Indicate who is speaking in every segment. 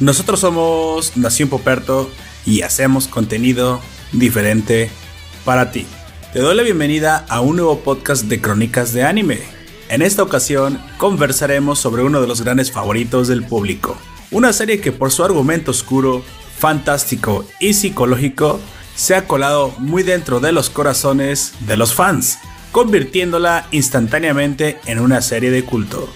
Speaker 1: Nosotros somos Nación Poperto y hacemos contenido diferente para ti. Te doy la bienvenida a un nuevo podcast de Crónicas de Anime. En esta ocasión conversaremos sobre uno de los grandes favoritos del público. Una serie que por su argumento oscuro, fantástico y psicológico se ha colado muy dentro de los corazones de los fans, convirtiéndola instantáneamente en una serie de culto.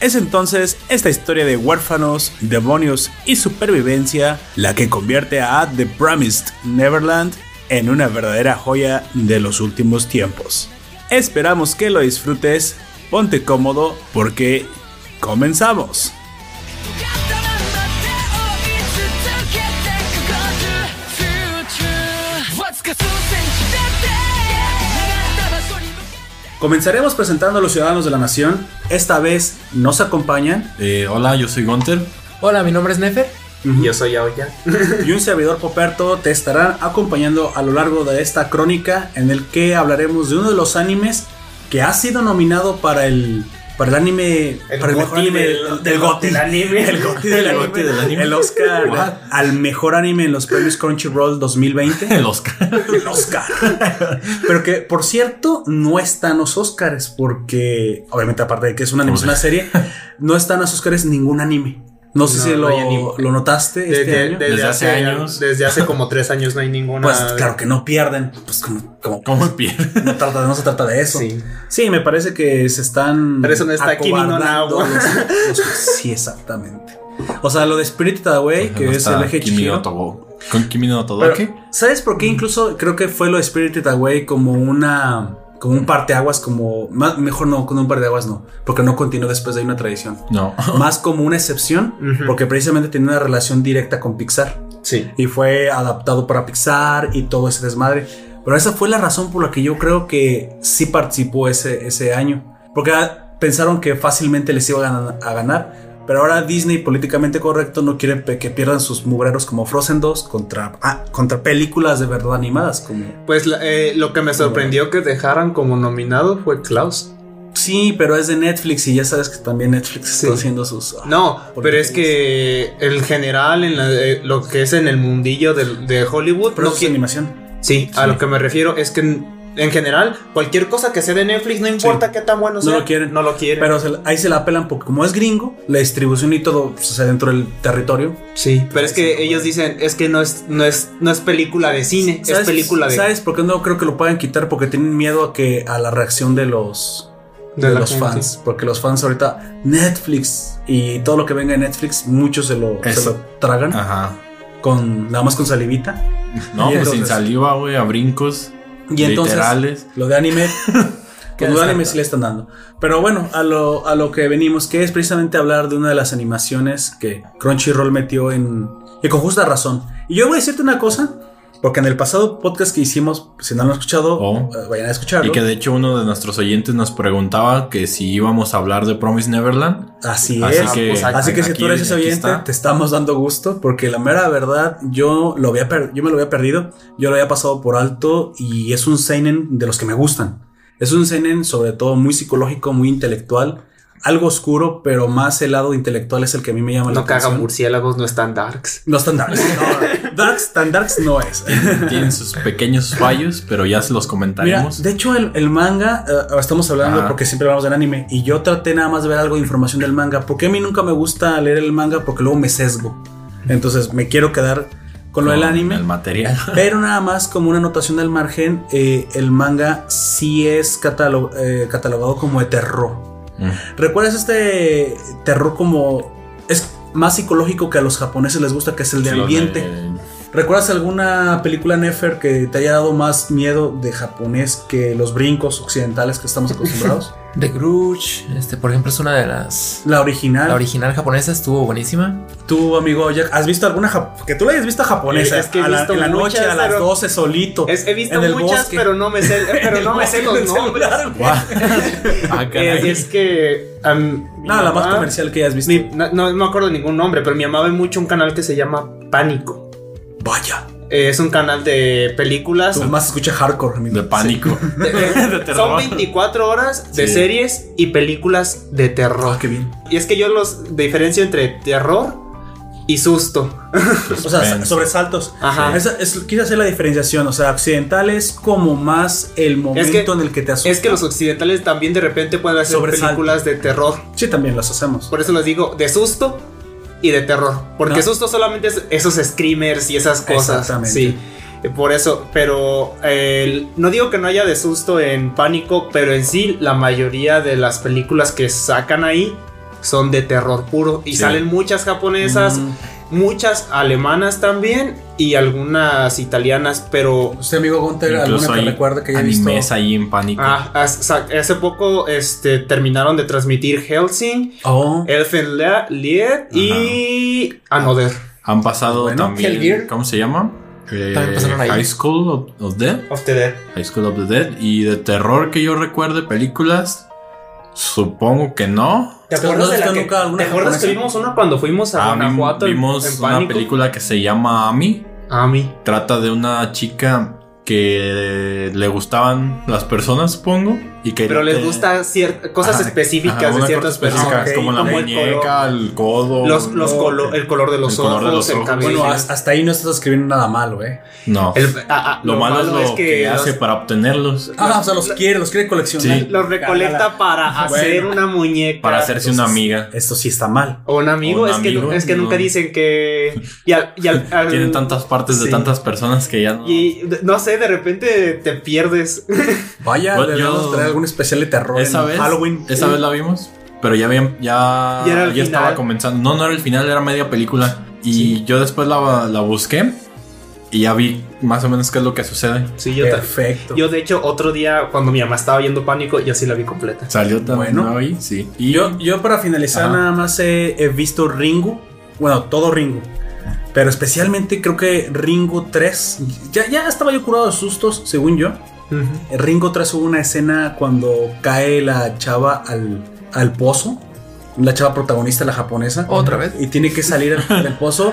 Speaker 1: Es entonces esta historia de huérfanos, demonios y supervivencia la que convierte a The Promised Neverland en una verdadera joya de los últimos tiempos. Esperamos que lo disfrutes, ponte cómodo porque comenzamos. Comenzaremos presentando a los ciudadanos de la nación. Esta vez nos acompañan
Speaker 2: Eh, hola, yo soy Gunter.
Speaker 3: Hola, mi nombre es Nefer.
Speaker 4: Yo soy Aoya.
Speaker 1: y un servidor Poperto te estarán acompañando a lo largo de esta crónica en el que hablaremos de uno de los animes que ha sido nominado para el para el anime para
Speaker 4: GOTY del- del-
Speaker 1: GOTY.
Speaker 4: del anime.
Speaker 1: el GOTY del
Speaker 2: El
Speaker 1: anime,
Speaker 2: GOTY del anime.
Speaker 1: el Oscar
Speaker 2: What?
Speaker 1: al mejor anime en los premios Crunchyroll 2020
Speaker 2: El Oscar.
Speaker 1: el Oscar pero que por cierto no están los Oscars porque obviamente aparte de que es un anime es una serie no están los Oscars ningún anime no sé
Speaker 4: No,
Speaker 1: si
Speaker 4: no
Speaker 1: lo,
Speaker 4: hay anime.
Speaker 1: lo notaste
Speaker 4: Desde,
Speaker 1: este año
Speaker 4: desde
Speaker 2: Desde
Speaker 4: hace,
Speaker 2: hace años.
Speaker 4: Desde hace como tres años no hay ninguna.
Speaker 1: pues claro que no pierden. Pues como, como
Speaker 2: ¿Cómo pierde?
Speaker 1: no, trata, no se trata de eso.
Speaker 4: Sí.
Speaker 1: Sí, me parece que se están.
Speaker 4: Pero eso no está aquí, ni no
Speaker 1: acobardando
Speaker 4: nao.
Speaker 1: los- los- sí, exactamente. O sea, lo de Spirited Away, que
Speaker 2: No
Speaker 1: es el
Speaker 2: está
Speaker 1: eje
Speaker 2: Kimi no
Speaker 1: Chihiro.
Speaker 2: Togo. ¿Con Kimi no Togo?
Speaker 1: Pero,
Speaker 2: ¿Qué?
Speaker 1: ¿Sabes por qué? Incluso creo que fue lo de Spirited Away como una. Como un parteaguas, como. más- mejor no, con un parteaguas no. Porque no continuó después de una tradición.
Speaker 2: No.
Speaker 1: Más como una excepción,
Speaker 4: Ujú.
Speaker 1: porque precisamente tenía una relación directa con Pixar
Speaker 4: Sí.
Speaker 1: y fue adaptado para Pixar y todo ese desmadre. Pero esa fue la razón por la que yo creo que sí participó ese, ese año. Porque ah, pensaron que fácilmente les iba a ganar, a ganar. Pero ahora Disney, políticamente correcto, no quiere pe- que pierdan sus mugreros como Frozen 2 contra, ah, contra películas de verdad animadas. Como...
Speaker 4: Pues la- eh, lo que me sorprendió que dejaran como nominado fue Klaus.
Speaker 1: Sí, pero es de Netflix y ya sabes que también Netflix
Speaker 4: Sí.
Speaker 1: está haciendo sus... ah,
Speaker 4: No,
Speaker 1: Porque
Speaker 4: pero es que el general, en la- eh, lo que es en el mundillo de, de Hollywood,
Speaker 1: pero
Speaker 4: no
Speaker 1: eso es
Speaker 4: quiere-
Speaker 1: animación.
Speaker 4: Sí, a lo que me refiero es que en en general, cualquier cosa que sea de Netflix, no importa qué tan bueno
Speaker 1: No
Speaker 4: sea,
Speaker 1: lo quieren.
Speaker 4: No lo quieren.
Speaker 1: Pero se la- ahí se la apelan porque como es gringo, la distribución y todo pues, o sea, dentro del territorio,
Speaker 4: sí, pero es que ellos dicen, es que no es, no es, no es película de cine, es
Speaker 1: ¿Sabes-
Speaker 4: película de,
Speaker 1: ¿Sabes por qué no creo que lo puedan quitar? Porque tienen miedo a que a la reacción de los de,
Speaker 4: la
Speaker 1: los
Speaker 4: gente.
Speaker 1: fans, porque los fans ahorita Netflix y todo lo que venga de Netflix, muchos se lo,
Speaker 2: Es-
Speaker 1: se lo tragan
Speaker 4: Ah.
Speaker 2: Ajá.
Speaker 1: con nada más con salivita.
Speaker 2: No,
Speaker 1: Y
Speaker 2: pues
Speaker 1: entonces-
Speaker 2: sin saliva, güey, a brincos.
Speaker 1: Y entonces
Speaker 2: Literales.
Speaker 1: lo de anime
Speaker 4: Qué
Speaker 1: Con lo de anime
Speaker 4: descarta.
Speaker 1: sí le están dando. Pero bueno, a lo, a lo que venimos, que es precisamente hablar de una de las animaciones que Crunchyroll metió en. Y con justa razón. Y yo voy a decirte una cosa, porque en el pasado podcast que hicimos, si no lo han escuchado,
Speaker 2: Oh.
Speaker 1: eh, vayan a escucharlo.
Speaker 2: Y que de hecho uno de nuestros oyentes nos preguntaba que si íbamos a hablar de Promise Neverland.
Speaker 1: Así,
Speaker 2: Así
Speaker 1: es.
Speaker 2: que-
Speaker 1: Pues, Así que si
Speaker 2: aquí-
Speaker 1: tú eres ese
Speaker 2: aquí
Speaker 1: oyente,
Speaker 2: está.
Speaker 1: te estamos dando gusto porque la mera verdad yo lo había per- yo me lo había perdido, yo lo había pasado por alto y es un seinen de los que me gustan. Es un seinen sobre todo muy psicológico, muy intelectual, algo oscuro, pero más el lado intelectual es el que a mí me llama la
Speaker 4: No caga
Speaker 1: atención.
Speaker 4: murciélagos, no están darks.
Speaker 1: No están darks. no. darks tan darks no es.
Speaker 2: Tienen sus pequeños fallos, pero ya se los
Speaker 1: Mira,
Speaker 2: comentaremos.
Speaker 1: de hecho el, el manga, eh, estamos hablando
Speaker 2: Ajá.
Speaker 1: porque siempre hablamos del anime y yo traté nada más de ver algo de información del manga, porque a mí nunca me gusta leer el manga porque luego me sesgo. Entonces me quiero quedar con lo del
Speaker 2: Con
Speaker 1: anime.
Speaker 2: El material.
Speaker 1: Pero nada más como una anotación al margen, eh, el manga sí es catalo- eh, catalogado como de terror.
Speaker 2: Mm.
Speaker 1: ¿Recuerdas este terror como es más psicológico que a los japoneses les gusta que es el de
Speaker 2: Los
Speaker 1: ambiente? ¿Recuerdas alguna película Nefer que te haya dado más miedo de japonés que los brincos occidentales que estamos acostumbrados?
Speaker 3: The Grudge, este, por ejemplo, es una de las.
Speaker 1: la original.
Speaker 3: La original japonesa estuvo buenísima.
Speaker 1: Tú, amigo Jack, ¿has visto alguna jap- que tú la hayas visto japonesa?
Speaker 4: Eh, es que he
Speaker 1: a la,
Speaker 4: visto
Speaker 1: en la noche
Speaker 4: muchas,
Speaker 1: a las
Speaker 4: pero-
Speaker 1: 12 solito.
Speaker 4: Es- he visto
Speaker 1: en el
Speaker 4: muchas,
Speaker 1: bosque.
Speaker 4: pero no me sé, pero
Speaker 1: En
Speaker 4: no
Speaker 1: el
Speaker 4: me sé
Speaker 1: bosque,
Speaker 4: los
Speaker 1: en el
Speaker 4: nombres.
Speaker 1: celular, güey.
Speaker 2: Guau. Ah,
Speaker 4: Es,
Speaker 2: caray.
Speaker 4: es que am, mi
Speaker 1: No, la más
Speaker 4: mamá-
Speaker 1: comercial que hayas visto.
Speaker 4: mi- no, no me acuerdo ningún nombre, pero mi mamá ve mucho un canal que se llama
Speaker 5: Pánico.
Speaker 1: Vaya.
Speaker 5: Eh, es un canal de películas.
Speaker 1: Tú más escucha hardcore, amigo.
Speaker 2: De pánico.
Speaker 5: De-
Speaker 2: de terror.
Speaker 5: Son 24 horas de
Speaker 2: Sí.
Speaker 5: series y películas de terror.
Speaker 1: Ah, qué bien.
Speaker 5: Y es que yo los diferencio entre terror y susto.
Speaker 1: O sea,
Speaker 2: Suspense.
Speaker 1: sobresaltos.
Speaker 5: Ajá.
Speaker 1: Esa es, quise hacer la diferenciación. O sea, occidentales como más el momento
Speaker 5: que-
Speaker 1: en el que te asustas.
Speaker 5: Es que los occidentales también de repente pueden hacer
Speaker 1: Sobresalto.
Speaker 5: películas de terror.
Speaker 1: Sí, también las hacemos.
Speaker 5: Por eso les digo de susto y de terror. Porque
Speaker 1: No.
Speaker 5: susto solamente es esos screamers y esas cosas.
Speaker 1: Exactamente.
Speaker 5: Sí. Eh, Por eso, pero el- no digo que no haya de susto en pánico, pero en sí la mayoría de las películas que sacan ahí son de terror puro y
Speaker 2: Sí.
Speaker 5: salen muchas japonesas,
Speaker 1: Mm.
Speaker 5: muchas alemanas también y algunas italianas, pero
Speaker 1: Usted, amigo Gunter, alguna
Speaker 2: Incluso
Speaker 1: que
Speaker 2: hay
Speaker 1: recuerde que haya visto.
Speaker 2: animes ahí en pánico.
Speaker 5: ah, as- sa- hace poco este, terminaron de transmitir Helsing,
Speaker 1: Oh,
Speaker 2: Eh,
Speaker 5: Elfen Lea- Lied y ah, Another.
Speaker 2: Han pasado
Speaker 1: Bueno,
Speaker 2: también.
Speaker 3: Hellgear.
Speaker 2: ¿Cómo se llama? Eh,
Speaker 3: También pasaron ahí.
Speaker 2: High School of, of Dead.
Speaker 5: Of the Dead.
Speaker 2: High School of the Dead. Y de terror que yo recuerde, películas. Supongo que no.
Speaker 5: ¿Te
Speaker 1: Pero
Speaker 5: acuerdas
Speaker 1: no
Speaker 5: de la
Speaker 1: está
Speaker 5: que,
Speaker 1: nunca alguna
Speaker 5: ¿Te acuerdas que
Speaker 1: japonesa?
Speaker 5: vimos una cuando fuimos a
Speaker 2: Ah, vi-
Speaker 5: Guanajuato en-
Speaker 2: vimos
Speaker 5: en
Speaker 2: una
Speaker 5: pánico?
Speaker 2: película que se llama Ami.
Speaker 5: A mí.
Speaker 2: Trata de una chica que le gustaban las personas, supongo. Y que
Speaker 5: Pero les gusta cier- cosas
Speaker 2: Ajá,
Speaker 5: específicas
Speaker 2: ajá,
Speaker 5: de
Speaker 2: una
Speaker 5: ciertas
Speaker 2: cosa específica,
Speaker 5: personas.
Speaker 2: es como la
Speaker 5: Como el
Speaker 2: muñeca, el, codo.
Speaker 5: color- los, los
Speaker 2: ¿no?
Speaker 5: colo- el color de los
Speaker 2: El
Speaker 5: ojos,
Speaker 2: color de los
Speaker 5: el
Speaker 2: ojos.
Speaker 5: cabello.
Speaker 1: bueno, hasta hasta ahí no estás escribiendo nada malo, eh.
Speaker 2: No.
Speaker 5: El- ah, ah,
Speaker 2: lo, malo, es lo que,
Speaker 5: los-
Speaker 2: hace para obtenerlos.
Speaker 1: Ah, o sea, los quiere, los quiere coleccionar.
Speaker 2: Sí.
Speaker 5: los recolecta para hacer una muñeca.
Speaker 2: Para hacerse una amiga.
Speaker 1: Esto sí está mal.
Speaker 5: O un amigo,
Speaker 2: Un
Speaker 5: es, que,
Speaker 2: amigo,
Speaker 5: es que
Speaker 2: no.
Speaker 5: nunca dicen que. Y al- y al- al-
Speaker 2: Tienen tantas partes
Speaker 5: sí.
Speaker 2: de tantas personas que ya no.
Speaker 5: Y de- no sé, de repente te pierdes.
Speaker 1: Vaya,
Speaker 2: Bueno,
Speaker 1: debemos
Speaker 2: yo-
Speaker 1: traer algún especial de terror
Speaker 2: esa
Speaker 1: en
Speaker 2: vez,
Speaker 1: Halloween.
Speaker 2: Esa vez la vimos, pero ya habían, ya,
Speaker 5: Ya era el
Speaker 2: ya estaba
Speaker 5: final.
Speaker 2: comenzando. No, no era el final, era media película. Y yo después la, la busqué y ya vi más o menos qué es lo que sucede.
Speaker 5: Sí, yo ta-
Speaker 1: Perfecto.
Speaker 5: Yo, de hecho, otro día, cuando mi mamá estaba viendo pánico, yo sí la vi completa.
Speaker 2: Salió tan
Speaker 1: Bueno.
Speaker 2: bueno ahí, sí.
Speaker 1: Y
Speaker 2: Y
Speaker 1: yo, yo para finalizar
Speaker 2: Ajá.
Speaker 1: nada más he, he visto Ringu, bueno, todo Ringu, pero especialmente creo que Ringu 3, ya, ya estaba yo curado de sustos, según yo. En Ringo 3 hubo una escena cuando cae la chava al, al pozo, la chava protagonista, la japonesa,
Speaker 3: Otra vez.
Speaker 1: y tiene que salir al- del pozo,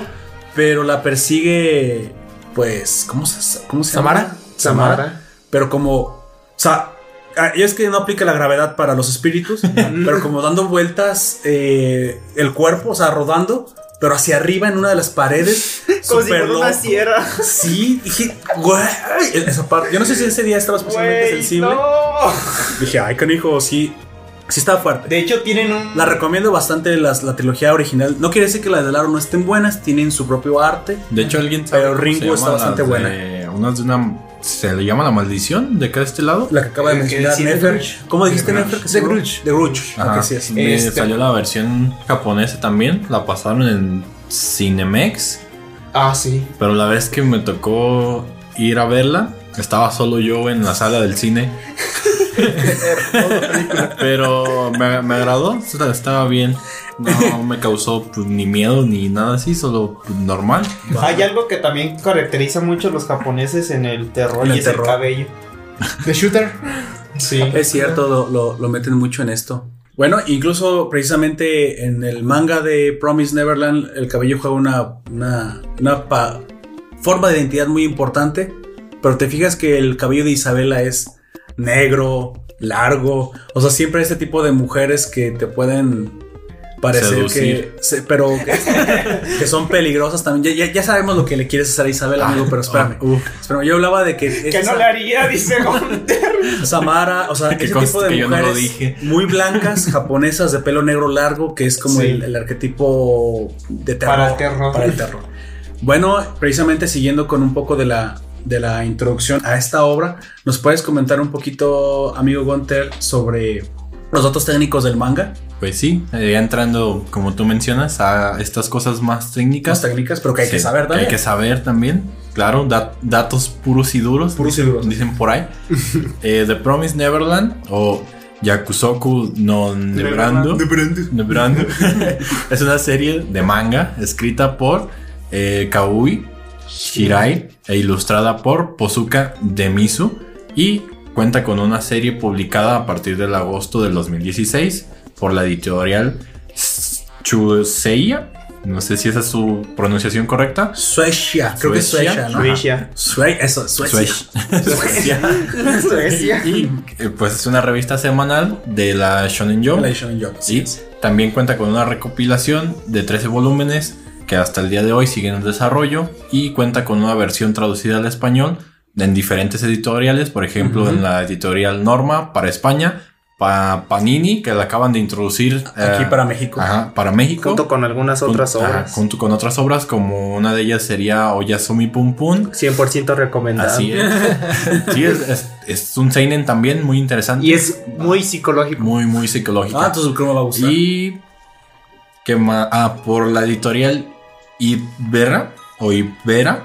Speaker 1: pero la persigue, pues, ¿cómo se, cómo se llama?
Speaker 3: ¿Samara?
Speaker 5: Samara.
Speaker 1: Pero como, o sea, ah, y es que no aplica la gravedad para los espíritus, pero como dando vueltas eh, el cuerpo, o sea, rodando, pero hacia arriba en una de las paredes.
Speaker 5: Como si
Speaker 1: súper
Speaker 5: fuera una
Speaker 1: loco.
Speaker 5: sierra.
Speaker 1: Sí, dije, güey, esa parte. Yo no sé si ese día estaba especialmente
Speaker 5: Güey,
Speaker 1: sensible.
Speaker 5: no.
Speaker 1: Dije, ay, canijo, sí, sí está fuerte.
Speaker 5: De hecho, tienen un.
Speaker 1: la recomiendo bastante las- la trilogía original. No quiere decir que las de Laro no estén buenas, tienen su propio arte.
Speaker 2: de hecho alguien
Speaker 1: Pero
Speaker 2: cómo se
Speaker 1: Ringu
Speaker 2: llaman
Speaker 1: está bastante
Speaker 2: las
Speaker 1: buena.
Speaker 2: de- unas de una se le llama la maldición de acá de este lado.
Speaker 1: La que acaba de
Speaker 5: Eh,
Speaker 1: mencionar
Speaker 5: sí, de
Speaker 1: Nefer.
Speaker 5: Grudge.
Speaker 1: ¿Cómo dijiste
Speaker 3: De
Speaker 1: Nefer?
Speaker 3: Grudge.
Speaker 1: que
Speaker 3: De
Speaker 1: se llama?
Speaker 3: Grudge.
Speaker 1: De Grudge.
Speaker 2: Ajá.
Speaker 1: Ah, que sí es.
Speaker 2: Me
Speaker 5: Este-
Speaker 2: salió la versión japonesa también, la pasaron en Cinemex.
Speaker 5: Ah, sí.
Speaker 2: Pero la vez que me tocó ir a verla, estaba solo yo en la sala del cine. Pero me, me agradó, o sea, estaba bien. No me causó pues, ni miedo ni nada así, solo pues, normal.
Speaker 5: Hay algo que también caracteriza mucho a los japoneses en el terror
Speaker 1: En el
Speaker 5: y es el
Speaker 1: terror.
Speaker 5: cabello.
Speaker 3: The Shooter.
Speaker 5: Sí.
Speaker 1: Es cierto, lo, lo- lo meten mucho en esto. Bueno, incluso precisamente en el manga de Promise Neverland, el cabello juega una, una, una pa- forma de identidad muy importante. Pero te fijas que el cabello de Isabela es negro, largo. O sea, siempre este tipo de mujeres que te pueden parecer
Speaker 2: Seducir.
Speaker 1: que. se- pero que, que son peligrosas también. Ya, ya- ya sabemos lo que le quieres hacer a Isabela, amigo, pero espérame. espérame, Yo hablaba de que.
Speaker 5: Ah, uh. Que no le haría, dice Gunter.
Speaker 1: Samara, o sea,
Speaker 2: Que
Speaker 1: ese
Speaker 2: conste
Speaker 1: tipo de
Speaker 2: que yo no lo
Speaker 1: mujeres
Speaker 2: dije.
Speaker 1: muy blancas, japonesas de pelo negro largo, que es como
Speaker 5: Sí.
Speaker 1: el, el arquetipo de terror.
Speaker 5: Para el terror.
Speaker 1: para el terror. Bueno, precisamente siguiendo con un poco de la, de la introducción a esta obra, ¿nos puedes comentar un poquito, amigo Gunter, sobre los datos técnicos del manga?
Speaker 2: Pues sí, eh, ya entrando, como tú mencionas, a estas cosas más técnicas.
Speaker 1: Las técnicas, pero que hay que
Speaker 2: Sí,
Speaker 1: saber también.
Speaker 2: Hay que saber también. Claro, dat- datos puros y duros.
Speaker 1: Puros y
Speaker 2: dicen,
Speaker 1: duros.
Speaker 2: dicen por ahí. Eh, The Promise Neverland o Yakusoku no Nebrando. Nebrando. es una serie de manga escrita por eh, Kaui Shirai e ilustrada por Pozuka Demisu y cuenta con una serie publicada a partir del agosto del 2016 por la editorial Chuseiya No sé si esa es su pronunciación correcta.
Speaker 1: Suecia, creo que es Suecia,
Speaker 2: Suecia.
Speaker 1: ¿no?
Speaker 2: Ajá.
Speaker 5: Suecia.
Speaker 1: Sue- eso, Suecia.
Speaker 2: Suecia.
Speaker 5: Suecia.
Speaker 2: Y eh, pues es una revista semanal de la Shonen Jump.
Speaker 1: Relation Job, así
Speaker 2: Y
Speaker 1: es.
Speaker 2: también cuenta con una recopilación de 13 volúmenes que hasta el día de hoy siguen en desarrollo y cuenta con una versión traducida al español en diferentes editoriales, por ejemplo
Speaker 1: Ujú.
Speaker 2: en la editorial Norma para España, pa- Panini que la acaban de introducir
Speaker 1: Aquí
Speaker 2: eh,
Speaker 1: para México.
Speaker 2: ajá, para México.
Speaker 5: Junto con algunas
Speaker 2: Jun-
Speaker 5: otras
Speaker 2: ajá,
Speaker 5: obras.
Speaker 2: junto ah, con otras obras como una de ellas sería Oyasumi Pum Pum.
Speaker 5: 100% recomendado.
Speaker 2: Así es. sí, es, es- es un seinen también muy interesante.
Speaker 5: Y es muy psicológico.
Speaker 2: muy, muy psicológico.
Speaker 1: Ah, entonces creo que me va a gustar.
Speaker 2: Y que más ah, por la editorial Ibera o Ibera,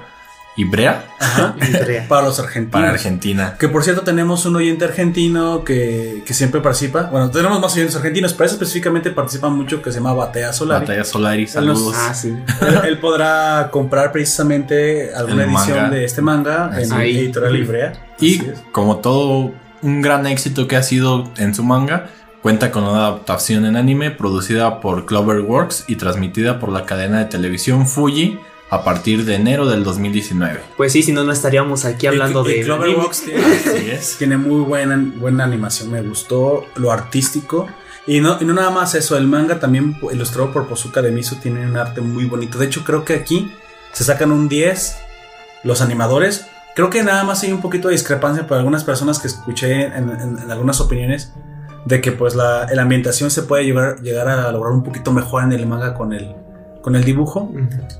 Speaker 2: Ibrea
Speaker 5: Andrea.
Speaker 1: para los argentinos.
Speaker 2: para Argentina.
Speaker 1: Que por cierto, tenemos un oyente argentino que, que siempre participa. Bueno, tenemos más oyentes argentinos, pero ese específicamente participa mucho que se llama Batea Solar.
Speaker 2: Batalla Solaris,
Speaker 1: A los-
Speaker 2: saludos.
Speaker 5: Ah, sí.
Speaker 1: Él, él podrá comprar precisamente alguna
Speaker 2: El
Speaker 1: edición
Speaker 2: manga.
Speaker 1: de este manga en
Speaker 5: Ahí.
Speaker 1: Editorial Librea.
Speaker 2: y
Speaker 1: Así es.
Speaker 2: como todo un gran éxito que ha sido en su manga, cuenta con una adaptación en anime producida por Cloverworks y transmitida por la cadena de televisión Fuji a partir de enero del 2019.
Speaker 5: Pues sí, si no, no estaríamos aquí hablando
Speaker 1: Y- y
Speaker 5: de.
Speaker 1: Cloverbox tiene,
Speaker 2: Así es.
Speaker 1: tiene muy buena, buena animación, me gustó lo artístico. Y no, y no nada más eso, el manga también ilustrado por Pozuka de Misu tiene un arte muy bonito. De hecho, creo que aquí se sacan un 10 los animadores. Creo que nada más hay un poquito de discrepancia para algunas personas que escuché en, en- en algunas opiniones de que pues la, la ambientación se puede llevar, llegar a lograr un poquito mejor en el manga con el, con el dibujo.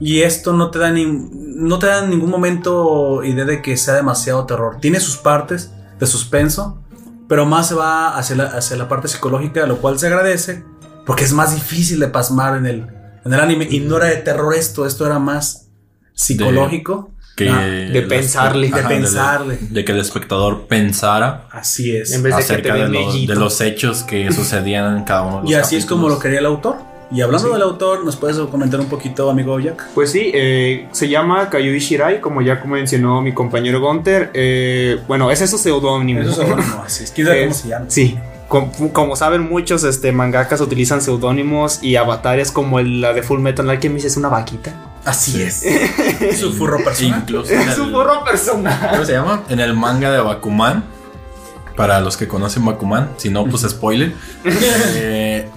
Speaker 1: Y esto no te da ni, no te da en ningún momento idea de que sea demasiado terror. Tiene sus partes de suspenso, pero más se va hacia la, hacia la parte psicológica, lo cual se agradece, porque es más difícil de pasmar en el, en el anime. Y no era de terror esto, esto era más psicológico.
Speaker 2: Que
Speaker 1: Ah,
Speaker 5: de
Speaker 2: las-
Speaker 5: pensarle, de
Speaker 2: ajá, de-
Speaker 1: pensarle.
Speaker 2: de que el espectador pensara
Speaker 1: Así es.
Speaker 5: En vez de que te
Speaker 2: acerca de,
Speaker 5: den
Speaker 2: los-
Speaker 5: mellito.
Speaker 2: de los hechos que sucedían en cada uno de los
Speaker 1: Y así es como lo
Speaker 2: capítulos.
Speaker 1: quería el autor. Y hablando
Speaker 5: Sí.
Speaker 1: del autor, ¿nos puedes comentar un poquito, amigo Jack?
Speaker 5: Pues sí, eh, se llama Kayui Shirai, como ya mencionó mi compañero Gunter. Eh, bueno, ese es su seudónimo.
Speaker 1: Eso es bueno, así es. ¿Quién sabe cómo
Speaker 5: Es-
Speaker 1: se llama?
Speaker 5: Sí. Com- Como, saben muchos este, mangakas utilizan seudónimos y avatares como el- la de Full Metal Alchemist es una vaquita.
Speaker 1: Así es. Es su furro personal.
Speaker 2: Incluso en el-
Speaker 5: personal.
Speaker 2: ¿Cómo se llama? En el manga de Bakuman. Para los que conocen Bakuman, si no, pues spoiler. Eh,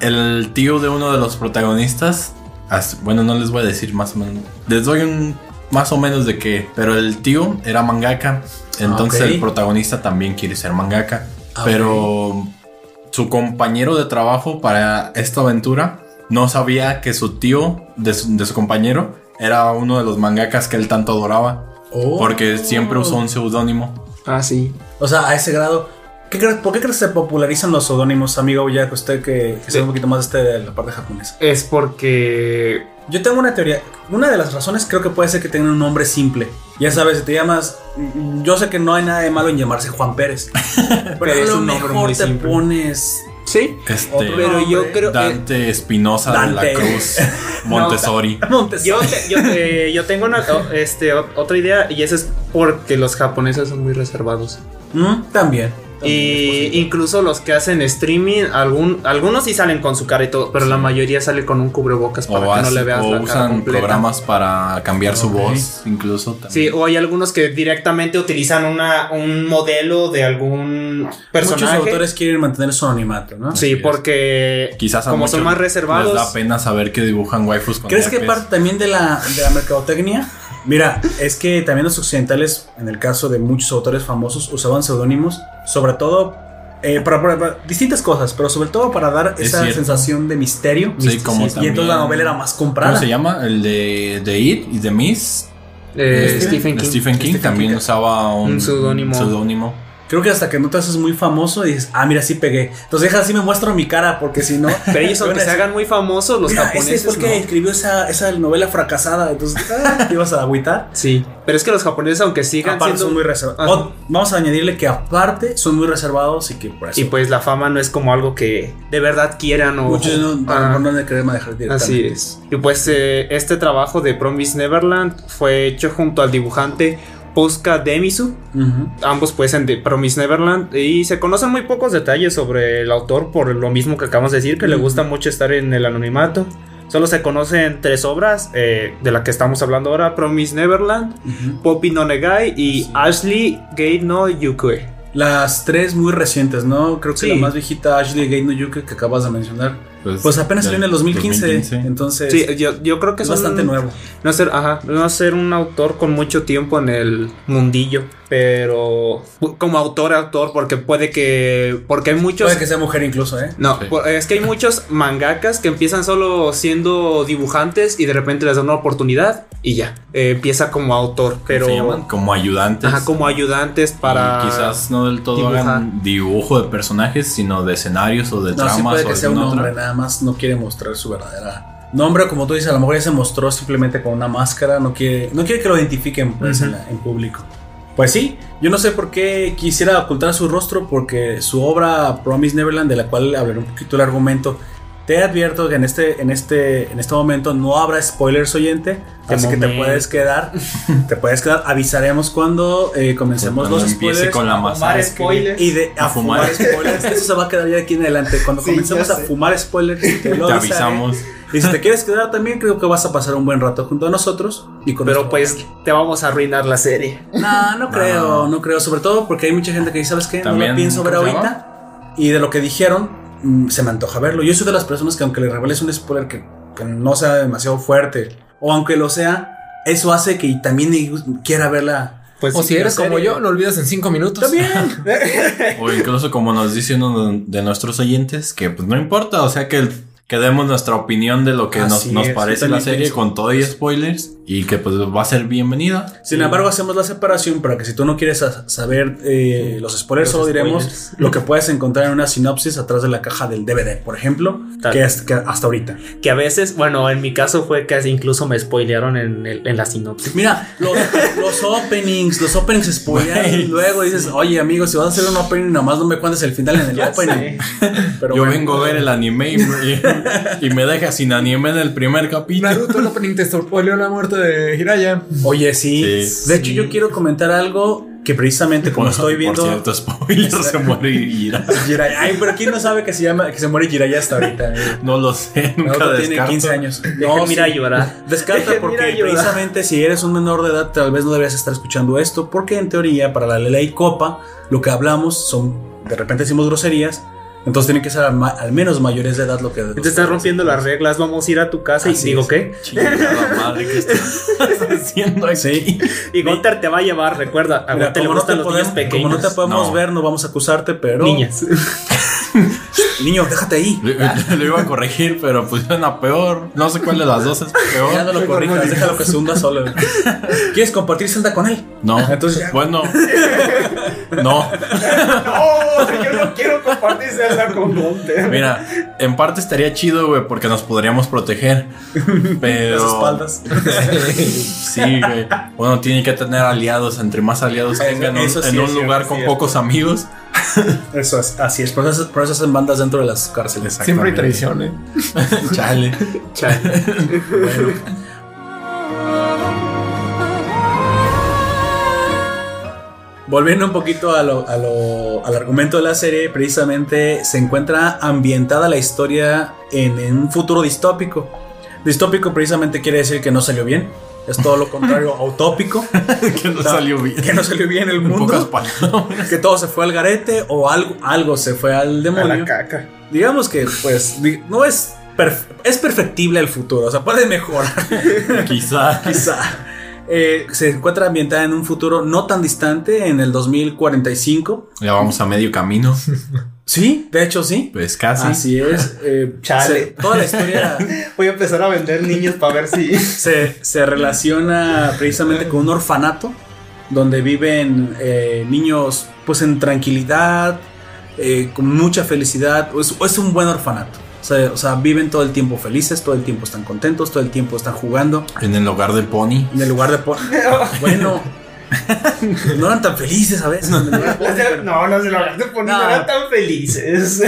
Speaker 2: el tío de uno de los protagonistas. as- Bueno, no les voy a decir más o menos. Les doy un más o menos de qué. Pero el tío era mangaka. Entonces
Speaker 1: Ah, Ok.
Speaker 2: el protagonista también quiere ser mangaka.
Speaker 1: Ah,
Speaker 2: Pero su compañero de trabajo para esta aventura no sabía que su tío de su, de su compañero era uno de los mangakas que él tanto adoraba.
Speaker 1: Oh.
Speaker 2: Porque siempre usó un seudónimo.
Speaker 5: Ah, sí.
Speaker 1: O sea, a ese grado. ¿Qué cre- ¿Por qué crees que se popularizan los seudónimos, amigo Jack? Usted que, que sabe un poquito más de, este, de la parte japonesa.
Speaker 5: Es porque.
Speaker 1: Yo tengo una teoría. Una de las razones creo que puede ser que tengan un nombre simple. Ya sabes, si te llamas. mm, Yo sé que no hay nada de malo en llamarse Juan Pérez. pero,
Speaker 5: Pero es
Speaker 1: a lo
Speaker 5: un nombre
Speaker 1: mejor
Speaker 5: muy
Speaker 1: te
Speaker 5: simple.
Speaker 1: pones
Speaker 5: Sí.
Speaker 2: Este,
Speaker 1: Otro
Speaker 5: Pero yo
Speaker 1: nombre.
Speaker 5: creo. eh,
Speaker 2: Dante Espinosa de la
Speaker 1: Dante.
Speaker 2: Cruz Montessori.
Speaker 1: Montesor.
Speaker 5: Yo, te- yo, eh, yo tengo una, o- este, o- otra idea y esa es porque los japoneses son muy reservados.
Speaker 1: Mm, También.
Speaker 5: Y
Speaker 1: También es
Speaker 5: incluso los que hacen streaming, algún, algunos sí salen con su cara y todo, pero la mayoría sale con un cubrebocas para
Speaker 2: O,
Speaker 5: que no
Speaker 2: hace-
Speaker 5: le veas
Speaker 2: o
Speaker 5: la cara
Speaker 2: usan
Speaker 5: completa.
Speaker 2: programas para cambiar su
Speaker 1: Ok.
Speaker 2: voz, incluso también.
Speaker 5: Sí, o hay algunos que directamente utilizan una, un modelo de algún
Speaker 1: posible.
Speaker 5: personaje.
Speaker 1: Muchos autores quieren mantener su anonimato, ¿no?
Speaker 5: Sí,
Speaker 2: Así es.
Speaker 5: porque
Speaker 2: Quizás a
Speaker 5: como son
Speaker 2: muchos
Speaker 5: más reservados.
Speaker 2: Les da pena saber que dibujan waifus con
Speaker 1: ¿Crees que
Speaker 2: herpes.
Speaker 1: parte también de la, de la mercadotecnia? Mira, es que también los occidentales, en el caso de muchos autores famosos, usaban seudónimos, sobre todo eh, para, para- para distintas cosas, pero sobre todo para dar
Speaker 2: Es
Speaker 1: esa
Speaker 2: cierto.
Speaker 1: sensación de misterio.
Speaker 2: Sí, como
Speaker 1: misticismo. y entonces la
Speaker 2: también-
Speaker 1: novela era más
Speaker 2: ¿Cómo
Speaker 1: comprada.
Speaker 2: se llama? El de, de It y de Miss.
Speaker 5: eh,
Speaker 2: Este,
Speaker 5: Stephen King.
Speaker 1: Stephen
Speaker 2: también
Speaker 1: King.
Speaker 2: usaba un,
Speaker 5: Un seudónimo.
Speaker 2: seudónimo.
Speaker 1: Creo que hasta que no te haces muy famoso y dices, ah, mira, sí pegué. Entonces deja así me muestro mi cara, porque si no.
Speaker 5: Pero ellos, aunque se hagan muy famosos, los
Speaker 1: Mira, ese
Speaker 5: japoneses.
Speaker 1: es porque
Speaker 5: no.
Speaker 1: escribió esa, esa novela fracasada. Entonces, ah, te ibas a agüitar.
Speaker 5: Sí, pero es que los japoneses, aunque sigan
Speaker 1: Aparte
Speaker 5: siendo
Speaker 1: son muy reservados.
Speaker 5: Ajá.
Speaker 1: O- vamos a añadirle que aparte son muy reservados y que por eso
Speaker 5: Y pues la fama no es como algo que de verdad quieran o.
Speaker 1: muchos no, a lo
Speaker 5: Ah,
Speaker 1: mejor no le queremos dejar directamente.
Speaker 5: así es. Y pues eh, este trabajo de Promise Neverland fue hecho junto al dibujante Posca Demisu.
Speaker 1: Ujú.
Speaker 5: Ambos pues en The Promise Neverland. Y se conocen muy pocos detalles sobre el autor por lo mismo que acabamos de decir, que le
Speaker 1: Ujú.
Speaker 5: gusta mucho estar en el anonimato. Solo se conocen tres obras eh, de la que estamos hablando ahora: Promise Neverland, Poppy no Negai y Ashley Gate no Yukue.
Speaker 1: Las tres muy recientes, ¿no? Creo que
Speaker 5: Sí.
Speaker 1: la más viejita, Ashley Gate no Yuke, que acabas de mencionar.
Speaker 2: Pues,
Speaker 1: Pues apenas salió en el 2015,
Speaker 2: 2015.
Speaker 1: entonces
Speaker 5: Sí, yo, yo creo que
Speaker 1: es
Speaker 5: son-
Speaker 1: bastante nuevo.
Speaker 5: No ser, ajá, no ser un autor con mucho tiempo en el mundillo, pero como autor, autor, porque puede que. Porque hay muchos.
Speaker 1: Puede que sea mujer incluso, ¿eh?
Speaker 5: No,
Speaker 2: Sí.
Speaker 5: por- es que hay muchos mangakas que empiezan solo siendo dibujantes y de repente les dan una oportunidad y ya. Eh, empieza como autor, pero.
Speaker 2: se llaman como ayudantes.
Speaker 5: Ajá, como ayudantes para.
Speaker 2: Y quizás no del todo
Speaker 5: dibujar.
Speaker 2: hagan dibujo de personajes, sino de escenarios o de
Speaker 1: No, sí
Speaker 2: tramas
Speaker 1: puede
Speaker 2: o
Speaker 1: que sea un
Speaker 2: alguna otra.
Speaker 1: hombre, nada más no quiere mostrar su verdadera nombre, como tú dices, a lo mejor ya se mostró simplemente con una máscara, no quiere, no quiere que lo identifiquen pues, en, la- en público. Pues sí, yo no sé por qué quisiera ocultar su rostro, porque su obra Promise Neverland, de la cual hablaré un poquito el argumento, te advierto que en este, en este, en este momento no habrá spoilers oyente,
Speaker 5: De
Speaker 1: así que te
Speaker 5: momento.
Speaker 1: puedes quedar, te puedes quedar, avisaremos cuando eh, comencemos
Speaker 2: Cuando
Speaker 1: los
Speaker 2: empiece
Speaker 1: spoilers.
Speaker 2: con la masa.
Speaker 1: Y de a
Speaker 2: A
Speaker 1: fumar.
Speaker 2: fumar.
Speaker 1: spoilers. Eso se va a quedar ya aquí en adelante. Cuando
Speaker 5: Sí,
Speaker 1: comencemos
Speaker 5: ya
Speaker 1: a
Speaker 5: sé.
Speaker 1: fumar spoilers, te lo
Speaker 2: Te
Speaker 1: avisaré.
Speaker 2: avisamos.
Speaker 1: Y si te quieres quedar también, creo que vas a pasar un buen rato junto a nosotros. Y con
Speaker 5: Pero
Speaker 1: nuestro-
Speaker 5: pues te vamos a arruinar la serie.
Speaker 1: No, no creo, no creo. Sobre todo porque hay mucha gente que dice, ¿sabes qué? no lo
Speaker 2: También,
Speaker 1: pienso ver
Speaker 2: ¿cómo se
Speaker 1: ahorita. Y de lo que dijeron, mm, se me antoja verlo. Yo soy de las personas que aunque le reveles un spoiler que, que no sea demasiado fuerte, o aunque lo sea, eso hace que también quiera verla.
Speaker 5: Pues
Speaker 3: o
Speaker 5: sí,
Speaker 3: si
Speaker 5: la
Speaker 3: eres como
Speaker 5: serie.
Speaker 3: yo, lo olvidas en cinco minutos.
Speaker 1: También.
Speaker 2: O incluso como nos dice uno de- de nuestros oyentes, que pues no importa, o sea que, que demos nuestra opinión de lo que nos,
Speaker 1: Así
Speaker 2: nos
Speaker 1: es, yo
Speaker 2: parece
Speaker 1: también
Speaker 2: la serie
Speaker 1: pienso.
Speaker 2: con todo y spoilers y que pues va a ser bienvenida.
Speaker 1: Sin embargo, hacemos la separación para que si tú no quieres sa- saber eh, los spoilers,
Speaker 5: Los
Speaker 1: solo diremos
Speaker 5: spoilers.
Speaker 1: lo que puedes encontrar en una sinopsis atrás de la caja del DVD, por ejemplo,
Speaker 5: Tal.
Speaker 1: que hasta, que hasta ahorita.
Speaker 5: Que a veces, bueno, en mi caso fue que incluso me spoilearon en, el- en la sinopsis.
Speaker 1: Mira, los, los openings, los openings spoilean y
Speaker 2: Güey,
Speaker 1: luego dices, oye amigo, si vas a hacer un opening, nada más no me cuentes el final en el
Speaker 5: Ya
Speaker 1: opening.
Speaker 5: sé.
Speaker 1: Pero
Speaker 2: Yo
Speaker 1: bueno.
Speaker 2: vengo a ver el anime y me, y me deja sin anime en el primer capítulo.
Speaker 3: Naruto, el opening te spoileó la muerte de Hiraya.
Speaker 1: Oye, sí.
Speaker 2: Sí.
Speaker 1: De hecho, yo quiero comentar algo que precisamente como
Speaker 2: Por-
Speaker 1: estoy viendo...
Speaker 2: Por cierto, spoiler se muere Jiraiya.
Speaker 1: Jiraiya- Ay, pero ¿quién no sabe que se llama que se muere Jiraiya hasta ahorita? eh?
Speaker 2: No lo sé, nunca
Speaker 1: Naruto tiene
Speaker 2: descarto.
Speaker 1: 15 años.
Speaker 5: Dejen mira
Speaker 1: sí.
Speaker 5: llorar.
Speaker 1: Descarta
Speaker 5: Dejen
Speaker 1: porque
Speaker 5: ir a llorar.
Speaker 1: precisamente si eres un menor de edad tal vez no deberías estar escuchando esto porque en teoría para la ley copa lo que hablamos son de repente decimos groserías entonces tienen que ser al, ma- al menos mayores de edad lo que
Speaker 5: Te estás rompiendo las reglas, vamos a ir a tu casa
Speaker 1: Así
Speaker 5: y digo
Speaker 1: es.
Speaker 5: qué.
Speaker 2: Chingada madre que estás haciendo aquí.
Speaker 1: Sí.
Speaker 5: Y Gunter te va a llevar, recuerda, a
Speaker 1: Mira,
Speaker 5: Gunter le
Speaker 1: como, no te
Speaker 5: gustan los niños
Speaker 1: podemos, como
Speaker 5: pequeños.
Speaker 1: no te podemos
Speaker 2: No.
Speaker 1: ver no vamos a acusarte pero
Speaker 5: Niñas.
Speaker 1: niño déjate ahí
Speaker 2: Lo, lo iba a corregir, pero pues suena peor. No sé cuál de las dos es
Speaker 1: ya no
Speaker 2: peor.
Speaker 1: lo corrijas déjalo que se hunda solo quieres compartir celda con él
Speaker 2: No.
Speaker 1: Entonces ya.
Speaker 2: bueno. No.
Speaker 5: No, yo no quiero compartir celda con Gunter.
Speaker 2: Mira, en parte estaría chido, güey, porque nos podríamos proteger. Pero.
Speaker 1: las espaldas
Speaker 2: Sí, güey. Uno tiene que tener aliados. Entre más aliados
Speaker 1: Eso-
Speaker 2: tengan un-
Speaker 1: eso sí
Speaker 2: en
Speaker 1: es
Speaker 2: un
Speaker 1: cierto,
Speaker 2: lugar
Speaker 1: es
Speaker 2: con
Speaker 1: cierto.
Speaker 2: pocos amigos.
Speaker 1: eso es así es por eso, por eso hacen bandas dentro de las cárceles
Speaker 3: Siempre hay
Speaker 2: Exactamente.
Speaker 3: traición, ¿eh?
Speaker 2: Chale.
Speaker 1: Volviendo un poquito a lo- a lo- al argumento de la serie, precisamente se encuentra ambientada la historia en, en un futuro distópico. Distópico precisamente quiere decir que no salió bien. Es todo lo contrario a utópico,
Speaker 2: que no salió bien.
Speaker 1: que no salió bien el
Speaker 2: En pocas
Speaker 1: mundo,
Speaker 2: palabras.
Speaker 1: que todo se fue al garete o algo, algo se fue al
Speaker 5: A
Speaker 1: demonio.
Speaker 5: la caca.
Speaker 1: Digamos que pues di- no es, perf- es perfectible el futuro, o sea, puede mejorar.
Speaker 2: Quizá.
Speaker 1: Quizá. Eh, se encuentra ambientada en un futuro no tan distante, en el 2045.
Speaker 2: Ya vamos a medio camino.
Speaker 1: Sí, de hecho Ah, sí.
Speaker 2: Pues casi.
Speaker 1: Así es. eh,
Speaker 5: Chale.
Speaker 1: se- toda la historia
Speaker 5: Voy a empezar a vender niños para ver si.
Speaker 1: se, se relaciona precisamente con un orfanato donde viven eh, niños pues en tranquilidad, eh, con mucha felicidad. Es, es un buen orfanato. O sea, o sea, viven todo el tiempo felices, todo el tiempo están contentos, todo el tiempo están jugando.
Speaker 2: En el hogar del pony.
Speaker 1: En el lugar de... po- Bueno. No eran tan felices a veces. en el lugar de pony, pero-
Speaker 5: No, no se lo hagan de poner
Speaker 1: No.
Speaker 5: eran tan felices.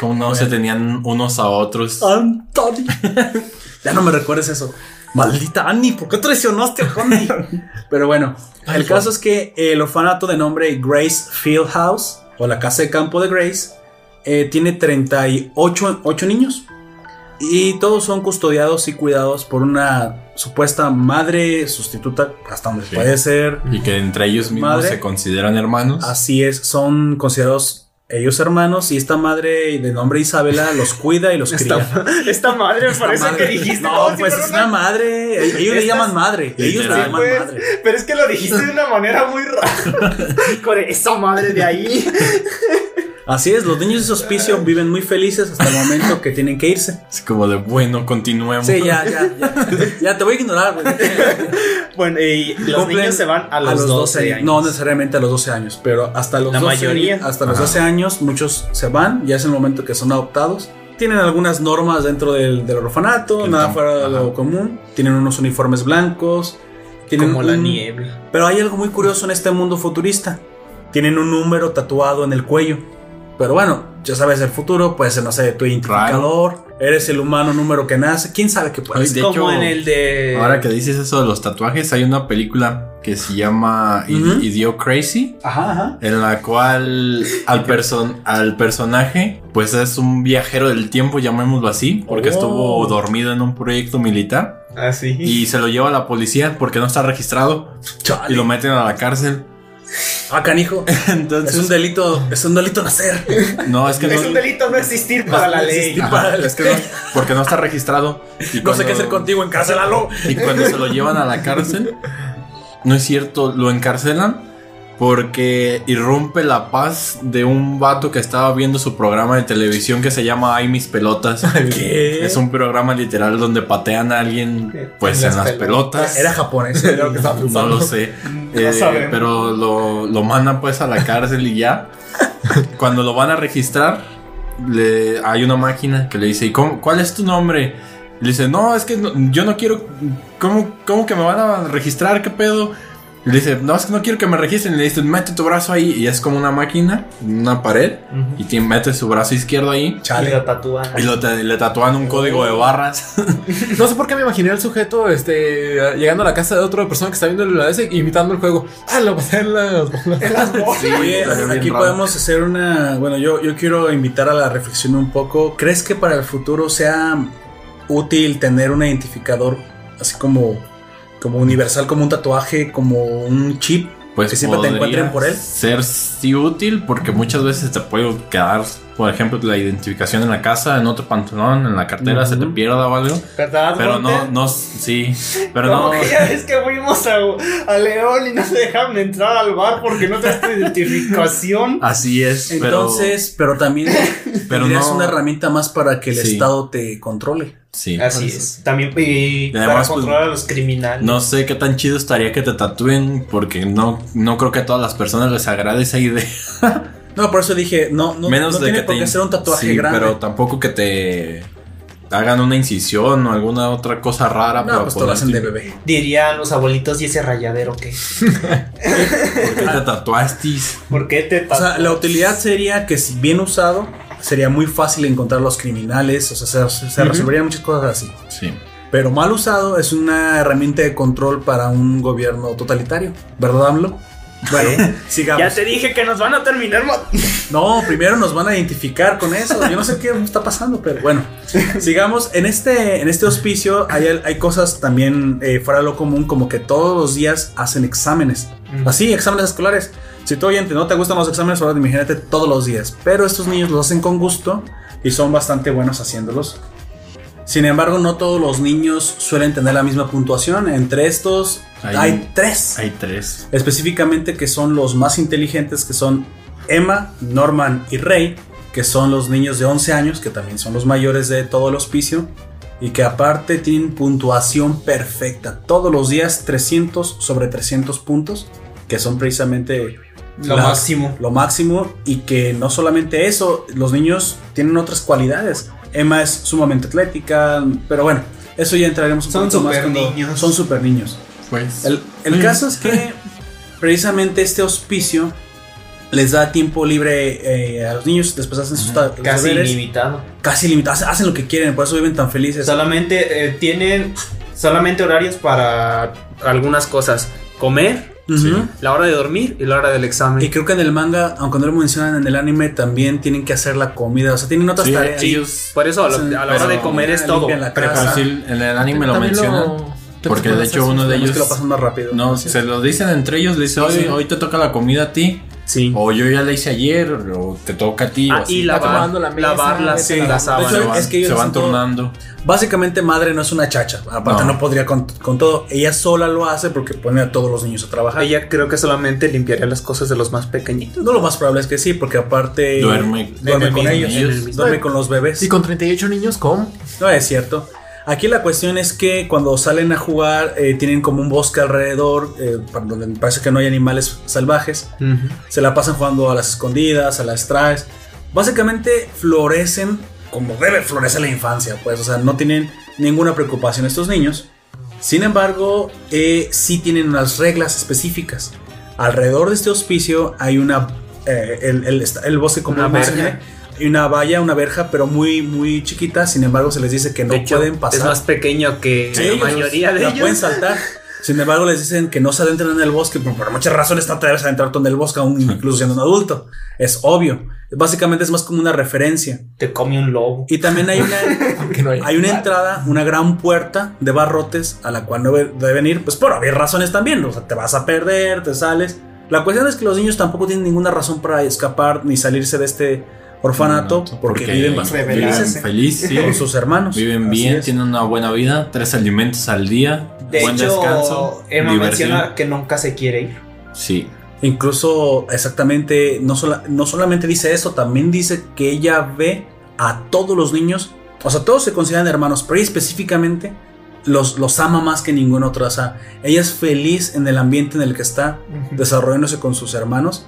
Speaker 2: Como no se tenían unos a otros.
Speaker 1: Ah. Anthony. Ya no me recuerdes eso. Maldita Annie, ¿por qué traicionaste a Annie? Pero bueno, el caso es que el orfanato de nombre Grace Field House, o la casa de campo de Grace, eh, tiene 38 ocho niños. Y todos son custodiados y cuidados por una supuesta madre sustituta, hasta donde
Speaker 2: Sí.
Speaker 1: puede ser.
Speaker 2: Y que entre ellos mismos
Speaker 1: Madre. Ah,
Speaker 2: se consideran hermanos.
Speaker 1: Así es, son considerados ellos hermanos y esta madre de nombre Isabela los cuida y los cría.
Speaker 4: Esta, esta madre me parece
Speaker 1: madre.
Speaker 4: que dijiste.
Speaker 1: No,
Speaker 4: como si
Speaker 1: pues
Speaker 4: fuera
Speaker 1: es una madre. Ellos le
Speaker 4: Estas-
Speaker 1: llaman madre. Ellos le
Speaker 2: Literal.
Speaker 1: llaman
Speaker 4: Pues,
Speaker 1: madre.
Speaker 4: Pero es que lo dijiste de una manera muy rara. Con esa madre de ahí.
Speaker 1: Así es, los niños de ese hospicio viven muy felices hasta el momento que tienen que irse.
Speaker 2: Es como de bueno, continuemos.
Speaker 1: Sí, ya, ya, ya. Ya te voy a ignorar, güey.
Speaker 4: Bueno, y los
Speaker 1: Cumplen
Speaker 4: niños se van a los, 12, años.
Speaker 1: No necesariamente a los 12 años, pero hasta los
Speaker 4: La
Speaker 1: 12
Speaker 4: mayoría.
Speaker 1: Hasta los
Speaker 2: Ajá.
Speaker 1: 12 años muchos se van, ya es el momento que son adoptados. Tienen algunas normas dentro del, del orfanato,
Speaker 2: Que
Speaker 1: nada
Speaker 2: no,
Speaker 1: fuera de lo
Speaker 2: ajá.
Speaker 1: común. Tienen unos uniformes blancos. Tienen
Speaker 4: Como la
Speaker 1: un-
Speaker 4: niebla.
Speaker 1: Pero hay algo muy curioso en este mundo futurista. Tienen un número tatuado en el cuello. Pero bueno, ya sabes el futuro, puede ser, no sé, tu identificador, eres el humano número que nace, quién sabe qué puede
Speaker 2: Ay,
Speaker 1: ser.
Speaker 2: de hecho,
Speaker 4: como en el de.
Speaker 1: eh,
Speaker 2: Ahora que dices eso de los tatuajes, hay una película que se llama Idi-
Speaker 1: Ujú.
Speaker 2: Idio Crazy.
Speaker 1: Ajá, ajá.
Speaker 2: En la cual al, person al personaje, pues es un viajero del tiempo, llamémoslo así, porque
Speaker 4: Oh.
Speaker 2: estuvo dormido en un proyecto militar
Speaker 4: Ah, sí.
Speaker 2: y se lo lleva a la policía porque no está registrado y lo meten a la cárcel.
Speaker 1: Ah, canijo. Es un
Speaker 2: Entonces,
Speaker 1: delito, es un delito nacer.
Speaker 2: no, es que
Speaker 4: es
Speaker 2: no.
Speaker 4: un delito no existir para la ley.
Speaker 1: existir.
Speaker 2: Ajá,
Speaker 1: para la
Speaker 2: es que no, porque no está registrado. Y
Speaker 1: No sé qué hacer
Speaker 2: cuando-
Speaker 1: contigo, encarcelalo.
Speaker 2: Y cuando se lo llevan a la cárcel, no es cierto, lo encarcelan porque irrumpe la paz de un vato que estaba viendo su programa de televisión que se llama Ay mis pelotas.
Speaker 1: ¿Qué?
Speaker 2: Es un programa literal donde patean a alguien pues en las, pelotas.
Speaker 1: Era japonés.
Speaker 3: Creo que estaba
Speaker 2: no
Speaker 3: pensando.
Speaker 2: lo sé.
Speaker 4: No
Speaker 2: Eh,
Speaker 4: sabemos.
Speaker 2: pero lo, lo mandan pues a la cárcel y ya. Cuando lo van a registrar, le, hay una máquina que le dice, ¿y cómo- cuál es tu nombre? Le dice, no, es que no- yo no quiero... ¿cómo, ¿Cómo que me van a registrar? ¿Qué pedo? Le dice, no, es que no quiero que me registren. Le dice, mete tu brazo ahí. Y es como una máquina, una pared. Y te mete su brazo izquierdo ahí.
Speaker 4: Y lo tatúan.
Speaker 2: Y lo ta- le tatúan un código de barras.
Speaker 3: No sé por qué me imaginé al sujeto este, llegando a la casa de otra persona que está viendo la DS imitando el juego. Ah, lo pasé en las bolas.
Speaker 1: Sí,
Speaker 2: Estaría
Speaker 1: aquí
Speaker 2: bien raro.
Speaker 1: podemos hacer una. Bueno, yo, yo quiero invitar a la reflexión un poco. ¿Crees que para el futuro sea útil tener un identificador así como, como universal, como un tatuaje, como un chip?
Speaker 2: Pues
Speaker 1: Que siempre te
Speaker 2: podría
Speaker 1: encuentren por él.
Speaker 2: Ser sí útil porque muchas veces te puede quedar, por ejemplo, la identificación en la casa, en otro pantalón, en la cartera, se te
Speaker 1: Ujú.
Speaker 2: pierda o algo.
Speaker 4: ¿Verdad?
Speaker 2: Pero no,
Speaker 4: Gunter?
Speaker 2: no, sí. Pero
Speaker 4: Como
Speaker 2: no.
Speaker 4: que ya ves que fuimos a, a León y no te dejaron entrar al bar porque no te das tu identificación.
Speaker 2: Así es. pero-
Speaker 1: Entonces, pero, también
Speaker 2: Pero
Speaker 1: tendrías
Speaker 2: no-
Speaker 1: una herramienta más para que el
Speaker 2: Sí.
Speaker 1: Estado te controle.
Speaker 2: sí.
Speaker 4: Así es. También y
Speaker 2: Y
Speaker 4: para
Speaker 2: además, pues,
Speaker 4: controlar a los criminales.
Speaker 2: No sé qué tan chido estaría que te tatúen porque no, no creo que a todas las personas les agrade esa idea.
Speaker 1: No, por eso dije, no, no,
Speaker 2: Menos
Speaker 1: no
Speaker 2: de
Speaker 1: tiene
Speaker 2: que
Speaker 1: por
Speaker 2: te
Speaker 1: qué ser un tatuaje
Speaker 2: sí,
Speaker 1: grande.
Speaker 2: Pero tampoco que te hagan una incisión o alguna otra cosa rara.
Speaker 1: no, pues te lo hacen de
Speaker 2: ponerte-
Speaker 1: bebé.
Speaker 4: Dirían los abuelitos y ese rayadero que.
Speaker 2: ¿Por qué te tatuaste?
Speaker 4: ¿Por qué te
Speaker 1: O
Speaker 4: tatuas?
Speaker 1: sea, la utilidad sería que si bien usado, sería muy fácil encontrar los criminales, o sea, se, se
Speaker 4: Ujú.
Speaker 1: resolverían muchas cosas así.
Speaker 2: Sí.
Speaker 1: Pero mal usado es una herramienta de control para un gobierno totalitario, ¿verdad, AMLO? Bueno,
Speaker 4: Ya
Speaker 2: pues,
Speaker 1: sigamos.
Speaker 4: te dije que nos van a terminar. ma-
Speaker 1: No, primero nos van a identificar con eso. Yo no sé qué está pasando, pero bueno, sigamos. En este, en este hospicio hay, hay cosas también eh, fuera de lo común, como que todos los días hacen exámenes. Así, exámenes escolares. Si tú oyente no te gustan los exámenes, ahora imagínate todos los días. Pero estos niños los hacen con gusto y son bastante buenos haciéndolos. Sin embargo, no todos los niños suelen tener la misma puntuación. Entre estos hay,
Speaker 2: Hay-
Speaker 1: tres
Speaker 2: Hay tres.
Speaker 1: específicamente que son los más inteligentes, que son Emma, Norman y Rey, que son los niños de 11 años, que también son los mayores de todo el hospicio, y que aparte tienen puntuación perfecta, todos los días 300 sobre 300 puntos, que son precisamente
Speaker 4: Lo
Speaker 1: La-
Speaker 4: máximo.
Speaker 1: lo máximo, y que no solamente eso, los niños tienen otras cualidades. Emma es sumamente atlética, pero bueno, eso ya entraremos un
Speaker 4: Son
Speaker 1: poquito más cuando-
Speaker 4: superniños.
Speaker 1: Son super niños.
Speaker 2: Pues.
Speaker 1: El, el
Speaker 2: Sí.
Speaker 1: caso es que precisamente este hospicio les da tiempo libre eh, a los niños, después hacen sus ta- los
Speaker 4: Casi
Speaker 1: deberes,
Speaker 4: ilimitado.
Speaker 1: casi limitados, hacen lo que quieren, por eso viven tan felices.
Speaker 4: Solamente eh, tienen solamente horarios para algunas cosas. Comer,
Speaker 1: Ujú.
Speaker 4: La hora de dormir y la hora del examen.
Speaker 1: Y creo que en el manga, aunque no lo mencionan en el anime, también tienen que hacer la comida. O sea, tienen otras
Speaker 2: Sí,
Speaker 1: tareas.
Speaker 2: ellos-
Speaker 4: Por eso, a, lo- a la hora
Speaker 2: Pero-
Speaker 4: de comer es todo.
Speaker 1: Limpian la
Speaker 2: Pero
Speaker 1: casa.
Speaker 2: sí, en el anime lo
Speaker 3: También
Speaker 2: mencionan.
Speaker 3: lo-
Speaker 2: Porque de hecho uno de
Speaker 1: Nada más que lo
Speaker 2: ellos...
Speaker 1: pasan más rápido.
Speaker 2: No, se lo dicen entre ellos, le dice, oye, hoy te toca la comida a ti.
Speaker 4: Sí.
Speaker 2: O yo ya la hice ayer, o te toca a ti. o
Speaker 4: Ah,
Speaker 2: así.
Speaker 4: y lavar,
Speaker 3: acomodando la mesa,
Speaker 4: lavar las,
Speaker 3: sí,
Speaker 4: las
Speaker 2: Se
Speaker 1: De
Speaker 4: sábanas.
Speaker 1: hecho,
Speaker 2: van,
Speaker 1: es que ellos
Speaker 2: se van
Speaker 1: hacen todo.
Speaker 2: turnando.
Speaker 1: Básicamente, madre no es una chacha. Aparte, no,
Speaker 2: No.
Speaker 1: podría con, con todo. Ella sola lo hace porque pone a todos los niños a trabajar.
Speaker 4: Ella creo que solamente limpiaría las cosas de los más pequeñitos.
Speaker 1: No, lo más probable es que sí, porque aparte.
Speaker 2: Duerme.
Speaker 1: duerme
Speaker 4: En el
Speaker 1: con
Speaker 4: mismo-
Speaker 1: ellos.
Speaker 2: en el
Speaker 4: mismo-
Speaker 1: Duerme con los bebés.
Speaker 3: Y con 38 niños, ¿cómo?
Speaker 1: No es cierto. Aquí la cuestión es que cuando salen a jugar eh, tienen como un bosque alrededor, eh, para donde me parece que no hay animales salvajes.
Speaker 4: Ujú.
Speaker 1: Se la pasan jugando a las escondidas, a las traes. Básicamente florecen como debe florecer la infancia, pues, o sea, no tienen ninguna preocupación estos niños. Sin embargo, eh, sí tienen unas reglas específicas. Alrededor de este hospicio hay una... eh, el, el- el bosque como
Speaker 4: Una
Speaker 1: un bosque,
Speaker 4: verja.
Speaker 1: Hay una valla, una verja, pero muy, muy chiquita. Sin embargo, se les dice que no
Speaker 4: De hecho,
Speaker 1: pueden pasar.
Speaker 4: Es más pequeño que
Speaker 1: Sí,
Speaker 4: la
Speaker 1: ellos
Speaker 4: mayoría de
Speaker 1: la
Speaker 4: ellos.
Speaker 1: pueden saltar. Sin embargo, les dicen que no se adentren en el bosque, pero por muchas razones no te debes adentrar tú en el bosque, aún incluso siendo un adulto. Es obvio. Básicamente es más como una referencia.
Speaker 4: Te come un lobo.
Speaker 1: Y también hay una,
Speaker 3: Porque no hay.
Speaker 1: hay una entrada, una gran puerta de barrotes a la cual no debe- deben ir, pues por haber razones también. O sea, te vas a perder, te sales. La cuestión es que los niños tampoco tienen ninguna razón para escapar ni salirse de este orfanato porque, viven bastante
Speaker 2: viven
Speaker 1: felices ¿eh?
Speaker 2: felices, sí.
Speaker 1: con sus hermanos.
Speaker 2: Viven
Speaker 1: Así
Speaker 2: bien,
Speaker 1: es.
Speaker 2: tienen una buena vida, tres alimentos al día,
Speaker 4: De
Speaker 2: buen
Speaker 4: hecho,
Speaker 2: descanso,
Speaker 4: Emma
Speaker 2: diversión.
Speaker 4: menciona que nunca se quiere ir.
Speaker 2: Sí,
Speaker 1: Incluso exactamente, no, sola- no solamente dice eso, también dice que ella ve a todos los niños, o sea, todos se consideran hermanos, pero ella específicamente los, los ama más que ningún otro. O sea, ella es feliz en el ambiente en el que está, desarrollándose con sus hermanos.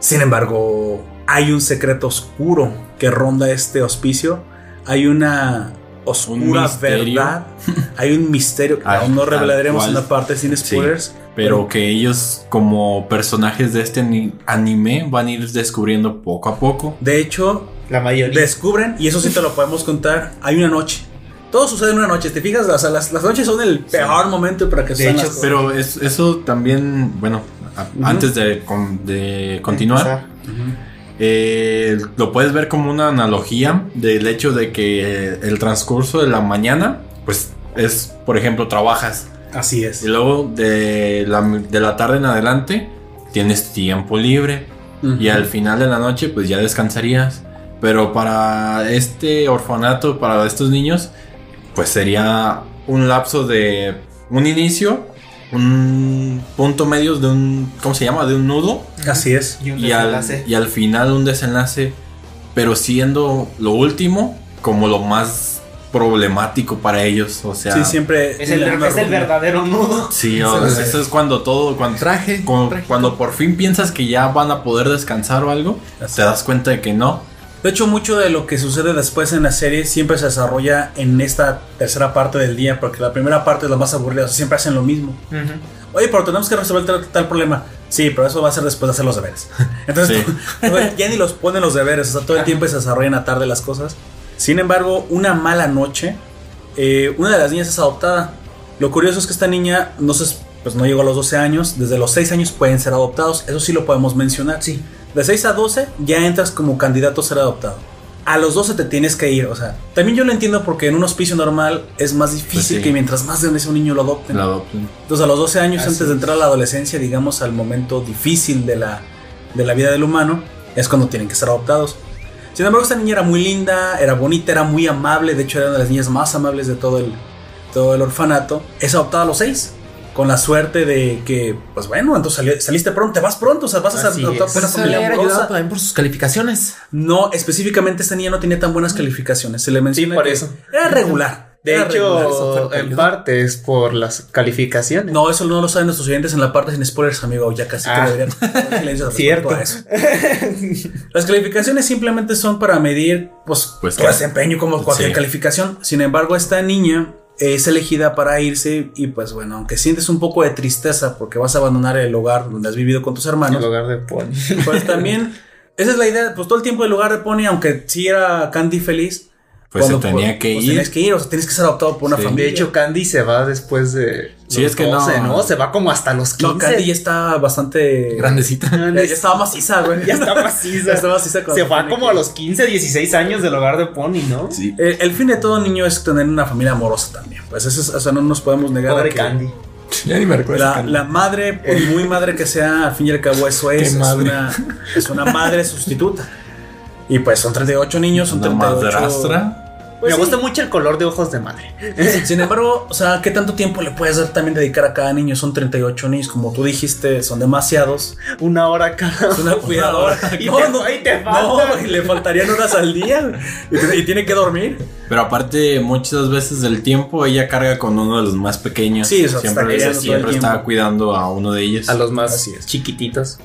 Speaker 1: Sin embargo, hay un secreto oscuro que ronda este hospicio. Hay una oscura
Speaker 2: misterio.
Speaker 1: verdad. Hay un misterio que
Speaker 2: Al-
Speaker 1: aún no
Speaker 2: al
Speaker 1: revelaremos
Speaker 2: cual-
Speaker 1: en la parte sin
Speaker 2: Sí.
Speaker 1: spoilers.
Speaker 2: pero que ellos como personajes de este ani- anime van a ir descubriendo poco a poco.
Speaker 1: De hecho,
Speaker 4: La mayoría.
Speaker 1: descubren, y eso sí te lo podemos contar, hay una noche. Todo sucede en una noche, ¿te fijas? O sea, las, las noches son el peor momento para que
Speaker 4: De
Speaker 1: sucedan
Speaker 4: hecho,
Speaker 1: las cosas.
Speaker 2: Pero es- eso también, bueno, a- antes de, con- de continuar, eh, lo puedes ver como una analogía del hecho de que eh, el transcurso de la mañana, pues es, por ejemplo, trabajas.
Speaker 1: Así es.
Speaker 2: Y luego de la, de la tarde en adelante tienes tiempo libre. Y al final de la noche pues ya descansarías. Pero para este orfanato, para estos niños, pues sería un lapso de un inicio, un punto medio de un, ¿cómo se llama? De un nudo.
Speaker 1: Así es.
Speaker 4: Y un
Speaker 2: Y al,
Speaker 4: desenlace.
Speaker 2: y al final un desenlace, pero siendo lo último como lo más problemático para ellos. O sea,
Speaker 1: sí, siempre.
Speaker 4: Es el,
Speaker 1: una
Speaker 4: es el
Speaker 1: rutina.
Speaker 4: verdadero nudo.
Speaker 2: Sí, o-
Speaker 3: Sí.
Speaker 2: eso es cuando todo, cuando,
Speaker 3: Traje.
Speaker 2: cuando,
Speaker 3: traje.
Speaker 2: cuando por fin piensas que ya van a poder descansar o algo,
Speaker 1: Así
Speaker 2: te das cuenta de que no.
Speaker 1: De hecho, mucho de lo que sucede después en la serie siempre se desarrolla en esta tercera parte del día, porque la primera parte es la más aburrida, o sea, siempre hacen lo mismo. Oye, pero tenemos que resolver tal, tal problema. Sí, pero eso va a ser después de hacer los deberes. Entonces,
Speaker 2: Sí.
Speaker 1: tú- ya ni los ponen los deberes, o sea, todo el tiempo se desarrollan a tarde las cosas. Sin embargo, una mala noche, eh, una de las niñas es adoptada. Lo curioso es que esta niña no, se, es- pues no llegó a los 12 años, desde los 6 años pueden ser adoptados, eso sí lo podemos mencionar. Sí. De 6 a 12 ya entras como candidato a ser adoptado. A los 12 te tienes que ir, o sea, también yo lo entiendo porque en un hospicio normal es más difícil
Speaker 2: Pues sí.
Speaker 1: que mientras más grande sea un niño lo adopten.
Speaker 2: La adoptan.
Speaker 1: Entonces, a los 12 años,
Speaker 4: Así
Speaker 1: antes de entrar a la adolescencia, digamos, al momento difícil de la, de la vida del humano, es cuando tienen que ser adoptados. Sin embargo, esta niña era muy linda, era bonita, era muy amable, de hecho, era una de las niñas más amables de todo el, todo el orfanato. Es adoptada a los 6, con la suerte de que, pues bueno, entonces sali- saliste pronto, te vas pronto, o sea, vas a
Speaker 4: Así
Speaker 1: ser adoptada
Speaker 4: es.
Speaker 1: por
Speaker 3: Pero
Speaker 1: una
Speaker 3: se le
Speaker 1: familia
Speaker 3: había
Speaker 1: amorosa.
Speaker 3: ayudado también por sus calificaciones.
Speaker 1: No, específicamente esta niña no tenía tan buenas calificaciones, se le
Speaker 4: Sí,
Speaker 1: menciona
Speaker 4: por
Speaker 1: que
Speaker 4: eso.
Speaker 1: era regular.
Speaker 4: De
Speaker 1: era regular.
Speaker 4: hecho, en parte es por las calificaciones.
Speaker 1: No, eso no lo saben nuestros oyentes en la parte sin spoilers, amigo. Ya casi
Speaker 4: Ah.
Speaker 1: que deberían poner silencio
Speaker 4: Cierto.
Speaker 1: respecto a eso. Las calificaciones simplemente son para medir pues,
Speaker 2: Pues,
Speaker 1: tu
Speaker 2: claro.
Speaker 1: desempeño como cualquier
Speaker 2: Sí.
Speaker 1: calificación. Sin embargo, esta niña es elegida para irse y pues bueno, aunque sientes un poco de tristeza porque vas a abandonar el hogar donde has vivido con tus
Speaker 4: En
Speaker 1: hermanos,
Speaker 4: lugar de pony.
Speaker 1: pues también esa es la idea, pues todo el tiempo el hogar de Pony, aunque sí era Candy feliz,
Speaker 2: pues se
Speaker 1: cuando,
Speaker 2: tenía que
Speaker 1: pues,
Speaker 2: ir.
Speaker 1: Tenías que ir, o sea, tienes que ser adoptado por una
Speaker 2: Sí.
Speaker 4: De
Speaker 1: familia.
Speaker 4: hecho, Candy se va después de.
Speaker 2: Sí,
Speaker 4: los
Speaker 2: es que no.
Speaker 4: Se va como hasta los 15.
Speaker 1: no, Candy ya está bastante.
Speaker 3: Grandecita.
Speaker 1: Ya, ya estaba maciza, güey.
Speaker 4: Ya está maciza.
Speaker 1: Ya está maciza cuando
Speaker 4: Se va
Speaker 1: pone
Speaker 4: como
Speaker 1: que-
Speaker 4: a los 15, 16 años del hogar de Pony, ¿no?
Speaker 2: Sí.
Speaker 1: Eh, el fin de todo niño es tener una familia amorosa también. Pues eso es, o sea, no nos podemos negar. a
Speaker 4: Pobre
Speaker 1: que
Speaker 4: Candy. Eh.
Speaker 3: Ya ni me recuerdo.
Speaker 1: La, la madre, por muy madre que sea, al fin y al cabo eso es.
Speaker 3: Qué
Speaker 1: Es
Speaker 3: madre.
Speaker 1: una, es una madre sustituta. Y pues son 38 niños, son
Speaker 2: Una
Speaker 1: 38.
Speaker 2: madrastra.
Speaker 1: Pues
Speaker 4: Me
Speaker 1: sí.
Speaker 4: gusta mucho el color de ojos de madre.
Speaker 1: Sin embargo, o sea, ¿qué tanto tiempo le puedes dar también dedicar a cada niño? Son 38 niños, como tú dijiste, son demasiados.
Speaker 4: Una hora cada.
Speaker 1: Es una cuidadora.
Speaker 4: Y te- y te falta.
Speaker 1: no, y le faltarían horas al día. güey. Y, y tiene que dormir.
Speaker 2: Pero aparte, muchas veces del tiempo ella carga con uno de los más pequeños.
Speaker 1: Sí, o sea, está
Speaker 2: siempre,
Speaker 1: criando todo el
Speaker 2: siempre
Speaker 1: tiempo.
Speaker 2: estaba cuidando a uno de ellos.
Speaker 4: A los más
Speaker 1: Así es.
Speaker 4: chiquititos.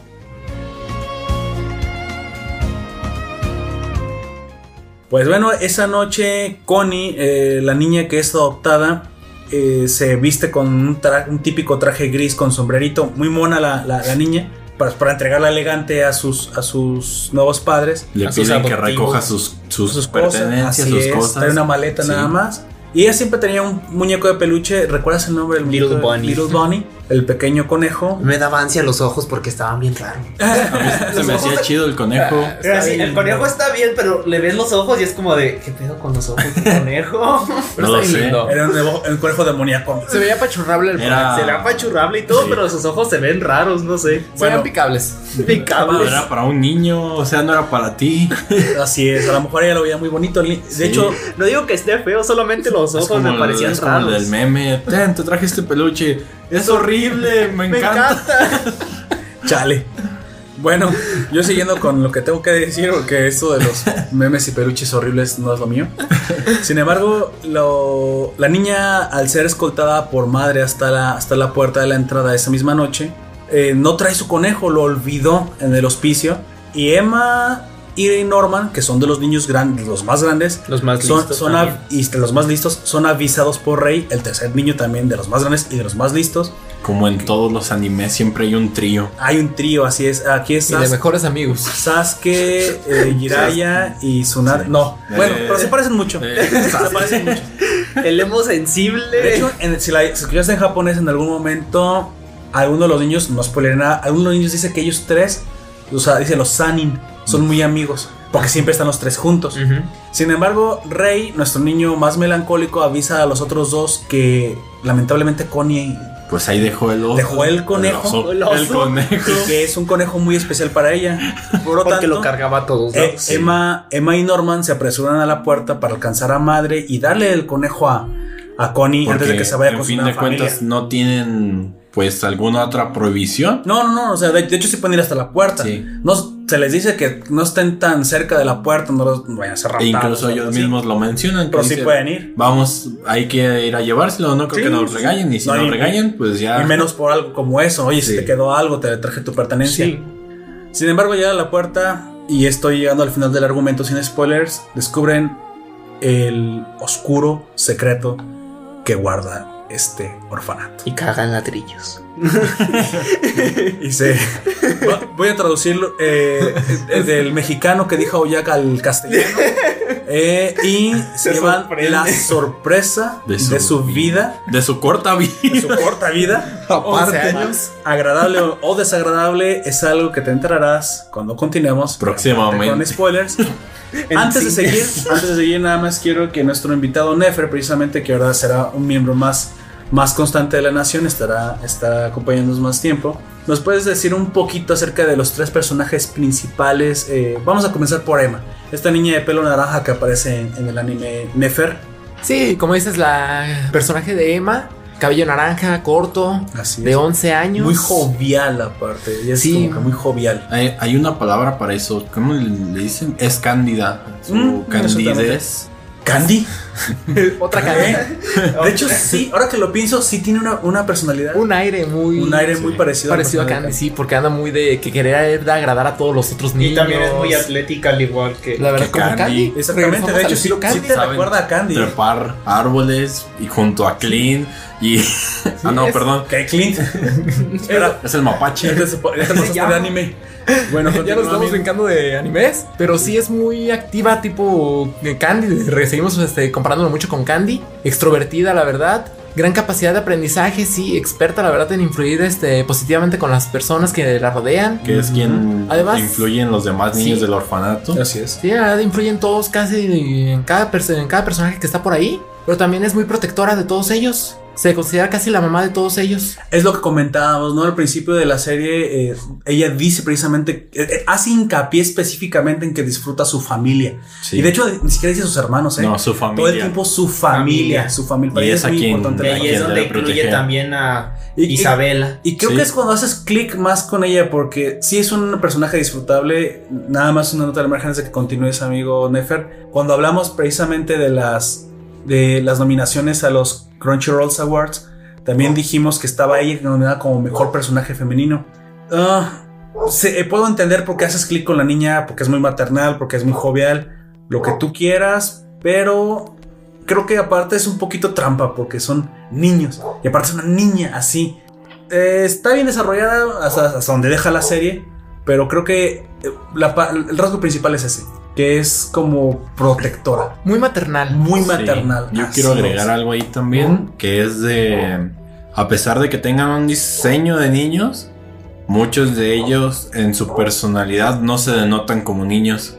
Speaker 1: Pues bueno, esa noche Connie, eh, la niña que es adoptada, eh, se viste con un, tra- un típico traje gris con sombrerito, muy mona la, la- la niña, para, para entregarla elegante a sus, a sus nuevos padres.
Speaker 2: Le
Speaker 4: a sus
Speaker 2: piden que
Speaker 4: adoptivos,
Speaker 2: recoja sus, sus,
Speaker 1: sus cosas,
Speaker 2: pertenencias,
Speaker 1: así
Speaker 2: sus
Speaker 1: es,
Speaker 2: cosas.
Speaker 1: trae una maleta
Speaker 2: Sí.
Speaker 1: nada más. Y ella siempre tenía un muñeco de peluche, ¿recuerdas el nombre del
Speaker 4: Little
Speaker 1: muñeco?
Speaker 4: Bunny.
Speaker 1: Little Bunny, el pequeño conejo.
Speaker 4: Me daba ansia los ojos porque estaban bien raros.
Speaker 2: Se me hacía chido el conejo.
Speaker 4: Pero así,
Speaker 1: bien,
Speaker 4: el conejo
Speaker 1: ¿no?
Speaker 4: está bien, pero le ves los ojos y es como de, ¿qué pedo con los ojos del conejo?
Speaker 2: No lo sé.
Speaker 1: Era un, nuevo- un conejo demoníaco.
Speaker 3: Se veía pachurrable el
Speaker 1: Ah.
Speaker 2: Era-
Speaker 4: Se ve apachurrable y todo,
Speaker 2: Sí.
Speaker 4: pero sus ojos se ven raros, no sé.
Speaker 3: Se veían
Speaker 1: bueno.
Speaker 3: picables.
Speaker 4: Picables.
Speaker 2: Era para un niño, o sea, no era para ti.
Speaker 1: Así es, a lo mejor ella lo veía muy bonito. De
Speaker 2: Sí.
Speaker 1: hecho,
Speaker 4: No digo que esté feo, solamente los
Speaker 2: Es
Speaker 4: ojos
Speaker 2: como
Speaker 4: me
Speaker 2: el-
Speaker 4: parecían
Speaker 2: es como el
Speaker 4: raros.
Speaker 2: del meme. Ten, te traje este peluche. Es horrible, me
Speaker 4: Me
Speaker 2: encanta.
Speaker 4: encanta.
Speaker 1: Chale. Bueno, yo siguiendo con lo que tengo que decir, porque esto de los memes y peluches horribles no es lo mío. Sin embargo, lo- la niña, al ser escoltada por madre hasta la, hasta la puerta de la entrada esa misma noche, eh, no trae su conejo, lo olvidó en el hospicio. Y Emma y Norman, que son de los niños grandes, los más grandes,
Speaker 4: Los más
Speaker 1: son, son av- y este, los más listos, son avisados por Rey, el tercer niño también de los más grandes y de los más listos.
Speaker 2: Como en todos los animes, siempre hay un trío.
Speaker 1: Hay un trío, así es. Aquí es
Speaker 3: Y de
Speaker 1: Sas-
Speaker 3: mejores amigos.
Speaker 1: Sasuke, eh, Jiraiya y Tsunade.
Speaker 2: Sí.
Speaker 1: No,
Speaker 2: Eh,
Speaker 1: bueno, pero se parecen mucho.
Speaker 2: eh,
Speaker 1: se parecen mucho.
Speaker 4: El emo sensible.
Speaker 1: De hecho, en- si la si escuchaste en japonés en algún momento, alguno de los niños, no spoiler nada, alguno de los niños dice que ellos tres, o sea, dice los Sanin, son muy amigos, porque siempre están los tres juntos.
Speaker 4: Ujú.
Speaker 1: Sin embargo, Rey, nuestro niño más melancólico, avisa a los otros dos que lamentablemente Connie
Speaker 2: Pues ahí dejó el oso.
Speaker 1: Dejó el conejo.
Speaker 2: oso.
Speaker 4: El oso.
Speaker 2: El conejo.
Speaker 1: y que es un conejo muy especial para ella. Por lo
Speaker 4: porque
Speaker 1: tanto,
Speaker 4: lo cargaba a todos
Speaker 1: Eh,
Speaker 4: lados.
Speaker 1: Emma, Emma y Norman se apresuran a la puerta para alcanzar a madre y darle el conejo a, a Connie
Speaker 2: Porque,
Speaker 1: antes de que se vaya
Speaker 2: en
Speaker 1: con su
Speaker 2: fin de
Speaker 1: nueva familia.
Speaker 2: cuentas, no tienen pues alguna otra prohibición. E
Speaker 1: No, no, no, o sea, de, de hecho sí pueden ir hasta la puerta.
Speaker 2: Sí.
Speaker 1: No, se les dice que no estén tan cerca de la puerta, no los vayan a ser
Speaker 2: E
Speaker 1: raptados o
Speaker 2: incluso
Speaker 1: algo
Speaker 2: ellos
Speaker 1: así.
Speaker 2: mismos lo mencionan. que
Speaker 1: Pero sí
Speaker 2: dicen,
Speaker 1: pueden ir.
Speaker 2: Vamos, hay que ir a llevárselo, no creo
Speaker 1: Sí,
Speaker 2: que nos regañen. Y si
Speaker 1: no,
Speaker 2: no,
Speaker 1: y-
Speaker 2: regañen, pues ya.
Speaker 1: Y menos por algo como eso, oye, si
Speaker 2: Sí.
Speaker 1: te quedó algo, te traje tu pertenencia.
Speaker 4: Sí.
Speaker 1: Sin embargo, llega a la puerta y estoy llegando al final del argumento sin spoilers. Descubren el oscuro secreto que guarda este orfanato.
Speaker 4: Y cagan ladrillos.
Speaker 1: Y se. Va- Voy a traducirlo eh, eh, del mexicano que dijo Oyak al castellano. Eh, y se
Speaker 4: Se
Speaker 1: llevan
Speaker 4: sorprende.
Speaker 1: la sorpresa de su, vida,
Speaker 2: De su corta vida.
Speaker 1: de su corta vida,
Speaker 3: Aparte.
Speaker 1: agradable o- o desagradable, es algo que te enterarás cuando continuemos con
Speaker 2: Próximamente.
Speaker 1: spoilers.
Speaker 4: En
Speaker 1: Antes de
Speaker 4: sí.
Speaker 1: seguir, antes de seguir, nada más quiero que nuestro invitado Nefer, precisamente, que ahora será un miembro más, más constante de la nación, estará, estará acompañándonos más tiempo. ¿Nos puedes decir un poquito acerca de los tres personajes principales? Eh, vamos a comenzar por Emma, esta niña de pelo naranja que aparece en, en el anime Nefer.
Speaker 3: Sí, como dices, la personaje de Emma, cabello naranja, corto,
Speaker 1: Así
Speaker 3: de 11 años.
Speaker 1: Muy jovial, aparte. Ella es
Speaker 3: Sí.
Speaker 1: como que muy jovial.
Speaker 2: Hay, hay una palabra para eso. ¿Cómo le le dicen? Es cándida. Su
Speaker 1: Mm,
Speaker 2: candidez.
Speaker 1: ¿Candy? ¿eh?
Speaker 3: Otra cadena.
Speaker 1: De hecho, sí, ahora que lo pienso, sí tiene una, una personalidad. Un,
Speaker 3: Un aire muy.
Speaker 1: aire
Speaker 2: sí.
Speaker 1: muy parecido, a la
Speaker 3: Parecido a
Speaker 1: personalidad
Speaker 3: Candy, sí, porque anda muy de que querer agradar a todos los otros niños.
Speaker 4: Y también es muy atlética, al igual que.
Speaker 3: La verdad,
Speaker 2: Que
Speaker 3: como
Speaker 2: Candy.
Speaker 3: Candy.
Speaker 1: Exactamente,
Speaker 3: Regresamos
Speaker 1: de
Speaker 3: al
Speaker 1: hecho sí,
Speaker 3: estilo
Speaker 1: sí
Speaker 3: Candy.
Speaker 1: te
Speaker 2: Saben
Speaker 1: recuerda a Candy.
Speaker 2: Trepar árboles y junto a Clean. Y. ah, no,
Speaker 3: es-
Speaker 2: perdón.
Speaker 1: ¿Qué, Clint? Espera. este
Speaker 2: Es el mapache.
Speaker 1: Déjate déjate de anime. Bueno,
Speaker 3: Ya nos
Speaker 1: continúa,
Speaker 3: estamos
Speaker 1: amigo.
Speaker 3: brincando de animes, pero sí es muy activa, tipo eh, Candy. re- Seguimos este, comparándolo mucho con Candy. Extrovertida, la verdad. Gran capacidad de aprendizaje, sí, experta, la verdad, en influir este, positivamente con las personas que la rodean.
Speaker 2: Que es quien
Speaker 3: Además-
Speaker 2: influye en los demás niños
Speaker 3: Sí.
Speaker 2: del orfanato.
Speaker 1: Así es.
Speaker 3: Sí, la verdad, influyen todos casi en cada, perso- en cada personaje que está por ahí, pero también es muy protectora de todos ellos. Se considera casi la mamá de todos ellos.
Speaker 1: Es lo que comentábamos, ¿no? Al principio de la serie, eh, ella dice precisamente, eh, eh, hace hincapié específicamente en que disfruta su familia.
Speaker 2: Sí.
Speaker 1: Y de hecho, ni siquiera dice sus hermanos, ¿eh?
Speaker 2: No,
Speaker 1: Todo
Speaker 2: su
Speaker 1: el
Speaker 2: familia.
Speaker 1: tiempo su familia, su familia. Para
Speaker 2: Y
Speaker 1: ella
Speaker 2: es a
Speaker 1: muy
Speaker 2: quien-
Speaker 1: importante la
Speaker 2: a
Speaker 4: Y ahí
Speaker 1: familia.
Speaker 2: quien
Speaker 4: es donde
Speaker 2: debe
Speaker 4: incluye
Speaker 2: proteger.
Speaker 4: también a
Speaker 1: Y- y-
Speaker 4: Isabela.
Speaker 1: Y creo
Speaker 2: Sí.
Speaker 1: que es cuando haces clic más con ella, porque sí es un personaje disfrutable. Nada más una nota de margen antes de que continúes, amigo Nefer. Cuando hablamos precisamente de las, de las nominaciones a los Crunchyroll Awards, también dijimos que estaba ella nominada como mejor personaje femenino. Ah, se- eh, puedo entender por qué haces clic con la niña, porque es muy maternal, porque es muy jovial, lo que tú quieras, pero creo que aparte es un poquito trampa, porque son niños. Y aparte es una niña así. Eh, está bien desarrollada hasta, hasta donde deja la serie, pero creo que eh, la pa- el rasgo principal es ese, que es como protectora,
Speaker 3: Muy maternal.
Speaker 1: muy
Speaker 2: Sí.
Speaker 1: maternal.
Speaker 2: Yo
Speaker 1: Así
Speaker 2: quiero agregar
Speaker 1: es.
Speaker 2: algo ahí también, que es de, a pesar de que tengan un diseño de niños, muchos de ellos en su personalidad no se denotan como niños,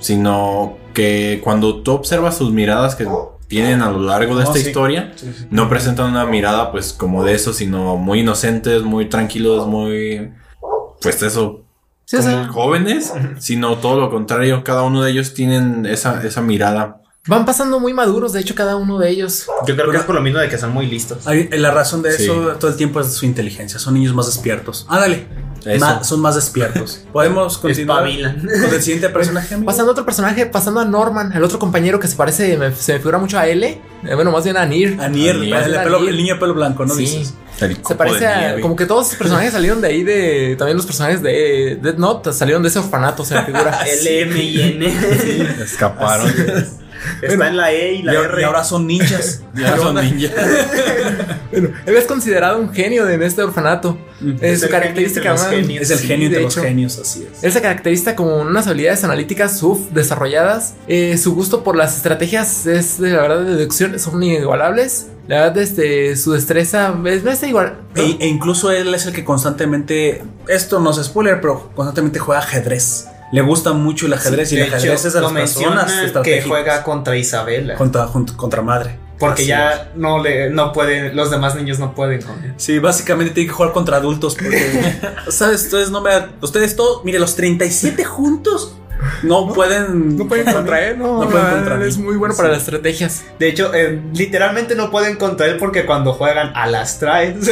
Speaker 2: sino que cuando tú observas sus miradas que tienen a lo largo de
Speaker 1: Oh,
Speaker 2: esta
Speaker 1: sí.
Speaker 2: historia,
Speaker 1: Sí, sí.
Speaker 2: no presentan una mirada pues como de eso, sino muy inocentes, muy tranquilos, muy... Pues eso,
Speaker 3: Sí, o sea,
Speaker 2: como jóvenes, sino todo lo contrario, cada uno de ellos tienen esa, esa mirada
Speaker 3: van pasando muy maduros, de hecho, cada uno de ellos.
Speaker 4: Yo creo que es por lo mismo de que son muy listos.
Speaker 1: Ahí, eh, La razón de
Speaker 2: Sí.
Speaker 1: eso todo el tiempo es su inteligencia. Son niños más despiertos. Ándale.
Speaker 2: Eso.
Speaker 1: Ma- son más despiertos. Podemos continuar
Speaker 4: Espabilan.
Speaker 1: con el siguiente personaje. amigo?
Speaker 3: Pasando a otro personaje, pasando a Norman, el otro compañero que se parece, me- se me figura mucho a L. eh, Bueno, más bien a Nir.
Speaker 1: Anier,
Speaker 2: Anier.
Speaker 1: el, de pelo-
Speaker 3: Anier.
Speaker 1: el niño de pelo blanco, ¿no?
Speaker 3: Sí.
Speaker 1: Dices.
Speaker 2: El
Speaker 3: Se
Speaker 2: copo
Speaker 3: parece
Speaker 2: de
Speaker 3: a.
Speaker 2: nieve.
Speaker 3: Como que todos los personajes salieron de ahí de. También los personajes de Dead Note salieron de ese orfanato, se me figura.
Speaker 4: L, M y N.
Speaker 2: escaparon.
Speaker 4: Está en la E y
Speaker 1: Y,
Speaker 4: la
Speaker 1: ahora-
Speaker 4: R.
Speaker 1: y ahora son ninjas.
Speaker 2: Ya son ninjas.
Speaker 3: Bueno, él es considerado un genio de- en este orfanato. Es
Speaker 4: Es
Speaker 3: su
Speaker 4: el
Speaker 3: característica
Speaker 4: genio entre
Speaker 3: más.
Speaker 4: los genios.
Speaker 1: Es el
Speaker 3: Sí,
Speaker 1: genio
Speaker 3: de
Speaker 1: de, los
Speaker 3: hecho.
Speaker 1: genios, así es.
Speaker 3: Él se caracteriza con unas habilidades analíticas sub desarrolladas. eh, su gusto por las estrategias es de la verdad de deducción, son inigualables. La verdad, este, su destreza es, no es igual.
Speaker 1: E, e incluso él es el que constantemente, esto no es spoiler, pero constantemente juega ajedrez. Le gusta mucho el ajedrez y
Speaker 4: de
Speaker 1: el ajedrez
Speaker 4: hecho,
Speaker 1: es de las
Speaker 4: lo menciona
Speaker 1: personas
Speaker 4: que
Speaker 1: estratégicas.
Speaker 4: juega contra Isabela.
Speaker 1: contra, junto- contra madre. Así
Speaker 4: porque
Speaker 1: es.
Speaker 4: ya no le no pueden, los demás niños no pueden con él.
Speaker 1: Sí, básicamente tiene que jugar contra adultos porque, ¿sabes? Ustedes no me... Ustedes todos, mire, los 37 juntos no, pueden...
Speaker 3: No pueden contra él, no,
Speaker 1: No
Speaker 3: la
Speaker 1: pueden
Speaker 3: verdad,
Speaker 1: contra
Speaker 3: él
Speaker 1: mí.
Speaker 3: es muy bueno para
Speaker 1: Sí.
Speaker 3: las estrategias.
Speaker 4: De hecho, eh, literalmente no pueden contra él porque cuando juegan a las traes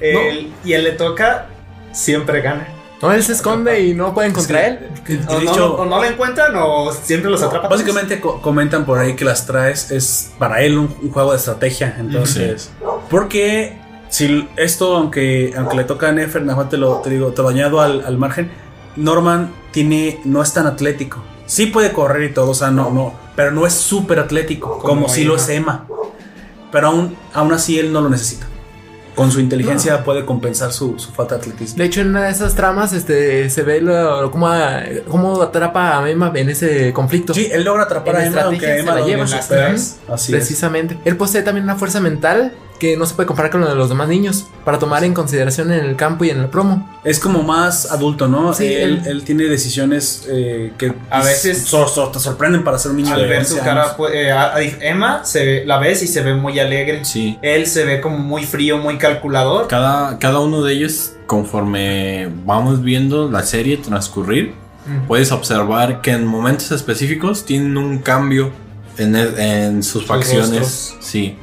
Speaker 4: él- y él le toca, siempre gana.
Speaker 3: No, él se esconde y no pueden contra él.
Speaker 1: Y de
Speaker 4: O no,
Speaker 1: hecho,
Speaker 4: o no lo encuentran o siempre los atrapa.
Speaker 1: Básicamente co- comentan por ahí que las traes es para él un, un juego de estrategia. Entonces, porque si esto, aunque, aunque le toca a Nefer, nada más te lo, te digo, te lo añado al, al margen. Norman tiene, no es tan atlético. Sí puede correr y todo, o sea, no, no, pero no es súper atlético, como,
Speaker 4: Como
Speaker 1: si lo
Speaker 4: Emma.
Speaker 1: es Emma. Pero aún, aún así él no lo necesita. Con su inteligencia puede compensar su, su falta de atletismo.
Speaker 3: De hecho, en una de esas tramas, este, se ve lo, lo- cómo, a- cómo atrapa a Mema en ese conflicto.
Speaker 1: Sí, él logra atrapar
Speaker 3: En
Speaker 1: a Emma,
Speaker 3: estrategia
Speaker 1: aunque
Speaker 3: se
Speaker 1: Emma
Speaker 3: la
Speaker 1: lo
Speaker 3: lleva.
Speaker 1: supera. Así es.
Speaker 3: Precisamente. Él posee también una fuerza mental que no se puede comparar con la de los demás niños para tomar en consideración en el campo y en el promo.
Speaker 1: Es como más adulto, ¿no?
Speaker 3: Sí,
Speaker 1: él,
Speaker 3: él-
Speaker 1: él tiene decisiones eh, que
Speaker 4: A veces-
Speaker 1: so- so- te sorprenden para ser un niño
Speaker 4: Al
Speaker 1: de
Speaker 4: ver su
Speaker 1: 11
Speaker 4: cara,
Speaker 1: años.
Speaker 4: pues, eh, a- a- Emma se ve- la ves y se ve muy alegre.
Speaker 2: Sí.
Speaker 4: Él se ve como muy frío, muy calculador.
Speaker 2: Cada, cada uno de ellos, conforme vamos viendo la serie transcurrir, puedes observar que en momentos específicos tienen un cambio en, el- en sus facciones.
Speaker 4: rostros.
Speaker 2: Sí.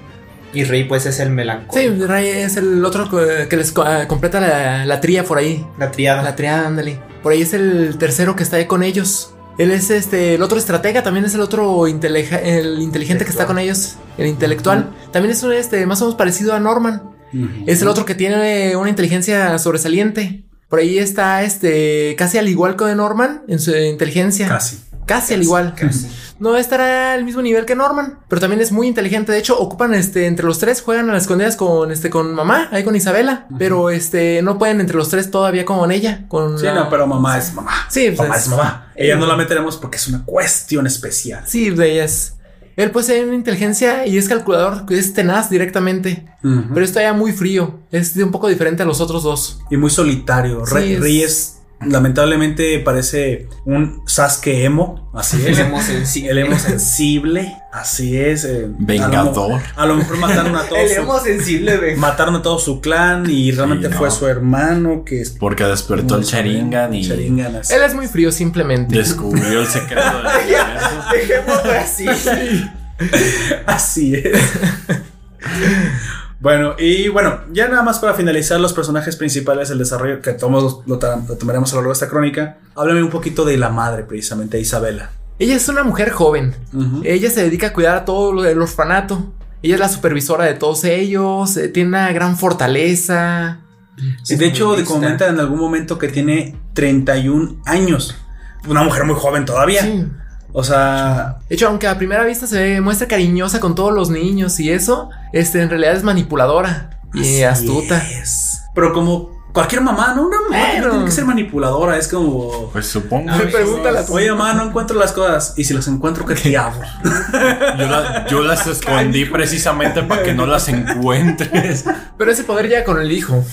Speaker 4: Y Rey pues es el
Speaker 3: Sí,
Speaker 4: melancólico.
Speaker 3: Ray es el otro co- que les co- ah, completa la, la tría por ahí.
Speaker 4: La triada.
Speaker 3: La triada, ándale. Por ahí es el tercero que está ahí con ellos. Él es este, el otro estratega, también es el otro inteleja- el inteligente que está con ellos, el intelectual. También es un, este, más o menos parecido a Norman.
Speaker 1: Ujú.
Speaker 3: Es el otro que tiene una inteligencia sobresaliente. Por ahí está este, casi al igual que Norman en su inteligencia.
Speaker 1: Casi.
Speaker 3: Casi al igual. no estará al mismo nivel que Norman, pero también es muy inteligente. De hecho, ocupan este entre los tres, juegan a las escondidas con este con mamá, ahí con Isabela, pero este no pueden entre los tres todavía con ella, con
Speaker 1: Sí,
Speaker 3: la-
Speaker 1: no, pero mamá es mamá.
Speaker 3: Sí, pues,
Speaker 1: mamá
Speaker 3: es-
Speaker 1: es mamá. Ella no la meteremos porque es una cuestión especial.
Speaker 3: Sí, de ellas. Él posee una inteligencia y es calculador, que es tenaz directamente,
Speaker 1: Ujú.
Speaker 3: pero está ya muy frío, es un poco diferente a los otros dos.
Speaker 1: y muy solitario. Re-
Speaker 3: Sí, es-
Speaker 1: Reyes, lamentablemente, parece un Sasuke emo. Así es.
Speaker 5: El emo sensible.
Speaker 1: El emo sensible. Así es. eh, a lo
Speaker 2: Vengador.
Speaker 1: mo- A lo, mejor mataron a todos.
Speaker 5: El
Speaker 1: su-
Speaker 5: emo sensible, güey.
Speaker 1: Mataron a todo su clan y realmente
Speaker 2: Sí, no.
Speaker 1: fue su hermano que es.
Speaker 2: Porque despertó el Sharingan y
Speaker 1: Sharingan, así.
Speaker 3: Él es muy frío simplemente.
Speaker 2: descubrió el secreto del universo.
Speaker 5: Dejémoslo así.
Speaker 1: Así es. Bueno, y bueno, ya nada más para finalizar los personajes principales, el desarrollo que todos lo, tra- lo tomaremos a lo largo de esta crónica. Háblame un poquito de la madre, precisamente, Isabela. Eh,
Speaker 3: Ella es una mujer joven.
Speaker 1: Ujú.
Speaker 3: Ella se dedica a cuidar a todo lo del orfanato. Ella es la supervisora de todos ellos, eh, tiene una gran fortaleza.
Speaker 1: Sí, de hecho, de comenta en algún momento que tiene 31 años. Una mujer muy joven todavía.
Speaker 3: Sí.
Speaker 1: O sea,
Speaker 3: De hecho, aunque a primera vista se ve- muestra cariñosa con todos los niños y eso, este en realidad es manipuladora y
Speaker 1: así
Speaker 3: astuta.
Speaker 1: es. Pero como cualquier mamá, no, una mamá
Speaker 3: Claro.
Speaker 1: no tiene que ser manipuladora. Es como,
Speaker 2: Pues supongo.
Speaker 5: No,
Speaker 3: Pregúntale a tu-
Speaker 1: oye, mamá, no encuentro las cosas. Y si las encuentro, ¿qué te hago?
Speaker 2: Yo, la- yo las escondí precisamente para que no las encuentres.
Speaker 3: Pero ese poder llega con el hijo.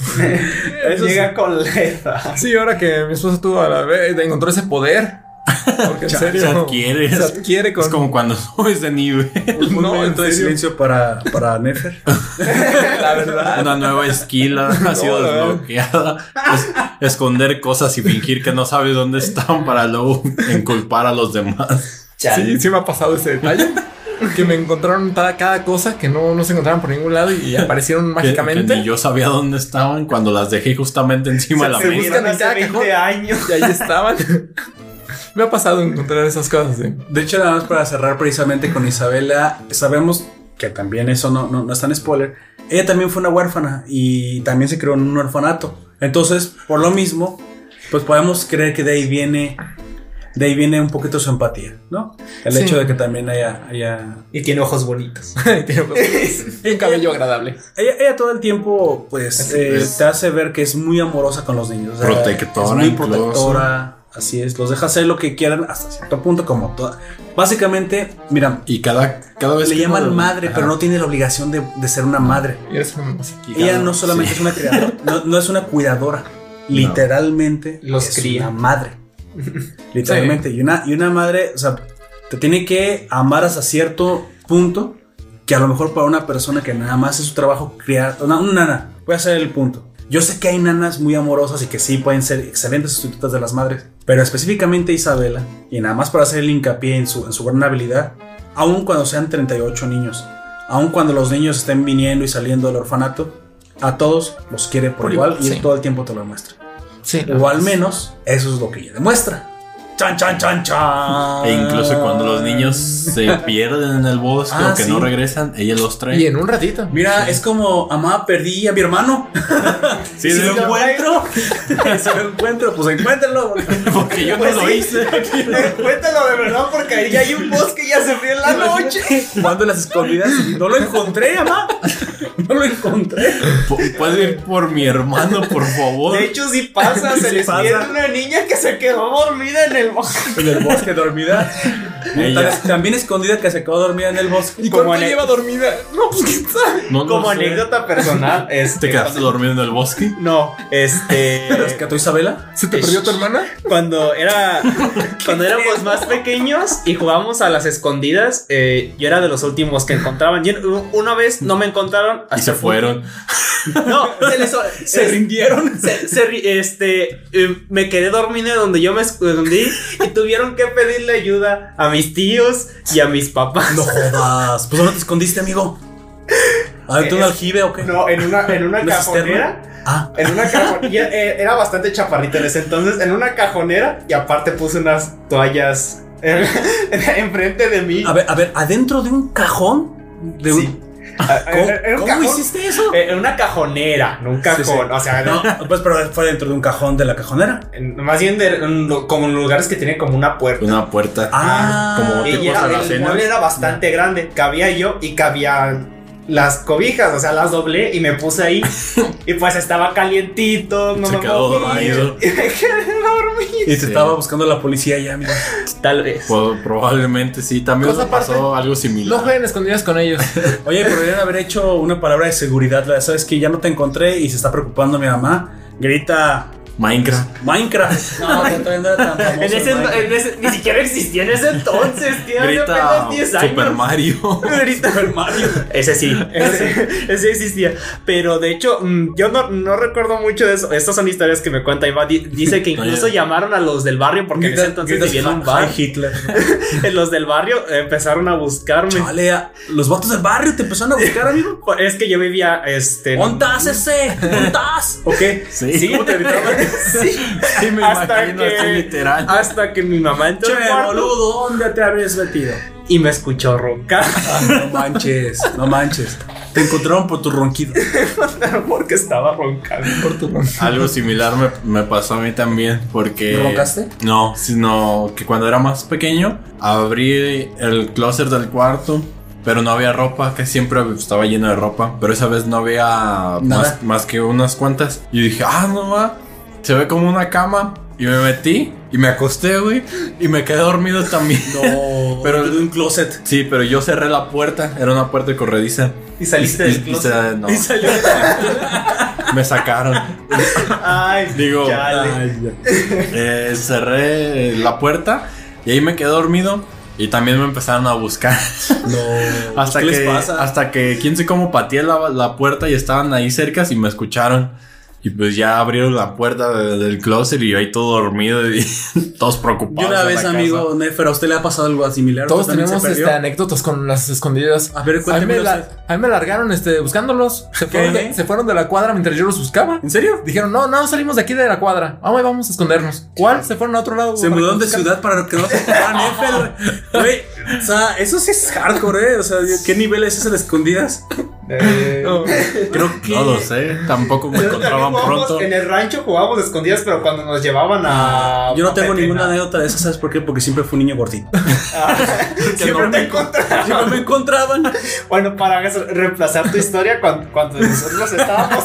Speaker 1: Eso
Speaker 5: Llega con la edad.
Speaker 3: Sí, ahora que mi esposa tuvo a la vez encontró ese poder. Porque en
Speaker 2: Se-
Speaker 3: serio
Speaker 2: se adquiere.
Speaker 3: se adquiere con
Speaker 2: Es como cuando subes de nivel.
Speaker 1: Un
Speaker 3: No, en
Speaker 1: momento de
Speaker 3: serio.
Speaker 1: silencio para, para Nefer.
Speaker 3: la verdad.
Speaker 2: Una nueva skill ha ha sido
Speaker 3: la verdad.
Speaker 2: desbloqueada. Es- esconder cosas y fingir que no sabes dónde están para luego inculpar a los demás.
Speaker 3: Sí,
Speaker 5: Chale.
Speaker 3: sí me ha pasado ese detalle. que me encontraron cada, cada cosa que no, no se encontraban por ningún lado y aparecieron
Speaker 2: Que- Que,
Speaker 3: mágicamente.
Speaker 2: ni yo sabía dónde estaban cuando las dejé justamente encima de la
Speaker 3: Se
Speaker 2: mesa.
Speaker 3: buscan en
Speaker 5: hace
Speaker 3: cada
Speaker 5: 20
Speaker 3: cajón.
Speaker 5: años.
Speaker 3: Y ahí estaban. me ha pasado encontrar esas cosas. sí.
Speaker 1: De hecho, nada más para cerrar precisamente con Isabela, sabemos que también eso no, no, no es tan spoiler. Ella también fue una huérfana y también se creó en un orfanato. Entonces, por lo mismo, pues podemos creer que de ahí viene, de ahí viene un poquito su empatía, ¿no? El
Speaker 3: Sí.
Speaker 1: hecho de que también haya, haya-
Speaker 5: Y tiene ojos bonitos.
Speaker 3: Y tiene- y un cabello agradable.
Speaker 1: ella, ella todo el tiempo, pues, eh,
Speaker 2: es.
Speaker 1: te hace ver que es muy amorosa con los niños. o sea,
Speaker 2: Protectora
Speaker 1: es muy
Speaker 2: incluso.
Speaker 1: protectora. Así es, los deja hacer lo que quieran hasta cierto punto, como toda. Básicamente, mira,
Speaker 2: Y cada, cada vez
Speaker 1: Le
Speaker 2: Pues que
Speaker 1: llaman
Speaker 2: uno-
Speaker 1: madre,
Speaker 2: Ajá.
Speaker 1: pero no tiene la obligación de, de ser una madre.
Speaker 3: Y eres una mamacita.
Speaker 2: Y
Speaker 1: Ella
Speaker 2: cada-
Speaker 1: no solamente
Speaker 2: sí.
Speaker 1: es una creadora, no, no es una cuidadora. Literalmente
Speaker 5: Los
Speaker 1: es
Speaker 5: cría.
Speaker 1: una madre. Literalmente. Y, una, y una madre, o sea, te tiene que amar hasta cierto punto que a lo mejor para una persona que nada más es su trabajo criar una, una nana. Voy a hacer el punto. Yo sé que hay nanas muy amorosas y que sí pueden ser excelentes sustitutas de las madres, pero específicamente Isabela, y nada más para hacer el hincapié en su, en su gran habilidad, aun cuando sean 38 niños, aun cuando los niños estén viniendo y saliendo del orfanato, a todos los quiere por,
Speaker 3: Por
Speaker 1: igual,
Speaker 3: igual,
Speaker 1: y
Speaker 3: sí.
Speaker 1: todo el tiempo te lo muestra.
Speaker 3: Sí, la
Speaker 1: O al
Speaker 3: verdad.
Speaker 1: menos eso es lo que ella demuestra. Chan, chan, chan, chan.
Speaker 2: E incluso cuando los niños se pierden en el bosque
Speaker 1: Ah,
Speaker 2: o que
Speaker 1: sí.
Speaker 2: no regresan, ella los trae.
Speaker 3: Y en un ratito.
Speaker 1: Mira, es como, mamá, perdí a mi hermano. si
Speaker 2: Sí, sí,
Speaker 1: lo
Speaker 2: sí.
Speaker 1: encuentro, si lo encuentro, pues encuéntrenlo.
Speaker 2: porque yo
Speaker 5: Pues
Speaker 2: no lo
Speaker 5: sí.
Speaker 2: hice.
Speaker 5: Cuéntalo de verdad porque ahí hay un bosque y ya se frío en la noche.
Speaker 1: Jugando las escondidas y no lo encontré, mamá. No lo encontré.
Speaker 2: Pu- Puedes ir por mi hermano, por favor.
Speaker 5: De hecho, si pasa, se
Speaker 1: Sí
Speaker 5: les
Speaker 1: pasa.
Speaker 5: pierde una niña que se quedó dormida en el bosque.
Speaker 1: En el bosque dormida.
Speaker 2: Ella.
Speaker 1: Tan- También escondida que se quedó dormida en el bosque.
Speaker 3: ¿Y
Speaker 5: como
Speaker 3: cuánto
Speaker 5: en-
Speaker 3: lleva dormida? No, pues quién sabe.
Speaker 2: No, no
Speaker 5: Como
Speaker 2: sé.
Speaker 5: anécdota personal, este.
Speaker 2: ¿Te quedaste dormido en el bosque?
Speaker 5: No, este.
Speaker 1: ¿Rescató Isabela?
Speaker 3: ¿Se te perdió tu hermana?
Speaker 5: Cuando era cuando éramos más pequeños y jugábamos a las escondidas, eh, yo era de los últimos que encontraban. Yo- una vez no me encontraron
Speaker 2: Y se fueron.
Speaker 5: No, se les
Speaker 1: Se rindieron.
Speaker 5: se- se ri- este eh, me quedé dormida donde yo me escondí y tuvieron que pedirle ayuda a mis tíos y a mis papás.
Speaker 1: No jodas. Pues ¿dónde te escondiste, amigo? ¿A ver, tú un
Speaker 5: Es-
Speaker 1: aljibe o qué?
Speaker 5: No, en una en una
Speaker 1: ¿Una cisterna?
Speaker 5: cajonera,
Speaker 1: Ah,
Speaker 5: en una cajonera era bastante chaparrita en ese entonces, en una cajonera y aparte puse unas toallas eh, enfrente de mí.
Speaker 1: a ver, a ver, adentro de un cajón. De
Speaker 5: Sí.
Speaker 1: un... Ah, ¿Cómo,
Speaker 5: Eh, Era un
Speaker 1: cómo
Speaker 5: cajón.
Speaker 1: hiciste eso?
Speaker 5: Eh, en una cajonera, no un cajón. O sea,
Speaker 1: No, pues pero fue dentro de un cajón de la cajonera.
Speaker 5: en- más bien de, en lo- como en lugares que tienen como una puerta.
Speaker 2: Una puerta.
Speaker 1: Ah,
Speaker 2: como
Speaker 5: y
Speaker 2: tipo
Speaker 5: era, el
Speaker 2: alacena.
Speaker 5: mueble era bastante grande. Cabía yo y cabían las cobijas, o sea, las doblé y me puse ahí. y pues estaba calientito, no
Speaker 2: Se
Speaker 5: me
Speaker 2: quedó
Speaker 5: moví,
Speaker 2: dormido.
Speaker 5: Y me quedé dormido.
Speaker 1: Y te
Speaker 2: Sí.
Speaker 1: estaba buscando la policía ya, mira.
Speaker 5: Tal vez.
Speaker 2: Pues, probablemente sí. También
Speaker 3: Cosa
Speaker 2: nos pasó algo
Speaker 3: No
Speaker 2: similar.
Speaker 3: jueguen escondidas con ellos.
Speaker 1: Oye, podrían haber hecho una palabra de seguridad, la de, sabes que ya no te encontré y se está preocupando mi mamá. Grita
Speaker 2: Minecraft.
Speaker 1: Minecraft. No, pero todavía no era tan famoso
Speaker 5: En ese,
Speaker 1: el Minecraft.
Speaker 5: en ese- ni siquiera existía en ese entonces, tío. yo
Speaker 2: Grita
Speaker 5: apenas 10 años.
Speaker 2: Super Mario.
Speaker 5: Grita Super Mario. Ese sí, ese, ese existía. Pero de hecho, mm, yo no, no recuerdo mucho de eso. Estas son historias que me cuenta Iván. Di- Dice que incluso
Speaker 2: Oye.
Speaker 5: llamaron a los del barrio porque en ese entonces
Speaker 1: Gritas,
Speaker 5: vivía en un
Speaker 1: "Hi-
Speaker 5: bar.
Speaker 1: hi, "Ah, Hitler.
Speaker 5: En los del barrio empezaron a buscarme.
Speaker 1: Chale, a- los vatos del barrio te empezaron a buscar, amigo.
Speaker 5: Es que yo vivía, este.
Speaker 1: ¿Ontas ese? ¿Ontas? ¿O qué?
Speaker 2: Sí.
Speaker 1: ¿Cómo te gritaban?
Speaker 5: Sí,
Speaker 2: Sí, me
Speaker 5: hasta
Speaker 2: imagino así
Speaker 5: que,
Speaker 2: literal.
Speaker 5: hasta que mi mamá entró al
Speaker 1: Che,
Speaker 5: cuarto
Speaker 1: boludo, ¿dónde te habías metido? "Ah,
Speaker 5: y me escuchó roncar
Speaker 1: No manches, no manches. Te encontraron por tu ronquido.
Speaker 5: porque estaba roncando.
Speaker 2: Algo similar me, me pasó a mí también porque...
Speaker 1: ¿Roncaste?
Speaker 2: No, sino que cuando era más pequeño abrí el closet del cuarto, pero no había ropa, que siempre estaba lleno de ropa, pero esa vez no había más, más que unas cuantas. Y dije, ah, no va, se ve como una cama. Y me metí y me acosté, güey, y me quedé dormido también.
Speaker 5: Oh.
Speaker 1: No,
Speaker 2: Pero-
Speaker 1: de un closet.
Speaker 2: Sí, pero yo cerré la puerta, era una puerta corrediza.
Speaker 5: Y saliste
Speaker 2: Y-
Speaker 5: del
Speaker 2: y- y
Speaker 5: closet.
Speaker 2: se- no,
Speaker 1: Y salió.
Speaker 2: me sacaron.
Speaker 5: Ay,
Speaker 2: Digo,
Speaker 5: chale.
Speaker 2: Eh, cerré la puerta y ahí me quedé dormido y también me empezaron a buscar.
Speaker 1: No.
Speaker 2: Hasta
Speaker 1: ¿Qué
Speaker 2: que,
Speaker 1: les pasa?
Speaker 2: hasta que quién sé cómo pateé la, la puerta y estaban ahí cerca y me escucharon. Y pues ya abrieron la puerta de- del closet y yo ahí todo dormido y todos preocupados.
Speaker 1: Yo una
Speaker 2: en la
Speaker 1: vez,
Speaker 2: casa.
Speaker 1: amigo Nefer, ¿a usted le ha pasado algo similar?
Speaker 3: Todos
Speaker 1: ¿Usted también
Speaker 3: tenemos
Speaker 1: se perdió?
Speaker 3: este, anécdotas con las escondidas.
Speaker 1: A ver,
Speaker 3: A mí, me
Speaker 1: cuénteme.
Speaker 3: la- a mí me largaron este, buscándolos. Se fueron,
Speaker 1: ¿Qué?
Speaker 3: de, se fueron de la cuadra mientras yo los buscaba.
Speaker 1: ¿En serio?
Speaker 3: Dijeron, no, no, salimos de aquí de la cuadra. Vamos, vamos a escondernos. ¿Cuál? Se fueron a otro lado.
Speaker 1: Se
Speaker 3: para
Speaker 1: mudaron de
Speaker 3: buscar.
Speaker 1: ciudad para que no se encontraran Nefer, güey. Güey, O sea, eso sí es hardcore, ¿eh? O sea, ¿qué nivel es ese de escondidas? Creo que.
Speaker 2: No lo sé, tampoco me
Speaker 5: Nosotros también
Speaker 2: encontraban
Speaker 5: jugábamos
Speaker 2: pronto.
Speaker 5: En el rancho jugábamos escondidas, pero cuando nos llevaban a.
Speaker 1: Ah, Yo no tengo
Speaker 5: a
Speaker 1: ninguna
Speaker 5: Petena.
Speaker 1: anécdota de esas, ¿sabes por qué? Porque siempre fue un niño gordito.
Speaker 5: Siempre
Speaker 1: no
Speaker 5: te
Speaker 1: me-
Speaker 5: encontraba.
Speaker 1: Siempre me encontraban.
Speaker 5: Bueno, para hacer- reemplazar tu historia, cuando, cuando nosotros estábamos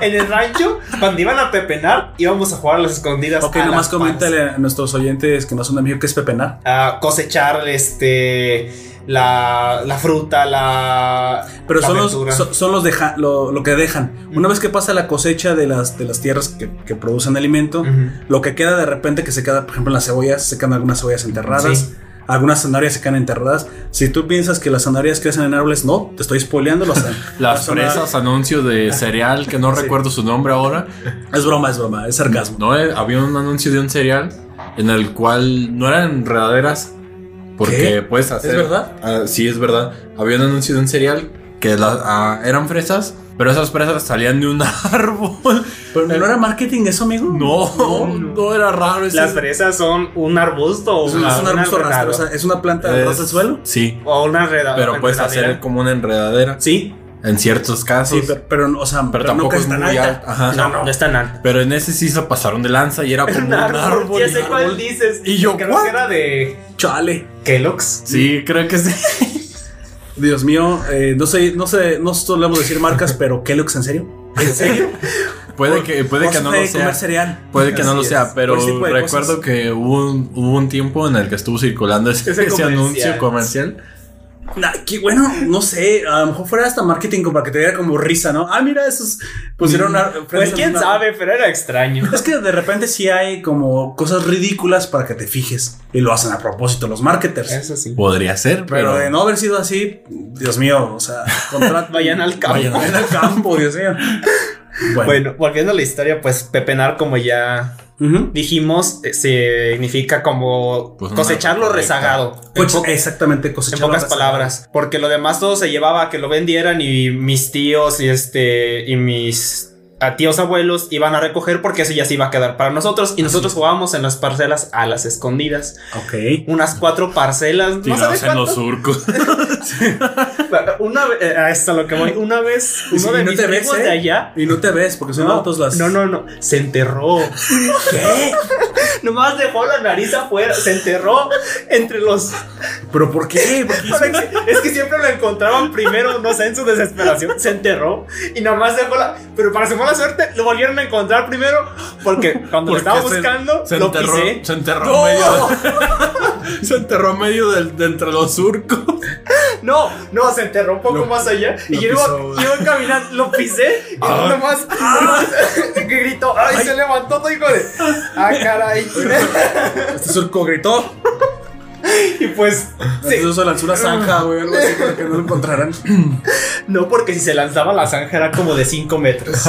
Speaker 5: en, en el rancho, cuando iban a pepenar, íbamos a jugar a las escondidas.
Speaker 1: Ok,
Speaker 5: a
Speaker 1: nomás
Speaker 5: las
Speaker 1: coméntale a nuestros oyentes que no son de México que es pepenar.
Speaker 5: palas, A cosechar este. La, la fruta, la.
Speaker 1: Pero
Speaker 5: la
Speaker 1: son los,
Speaker 5: aventura.
Speaker 1: so- son los deja- lo, lo que dejan. Una vez que pasa la cosecha de las, de las tierras que, que producen alimento,
Speaker 5: Ujú.
Speaker 1: lo que queda de repente que se queda, por ejemplo, en las cebollas, se quedan algunas cebollas enterradas.
Speaker 5: Sí.
Speaker 1: Algunas zanahorias se quedan enterradas. Si tú piensas que las zanahorias crecen en árboles, no, te estoy spoileando. Las,
Speaker 2: Las
Speaker 1: zana-
Speaker 2: fresas, anuncio de cereal, que no recuerdo su nombre ahora.
Speaker 1: Es broma, es broma, es sarcasmo.
Speaker 2: No, eh, había un anuncio de un cereal en el cual no eran enredaderas. Porque
Speaker 1: ¿Qué?
Speaker 2: puedes hacer.
Speaker 1: ¿Es verdad?
Speaker 2: Ah, sí, es verdad. Había un anuncio de un cereal que la- ah, eran fresas, pero esas fresas salían de un árbol.
Speaker 1: Pero no era marketing eso, amigo.
Speaker 2: Eh, No, no, era raro. ese-
Speaker 5: Las fresas son un arbusto o
Speaker 1: Es, un-
Speaker 5: una,
Speaker 1: es un arbusto
Speaker 5: una enredadora.
Speaker 1: rastrero, o sea, es una planta de
Speaker 2: Es-
Speaker 1: ras del suelo.
Speaker 2: Sí,
Speaker 5: O una enredadora.
Speaker 2: pero puedes
Speaker 5: enredadera.
Speaker 2: hacer como una enredadera
Speaker 1: Sí,
Speaker 2: en ciertos casos.
Speaker 1: sí, pero, pero no- o sea, pero, no
Speaker 2: pues tampoco
Speaker 1: crece
Speaker 2: es
Speaker 1: tan
Speaker 2: muy
Speaker 1: alta.
Speaker 2: alta. Ajá.
Speaker 5: No, no, no está nada.
Speaker 2: Pero en ese sí se pasaron de lanza y era como un
Speaker 5: Un árbol,
Speaker 2: árbol.
Speaker 5: ya
Speaker 2: y
Speaker 5: sé
Speaker 2: árbol.
Speaker 5: cuál dices.
Speaker 2: Y yo,
Speaker 5: creo
Speaker 2: ¿cuál?
Speaker 5: que era de
Speaker 1: Chale.
Speaker 5: Kellogg's.
Speaker 2: Sí, creo que sí.
Speaker 1: Dios mío, eh, no sé, no sé, no solemos decir marcas, pero Kellogg's, ¿en serio?
Speaker 5: ¿En serio?
Speaker 2: Puede que, puede que
Speaker 1: Cosas
Speaker 2: no
Speaker 1: de
Speaker 2: lo sea.
Speaker 1: comer cereal.
Speaker 2: Puede que no lo
Speaker 1: Así es,
Speaker 2: sea, pero
Speaker 1: por ese tipo de
Speaker 2: recuerdo
Speaker 1: cosas.
Speaker 2: que hubo un, hubo un tiempo en el que estuvo circulando ese,
Speaker 5: Ese
Speaker 2: ese
Speaker 5: comercial.
Speaker 2: anuncio comercial.
Speaker 1: Nah, que bueno, no sé, a lo mejor fuera hasta marketing como para que te diera como risa, ¿no? Ah, mira, esos pusieron una-
Speaker 5: Pues
Speaker 1: frente a
Speaker 5: quién
Speaker 1: una-
Speaker 5: sabe, pero era extraño.
Speaker 1: Es que de repente sí hay como cosas ridículas para que te fijes y lo hacen a propósito los marketers.
Speaker 5: Eso sí.
Speaker 2: Podría ser,
Speaker 1: pero
Speaker 2: pero,
Speaker 1: de no haber sido así, Dios mío, o sea, contraten-
Speaker 5: Vayan al campo.
Speaker 1: Vayan, al campo, Dios mío.
Speaker 5: Bueno, volviendo a la historia, pues pepenar, como ya
Speaker 1: ujú.
Speaker 5: dijimos, eh, significa como
Speaker 2: Pues una
Speaker 5: cosechar lo
Speaker 2: recolecta.
Speaker 5: rezagado. En
Speaker 1: Pues
Speaker 5: po-
Speaker 1: exactamente
Speaker 5: en
Speaker 1: cosechar
Speaker 5: pocas
Speaker 1: las-
Speaker 5: palabras, porque lo demás todo se llevaba a que lo vendieran y mis tíos y este y mis a tíos abuelos iban a recoger porque eso ya se iba a quedar para nosotros y nosotros jugábamos en las parcelas a las escondidas.
Speaker 1: Ok.
Speaker 5: Unas cuatro parcelas. No sabes
Speaker 2: Tirados en los
Speaker 5: cuánto.
Speaker 2: surcos.
Speaker 5: Una vez, eh, a esto lo que voy. Una vez,
Speaker 1: Y
Speaker 5: uno
Speaker 1: si
Speaker 5: de
Speaker 1: no
Speaker 5: mis
Speaker 1: te ves,
Speaker 5: primos
Speaker 1: ¿eh?
Speaker 5: de allá.
Speaker 1: Y no te ves porque son
Speaker 5: No,
Speaker 1: altos las.
Speaker 5: no, no, no, se enterró.
Speaker 1: ¿Qué?
Speaker 5: Nomás dejó la nariz afuera, se enterró entre los.
Speaker 1: ¿Pero por qué? ¿Por qué?
Speaker 5: Es que siempre lo encontraban primero, no sé, en su desesperación, se enterró y nomás dejó la. Pero para su mala suerte, lo volvieron a encontrar primero porque cuando lo
Speaker 2: Porque
Speaker 5: estaba
Speaker 2: se-
Speaker 5: buscando,
Speaker 2: se
Speaker 5: lo
Speaker 2: enterró,
Speaker 1: ¿Eh?
Speaker 5: pisé.
Speaker 2: Se enterró medio. de- se enterró medio del- de entre los surcos.
Speaker 5: No, no, se enterró un poco
Speaker 1: Lo-
Speaker 5: más allá. Y
Speaker 1: lo
Speaker 5: yo
Speaker 1: pisó,
Speaker 5: iba, yo iba caminando, lo pisé y
Speaker 2: Ah.
Speaker 5: nomás que gritó. Ay, se levantó todo hijo de. Ah, caray.
Speaker 1: Este surco gritó.
Speaker 5: y pues. sí.
Speaker 1: Entonces se lanzó una zanja, güey, algo así para que no lo encontraran.
Speaker 5: No, porque si se lanzaba la zanja era como de 5 metros.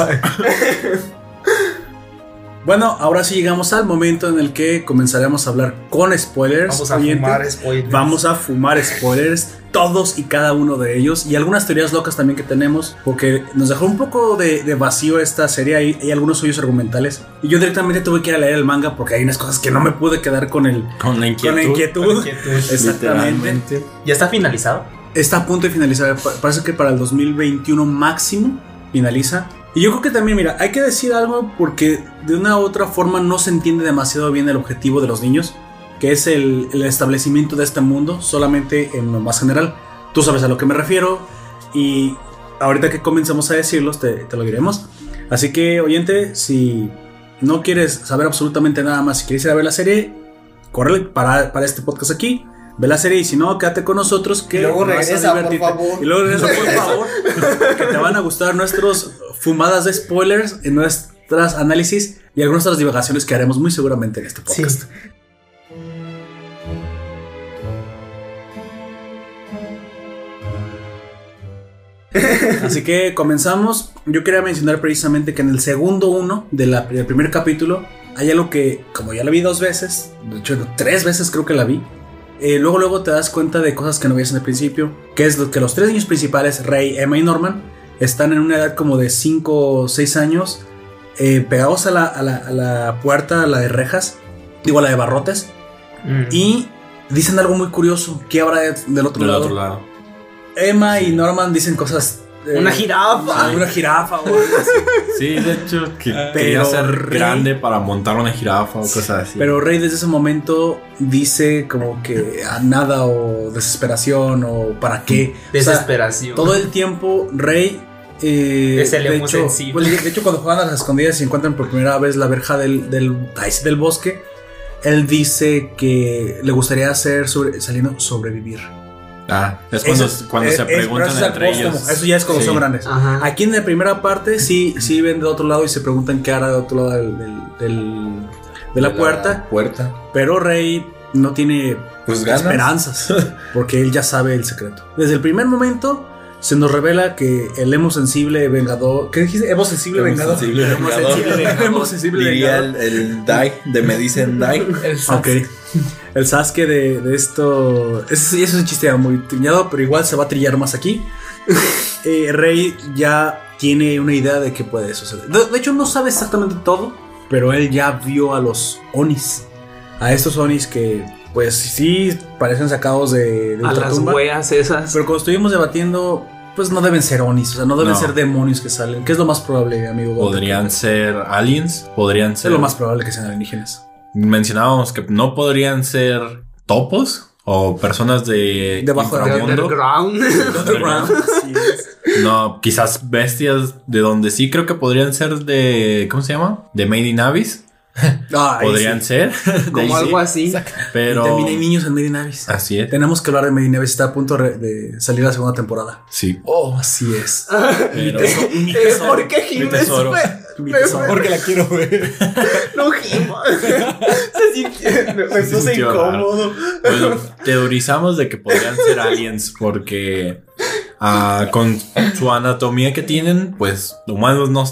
Speaker 1: Bueno, ahora sí llegamos al momento en el que comenzaremos a hablar con spoilers. oyente.
Speaker 5: spoilers.
Speaker 1: Vamos a fumar spoilers, todos y cada uno de ellos, y algunas teorías locas también que tenemos, porque nos dejó un poco de, de vacío esta serie. Hay, hay algunos hoyos argumentales. Y yo directamente tuve que ir a leer el manga porque hay unas cosas que no me pude quedar con el.
Speaker 2: Con la
Speaker 1: Con la inquietud.
Speaker 5: Inquietud.
Speaker 1: Exactamente.
Speaker 2: Literalmente.
Speaker 5: ¿Ya está finalizado?
Speaker 1: Está a punto de finalizar. pa- Parece que para el 2021 máximo finaliza. Y yo creo que también, mira, hay que decir algo porque de una u otra forma no se entiende demasiado bien el objetivo de los niños, que es el, el establecimiento de este mundo, solamente en lo más general. Tú sabes a lo que me refiero y ahorita que comenzamos a decirlos te, te lo diremos. Así que, oyente, si no quieres saber absolutamente nada más, si quieres ir a ver la serie, corre para, para este podcast aquí. Ve la serie y si no, quédate con nosotros que
Speaker 4: Y luego
Speaker 1: vas a
Speaker 4: regresa, por
Speaker 1: divertirte.
Speaker 4: favor.
Speaker 1: Y luego regresa, por favor. que te van a gustar nuestros fumadas de spoilers en nuestras análisis y algunas otras divagaciones que haremos muy seguramente en este
Speaker 5: Sí.
Speaker 1: podcast. Así que comenzamos. Yo quería mencionar precisamente que en el segundo uno de la- del primer capítulo hay algo que, como ya la vi dos veces, de hecho no, tres veces creo que la vi, eh, luego luego te das cuenta de cosas que no veías en el principio, que es lo que los tres niños principales, Rey, Emma y Norman, están en una edad como de 5 o 6 años, eh, pegados a la, a la- a la puerta, a la de rejas, digo a la de barrotes,
Speaker 5: Mm.
Speaker 1: y dicen algo muy curioso, ¿qué habrá de- del otro
Speaker 2: Del
Speaker 1: lado?
Speaker 2: otro lado.
Speaker 1: Emma y Norman dicen cosas... eh,
Speaker 5: Una jirafa.
Speaker 1: Una jirafa o algo así.
Speaker 2: Sí, de hecho, que
Speaker 1: Ah, Pero
Speaker 2: quería ser
Speaker 1: rey.
Speaker 2: grande para montar una jirafa o cosas así.
Speaker 1: Pero Rey desde ese momento dice como que a nada o desesperación o para qué. O sea,
Speaker 5: Desesperación.
Speaker 1: todo el tiempo Rey eh,
Speaker 5: Es el
Speaker 1: de,
Speaker 5: emo
Speaker 1: hecho,
Speaker 5: sensible.
Speaker 1: pues, de- de hecho, cuando juegan a las escondidas y encuentran por primera vez la verja del, del, ahí sí, del bosque, él dice que le gustaría hacer sobre, saliendo sobrevivir.
Speaker 2: Ah, es cuando,
Speaker 1: Eso-
Speaker 2: cuando
Speaker 1: eh,
Speaker 2: se
Speaker 1: es- pero
Speaker 2: preguntan
Speaker 1: eso es al
Speaker 2: entre
Speaker 1: póstumo,
Speaker 2: ellos.
Speaker 1: Eso ya es cuando
Speaker 2: Sí.
Speaker 1: son grandes.
Speaker 5: Ajá.
Speaker 1: Aquí en la primera parte sí, sí ven de otro lado y se preguntan qué hará de otro lado del- del- del- de la puerta.
Speaker 2: puerta.
Speaker 1: Pero Rey no tiene
Speaker 2: Pues
Speaker 1: esperanzas, porque él ya sabe el secreto. Desde el primer momento se nos revela que el emo sensible vengador, ¿qué dijiste? Emo sensible
Speaker 6: Emo
Speaker 1: vengador.
Speaker 6: sensible
Speaker 1: Emo
Speaker 6: vengador.
Speaker 1: sensible vengador. Emo sensible
Speaker 6: Diría
Speaker 1: vengador.
Speaker 6: el, el die de Me Dicen Die.
Speaker 3: El
Speaker 1: Ok. El Sasuke de, de esto. Eso, eso es un chiste muy trillado, pero igual se va a trillar más aquí. Eh, Rey ya tiene una idea de qué puede suceder. De, de hecho, no sabe exactamente todo, pero él ya vio a los Onis. A estos Onis que, pues sí, parecen sacados de, de
Speaker 5: A las
Speaker 1: ultratumba,
Speaker 5: weas esas.
Speaker 1: Pero cuando estuvimos debatiendo, pues no deben ser Onis, o sea, no deben
Speaker 2: No.
Speaker 1: ser demonios que salen. ¿Qué es lo más probable, amigo?
Speaker 2: Podrían ser aliens, podrían
Speaker 1: Es
Speaker 2: ser.
Speaker 1: lo más probable que sean alienígenas.
Speaker 2: Mencionábamos que no podrían ser topos o personas de.
Speaker 1: Debajo de la
Speaker 2: inframundo.
Speaker 5: Underground.
Speaker 1: Underground, sí es.
Speaker 2: No, quizás bestias de donde sí creo que podrían ser de. ¿Cómo se llama? De Made in Abyss.
Speaker 1: Ah, ahí sí.
Speaker 2: podrían ser. De ahí
Speaker 5: Como
Speaker 2: sí.
Speaker 5: algo así.
Speaker 1: Y
Speaker 2: Pero. Ah.
Speaker 1: también hay niños en Medinavis.
Speaker 2: Así es.
Speaker 1: Tenemos que hablar de Medinavis, está a punto re- de salir la segunda temporada.
Speaker 2: Sí.
Speaker 1: Oh, así es.
Speaker 2: Pero,
Speaker 5: Eh, ¿Por qué
Speaker 2: mi
Speaker 5: Jiménez?
Speaker 2: tesoro.
Speaker 1: Mi tesoro.
Speaker 6: Porque la quiero ver.
Speaker 5: No Jiménez. Se sintió. Me, me
Speaker 2: Se
Speaker 5: puse
Speaker 2: sintió
Speaker 5: incómodo.
Speaker 2: Bueno, Pues, teorizamos de que podrían ser aliens porque ah, con su anatomía que tienen, pues humanos no,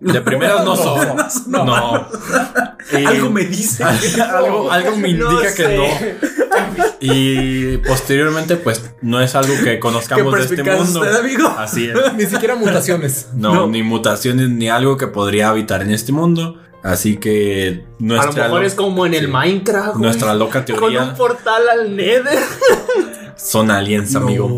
Speaker 2: De primeras no son. No. Y-
Speaker 1: Algo me dice.
Speaker 2: algo, algo me
Speaker 4: No
Speaker 2: indica
Speaker 4: sé.
Speaker 2: que no. Y posteriormente, pues no es algo que conozcamos de este
Speaker 3: perspicaz
Speaker 2: mundo.
Speaker 3: usted, amigo.
Speaker 2: Así es.
Speaker 3: Ni siquiera mutaciones.
Speaker 2: No, ni mutaciones ni algo que podría habitar en este mundo. Así que
Speaker 4: A lo
Speaker 2: nuestra,
Speaker 4: mejor
Speaker 2: lo-
Speaker 4: es como en el
Speaker 2: sí.
Speaker 4: Minecraft. güey.
Speaker 2: nuestra loca
Speaker 4: Con un
Speaker 2: teoría
Speaker 4: portal al Nether.
Speaker 2: son aliens, amigo.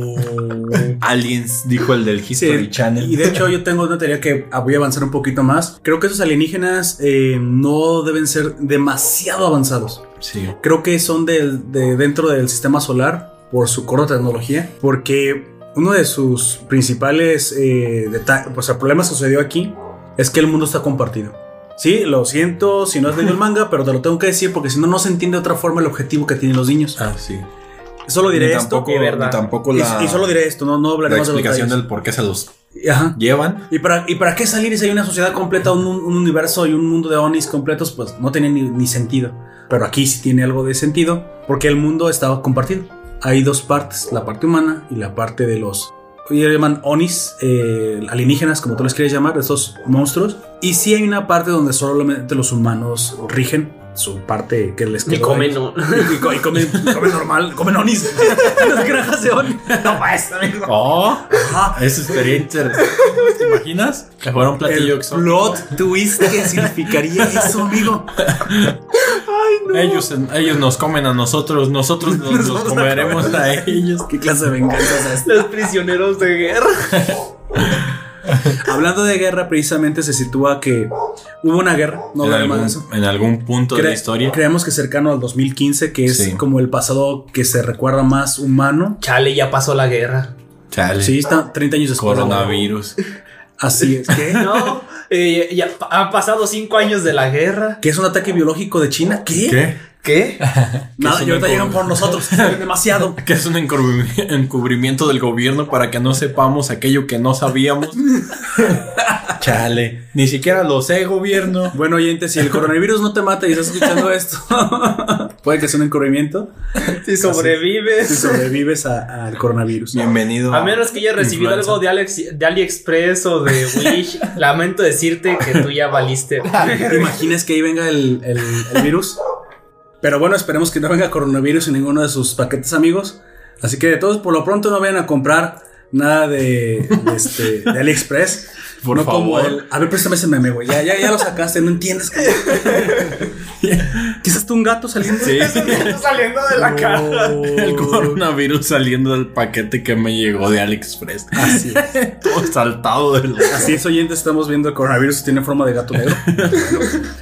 Speaker 2: Aliens, dijo el del History
Speaker 1: Sí,
Speaker 2: Channel.
Speaker 1: Y de hecho yo tengo una teoría que ah, voy a avanzar un poquito más. Creo que esos alienígenas eh, no deben ser demasiado avanzados.
Speaker 2: Sí.
Speaker 1: Creo que son del- de dentro del sistema solar por su corta tecnología. Porque uno de sus principales eh, deta- o sea, problemas que sucedió aquí es que el mundo está compartido. Sí, lo siento si no has leído el manga, pero te lo tengo que decir porque si no, no se entiende de otra forma el objetivo que tienen los niños.
Speaker 2: Ah, sí.
Speaker 1: Solo diré
Speaker 6: Ni
Speaker 1: esto.
Speaker 6: tampoco,
Speaker 5: que verdad.
Speaker 6: ni tampoco
Speaker 1: Y-
Speaker 6: la,
Speaker 1: y, solo diré esto, no, no
Speaker 2: La
Speaker 1: hablaremos de
Speaker 2: explicación
Speaker 1: los
Speaker 2: del por qué se los
Speaker 1: detalles. Ajá.
Speaker 2: llevan.
Speaker 1: ¿Y para, ¿Y para qué salir si hay una sociedad completa, un, un universo y un mundo de Onis completos? Pues no tiene ni, ni sentido. Pero aquí sí tiene algo de sentido, porque el mundo está compartido. Hay dos partes, la parte humana y la parte de los... Ellos llaman Onis, eh, alienígenas, como tú les quieres llamar, estos monstruos. Y sí hay una parte donde solamente los humanos rigen su parte que les
Speaker 4: Ni
Speaker 1: quedó
Speaker 4: comen,
Speaker 1: ahí.
Speaker 4: no.
Speaker 1: Y, co- y comen, comen normal, comen Onis. Las granjas de Onis. No pues, amigo.
Speaker 2: Oh,
Speaker 1: Ajá.
Speaker 2: eso estaría interesante. ¿Te imaginas? Que fuera un platillo
Speaker 1: El
Speaker 2: exótico.
Speaker 1: plot twist que significaría eso, amigo.
Speaker 2: Ellos, ellos nos comen a nosotros, nosotros nos, los
Speaker 1: vamos a
Speaker 2: comeremos
Speaker 1: comer.
Speaker 2: a ellos.
Speaker 1: Qué clase de venganza es esta?
Speaker 4: Los prisioneros de guerra.
Speaker 1: Hablando de guerra, precisamente se sitúa que hubo una guerra, no
Speaker 2: en,
Speaker 1: hablaremos de
Speaker 2: algún,
Speaker 1: eso.
Speaker 2: en algún punto de
Speaker 1: Cre-
Speaker 2: la historia.
Speaker 1: Creemos que cercano al 2015, que es
Speaker 2: Sí.
Speaker 1: como el pasado que se recuerda más humano.
Speaker 4: Chale, ya pasó la guerra.
Speaker 2: Chale,
Speaker 1: Sí, está 30 años después.
Speaker 2: coronavirus.
Speaker 1: Así es. ¿Qué?
Speaker 4: No,
Speaker 5: Eh, ya pa- han pasado cinco años de la guerra.
Speaker 1: ¿Qué es un ataque biológico de China? ¿Qué?
Speaker 5: ¿Qué?
Speaker 1: Nada,
Speaker 2: ¿Qué es
Speaker 1: y
Speaker 2: un
Speaker 1: ahorita
Speaker 2: encub-
Speaker 1: llegan por nosotros. demasiado.
Speaker 2: Que es un encubrim- encubrimiento del gobierno para que no sepamos aquello que no sabíamos. Chale, ni siquiera lo sé, gobierno.
Speaker 1: Bueno, oyente, si el coronavirus no te mata y estás escuchando esto, puede que sea un encubrimiento
Speaker 5: Si sobrevives.
Speaker 1: si sobrevives a- al coronavirus.
Speaker 6: Bienvenido.
Speaker 5: A menos que hayas recibido
Speaker 2: Influenza.
Speaker 5: algo de, Alex, de AliExpress o de Wish, lamento decirte que tú ya valiste.
Speaker 1: ¿Te imaginas que ahí venga el, el- el virus? Pero bueno, esperemos que no venga coronavirus en ninguno de sus paquetes, amigos. Así que de todos, por lo pronto no vayan a comprar nada de, de este, de AliExpress.
Speaker 2: Por
Speaker 1: No como
Speaker 2: favor.
Speaker 1: el- a ver, préstame ese meme, güey. Ya, ya, ya lo sacaste, no entiendes. cabrón. Quizás tú un gato saliendo.
Speaker 2: Sí.
Speaker 5: saliendo de la caja.
Speaker 2: El coronavirus saliendo del paquete que me llegó de AliExpress.
Speaker 1: Así es.
Speaker 2: Todo saltado de la-
Speaker 1: Así es, oyentes, estamos viendo el coronavirus tiene forma de gato negro.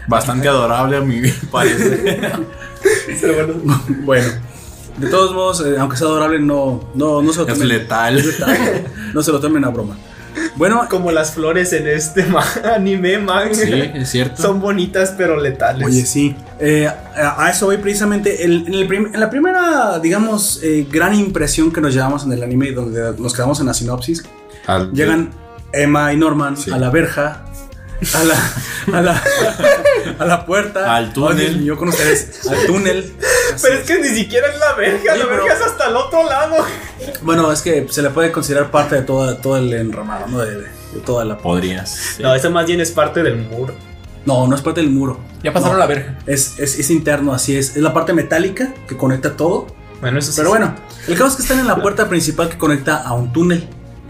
Speaker 2: Bastante adorable a mi parecer.
Speaker 1: Bueno, de todos modos, eh, aunque sea adorable, no, no, no se lo
Speaker 2: Es
Speaker 1: tomen.
Speaker 2: letal.
Speaker 1: No se lo tomen a broma. Bueno,
Speaker 5: Como las flores en este ma- anime manga.
Speaker 2: Sí, es cierto.
Speaker 5: Son bonitas pero letales.
Speaker 1: Oye, sí. Eh, a a eso voy precisamente. El- en, el prim- en la primera, digamos, eh, gran impresión que nos llevamos en el anime, donde nos quedamos en la sinopsis,
Speaker 2: Al-
Speaker 1: llegan Emma y Norman
Speaker 2: Sí.
Speaker 1: a la verja, a la, a la, a la puerta,
Speaker 2: Al túnel.
Speaker 1: yo con ustedes, al túnel. Así
Speaker 5: Pero es que ni siquiera es la verga,
Speaker 1: Oye,
Speaker 5: la
Speaker 1: pero-
Speaker 5: verga es hasta el otro lado.
Speaker 1: es. Bueno, es que se le puede considerar parte de toda, todo el enramado, ¿no? De, de- de toda la.
Speaker 2: Podrías. sí.
Speaker 5: No, eso más bien es parte del muro.
Speaker 1: No, no es parte del muro.
Speaker 3: Ya pasaron
Speaker 1: No.
Speaker 3: la verja.
Speaker 1: Es, es, es interno, así es. Es la parte metálica que conecta todo.
Speaker 5: Bueno, eso sí.
Speaker 1: Pero bueno, el caso es que están en la puerta principal que conecta a un túnel.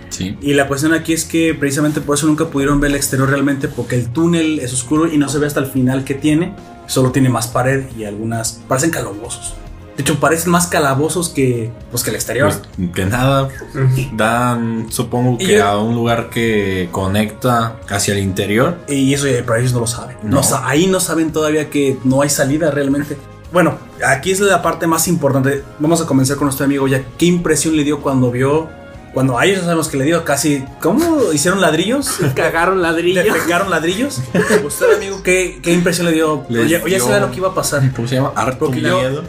Speaker 2: Sí.
Speaker 1: Y la cuestión aquí es que precisamente por eso nunca pudieron ver el exterior realmente, porque el túnel es oscuro y no se ve hasta el final que tiene. Solo tiene más pared y algunas parecen calabozos. De hecho, parecen más calabozos que, pues, que el exterior.
Speaker 2: Pues, que nada, dan, supongo
Speaker 1: Y
Speaker 2: que
Speaker 1: yo-
Speaker 2: a un lugar que conecta hacia el interior.
Speaker 1: y eso eh, para ellos no lo saben. No
Speaker 2: No.
Speaker 1: sa- ahí no saben todavía que no hay salida realmente. Bueno, aquí es la parte más importante. Vamos a comenzar con nuestro amigo ya. ¿Qué impresión le dio cuando vio? Cuando a ellos no sabemos que le dio casi. ¿Cómo? ¿Hicieron ladrillos? ¿Le
Speaker 4: cagaron ladrillo.
Speaker 1: pegaron ladrillos? ¿Usted, amigo, qué, qué impresión le dio?
Speaker 2: Les
Speaker 1: Oye, oye, eso
Speaker 2: dio-
Speaker 1: era lo que iba a pasar.
Speaker 2: ¿Cómo se llama? Harto
Speaker 1: Porque yo-
Speaker 2: miedo.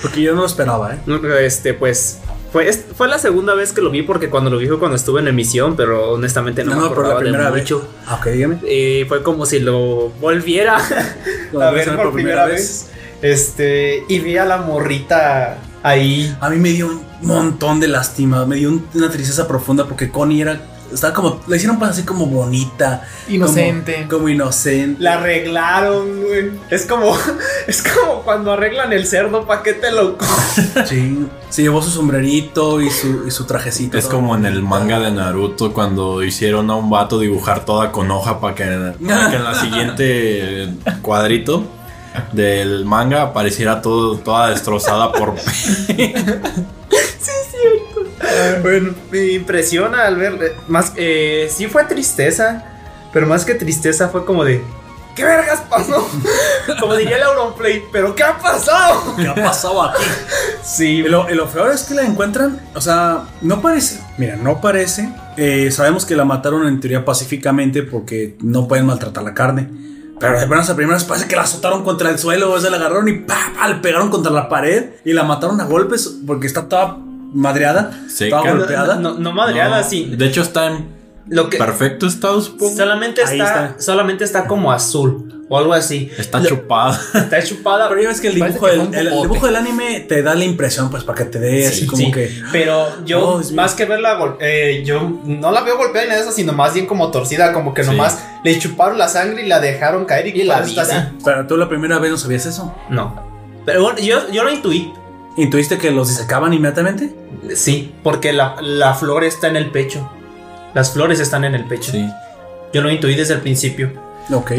Speaker 1: Porque yo no lo esperaba, ¿eh?
Speaker 5: Este, pues. Fue, es- fue la segunda vez que lo vi porque cuando lo vi fue cuando estuve en emisión, pero honestamente no,
Speaker 1: No,
Speaker 5: me
Speaker 1: no, pero
Speaker 5: acordaba
Speaker 1: la
Speaker 5: de
Speaker 1: primera vez.
Speaker 5: mucho.
Speaker 1: Ah, ok, dígame.
Speaker 5: Eh, fue como si lo volviera a ver por primera vez. Este, y vi a la morrita ahí.
Speaker 1: A mí me dio un montón de lástima. Me dio un- una tristeza profunda porque Connie era Está como, la hicieron pasar así como bonita.
Speaker 3: Inocente.
Speaker 1: Como, como inocente.
Speaker 5: La arreglaron, güey. Es como, es como cuando arreglan el cerdo, ¿pa' qué te lo comes?
Speaker 1: Sí. Se llevó su sombrerito y su, y su trajecito.
Speaker 2: Es como en el manga de Naruto cuando hicieron a un vato dibujar toda con hoja para que, para que en la siguiente cuadrito del manga apareciera todo, toda destrozada por...
Speaker 5: Bueno, me impresiona al ver, más, eh, sí fue tristeza, pero más que tristeza fue como de, ¿qué vergas pasó? como diría el Auronplay, ¿pero qué ha pasado?
Speaker 1: ¿Qué ha pasado aquí?
Speaker 5: Sí,
Speaker 1: Y lo, y lo peor es que la encuentran, o sea, no parece, mira, no parece. Eh, sabemos que la mataron en teoría pacíficamente porque no pueden maltratar la carne. Pero de buenas a primeras parece que la azotaron contra el suelo, o sea, la agarraron y pa, pa, le pegaron contra la pared y la mataron a golpes porque está toda madreada,
Speaker 2: Seca.
Speaker 1: toda golpeada.
Speaker 5: no, no, no madreada,
Speaker 2: No,
Speaker 5: sí.
Speaker 2: De hecho está en
Speaker 5: Lo que
Speaker 2: perfecto estado, supongo.
Speaker 5: solamente está,
Speaker 1: Ahí está.
Speaker 5: solamente está como azul o algo así.
Speaker 2: Está
Speaker 5: Lo-
Speaker 2: chupada.
Speaker 5: Está chupada,
Speaker 1: Pero ya ves que el
Speaker 3: Parece
Speaker 1: dibujo,
Speaker 3: que
Speaker 1: del,
Speaker 3: fue un
Speaker 1: el- el
Speaker 3: popote.
Speaker 1: dibujo del anime te da la impresión, pues, para que te dé así
Speaker 5: Sí,
Speaker 1: como
Speaker 5: sí,
Speaker 1: que.
Speaker 5: Pero yo,
Speaker 1: Oh, Dios mío.
Speaker 5: más que verla, gol- eh, yo no la veo golpeada ni nada de eso, sino más bien como torcida, como que
Speaker 2: Sí.
Speaker 5: nomás le chuparon la sangre y la dejaron caer y,
Speaker 3: Y la
Speaker 5: por eso está
Speaker 3: vida.
Speaker 5: así.
Speaker 1: Pero tú la primera vez no sabías eso.
Speaker 5: No. Pero bueno, yo, yo lo intuí.
Speaker 1: ¿Intuiste que los disecaban inmediatamente?
Speaker 5: Sí, porque la, la flor está en el pecho. Las flores están en el pecho.
Speaker 2: Sí.
Speaker 5: Yo lo intuí desde el principio.
Speaker 1: Ok.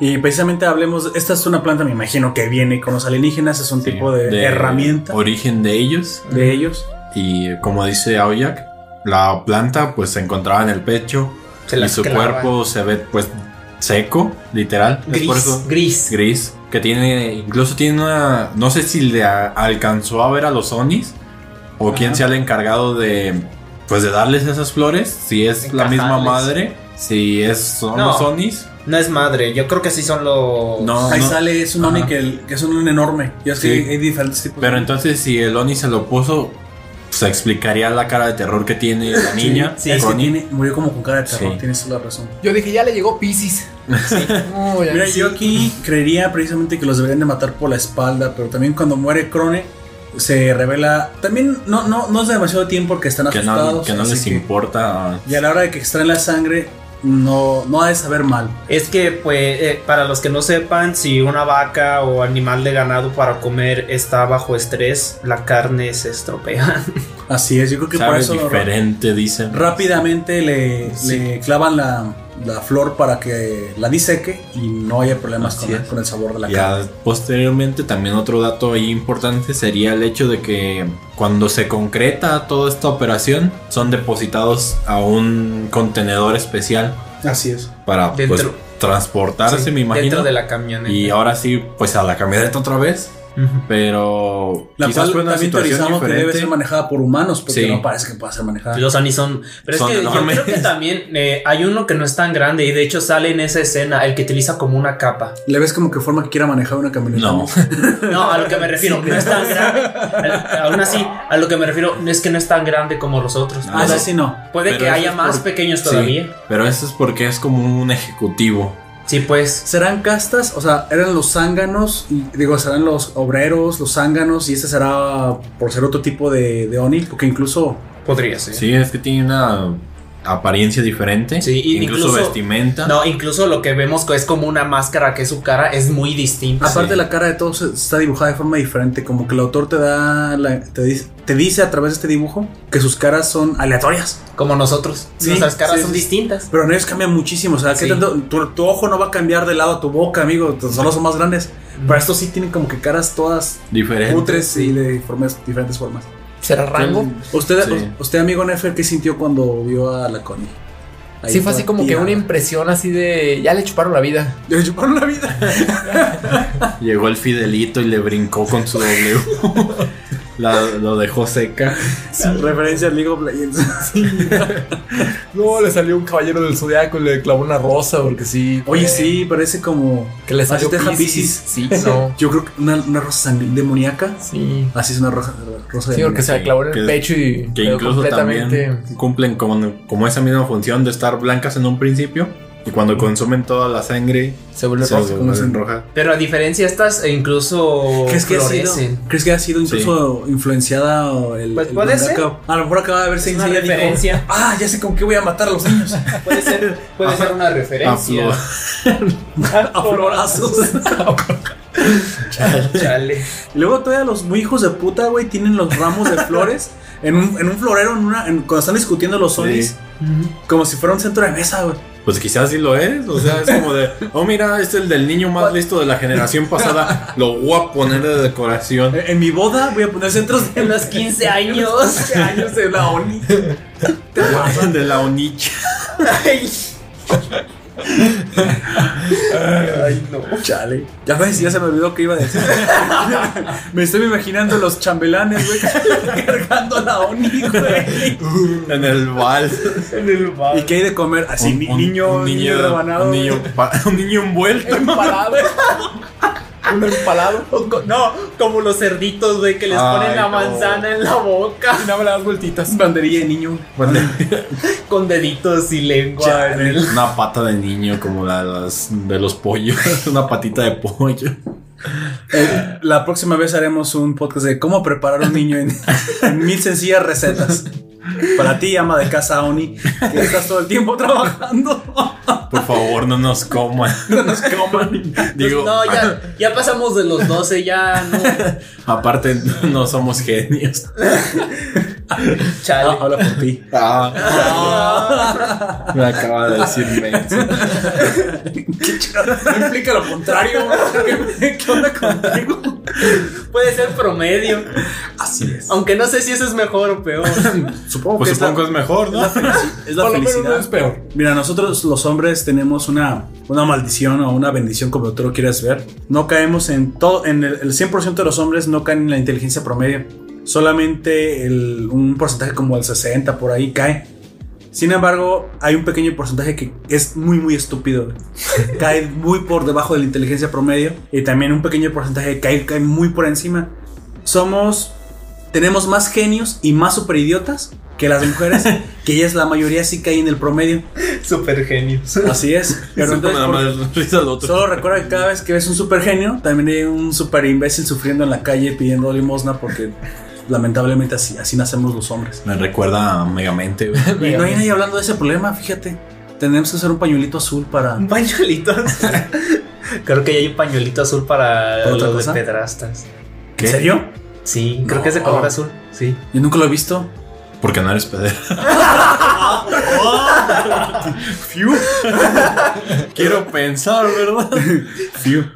Speaker 1: Y precisamente hablemos, esta es una planta, me imagino que viene con los alienígenas, es un tipo de, herramienta
Speaker 2: Origen de ellos.
Speaker 1: de ellos.
Speaker 2: Y eh, como dice Aoyak, la planta pues se encontraba en el pecho
Speaker 5: Se
Speaker 2: y
Speaker 5: la
Speaker 2: su
Speaker 5: clava.
Speaker 2: cuerpo se ve pues seco, literal. Es por
Speaker 5: Gris,
Speaker 2: eso
Speaker 5: gris.
Speaker 2: gris, que tiene, incluso tiene una, no sé si le a- alcanzó a ver a los Onis o quién sea el encargado de, pues de darles esas flores, si es la misma
Speaker 5: Encajarles.
Speaker 2: madre, si es, son
Speaker 5: No.
Speaker 2: los Onis,
Speaker 5: No es madre, yo creo que sí son los.
Speaker 2: no,
Speaker 1: Ahí
Speaker 2: no.
Speaker 1: sale, es un
Speaker 2: Ajá.
Speaker 1: Oni que, el- que es un enorme. Ya es que
Speaker 2: Sí.
Speaker 1: hay diferentes tipos.
Speaker 2: Pero entonces si el Oni se lo puso, se explicaría la cara de terror que tiene la niña.
Speaker 1: Sí, es que
Speaker 2: Ronnie.
Speaker 1: tiene, murió como con cara de terror,
Speaker 2: Sí.
Speaker 1: tienes toda la razón.
Speaker 3: Yo dije, ya le llegó Pisces. No, ya
Speaker 1: Mira,
Speaker 3: sí.
Speaker 1: yo aquí creería precisamente que los deberían de matar por la espalda, pero también cuando muere Crone se revela. También no, no, no es demasiado tiempo que están
Speaker 2: que
Speaker 1: asustados.
Speaker 2: no, que no
Speaker 1: así
Speaker 2: les
Speaker 1: que-
Speaker 2: importa. ah,
Speaker 1: Y a la hora de que extraen la sangre, no, no ha de saber mal.
Speaker 5: Es que, pues, eh, para los que no sepan, si una vaca o animal de ganado para comer está bajo estrés, la carne se estropea.
Speaker 1: Así es, yo creo que por
Speaker 2: Sabe
Speaker 1: eso lo-
Speaker 2: diferente, dicen.
Speaker 1: rápidamente le,
Speaker 2: Sí.
Speaker 1: le clavan la, la flor para que la diseque y no haya problemas
Speaker 2: Así
Speaker 1: con,
Speaker 2: es.
Speaker 1: con el sabor de la carne.
Speaker 2: Ya posteriormente también otro dato ahí importante sería el hecho de que cuando se concreta toda esta operación son depositados a un contenedor especial
Speaker 1: Así es.
Speaker 2: para pues,
Speaker 5: Dentro.
Speaker 2: transportarse,
Speaker 5: Sí,
Speaker 2: me imagino.
Speaker 5: Dentro de la camioneta.
Speaker 2: Y ahora sí, pues a la camioneta otra vez,
Speaker 5: Ujú.
Speaker 2: pero
Speaker 1: La
Speaker 2: quizás
Speaker 1: cual
Speaker 2: fue una
Speaker 1: también
Speaker 2: situación
Speaker 1: teorizamos que debe
Speaker 2: diferente.
Speaker 1: ser manejada por humanos, porque
Speaker 2: Sí.
Speaker 1: no parece que pueda ser manejada.
Speaker 5: Los Anis son. Pero
Speaker 2: Ah. Son
Speaker 5: es que
Speaker 2: enormes.
Speaker 5: yo creo que también eh, hay uno que no es tan grande y de hecho sale en esa escena, el que utiliza como una capa.
Speaker 1: ¿Le ves como que forma que quiera manejar una camioneta?
Speaker 2: No.
Speaker 5: No, a lo que me refiero, no es tan grande. Al- Aún así, a lo que me refiero es que no es tan grande como los otros.
Speaker 1: Ah,
Speaker 5: O sea,
Speaker 1: eso sí no.
Speaker 5: Puede
Speaker 2: Pero
Speaker 5: que
Speaker 2: eso
Speaker 5: haya
Speaker 2: es
Speaker 5: más
Speaker 2: por-
Speaker 5: pequeños
Speaker 2: Sí,
Speaker 5: todavía.
Speaker 2: pero eso es porque es como un ejecutivo.
Speaker 5: Sí, pues.
Speaker 1: ¿Serán castas? O sea, eran los zánganos, y- digo, serán los obreros, los zánganos, y este será por ser otro tipo de, de Oni, porque incluso
Speaker 5: Podría ser.
Speaker 2: Sí, es que tiene una apariencia diferente.
Speaker 5: Sí, y
Speaker 2: incluso,
Speaker 5: incluso-
Speaker 2: vestimenta.
Speaker 5: No, incluso lo que vemos es como una máscara que su cara es muy distinta.
Speaker 1: Aparte la cara de todos está dibujada de forma diferente, como que el autor te da, la- te, dice, te dice a través de este dibujo que sus caras son aleatorias,
Speaker 5: Como nosotros.
Speaker 1: Sí,
Speaker 5: Nuestras caras
Speaker 1: sí,
Speaker 5: son
Speaker 1: sí.
Speaker 5: distintas.
Speaker 1: pero en ellos cambian muchísimo, o sea, ¿qué
Speaker 5: Sí.
Speaker 1: tanto? Tu, tu ojo no va a cambiar de lado a tu boca, amigo, solo son más grandes, pero estos sí tienen como que caras todas
Speaker 2: diferente.
Speaker 1: putres y de formas, diferentes formas.
Speaker 3: ¿Será rango?
Speaker 1: Usted,
Speaker 2: Sí.
Speaker 1: usted amigo Nefer, ¿qué sintió cuando vio a la Connie? Ahí
Speaker 3: Sí, fue
Speaker 1: toda
Speaker 3: así como que
Speaker 1: tirada.
Speaker 3: una impresión así de. Ya le chuparon la vida.
Speaker 1: Le chuparon la vida.
Speaker 2: Llegó el Fidelito y le brincó con su W. La- lo dejó seca.
Speaker 1: Referencia al League of Legends.
Speaker 3: No, le salió un caballero del zodiaco y le clavó una rosa porque sí. Eh,
Speaker 1: Oye, sí, parece como...
Speaker 3: Que le salió
Speaker 1: Así te deja
Speaker 3: Pisces. Sí, no.
Speaker 1: Yo creo que una, una rosa sangri- demoníaca.
Speaker 3: Sí.
Speaker 1: Así Ah, es una rosa, rosa de
Speaker 3: Sí, porque
Speaker 1: niña.
Speaker 3: se la clavó en el
Speaker 2: Que-
Speaker 3: pecho y
Speaker 2: Que
Speaker 3: quedó
Speaker 2: incluso también cumplen con, como esa misma función de estar blancas en un principio. Y cuando consumen toda la sangre,
Speaker 3: Se vuelve
Speaker 2: se
Speaker 3: rojo.
Speaker 1: como
Speaker 2: vuelven
Speaker 1: se-
Speaker 2: roja. Ah,
Speaker 5: Pero a diferencia estas e incluso
Speaker 1: ¿Crees que, ha sido,
Speaker 5: florecen.
Speaker 1: ¿Crees que ha sido
Speaker 2: Sí.
Speaker 1: incluso influenciada o el,
Speaker 5: Pues
Speaker 1: el
Speaker 5: puede ser.
Speaker 1: mangaka? A lo mejor acaba de verse
Speaker 5: Es una
Speaker 1: y dijo,
Speaker 5: referencia.
Speaker 1: ah, ya sé con qué voy a matar a los niños.
Speaker 5: Puede ser, puede ser una referencia.
Speaker 2: Aflo-
Speaker 1: a florazos.
Speaker 5: Chale.
Speaker 1: Y Luego todavía los muy hijos de puta, güey, tienen los ramos de flores en, un, en un florero, en una, en- cuando están discutiendo los sonis,
Speaker 2: Sí.
Speaker 1: como si fuera un centro de mesa, güey.
Speaker 2: Pues quizás sí lo es, o sea, es como de, oh mira, este es el del niño más listo de la generación pasada, lo voy a poner de decoración.
Speaker 1: En, en mi boda voy a poner centros de
Speaker 5: En los 15 años.
Speaker 1: años de la ONI.
Speaker 2: De la Onicha.
Speaker 5: Ay, no.
Speaker 1: Chale. Ya ves, ya se me olvidó que iba a decir. me estoy imaginando los chambelanes, güey, cargando a la ONI, güey.
Speaker 2: En el bal.
Speaker 5: En el bar.
Speaker 1: ¿Y qué hay de comer? Así, ni-
Speaker 2: Un- un-
Speaker 1: niño,
Speaker 2: un
Speaker 1: niño, rebanado.
Speaker 2: Un niño, pa- un niño envuelto.
Speaker 3: Empalado. Un empalado.
Speaker 5: O co- No, como los cerditos, güey, que les
Speaker 2: Ay,
Speaker 5: ponen la
Speaker 2: no.
Speaker 5: manzana en la boca
Speaker 3: Y no me las vueltitas.
Speaker 1: Banderilla de niño.
Speaker 5: con deditos y lengua. en el-
Speaker 2: Una pata de niño como la de, las- de los pollos. Una patita de pollo.
Speaker 1: Eh, la próxima vez haremos un podcast de cómo preparar un niño en, en mil sencillas recetas. Para ti, ama de casa Oni, que estás todo el tiempo trabajando.
Speaker 2: Por favor, no nos coman.
Speaker 1: No nos coman.
Speaker 2: Digo,
Speaker 5: No, ya, ya pasamos de los 12, ya no.
Speaker 2: aparte no somos genios.
Speaker 5: Chale.
Speaker 1: Ah, habla por ti.
Speaker 2: Ah, Me acaba de decir Menzo.
Speaker 1: Qué chingado. No implica lo contrario. ¿Qué, qué onda contigo?
Speaker 5: Puede ser promedio.
Speaker 1: Así es.
Speaker 5: Aunque no sé si eso es mejor o peor.
Speaker 1: Supongo
Speaker 2: Pues
Speaker 1: que es la,
Speaker 2: supongo que es mejor, ¿no?
Speaker 1: es la
Speaker 3: Por lo menos no es
Speaker 1: felicidad.
Speaker 3: peor.
Speaker 1: Mira, nosotros los hombres tenemos una, una maldición o una bendición, como tú lo quieras ver. No caemos en todo, en el, el 100% de los hombres no caen en la inteligencia promedio. Solamente el- un porcentaje como el 60 por ahí cae. Sin embargo, hay un pequeño porcentaje que es muy, muy estúpido. cae muy por debajo de la inteligencia promedio. Y también un pequeño porcentaje que cae, cae muy por encima. Somos tenemos más genios y más superidiotas que las mujeres, que ellas la mayoría sí caen en el promedio.
Speaker 5: Super genios.
Speaker 1: Así es. Pero
Speaker 2: Eso
Speaker 1: entonces,
Speaker 2: nada
Speaker 1: por-
Speaker 2: más risa al otro.
Speaker 1: solo recuerda que cada vez que ves un supergenio, también hay un super imbécil sufriendo en la calle pidiendo limosna porque lamentablemente así, así nacemos los hombres.
Speaker 2: Me recuerda a Megamente, güey.
Speaker 1: Y no hay nadie hablando de ese problema, fíjate. Tenemos que hacer un pañuelito azul para...
Speaker 5: Un pañuelito. creo que ya hay un pañuelito azul para
Speaker 1: ¿Para otra
Speaker 5: los
Speaker 1: cosa?
Speaker 5: de pedrastas.
Speaker 1: ¿En serio?
Speaker 5: Sí, creo que es de
Speaker 1: No.
Speaker 5: color azul. Sí.
Speaker 1: Yo nunca lo he visto.
Speaker 2: Porque no eres pedero. Fiu. Quiero pensar, ¿verdad?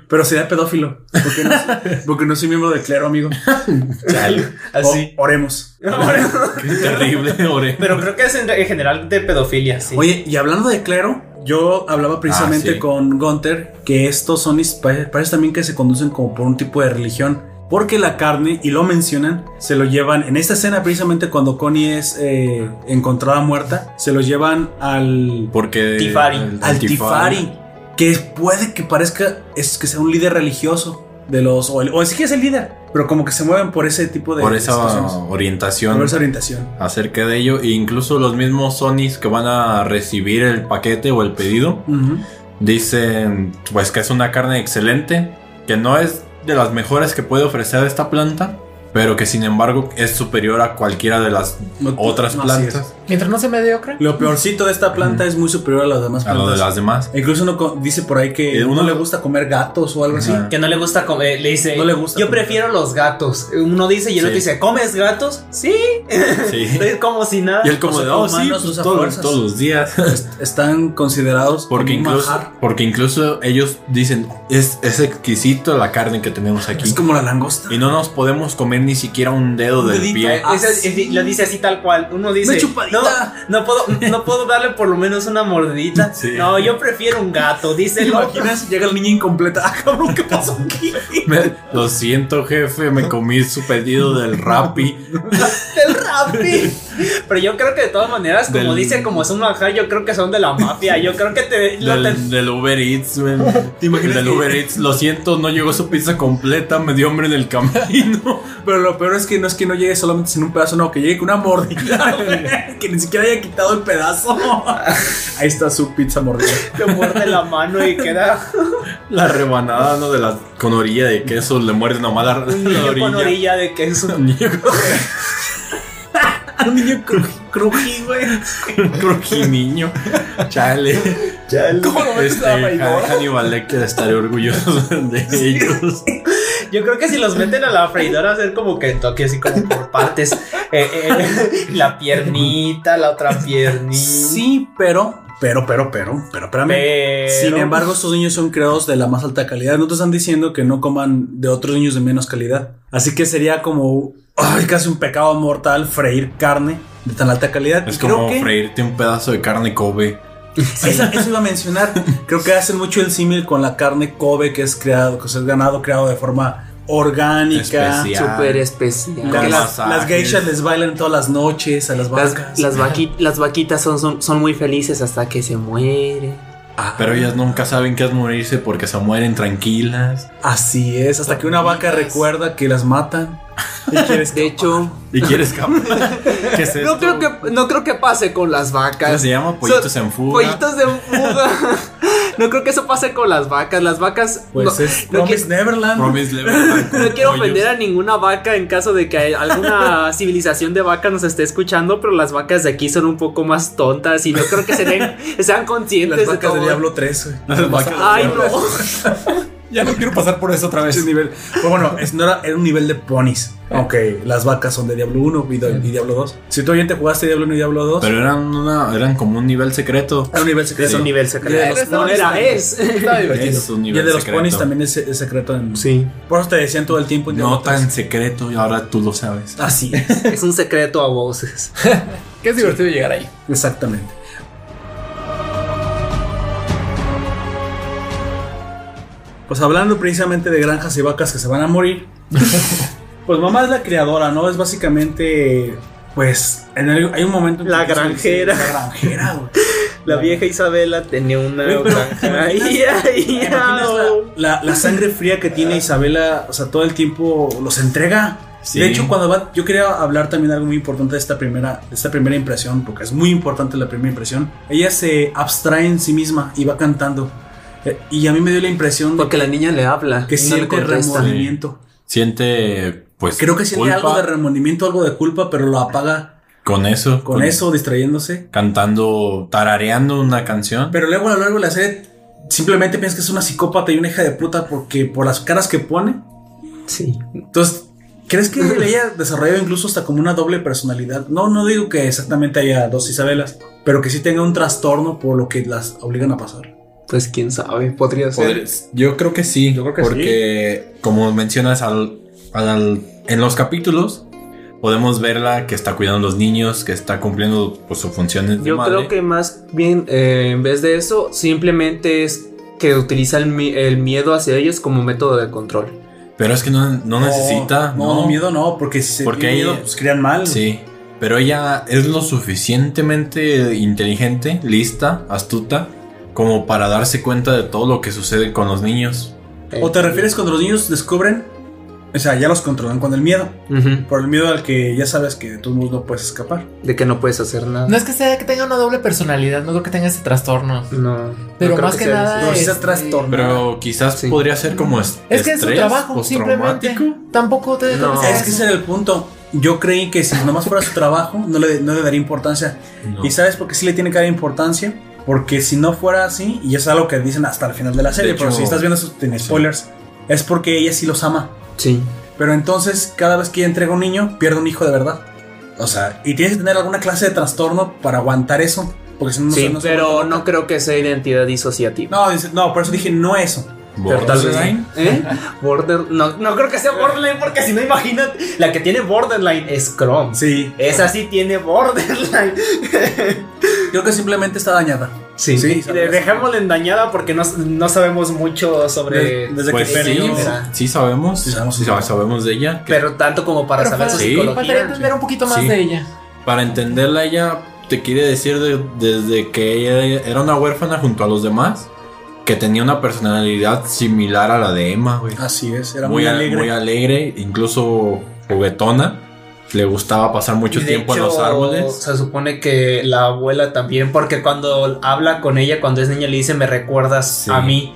Speaker 1: Pero sería pedófilo. Porque no, soy- porque no soy miembro del clero, amigo.
Speaker 2: Chale.
Speaker 5: Así.
Speaker 1: O- oremos.
Speaker 5: Oh.
Speaker 2: Qué terrible, Ore.
Speaker 5: Pero creo que es en, en general de pedofilia, sí.
Speaker 1: Oye, y hablando de clero, yo hablaba precisamente
Speaker 2: Eh, Ah, sí.
Speaker 1: con Gunther que estos son is- pa- parece también que se conducen como por un tipo de religión. Porque la carne, y lo mencionan, se lo llevan en esta escena precisamente cuando Connie es eh, encontrada muerta, se lo llevan al,
Speaker 2: Porque.
Speaker 5: Tifari.
Speaker 2: el- el
Speaker 1: al Tifari, que puede que parezca es que sea un líder religioso de los, o, el- o es que es el líder, pero como que se mueven por ese tipo de
Speaker 2: Por
Speaker 1: de
Speaker 2: esa
Speaker 1: situaciones,
Speaker 2: orientación
Speaker 1: por esa orientación.
Speaker 2: acerca de ello. E incluso los mismos Sonys que van a recibir el paquete o el pedido
Speaker 1: Ujú.
Speaker 2: dicen pues que es una carne excelente, que no es de las mejores que puede ofrecer esta planta, pero que sin embargo es superior a cualquiera de las otras
Speaker 1: Así
Speaker 2: plantas,
Speaker 3: Mientras no sea mediocre.
Speaker 1: es. Lo peorcito de esta planta es muy superior a las demás
Speaker 2: a
Speaker 1: plantas.
Speaker 2: lo de las demás.
Speaker 1: Incluso uno co- dice por ahí que
Speaker 2: Eh,
Speaker 1: uno
Speaker 2: uno-
Speaker 1: le gusta comer gatos o algo así.
Speaker 2: Ajá.
Speaker 5: Que no le gusta comer, le dice.
Speaker 1: No le gusta
Speaker 5: Yo
Speaker 1: comer.
Speaker 5: prefiero los gatos. Uno dice y el
Speaker 2: Sí.
Speaker 5: otro dice, ¿comes gatos? Sí.
Speaker 2: Sí.
Speaker 5: Es como si nada.
Speaker 2: Y él
Speaker 1: O
Speaker 2: como
Speaker 1: sea,
Speaker 2: de,
Speaker 1: como
Speaker 2: oh, sí,
Speaker 1: humanos
Speaker 2: pues,
Speaker 1: usa
Speaker 2: todos,
Speaker 1: fuerzas".
Speaker 2: todos los días.
Speaker 1: Est- Están considerados
Speaker 2: Porque
Speaker 1: como un
Speaker 2: incluso,
Speaker 1: manjar.
Speaker 2: porque incluso ellos dicen, es, es exquisito la carne que tenemos aquí.
Speaker 1: es como la langosta.
Speaker 2: Y no nos podemos comer ni siquiera un dedo
Speaker 1: Un
Speaker 2: del
Speaker 1: dedito.
Speaker 2: pie.
Speaker 1: Ah,
Speaker 5: Esa-
Speaker 1: sí.
Speaker 5: Lo dice así tal cual. Uno dice.
Speaker 1: Una chupadita.
Speaker 5: No, no puedo, no puedo darle por lo menos una mordidita.
Speaker 2: Sí.
Speaker 5: No, yo prefiero un gato, dice
Speaker 1: ¿Te
Speaker 5: el otro.
Speaker 1: imaginas? Llega el niño incompleta. Ah, cabrón, ¿qué pasó aquí?
Speaker 2: Me- lo siento, jefe, me comí su pedido del Rappi.
Speaker 5: El rapi. Pero yo creo que de todas maneras, como
Speaker 2: Del-
Speaker 5: dice, como es un manjar, yo creo que son de la mafia. Yo creo que te. lo te-
Speaker 2: Del, del Uber Eats, men.
Speaker 1: imaginas
Speaker 2: Del
Speaker 1: que-
Speaker 2: Uber Eats, lo siento, no llegó su pizza completa, me dio hambre en el camino.
Speaker 1: Pero lo peor es que no es que no llegue solamente sin un pedazo, no, que llegue con una mordida, güey, que ni siquiera haya quitado el pedazo. Ahí está su pizza mordida.
Speaker 5: Te muerde la mano y queda
Speaker 2: La rebanada, ¿no? De la, con orilla de queso, le muerde nomás la,
Speaker 5: un
Speaker 2: la
Speaker 5: niño
Speaker 2: orilla.
Speaker 5: con orilla de queso.
Speaker 2: Un niño
Speaker 1: Un niño cru- crují, güey.
Speaker 2: con- crujiniño. Chale.
Speaker 4: ¿Cómo no
Speaker 2: Este,
Speaker 4: me estaba, Igor?
Speaker 2: Hannibal Lecter estaría orgulloso de ellos.
Speaker 5: Yo creo que si los meten a la freidora a hacer como que toque así como por partes. eh, eh, la piernita, la otra piernita.
Speaker 1: Sí, pero, pero, pero, pero, pero, espérame.
Speaker 5: pero-
Speaker 1: Sin embargo,
Speaker 4: pues
Speaker 1: estos niños son creados de la más alta calidad. No te están diciendo que no coman de otros niños de menos calidad. Así que sería como ay, casi un pecado mortal freír carne de tan alta calidad.
Speaker 2: Es
Speaker 1: Y creo
Speaker 2: como
Speaker 1: que-
Speaker 2: freírte un pedazo de carne Kobe.
Speaker 1: Esa- eso iba a mencionar. Creo que hacen mucho el símil con la carne Kobe que es creado, que es ganado creado de forma orgánica.
Speaker 2: Especial.
Speaker 4: Súper especial.
Speaker 1: Las, las-
Speaker 2: Con
Speaker 1: las
Speaker 2: masajes.
Speaker 1: geishas les bailan todas las noches a las vacas.
Speaker 4: Las, las, vaqui- las vaquitas son, son, son muy felices hasta que se mueren.
Speaker 2: Ah, Pero ellas nunca saben qué es morirse porque se mueren tranquilas.
Speaker 1: Así es, hasta que una vaca recuerda que las matan. ¿Y quieres
Speaker 4: De hecho,
Speaker 2: ¿Y quieres escapar? ¿Qué es
Speaker 4: no
Speaker 2: esto?
Speaker 4: creo, que, no creo que pase con las
Speaker 2: ¿Cómo
Speaker 4: vacas.
Speaker 2: se llama? Pollitos
Speaker 4: Son-
Speaker 2: en fuga.
Speaker 4: Pollitos de fuga. no creo que eso pase con las vacas. Las vacas.
Speaker 1: Pues
Speaker 4: no,
Speaker 1: es
Speaker 4: no
Speaker 1: Promised Neverland.
Speaker 2: Promise Neverland con
Speaker 4: No quiero
Speaker 2: pollos.
Speaker 4: ofender a ninguna vaca en caso de que alguna civilización de vaca nos esté escuchando, pero las vacas de aquí son un poco más tontas y no creo que se den- sean conscientes
Speaker 1: las
Speaker 4: de
Speaker 1: vacas de
Speaker 4: todo.
Speaker 1: Diablo 3.
Speaker 2: Las vacas de
Speaker 4: Ay,
Speaker 2: Diablo.
Speaker 4: no.
Speaker 2: Ya no quiero pasar por eso otra vez. Ah.
Speaker 1: nivel. Pero bueno, es, no era, era un nivel de ponis. Aunque las vacas son de Diablo 1 y, de- y Diablo 2. Si tú oyente jugaste Diablo 1 y Diablo 2,
Speaker 2: Pero eran, una, eran como un nivel secreto.
Speaker 4: Ah,
Speaker 1: era un nivel secreto.
Speaker 5: Es un nivel secreto.
Speaker 1: Ya de los-
Speaker 4: No era, es.
Speaker 3: Está divertido.
Speaker 2: Es un
Speaker 1: Y
Speaker 2: nivel
Speaker 1: el de los
Speaker 2: secreto.
Speaker 1: ponis también es, es secreto. En,
Speaker 5: Sí.
Speaker 1: Por eso te decían todo el tiempo. en
Speaker 2: No
Speaker 1: Diablo Ah,
Speaker 2: tan
Speaker 1: 3.
Speaker 2: secreto y ahora tú lo sabes.
Speaker 1: Así es,
Speaker 4: Es un secreto a voces.
Speaker 3: Que es divertido llegar ahí.
Speaker 1: exactamente. Pues hablando precisamente de granjas y vacas que se van a morir. pues mamá es la criadora, ¿no? Es básicamente. Pues en el- hay un momento. en que
Speaker 5: La
Speaker 1: empieza a decir,
Speaker 5: granjera.
Speaker 1: La granjera, güey.
Speaker 5: La vieja Isabela tenía una
Speaker 1: Güey, pero,
Speaker 5: granja.
Speaker 1: ¿te imaginas?
Speaker 5: Ay, ay,
Speaker 1: ¿Te imaginas
Speaker 5: ay.
Speaker 1: La, la sangre fría que tiene Isabela, o sea, todo el tiempo los entrega.
Speaker 2: Sí.
Speaker 1: De hecho, cuando va, yo quería hablar también de algo muy importante de esta primera, de esta primera impresión, porque es muy importante la primera impresión. Ella se abstrae en sí misma y va cantando. Eh, y a mí me dio la impresión de
Speaker 4: Porque la niña le habla.
Speaker 1: que
Speaker 4: y no le
Speaker 1: siente
Speaker 4: contesta.
Speaker 1: remordimiento.
Speaker 2: Siente, pues.
Speaker 1: Creo que siente
Speaker 2: culpa
Speaker 1: algo de remordimiento, algo de culpa, pero lo apaga
Speaker 2: Con eso.
Speaker 1: con eso, distrayéndose.
Speaker 2: Cantando, tarareando una canción.
Speaker 1: Pero luego a lo largo de la serie simplemente piensas que es una psicópata y una hija de puta porque por las caras que pone.
Speaker 4: Sí.
Speaker 1: Entonces, ¿crees que ella desarrollado incluso hasta como una doble personalidad? No, no digo que exactamente haya dos Isabelas, pero que sí tenga un trastorno por lo que las obligan a pasar.
Speaker 4: Pues quién sabe, podría ser.
Speaker 2: Podrías- Yo creo que sí. porque, como mencionas, al, al- en los capítulos podemos verla que está cuidando a los niños, que está cumpliendo pues, sus funciones de
Speaker 4: Yo
Speaker 2: madre.
Speaker 4: creo que más bien, eh, en vez de eso, simplemente es que utiliza el, mi- el miedo hacia ellos como método de control.
Speaker 2: Pero es que no, no necesita.
Speaker 1: No, miedo no, porque si se
Speaker 2: Porque
Speaker 1: tiene
Speaker 2: ella-
Speaker 1: miedo, pues crean mal.
Speaker 2: Sí. Pero ella es lo suficientemente inteligente, lista, astuta, como para darse cuenta de todo lo que sucede con los niños.
Speaker 1: ¿O te refieres cuando los niños descubren? O sea, ya los controlan con el miedo.
Speaker 4: Ujú,
Speaker 1: Por el miedo al que ya sabes que de todos modos no puedes escapar.
Speaker 4: De que no puedes hacer nada.
Speaker 3: No es que sea que tenga una doble personalidad, no creo que tenga ese trastorno.
Speaker 4: No.
Speaker 3: Pero
Speaker 4: creo
Speaker 3: más que,
Speaker 4: sea
Speaker 3: nada.
Speaker 1: No, sí se
Speaker 3: este,
Speaker 1: trastorna.
Speaker 2: Pero quizás
Speaker 4: Sí.
Speaker 2: podría ser como es,
Speaker 3: Es que es su
Speaker 2: estrés
Speaker 3: trabajo,
Speaker 2: postraumático.
Speaker 3: simplemente. Tampoco te
Speaker 4: No.
Speaker 1: Es que ese era el punto. Yo creí que si nomás fuera su trabajo, no le, no le daría importancia.
Speaker 2: No.
Speaker 1: ¿Y sabes por qué sí le tiene que dar importancia? Porque si no fuera así, y es algo que dicen hasta el final de la serie,
Speaker 2: De
Speaker 1: pero
Speaker 2: hecho,
Speaker 1: si estás viendo eso en
Speaker 2: sí.
Speaker 1: spoilers, es porque ella sí los ama.
Speaker 4: Sí.
Speaker 1: Pero entonces, cada vez que ella entrega un niño, pierde un hijo de verdad. O sea, y tienes que tener alguna clase de trastorno para aguantar eso. Porque si no, no
Speaker 4: sí,
Speaker 1: se- no se
Speaker 4: pero
Speaker 1: aguanta.
Speaker 4: no creo que sea identidad disociativa.
Speaker 1: No, dice- no, por eso dije no eso.
Speaker 4: Pero tal vez-
Speaker 2: Borderline.
Speaker 4: ¿Eh? Border. No, no creo que sea borderline porque si no imagínate. La que tiene borderline es Chrome.
Speaker 1: Sí.
Speaker 4: Esa sí tiene borderline.
Speaker 1: Creo que simplemente está dañada.
Speaker 4: Sí.
Speaker 1: Sí,
Speaker 4: Le- Dejémosla en dañada porque no, no sabemos mucho sobre.
Speaker 1: Desde, desde
Speaker 2: Pues
Speaker 1: que
Speaker 2: sí,
Speaker 1: perdió.
Speaker 4: era.
Speaker 2: sí sabemos,
Speaker 1: Sí
Speaker 2: sí
Speaker 1: sabemos.
Speaker 2: sabemos, sabemos de ella. que
Speaker 4: Pero tanto como para
Speaker 3: Pero
Speaker 4: saber su
Speaker 3: falta-
Speaker 2: sí.
Speaker 3: Faltaría
Speaker 4: psicología.
Speaker 3: entender un poquito más
Speaker 2: Sí.
Speaker 3: de ella.
Speaker 2: Para entenderla ella te quiere decir de- desde que ella era una huérfana junto a los demás que tenía una personalidad similar a la de Emma, güey.
Speaker 1: Así es, Ah, era
Speaker 2: muy,
Speaker 1: muy,
Speaker 2: a-
Speaker 1: alegre.
Speaker 2: muy alegre, incluso juguetona. Le gustaba pasar mucho
Speaker 5: Y de
Speaker 2: tiempo en los
Speaker 5: hecho,
Speaker 2: árboles.
Speaker 5: Se supone que la abuela también, porque cuando habla con ella, cuando es niña, le dice, me recuerdas
Speaker 2: Sí. Mm.
Speaker 5: a mí,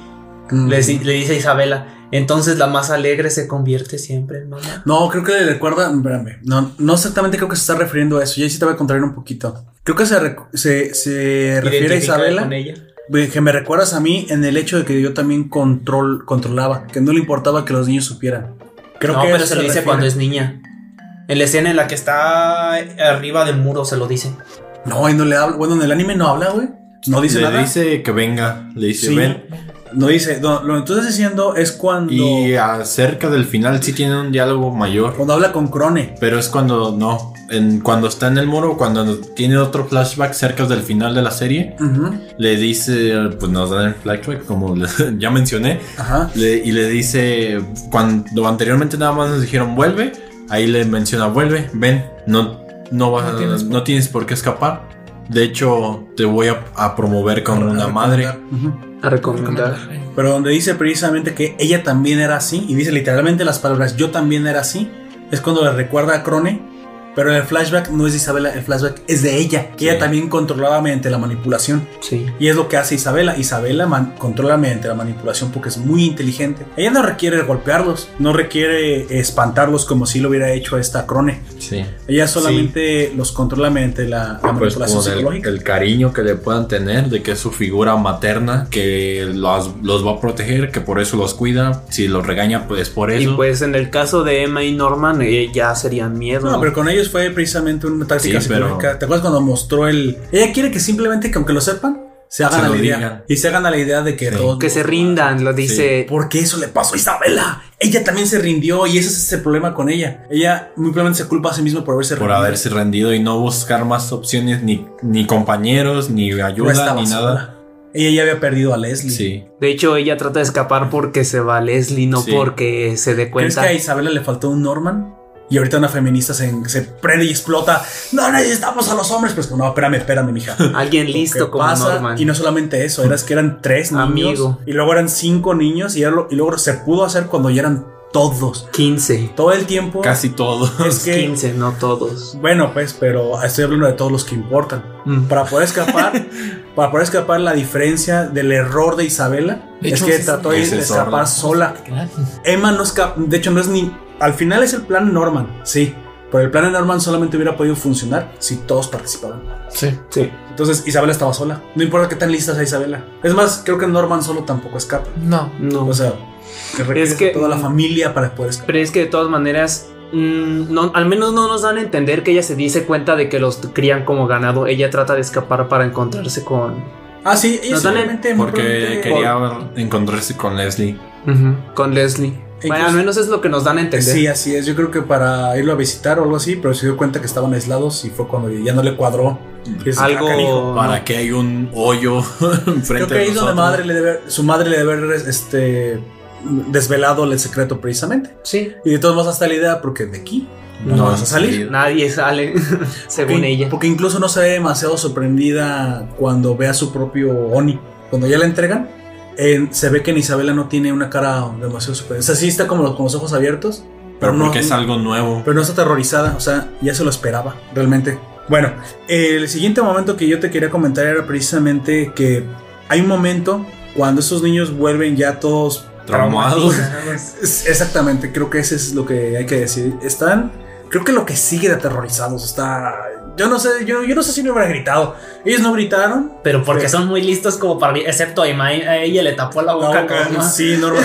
Speaker 5: le, di- le dice a Isabela. Entonces la más alegre se convierte siempre en mamá.
Speaker 1: No, creo que le recuerda. Espérame. No, no exactamente creo que se está refiriendo a eso. Ya sí te voy a contraer un poquito. Creo que se, recu- se, se refiere a
Speaker 5: Identifica
Speaker 1: Isabela.
Speaker 5: Con ella.
Speaker 1: de Que me recuerdas a mí en el hecho de que yo también control, controlaba. Que no le importaba que los niños supieran. Creo
Speaker 5: no,
Speaker 1: que a
Speaker 5: pero
Speaker 1: eso
Speaker 5: se lo dice
Speaker 1: refiere.
Speaker 5: cuando es niña. En la escena en la que está arriba del muro se lo dice.
Speaker 1: No, y no le habla. Bueno, en el anime no habla, güey. No dice
Speaker 2: le
Speaker 1: nada.
Speaker 2: dice que venga, le dice
Speaker 1: Sí.
Speaker 2: ven.
Speaker 1: No dice. No, lo que tú estás diciendo es cuando.
Speaker 2: Y acerca del final sí tiene un diálogo mayor.
Speaker 1: Cuando habla con Crone.
Speaker 2: Pero es cuando no, en, cuando está en el muro, cuando tiene otro flashback cerca del final de la serie,
Speaker 1: Ujú,
Speaker 2: le dice, pues nos dan el flashback, como les- ya mencioné,
Speaker 1: Ajá.
Speaker 2: le- y le dice, cuando anteriormente nada más nos dijeron vuelve, ahí le menciona vuelve, ven, no, no, vas, no, tienes, por qué escapar. De hecho, te voy a, a promover como una madre.
Speaker 1: ujú.
Speaker 4: A recomendar.
Speaker 1: Pero donde dice precisamente que ella también era así, y dice literalmente las palabras yo también era así, es cuando le recuerda a Crone, pero el flashback no es de Isabela, el flashback es de ella, que ella
Speaker 2: Sí.
Speaker 1: también controlaba mediante la manipulación.
Speaker 4: Sí.
Speaker 1: Y es lo que hace Isabela. Isabela man- controla mediante la manipulación porque es muy inteligente. Ella no requiere golpearlos, no requiere espantarlos como si lo hubiera hecho esta Crone.
Speaker 2: Sí.
Speaker 1: Ella solamente los controla mediante la, Ah, la
Speaker 2: Pues
Speaker 1: manipulación
Speaker 2: con el-
Speaker 1: psicológica.
Speaker 2: El, cariño que le puedan tener, de que es su figura materna, que los, los va a proteger, que por eso los cuida. Si los regaña, pues es por
Speaker 4: Y
Speaker 2: eso.
Speaker 4: pues en el caso de Emma y Norman eh, ya serían miedo.
Speaker 1: No, pero con ellos fue precisamente una táctica
Speaker 2: Sí, pero-
Speaker 1: psicológica. ¿Te acuerdas cuando mostró el. Ella quiere que simplemente, que aunque lo sepan, se hagan
Speaker 2: Se
Speaker 1: a la
Speaker 2: lo
Speaker 1: idea.
Speaker 2: digan.
Speaker 1: Y se hagan a la idea de que
Speaker 2: Sí.
Speaker 1: todos.
Speaker 4: que se rindan, lo dice.
Speaker 1: Porque eso le pasó a Isabela. Ella también se rindió y ese es ese problema con ella. Ella muy probablemente se culpa a sí misma por haberse
Speaker 2: por
Speaker 1: rendido.
Speaker 2: haberse rendido y no buscar más opciones, ni, ni compañeros, ni
Speaker 1: No
Speaker 2: ayuda,
Speaker 1: estaba
Speaker 2: ni
Speaker 1: sola.
Speaker 2: nada.
Speaker 1: Ella ya había perdido a Leslie.
Speaker 2: Sí.
Speaker 4: De hecho, ella trata de escapar porque se va Leslie, no
Speaker 2: Sí.
Speaker 4: porque se dé
Speaker 1: ¿Crees
Speaker 4: cuenta.
Speaker 1: que a Isabela le faltó un Norman? Y ahorita una feminista se, se prende y explota. No necesitamos a los hombres. Pues no, espérame, espérame, mija.
Speaker 4: Alguien
Speaker 1: Lo
Speaker 4: listo
Speaker 1: que
Speaker 4: como
Speaker 1: pasa,
Speaker 4: Norman.
Speaker 1: Y no solamente eso, era que eran tres niños.
Speaker 4: Amigo.
Speaker 1: Y luego eran cinco niños. Y, ya lo- y luego se pudo hacer cuando ya eran todos.
Speaker 4: 15.
Speaker 1: Todo el tiempo.
Speaker 2: Casi todo.
Speaker 1: Es que.
Speaker 4: 15, no todos.
Speaker 1: Bueno, pues, pero estoy hablando de todos los que importan.
Speaker 4: Mm.
Speaker 1: Para poder escapar, para poder escapar, la diferencia del error de Isabela
Speaker 3: De
Speaker 1: es
Speaker 3: hecho,
Speaker 1: que
Speaker 3: sí,
Speaker 1: trató de
Speaker 2: sí, sí.
Speaker 1: escapar sola.
Speaker 3: Claro.
Speaker 1: Emma no escapa, de hecho no es ni... Al final es el plan Norman, sí. Pero el plan Norman solamente hubiera podido funcionar si todos participaban.
Speaker 3: Sí.
Speaker 4: Sí.
Speaker 1: Entonces Isabela estaba sola. No importa qué tan lista sea Isabela. Es más, creo que Norman solo tampoco escapa.
Speaker 3: No.
Speaker 4: No.
Speaker 1: O sea, que requieres
Speaker 4: que-
Speaker 1: a toda la familia para poder escapar.
Speaker 4: Pero es que de todas maneras, mm, no, al menos no nos dan a entender que ella se dice cuenta de que los crían como ganado. Ella trata de escapar para encontrarse con.
Speaker 1: Ah, sí, ella
Speaker 4: Nos dan el-
Speaker 1: solamente muy
Speaker 2: Porque
Speaker 1: probablemente-
Speaker 2: quería encontrarse con Leslie.
Speaker 4: Ujú, con Leslie. Bueno, al menos es lo que nos dan a entender.
Speaker 1: Sí, así es. Yo creo que para irlo a visitar o algo así, pero se dio cuenta que estaban aislados y fue cuando ya no le cuadró.
Speaker 2: Mm.
Speaker 1: Y se-
Speaker 4: Algo.
Speaker 1: ah, canijo.
Speaker 2: Para que hay un hoyo enfrente
Speaker 1: Creo que
Speaker 2: de
Speaker 1: ahí es donde
Speaker 2: nosotros.
Speaker 1: madre le debe- su madre le debe haber este, desvelado el secreto precisamente.
Speaker 4: Sí.
Speaker 1: Y de todos modos hasta la idea, porque de aquí no,
Speaker 2: No,
Speaker 1: vas a salir.
Speaker 4: Nadie sale, según
Speaker 1: Porque-
Speaker 4: ella.
Speaker 1: Porque incluso no se ve demasiado sorprendida cuando ve a su propio Oni. Cuando ya la entregan, en- se ve que en Isabela no tiene una cara demasiado sorprendida. O sea, sí está como con los ojos abiertos.
Speaker 2: Pero
Speaker 1: no,
Speaker 2: porque es algo nuevo.
Speaker 1: pero no está aterrorizada, o sea, ya se lo esperaba, realmente. Bueno, el siguiente momento que yo te quería comentar era precisamente que hay un momento cuando esos niños vuelven ya todos
Speaker 2: Traumados.
Speaker 1: Es- Exactamente, creo que ese es lo que hay que decir. Están, creo que lo que sigue de aterrorizados está. Yo no sé, yo, yo no sé si no hubieran gritado. Ellos no gritaron.
Speaker 5: Pero porque
Speaker 1: Sí.
Speaker 5: son muy listos como para... Excepto a Emma, a ella le tapó la boca. con-
Speaker 1: Norma, sí, Norma.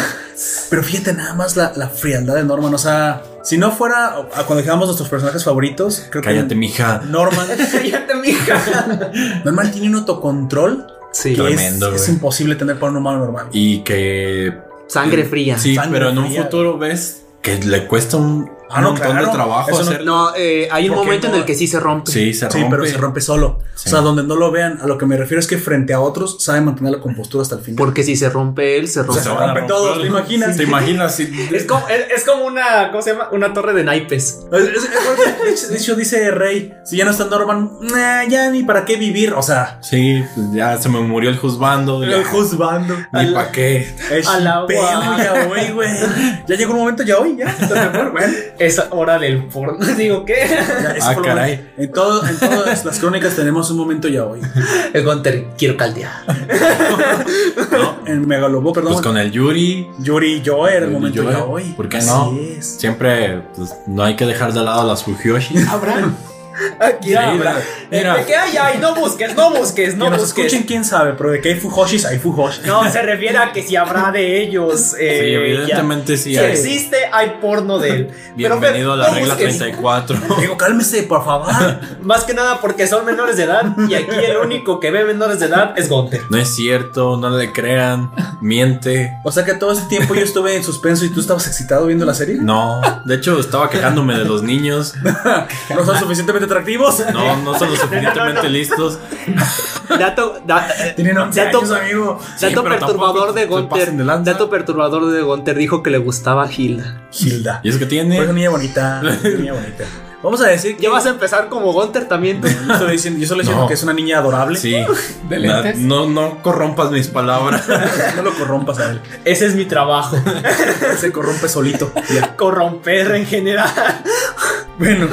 Speaker 1: Pero fíjate nada más la, la frialdad de Norman. O sea, si no fuera a- a cuando dejamos nuestros personajes favoritos, creo
Speaker 2: Cállate,
Speaker 1: que
Speaker 2: mija.
Speaker 1: Norman,
Speaker 5: Cállate, mija.
Speaker 1: Norman tiene un autocontrol
Speaker 4: Sí.
Speaker 1: que es-
Speaker 2: Tremendo,
Speaker 1: es,
Speaker 2: güey.
Speaker 1: imposible tener para un humano normal.
Speaker 2: Y que
Speaker 4: Sangre fría.
Speaker 2: Sí,
Speaker 1: Sangre
Speaker 2: pero en un
Speaker 1: fría.
Speaker 2: futuro ves que le cuesta un,
Speaker 1: Ah, no,
Speaker 2: un montón
Speaker 1: claro.
Speaker 2: de trabajo
Speaker 1: Eso no-
Speaker 2: hacer.
Speaker 4: No, eh, hay un
Speaker 2: ¿Por qué
Speaker 4: momento
Speaker 2: no?
Speaker 4: en el que sí se rompe.
Speaker 2: Sí, se
Speaker 1: Sí,
Speaker 2: rompe.
Speaker 1: pero se rompe solo. O
Speaker 2: Sí.
Speaker 1: sea, donde no lo vean, a lo que me refiero es que frente a otros sabe mantener la compostura hasta el final.
Speaker 4: Porque si se rompe él, se rompe.
Speaker 1: sea, se rompe todos, ¿te imaginas?
Speaker 2: ¿Te imaginas? Sí.
Speaker 5: es, como, es, es como una... ¿Cómo se llama? Una torre de naipes.
Speaker 1: Es- es- es- de hecho- De hecho, dice Rey, si ya no está Norman, nah, ya ni para qué vivir. O sea,
Speaker 2: Sí, pues ya se me murió el juzbando. ya.
Speaker 1: juzgando.
Speaker 2: Ni pa' qué.
Speaker 1: Es
Speaker 5: al
Speaker 1: un
Speaker 5: agua.
Speaker 1: pedo, ya hoy, güey. Ya llegó un momento, ya hoy, ya. Entonces, bueno, bueno.
Speaker 4: es hora del porno. Digo, ¿qué?
Speaker 1: Eso
Speaker 2: Ah,
Speaker 1: fue lo bueno.
Speaker 2: caray.
Speaker 1: En, todo- en todas las crónicas tenemos un momento ya hoy.
Speaker 4: El Gunter, quiero caldear.
Speaker 1: ¿no? En Megalobó, perdón.
Speaker 2: Pues con el Yuri.
Speaker 1: Yuri yo era el
Speaker 2: Yuri
Speaker 1: momento
Speaker 2: Joe,
Speaker 1: ya hoy.
Speaker 2: ¿por qué
Speaker 1: Así
Speaker 2: no?
Speaker 1: es.
Speaker 2: Siempre pues, no hay que dejar de lado las Fujoshi.
Speaker 3: Abraham.
Speaker 4: Aquí
Speaker 2: Sí,
Speaker 4: habla.
Speaker 2: mira.
Speaker 4: ¿De qué hay? Ay, no busques, no busques, no
Speaker 5: pues
Speaker 1: que nos
Speaker 4: busques.
Speaker 1: escuchen, quién sabe, pero de que hay fujoshis, hay fujoshis.
Speaker 4: No, se refiere a que si habrá de ellos.
Speaker 2: Sí,
Speaker 4: eh,
Speaker 2: evidentemente sí.
Speaker 4: ya. Si
Speaker 2: hay.
Speaker 4: existe, hay porno de él. Pero,
Speaker 2: Bienvenido a la
Speaker 4: no
Speaker 2: regla
Speaker 4: busques.
Speaker 2: 34.
Speaker 1: Digo, cálmese, por favor.
Speaker 4: Más que nada porque son menores de edad y aquí el único que ve menores de edad es Gunter.
Speaker 2: No es cierto, no le crean. Miente.
Speaker 1: O sea que todo ese tiempo yo estuve en suspenso y tú estabas excitado viendo la serie.
Speaker 2: No. De hecho, estaba quejándome de los niños.
Speaker 1: No son suficientemente atractivos.
Speaker 2: No, no son lo suficientemente listos.
Speaker 4: Dato, da-
Speaker 1: Tienen 11
Speaker 4: dato,
Speaker 1: años, amigo.
Speaker 2: Sí,
Speaker 4: dato
Speaker 2: pero tampoco
Speaker 4: perturbador de
Speaker 2: se pasen de
Speaker 4: Gunter.
Speaker 2: lanza.
Speaker 4: Dato perturbador de Gunter dijo que le gustaba Hilda.
Speaker 1: Gilda.
Speaker 2: ¿Y eso que
Speaker 1: Fue una
Speaker 2: tiene?
Speaker 1: niña bonita. Una niña bonita. Vamos a decir que.
Speaker 4: Ya vas a empezar como Gunter también. tú.
Speaker 1: Yo solo diciendo, yo solo diciendo
Speaker 2: No.
Speaker 1: que es una niña adorable.
Speaker 2: Sí.
Speaker 3: ¿De
Speaker 2: Na-
Speaker 3: lentes?
Speaker 2: No, no corrompas mis palabras.
Speaker 1: No lo corrompas a él.
Speaker 4: Ese es mi trabajo.
Speaker 1: Se corrompe solito. Ya.
Speaker 4: Corromper en general.
Speaker 1: Bueno,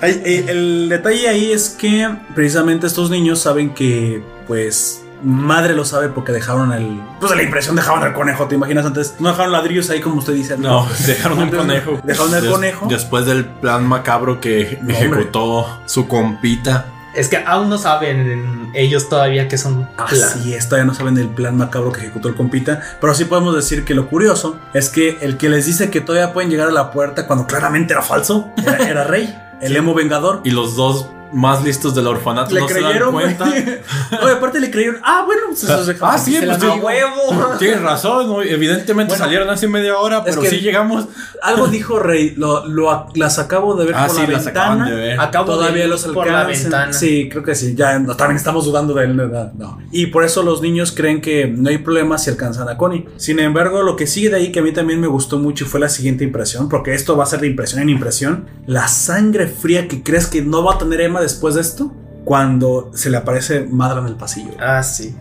Speaker 1: Ay, eh, el detalle ahí es que precisamente estos niños saben que, pues, madre lo sabe porque dejaron el. Pues la impresión dejaron al conejo, ¿te imaginas antes? No dejaron ladrillos ahí como usted dice.
Speaker 2: No, dejaron un conejo.
Speaker 1: Dejaron el
Speaker 2: Des-
Speaker 1: conejo.
Speaker 2: Después del plan macabro que
Speaker 1: No,
Speaker 2: ejecutó su compita.
Speaker 4: Es que aún no saben ellos todavía que son
Speaker 2: Ah,
Speaker 4: plan.
Speaker 1: Así es, todavía no saben del plan macabro que ejecutó el compita. Pero sí podemos decir que lo curioso es que el que les dice que todavía pueden llegar a la puerta cuando claramente era falso, era, era rey, el emo vengador.
Speaker 2: Y los dos más listos del orfanato
Speaker 1: Le
Speaker 2: no
Speaker 1: creyeron,
Speaker 2: se dan cuenta.
Speaker 1: güey. No, y aparte le creyeron. Ah, bueno, pues, eso se-
Speaker 2: Ah, sí,
Speaker 1: se la
Speaker 2: pues,
Speaker 1: mamó.
Speaker 4: huevo.
Speaker 2: Tienes razón, ¿no? evidentemente
Speaker 1: Bueno,
Speaker 2: salieron hace media hora, pero
Speaker 1: que-
Speaker 2: sí llegamos.
Speaker 1: Algo dijo Rey, lo, lo ac- las acabo de ver
Speaker 2: Ah,
Speaker 1: por
Speaker 2: sí,
Speaker 1: la
Speaker 2: las acaban
Speaker 1: ventana.
Speaker 2: de ver.
Speaker 4: Acabo
Speaker 1: Todavía
Speaker 4: de
Speaker 1: los
Speaker 4: ir por la
Speaker 1: alcanzan.
Speaker 4: ventana.
Speaker 1: Sí, creo que sí. Ya no, también estamos dudando de él, ¿verdad? No. Y por eso los niños creen que no hay problema si alcanzan a Connie. Sin embargo, lo que sigue de ahí que a mí también me gustó mucho fue la siguiente impresión, porque esto va a ser de impresión en impresión. La sangre fría que crees que no va a tener Emma después de esto, cuando se le aparece Madra en el pasillo.
Speaker 4: Ah, sí.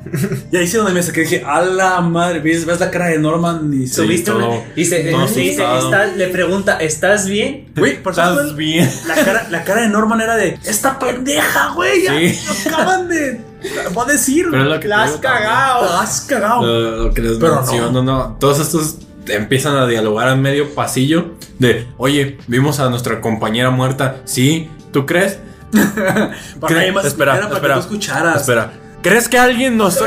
Speaker 1: Y ahí sí donde me saqué dije, a la madre, ¿ves, ves la cara de Norman? Y
Speaker 2: Sí,
Speaker 4: Subiste
Speaker 2: todo-
Speaker 4: una- dice, eh,
Speaker 2: todo
Speaker 4: dice,
Speaker 2: asustado.
Speaker 4: "Está- le pregunta, ¿estás bien?
Speaker 1: Güey, por cierto,
Speaker 2: Estás bien.
Speaker 1: La cara, la cara de Norman era de esta pendeja, güey. Ya
Speaker 2: Sí.
Speaker 1: lo acaban de. Va a decir.
Speaker 2: Pero es lo que te
Speaker 4: La has
Speaker 2: digo también.
Speaker 4: cagado.
Speaker 1: "La has cagado.
Speaker 2: Lo, lo que les
Speaker 1: Oh. Pero no.
Speaker 2: menciono, no. Todos estos empiezan a dialogar en medio pasillo de, oye, vimos a nuestra compañera muerta. Sí, ¿tú crees?
Speaker 1: Para que
Speaker 2: Cre-
Speaker 1: además
Speaker 2: espera,
Speaker 1: era para
Speaker 2: espera,
Speaker 1: que tú escucharas.
Speaker 2: Espera. ¿Crees que alguien nos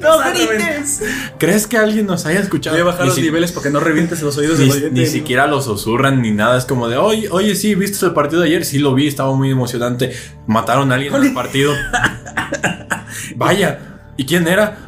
Speaker 4: No grites.
Speaker 2: crees que alguien nos haya escuchado?
Speaker 1: Voy a bajar
Speaker 2: Ni
Speaker 1: los
Speaker 2: si-
Speaker 1: niveles para que no revientes los oídos
Speaker 2: Ni,
Speaker 1: del oyente.
Speaker 2: ni siquiera lo susurran ni nada, es como de oye, oye, sí, ¿viste el partido de ayer? Sí, lo vi, estaba muy emocionante. Mataron a alguien en el partido. Vaya, ¿y quién era?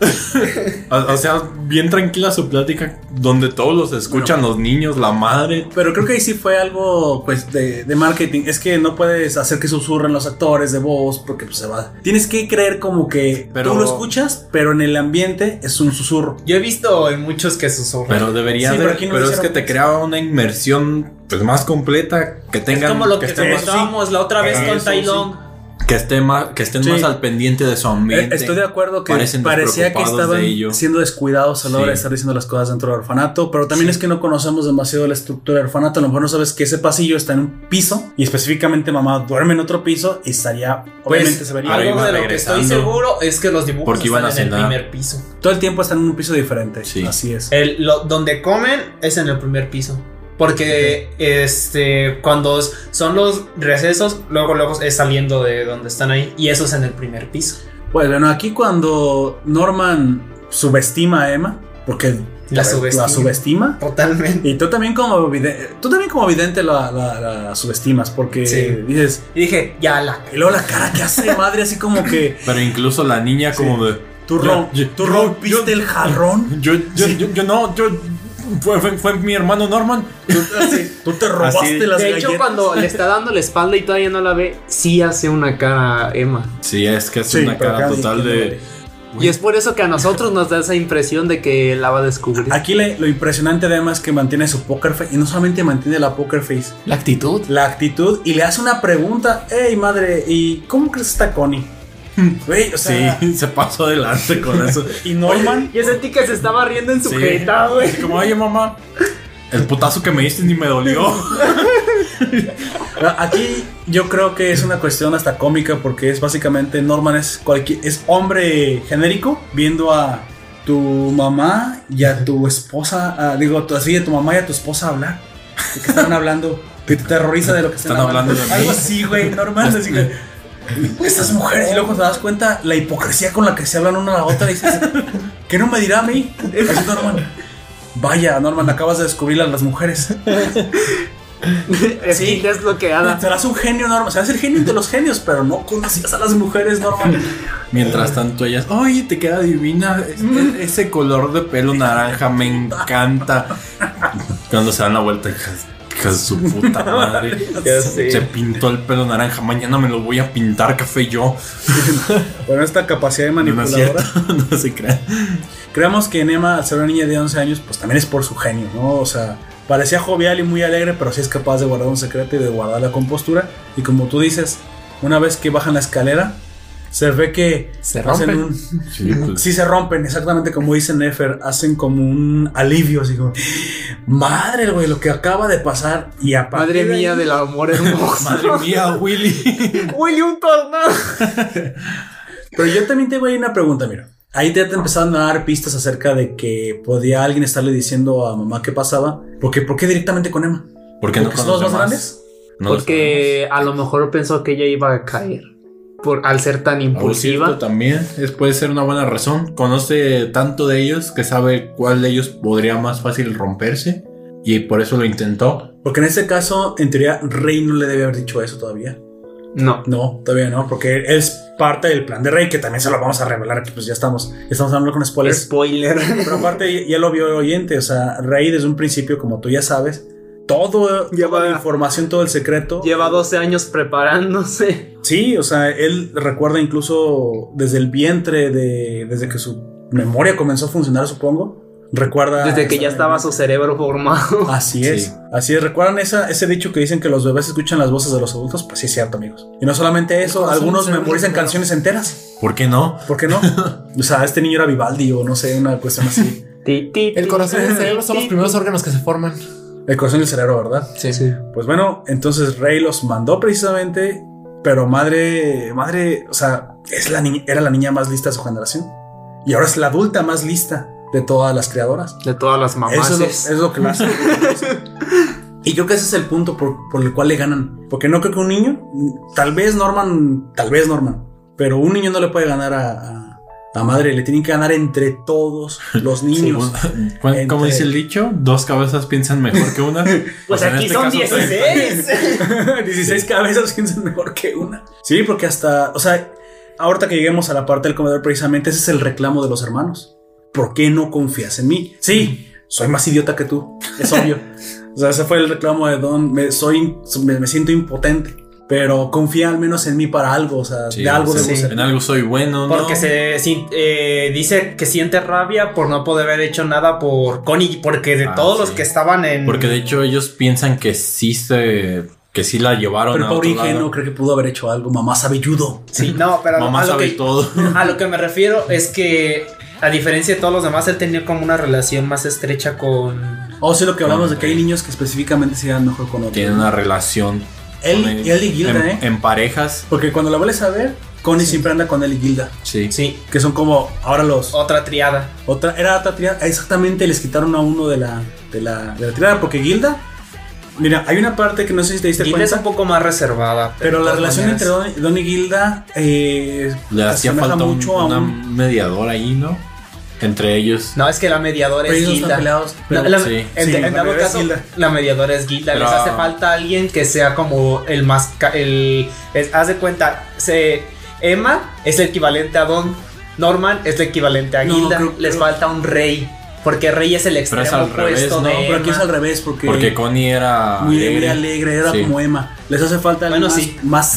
Speaker 2: o, o sea, bien tranquila su plática, donde todos los escuchan, los niños, la madre.
Speaker 1: Pero creo que ahí sí fue algo pues de, de marketing. Es que no puedes hacer que susurren los actores de voz porque pues, se va. Tienes que creer como que
Speaker 2: Pero-
Speaker 1: tú lo escuchas, pero en el ambiente es un susurro.
Speaker 4: Yo he visto en muchos que susurran.
Speaker 2: Pero debería
Speaker 1: Sí,
Speaker 2: de-
Speaker 1: pero aquí no
Speaker 2: pero es
Speaker 1: hicieron
Speaker 2: que te crea una inmersión pues más completa que
Speaker 4: es
Speaker 2: tengan
Speaker 4: como lo que,
Speaker 2: esté más-
Speaker 4: comentábamos la otra vez
Speaker 2: Eso
Speaker 4: con
Speaker 2: sí.
Speaker 4: Tai Long.
Speaker 2: que esté más que estén
Speaker 1: Sí.
Speaker 2: más al pendiente de su
Speaker 1: Eh,
Speaker 2: ambiente.
Speaker 1: Estoy de acuerdo que
Speaker 2: Parecen
Speaker 1: parecía que
Speaker 2: despreocupados de
Speaker 1: estaban
Speaker 2: ello.
Speaker 1: siendo descuidados a la
Speaker 2: Sí.
Speaker 1: hora de estar diciendo las cosas dentro del orfanato, pero también es que no conocemos demasiado la estructura del orfanato. A lo mejor no sabes que ese pasillo está en un piso y específicamente mamá duerme en otro piso y estaría,
Speaker 2: Pues,
Speaker 1: obviamente se vería.
Speaker 2: ahí
Speaker 4: algo
Speaker 2: va
Speaker 4: de lo que estoy
Speaker 2: regresando.
Speaker 4: seguro es que los dibujos
Speaker 2: Porque iban a
Speaker 4: están en el
Speaker 2: cenar.
Speaker 4: primer piso.
Speaker 1: Todo el tiempo está en un piso diferente.
Speaker 2: Sí.
Speaker 1: Así es.
Speaker 4: El, lo- donde comen es en el primer piso. Porque este cuando son los recesos, luego luego es saliendo de donde están ahí. Y eso es en el primer piso.
Speaker 1: Pues bueno, aquí cuando Norman subestima a Emma, porque
Speaker 4: La subestima.
Speaker 1: subestima,
Speaker 4: Totalmente.
Speaker 1: Y tú también como vidente, tú también como vidente la, la- la subestimas porque
Speaker 4: Sí.
Speaker 1: dices,
Speaker 4: Y dije, ya la.
Speaker 1: Y luego la cara que hace madre, así como que
Speaker 2: Pero incluso la niña como de
Speaker 1: tú,
Speaker 2: Ya,
Speaker 1: rom-
Speaker 2: ya,
Speaker 1: tú
Speaker 2: yo-
Speaker 1: rompiste
Speaker 2: yo-
Speaker 1: el jarrón.
Speaker 2: Yo, yo, yo, yo no, yo. Fue, fue, fue mi hermano Norman.
Speaker 1: Tú te robaste
Speaker 2: Así-
Speaker 1: las
Speaker 5: De
Speaker 1: galletas.
Speaker 5: hecho, cuando le está dando la espalda y todavía no la ve, sí hace una cara a Emma.
Speaker 2: Sí, es que es
Speaker 1: Sí,
Speaker 2: una
Speaker 1: pero
Speaker 2: cara
Speaker 1: acá
Speaker 2: total
Speaker 1: sí que
Speaker 2: de.
Speaker 5: Y es por eso que a nosotros nos da esa impresión de que la va a descubrir.
Speaker 1: Aquí le- lo impresionante además es que mantiene su poker face. Y no solamente mantiene la poker face,
Speaker 3: La actitud.
Speaker 1: la actitud y le hace una pregunta. Hey madre, ¿y cómo crees que está Connie? Güey, o sea,
Speaker 2: Sí, se pasó adelante con eso.
Speaker 1: y Norman.
Speaker 5: Yo sentí que se estaba riendo en su
Speaker 2: Sí.
Speaker 5: jeta, güey.
Speaker 2: Así como, oye, mamá, El putazo que me diste ni me dolió.
Speaker 1: Ah, Aquí yo creo que es una cuestión hasta cómica porque es básicamente Norman es cualquier es hombre genérico viendo a tu mamá y a tu esposa, a- digo, tu- así de tu mamá y a tu esposa hablar. De que están hablando, que te terroriza de lo que están,
Speaker 2: Están hablando de mí.
Speaker 1: Algo así, güey, Norman, así que "Pues estas mujeres y luego te das cuenta la hipocresía con la que se hablan una a la otra y dices, ¿qué no me dirá a mí? Eh, Así, Norman. Vaya, Norman, acabas de descubrir a las mujeres.
Speaker 4: Es
Speaker 1: Sí.
Speaker 4: que es bloqueada.
Speaker 1: Serás un genio, Norma. Serás el genio de los genios, pero no conocías a las mujeres, Norma.
Speaker 2: Mientras tanto, ellas, oye, te queda divina. e- e- Ese color de pelo naranja me encanta. Cuando se dan la vuelta, hijas de su puta madre.
Speaker 6: Ya
Speaker 2: Se pintó el pelo naranja. Mañana me lo voy a pintar café yo.
Speaker 1: Bueno, esta capacidad de
Speaker 2: No, No es
Speaker 1: manipuladora.
Speaker 2: cierto, no se crean.
Speaker 1: Creamos que Nema, al ser una niña de 11 años, pues también es por su genio, ¿no? O sea, parecía jovial y muy alegre, pero sí es capaz de guardar un secreto y de guardar la compostura. Y como tú dices, una vez que bajan la escalera, se ve que
Speaker 3: Se
Speaker 1: hacen
Speaker 3: rompen.
Speaker 1: un-
Speaker 2: Sí, pues,
Speaker 1: Sí se rompen, exactamente como dice Nefer, hacen como un alivio, así como, "¡Ah, madre, güey, lo que acaba de pasar y a partir
Speaker 4: Madre
Speaker 1: de ahí-
Speaker 4: mía del amor hermoso.
Speaker 2: Madre mía, Willy.
Speaker 4: Willy, un tornado.
Speaker 1: Pero yo también te voy a una pregunta, mira. Ahí te, te empezaron a dar pistas acerca de que podía alguien estarle diciendo a mamá qué pasaba. Porque, ¿Por qué directamente con Emma?
Speaker 2: ¿Por qué no
Speaker 1: ¿Porque
Speaker 2: con
Speaker 1: son los más
Speaker 2: demás?
Speaker 1: grandes?
Speaker 2: No los
Speaker 4: Porque a lo mejor pensó que ella iba a caer. Por, al ser tan
Speaker 2: A un cierto
Speaker 4: impulsiva.
Speaker 2: también es, puede ser una buena razón. Conoce tanto de ellos que sabe cuál de ellos podría más fácil romperse y por eso lo intentó.
Speaker 1: Porque en este caso, en teoría, Rey no le debe haber dicho eso todavía.
Speaker 4: No.
Speaker 1: No, todavía no, porque él es parte del plan de Rey, que también se lo vamos a revelar, que pues ya estamos, ya estamos hablando con spoilers.
Speaker 4: Spoiler.
Speaker 1: Pero aparte, ya- ya lo vio el oyente, o sea, Rey desde un principio, como tú ya sabes, todo, toda
Speaker 4: Lleva-
Speaker 1: la información, todo el secreto,
Speaker 4: Lleva 12 años preparándose.
Speaker 1: Sí, o sea, él recuerda incluso desde el vientre, de, desde que su memoria comenzó a funcionar, supongo. Recuerda.
Speaker 4: Desde que ya estaba su cerebro formado.
Speaker 1: Así es,
Speaker 2: Sí.
Speaker 1: así es. ¿Recuerdan esa- ese dicho que dicen que los bebés escuchan las voces de los adultos? Pues sí, es cierto, amigos. Y no solamente eso, algunos memorizan canciones enteras.
Speaker 2: ¿Por qué no?
Speaker 1: ¿Por qué no? o sea, este niño era Vivaldi o no sé, una cuestión así.
Speaker 4: Ti, ti,
Speaker 3: El
Speaker 4: ti,
Speaker 3: corazón y el
Speaker 4: ti,
Speaker 3: cerebro son los
Speaker 4: ti,
Speaker 3: primeros
Speaker 4: ti.
Speaker 3: órganos que se forman.
Speaker 1: El corazón y el cerebro, ¿verdad?
Speaker 3: Sí.
Speaker 1: Pues bueno, entonces Rey los mandó precisamente, pero madre, madre, o sea, es la ni- era la niña más lista de su generación. Y ahora es la adulta más lista de todas las creadoras.
Speaker 4: De todas las mamás.
Speaker 1: Eso es lo, es lo que la hace. Y creo que ese es el punto por, por el cual le ganan. Porque no creo que un niño, tal vez Norman, tal vez Norman, pero un niño no le puede ganar a, a- a madre. Le tienen que ganar entre todos los niños.
Speaker 2: Según- ¿Cuál- ¿Cómo
Speaker 1: Entre-
Speaker 2: dice el dicho? Dos cabezas piensan mejor que una.
Speaker 4: Pues
Speaker 2: O sea, en
Speaker 4: aquí
Speaker 2: este
Speaker 4: son
Speaker 2: caso,
Speaker 1: ¿eh?
Speaker 4: 16.
Speaker 1: 16 cabezas piensan mejor que una. Sí, porque hasta, o sea, ahorita que lleguemos a la parte del comedor, precisamente ese es el reclamo de los hermanos. ¿Por qué no confías en mí? Sí, soy más idiota que tú, es obvio. o sea, ese fue el reclamo de Don. Me, soy, me, me siento impotente, pero confía al menos en mí para algo, o sea,
Speaker 2: Sí,
Speaker 1: de algo
Speaker 2: o sea,
Speaker 1: debo ser.
Speaker 2: En algo soy bueno, ¿no?
Speaker 5: Porque se sin- eh, dice que siente rabia por no poder haber hecho nada por Connie, porque de
Speaker 2: Ah,
Speaker 5: todos los
Speaker 2: sí.
Speaker 5: que estaban en.
Speaker 2: Porque de hecho ellos piensan que sí se... Que sí la llevaron
Speaker 1: Pero
Speaker 2: a
Speaker 1: pobre
Speaker 2: otro lado.
Speaker 1: ingenuo, creo que pudo haber hecho algo. Mamá sabe judo.
Speaker 5: Sí, no, pero
Speaker 2: Mamá
Speaker 5: a, lo
Speaker 2: sabe
Speaker 5: que,
Speaker 2: todo.
Speaker 5: a lo que me refiero es que, a diferencia de todos los demás, él tenía como una relación más estrecha con.
Speaker 1: O sea, Oh, lo que hablamos de que hay niños que específicamente se llevan mejor con otros.
Speaker 2: Tienen una relación.
Speaker 1: Él-
Speaker 2: con em, el-
Speaker 1: él y Gilda,
Speaker 2: en-
Speaker 1: ¿eh?
Speaker 2: En parejas.
Speaker 1: Porque cuando la vuelves a ver, Connie siempre anda con él y Gilda.
Speaker 2: Sí.
Speaker 5: Sí,
Speaker 1: Que son como ahora los.
Speaker 5: otra triada.
Speaker 1: Otra, era otra tirada. Exactamente, les quitaron a uno de la, de la, de la tirada. Porque Gilda. Mira, hay una parte que no sé si te diste
Speaker 5: Gilda es
Speaker 1: cuenta.
Speaker 5: un poco más reservada.
Speaker 1: pero
Speaker 5: de
Speaker 1: la
Speaker 5: todas
Speaker 1: relación
Speaker 5: maneras-
Speaker 1: entre Don, Don y Gilda. Eh,
Speaker 2: Le
Speaker 1: se
Speaker 2: hacía
Speaker 1: asemeja
Speaker 2: falta un-
Speaker 1: mucho a
Speaker 2: una
Speaker 1: un.
Speaker 2: mediadora ahí, ¿no? Entre ellos.
Speaker 5: No, es que la mediadora
Speaker 1: Pero
Speaker 5: es
Speaker 1: ellos no están
Speaker 5: Gilda.
Speaker 1: peleados.
Speaker 5: No,
Speaker 1: pero-
Speaker 5: la-
Speaker 2: sí.
Speaker 5: en,
Speaker 1: Sí,
Speaker 5: en
Speaker 1: la
Speaker 5: dado
Speaker 1: mediadora es
Speaker 5: caso,
Speaker 1: Gilda.
Speaker 5: la mediadora es Gilda. Les
Speaker 2: Pero-
Speaker 5: hace falta alguien que sea como el más. ca- El, es- haz de cuenta, se, Emma es el equivalente a Don. Norman es el equivalente a
Speaker 1: No,
Speaker 5: Gilda.
Speaker 1: creo-
Speaker 5: Les
Speaker 1: creo-
Speaker 5: falta un rey. Porque rey es el
Speaker 2: Pero
Speaker 5: extremo
Speaker 2: es al revés,
Speaker 5: opuesto
Speaker 2: ¿no?
Speaker 5: de.
Speaker 1: Pero aquí es
Speaker 5: Emma.
Speaker 1: al revés. Porque,
Speaker 2: Porque Connie era.
Speaker 1: muy muy alegre. era
Speaker 2: Sí.
Speaker 1: como Emma. Les hace falta alguien
Speaker 5: Bueno,
Speaker 1: más,
Speaker 5: sí.
Speaker 1: más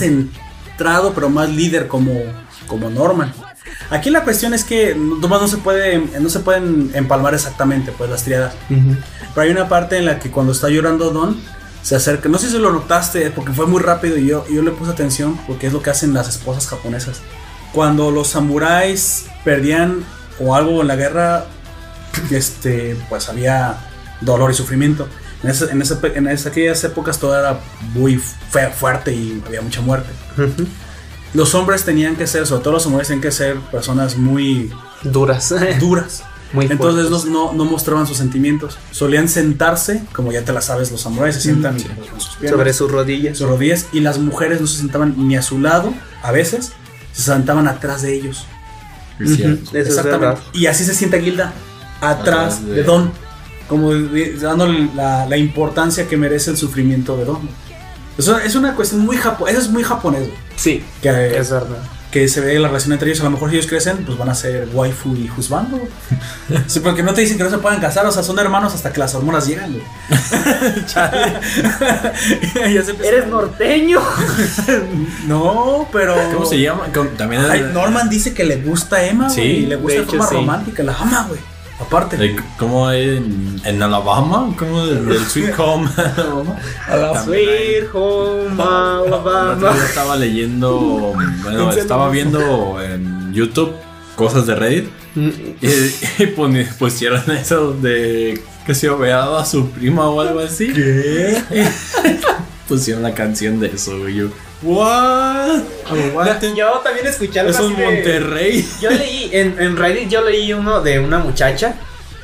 Speaker 1: centrado, pero más líder como, como Norman. Aquí la cuestión es que nomás no se puede, no se pueden empalmar exactamente pues las triadas.
Speaker 5: Ujú.
Speaker 1: Pero hay una parte en la que cuando está llorando Don, se acerca. No sé si lo notaste, porque fue muy rápido y yo, yo le puse atención, porque es lo que hacen las esposas japonesas. Cuando los samuráis perdían o algo en la guerra, este, pues había dolor y sufrimiento. En, esa- en esa pe- en esa- aquellas épocas todo era muy fe- fuerte y había mucha muerte. Los hombres tenían que ser, sobre todo los hombres, tenían que ser personas muy
Speaker 4: Duras.
Speaker 1: duras.
Speaker 4: Muy
Speaker 1: Entonces los no, no mostraban sus sentimientos. Solían sentarse, como ya te la sabes, los samuráis se sientan con sus piernas,
Speaker 4: Sobre sus rodillas.
Speaker 1: sus rodillas y las mujeres no se sentaban ni a su lado, a veces se sentaban atrás de ellos.
Speaker 2: Es cierto.
Speaker 4: Eso es
Speaker 1: Exactamente.
Speaker 4: verdad.
Speaker 1: y así se sienta Gilda, atrás
Speaker 2: Atrás de-
Speaker 1: de Don, como de- dándole la, la importancia que merece el sufrimiento de Don. Eso es una cuestión muy japonesa, es muy japonés, güey,
Speaker 4: Sí,
Speaker 1: que,
Speaker 4: es verdad.
Speaker 1: que se ve la relación entre ellos. A lo mejor si ellos crecen, pues van a ser waifu y husbando. güey. Sí, porque no te dicen que no se pueden casar, o sea, son hermanos hasta que las hormonas llegan. güey. Chale. Ya se empieza-
Speaker 5: Eres norteño.
Speaker 1: No, pero...
Speaker 2: ¿Cómo se llama? ¿Cómo- También es-
Speaker 1: Ay, Norman dice que le gusta a Emma,
Speaker 2: Sí,
Speaker 1: güey, y le gusta
Speaker 4: de
Speaker 1: de
Speaker 4: hecho,
Speaker 1: forma
Speaker 4: sí.
Speaker 1: romántica, la ama, güey. Aparte.
Speaker 2: Eh, ¿Cómo hay en, en Alabama? ¿Cómo del, del Sweet Home? También hay-
Speaker 4: Sweet home
Speaker 2: El otro
Speaker 4: Alabama.
Speaker 2: día estaba leyendo, bueno, estaba viendo en YouTube cosas de Reddit
Speaker 5: Mm.
Speaker 2: y, y pone- pusieron eso de que se obeaba a su prima o algo así. pusieron la canción de eso, güey. Yo, ¿what? What?
Speaker 5: Yo también escuché algo
Speaker 2: Eso es
Speaker 5: así de-
Speaker 2: Monterrey.
Speaker 5: Yo leí, en, en Reddit yo leí uno de una muchacha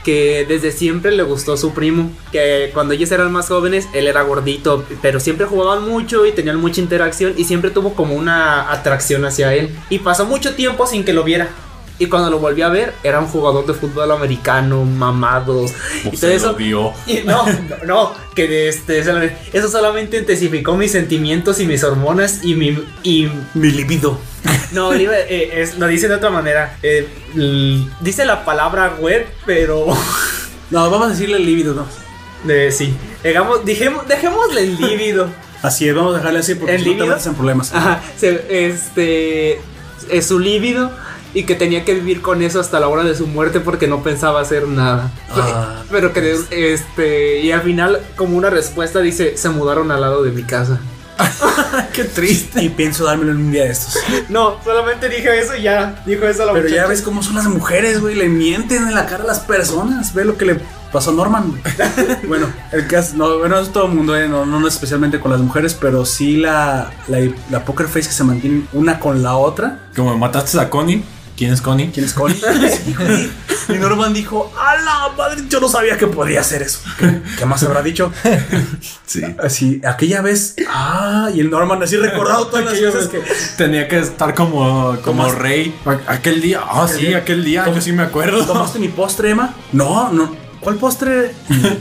Speaker 5: que desde siempre le gustó su primo, que cuando ellos eran más jóvenes él era gordito, pero siempre jugaban mucho y tenían mucha interacción y siempre tuvo como una atracción hacia él. Y pasó mucho tiempo sin que lo viera. Y cuando lo volvió a ver, era un jugador de fútbol americano, mamado.
Speaker 2: Pues
Speaker 5: todo
Speaker 2: se
Speaker 5: eso-
Speaker 2: lo dio.
Speaker 5: Y No, no, no, que de este, solamente- eso solamente intensificó mis sentimientos y mis hormonas y mi, y
Speaker 1: Mi libido.
Speaker 5: no, le iba- eh, es- lo dice de otra manera. Eh, l- dice la palabra web, pero
Speaker 1: No, vamos a decirle el libido, no.
Speaker 5: eh, sí. Digamos, dijemo- dejémosle el lívido.
Speaker 1: Así es, vamos a dejarle así porque
Speaker 5: ¿El
Speaker 1: si no te
Speaker 5: libido?
Speaker 1: metes en problemas.
Speaker 5: Ajá, se- este es su lívido y que tenía que vivir con eso hasta la hora de su muerte porque no pensaba hacer nada.
Speaker 1: Ah,
Speaker 5: pero que de- este y al final como una respuesta dice se mudaron al lado de mi casa.
Speaker 1: Qué triste. Y pienso dármelo en un día de estos.
Speaker 5: No, solamente dije eso y ya dijo eso la
Speaker 1: Pero ya
Speaker 5: muchacha.
Speaker 1: ves cómo son las mujeres, güey. Le mienten en la cara a las personas. Ve lo que le pasó a Norman. güey. bueno, el caso. No, bueno, es todo el mundo, eh, no, no, no especialmente con las mujeres, pero sí la, la, la poker face que se mantiene una con la otra.
Speaker 2: Como mataste a Connie. ¿Quién es Connie?
Speaker 1: ¿Quién es Connie? y Norman dijo, a la madre, yo no sabía que podía hacer eso. ¿Qué, qué más habrá dicho?
Speaker 2: Sí.
Speaker 1: Así, aquella vez, ah, y el Norman así recordado todas las
Speaker 2: Aquella
Speaker 1: cosas que...
Speaker 2: vez Tenía que estar como, como
Speaker 1: Tomaste-
Speaker 2: rey. A- Aquel día, ah,
Speaker 1: Aquel
Speaker 2: sí,
Speaker 1: día.
Speaker 2: aquel día,
Speaker 1: Tom-
Speaker 2: yo sí me acuerdo.
Speaker 1: ¿Tomaste mi postre, Emma? No, no. ¿Cuál postre?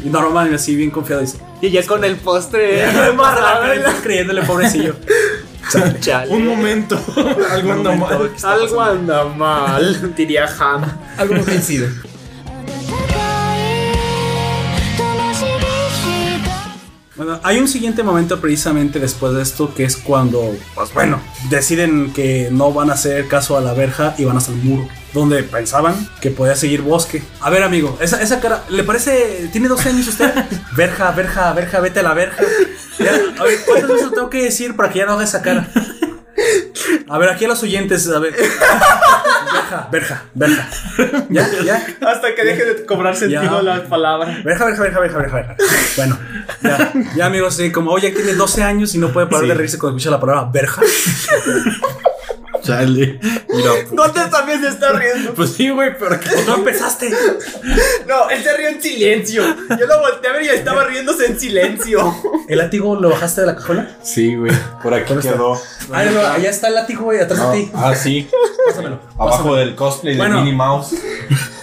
Speaker 1: Y Norman así bien confiado dice,
Speaker 5: Y ya con el postre
Speaker 1: "Marrana", creyéndole pobrecillo.
Speaker 5: Chale.
Speaker 2: Un momento. Algo anda mal.
Speaker 5: Algo anda mal, diría Ham.
Speaker 3: Algo muy coincido.
Speaker 7: した」
Speaker 1: Bueno, hay un siguiente momento precisamente después de esto que es cuando, pues bueno, deciden que no van a hacer caso a la verja y van hasta el muro, donde pensaban que podía seguir bosque. A ver, amigo, esa, esa cara, ¿le parece? ¿Tiene 12 años usted? Verja, verja, verja, vete a la verja. Ya, a ver, ¿cuántas veces lo tengo que decir para que ya no haga esa cara? A ver, aquí a los oyentes, a ver. Verja, verja, verja. Ya, ya.
Speaker 4: Hasta que deje de cobrar sentido la palabra.
Speaker 1: Verja, verja, verja, verja, verja, verja. Bueno, ya, ya amigos, sí, como oye, tiene 12 años y no puede parar de reírse cuando escucha la palabra verja.
Speaker 2: Chale. Mira, pues,
Speaker 4: Entonces también se está riendo.
Speaker 2: pues sí, güey, pero que-
Speaker 1: No empezaste.
Speaker 4: No, él se rió en silencio. Yo lo volteé a ver y estaba riéndose en silencio.
Speaker 1: ¿El látigo lo bajaste de la cajuela?
Speaker 2: Sí, güey. Por aquí
Speaker 1: ¿Dónde está?
Speaker 2: quedó.
Speaker 1: Ah, no, allá está el látigo, güey, atrás de ti.
Speaker 2: Ah, sí.
Speaker 1: Pásamelo.
Speaker 6: Abajo del cosplay
Speaker 1: Bueno.
Speaker 6: de Minnie Mouse.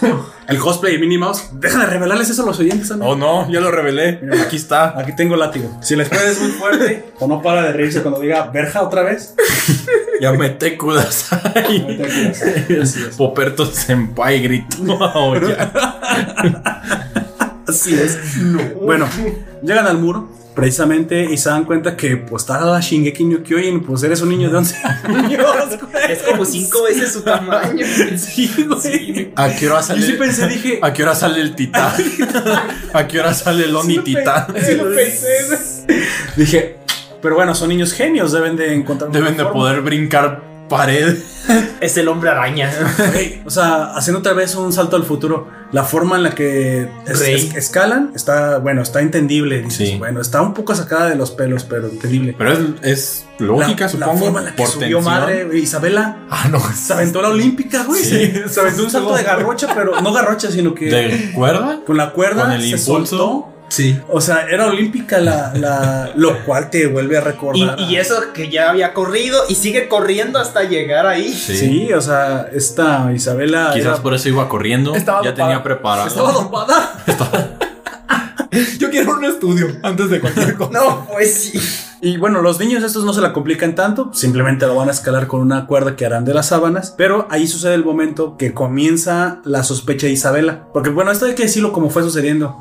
Speaker 1: El cosplay de Minnie Mouse. Deja de revelarles eso a los oyentes, amigo.
Speaker 2: Oh, no, ya lo revelé. Aquí está.
Speaker 1: Aquí tengo el látigo. Oh. Si les puedes muy fuerte o no para de reírse cuando diga verja otra vez.
Speaker 2: Ya me te cudas.
Speaker 1: ahorita que-
Speaker 2: Poperto Senpai gritó. Oh, ya.
Speaker 1: Así es. Bueno, llegan al muro precisamente y se dan cuenta que pues está la Shingeki no Kyojin, pues eres un niño de 11 años. güey.
Speaker 5: Es como cinco veces su tamaño.
Speaker 1: Sí, güey.
Speaker 2: ¿A qué hora
Speaker 1: Yo sí
Speaker 2: sale?
Speaker 1: pensé, dije.
Speaker 2: ¿A qué hora sale el titán? ¿A qué hora sale el Oni titán?
Speaker 1: Dije, pero bueno, son niños genios, deben de encontrar. una
Speaker 2: Deben de
Speaker 1: forma.
Speaker 2: poder brincar pared.
Speaker 4: Es el hombre araña.
Speaker 1: Güey, o sea, haciendo otra vez un salto al futuro, la forma en la que es-
Speaker 4: Rey.
Speaker 1: es- escalan está, bueno, está entendible. Dices,
Speaker 2: Sí.
Speaker 1: bueno, está un poco sacada de los pelos, pero entendible.
Speaker 2: Pero es, es
Speaker 1: La-
Speaker 2: lógica,
Speaker 1: la,
Speaker 2: supongo.
Speaker 1: forma en la que
Speaker 2: por
Speaker 1: subió
Speaker 2: tensión.
Speaker 1: madre, güey, Isabela.
Speaker 3: Ah, no.
Speaker 1: Se aventó la olímpica, güey.
Speaker 2: Sí.
Speaker 1: Se aventó un salto de garrocha, pero no garrocha, sino que
Speaker 2: ¿De cuerda?
Speaker 1: con la cuerda
Speaker 2: Con el
Speaker 1: se
Speaker 2: impulso.
Speaker 1: soltó.
Speaker 6: Sí.
Speaker 1: O sea, era olímpica la, la- lo cual te vuelve a
Speaker 4: Y,
Speaker 1: recordar.
Speaker 4: y
Speaker 1: a-
Speaker 4: eso que ya había corrido y sigue corriendo hasta llegar ahí.
Speaker 1: Sí. o sea, esta Isabela
Speaker 2: Quizás
Speaker 1: era-
Speaker 2: por eso iba corriendo.
Speaker 3: Estaba
Speaker 2: ya
Speaker 3: dopada.
Speaker 2: tenía preparado.
Speaker 1: estaba dopada.
Speaker 3: Yo quiero un estudio antes de cualquier cosa.
Speaker 4: No, pues sí.
Speaker 1: Y bueno, los niños estos no se la complican tanto, simplemente lo van a escalar con una cuerda que harán de las sábanas, pero ahí sucede el momento que comienza la sospecha de Isabela, porque bueno, esto hay que decirlo como fue sucediendo.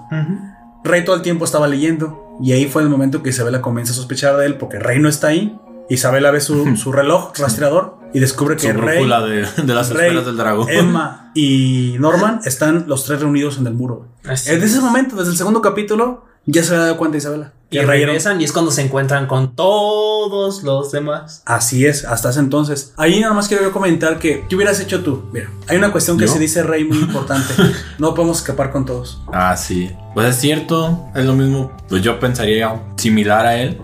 Speaker 1: Rey todo el tiempo estaba leyendo y ahí fue el momento que Isabela comienza a sospechar de él porque Rey no está ahí. Isabela ve su, su reloj rastreador y descubre
Speaker 2: Su
Speaker 1: que Rey,
Speaker 2: brújula de, de las
Speaker 1: Rey,
Speaker 2: esferas del dragón.
Speaker 1: Emma y Norman están los tres reunidos en el muro. Desde ese momento, desde el segundo capítulo, ya se había dado cuenta Isabela.
Speaker 4: Y
Speaker 1: que Rey era un
Speaker 4: regresan y es cuando se encuentran con todos los demás.
Speaker 1: Así es, hasta ese entonces. Ahí nada más quiero yo comentar que, ¿qué hubieras hecho tú? Mira, hay una cuestión que
Speaker 2: ¿Yo?
Speaker 1: se dice rey muy importante. no podemos escapar con todos.
Speaker 2: Ah, sí. Pues es cierto, es lo mismo. Pues yo pensaría similar a él.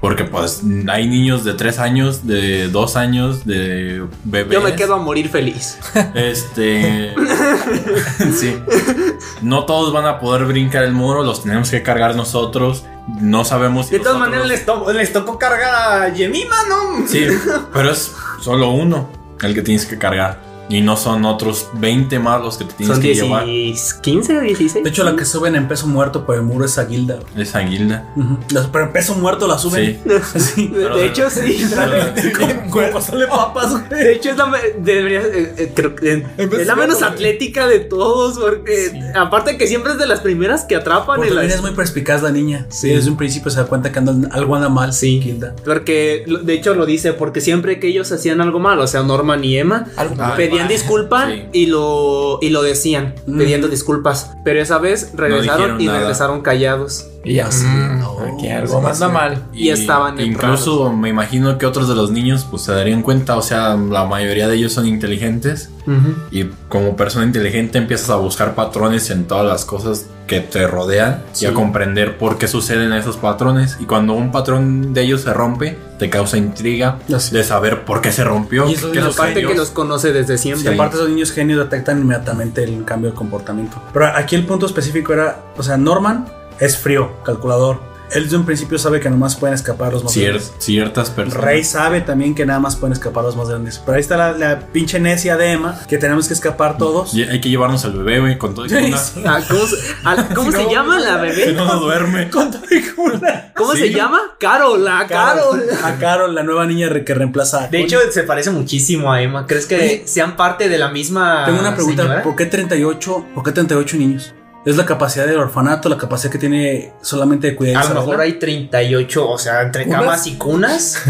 Speaker 2: Porque pues hay niños de 3 años, de 2 años, de bebés.
Speaker 4: Yo me quedo a morir feliz.
Speaker 2: Este. sí. No todos van a poder brincar el muro, los tenemos que cargar nosotros. No sabemos si.
Speaker 4: De todas
Speaker 2: los otros-
Speaker 4: maneras, les, to- les tocó cargar a Yemima, ¿no?
Speaker 2: Sí, pero es solo uno el que tienes que cargar. Y no son otros 20 más los que te tienes
Speaker 4: Son
Speaker 2: que llevar.
Speaker 4: 16, 15 o 16.
Speaker 1: De hecho, la que suben en peso muerto por el muro es a Gilda.
Speaker 2: Esa guilda.
Speaker 1: Ujú. La- Pero en peso muerto la suben.
Speaker 2: Sí.
Speaker 1: Así.
Speaker 4: De,
Speaker 2: Pero
Speaker 4: de
Speaker 2: de-
Speaker 4: hecho, sí.
Speaker 1: Como- como pasarle papas, güey.
Speaker 4: De hecho, es la, me- debería- eh, eh, creo que- es la menos atlética de todos. Porque aparte que siempre es de las primeras que atrapan.
Speaker 1: Porque Pues
Speaker 4: en
Speaker 1: también
Speaker 4: las-
Speaker 1: es muy perspicaz la niña.
Speaker 4: Sí.
Speaker 1: Sí. Desde un principio se da cuenta que anda- algo anda mal. Sí. Gilda.
Speaker 4: Porque lo- de hecho lo dice, porque siempre que ellos hacían algo malo, o sea, Norman y Emma,
Speaker 3: Algo malo.
Speaker 4: pedían disculpas
Speaker 2: Ah, Sí.
Speaker 4: y lo y lo decían,
Speaker 1: Mm.
Speaker 4: pidiendo disculpas. Pero esa vez regresaron
Speaker 2: dijeron
Speaker 4: y
Speaker 2: nada.
Speaker 4: regresaron callados.
Speaker 3: Y ya, sí,
Speaker 2: Mm,
Speaker 3: no, aquí algo manda mal.
Speaker 4: Y estaban
Speaker 2: Incluso me imagino que otros de los niños pues se darían cuenta, o sea, la mayoría de ellos son inteligentes y como persona inteligente empiezas a buscar patrones en todas las cosas que te rodean y a comprender por qué suceden esos patrones y cuando un patrón de ellos se rompe te causa intriga
Speaker 1: Así.
Speaker 2: de saber por qué se rompió,
Speaker 1: Y eso
Speaker 2: qué
Speaker 1: es la
Speaker 4: Aparte
Speaker 2: sucedió.
Speaker 4: que los conoce desde
Speaker 1: Y
Speaker 4: siempre.
Speaker 1: aparte esos niños genios detectan inmediatamente el cambio de comportamiento. Pero aquí el punto específico era, o sea, Norman es frío, calculador. Él desde un principio sabe que nomás pueden escapar los más
Speaker 2: Cier-
Speaker 1: grandes.
Speaker 2: ciertas personas.
Speaker 1: Rey sabe también que nada más pueden escapar los más grandes. Pero ahí está la, la pinche necia de Emma, que tenemos que escapar todos.
Speaker 2: Y Hay que llevarnos al bebé, güey, con todo y cuna.
Speaker 4: Ah, ¿Cómo, se- ah, ¿cómo se llama la
Speaker 2: Que
Speaker 4: bebé?
Speaker 2: no nos duerme.
Speaker 4: ¿Cómo se llama? Carol, la Carol.
Speaker 1: A Carol, la nueva niña re- que reemplaza a
Speaker 5: De
Speaker 1: Connie.
Speaker 5: hecho, se parece muchísimo a Emma. ¿Crees que sean parte de la misma
Speaker 1: tengo una pregunta,
Speaker 5: señora?
Speaker 1: ¿por qué 38? ¿Por qué 38 niños? ¿Es la capacidad del orfanato, la capacidad que tiene solamente de cuidar
Speaker 5: A
Speaker 1: y
Speaker 5: lo mejor
Speaker 1: salvar?
Speaker 5: hay 38, o sea, entre
Speaker 3: ¿Cunas?
Speaker 5: camas y cunas.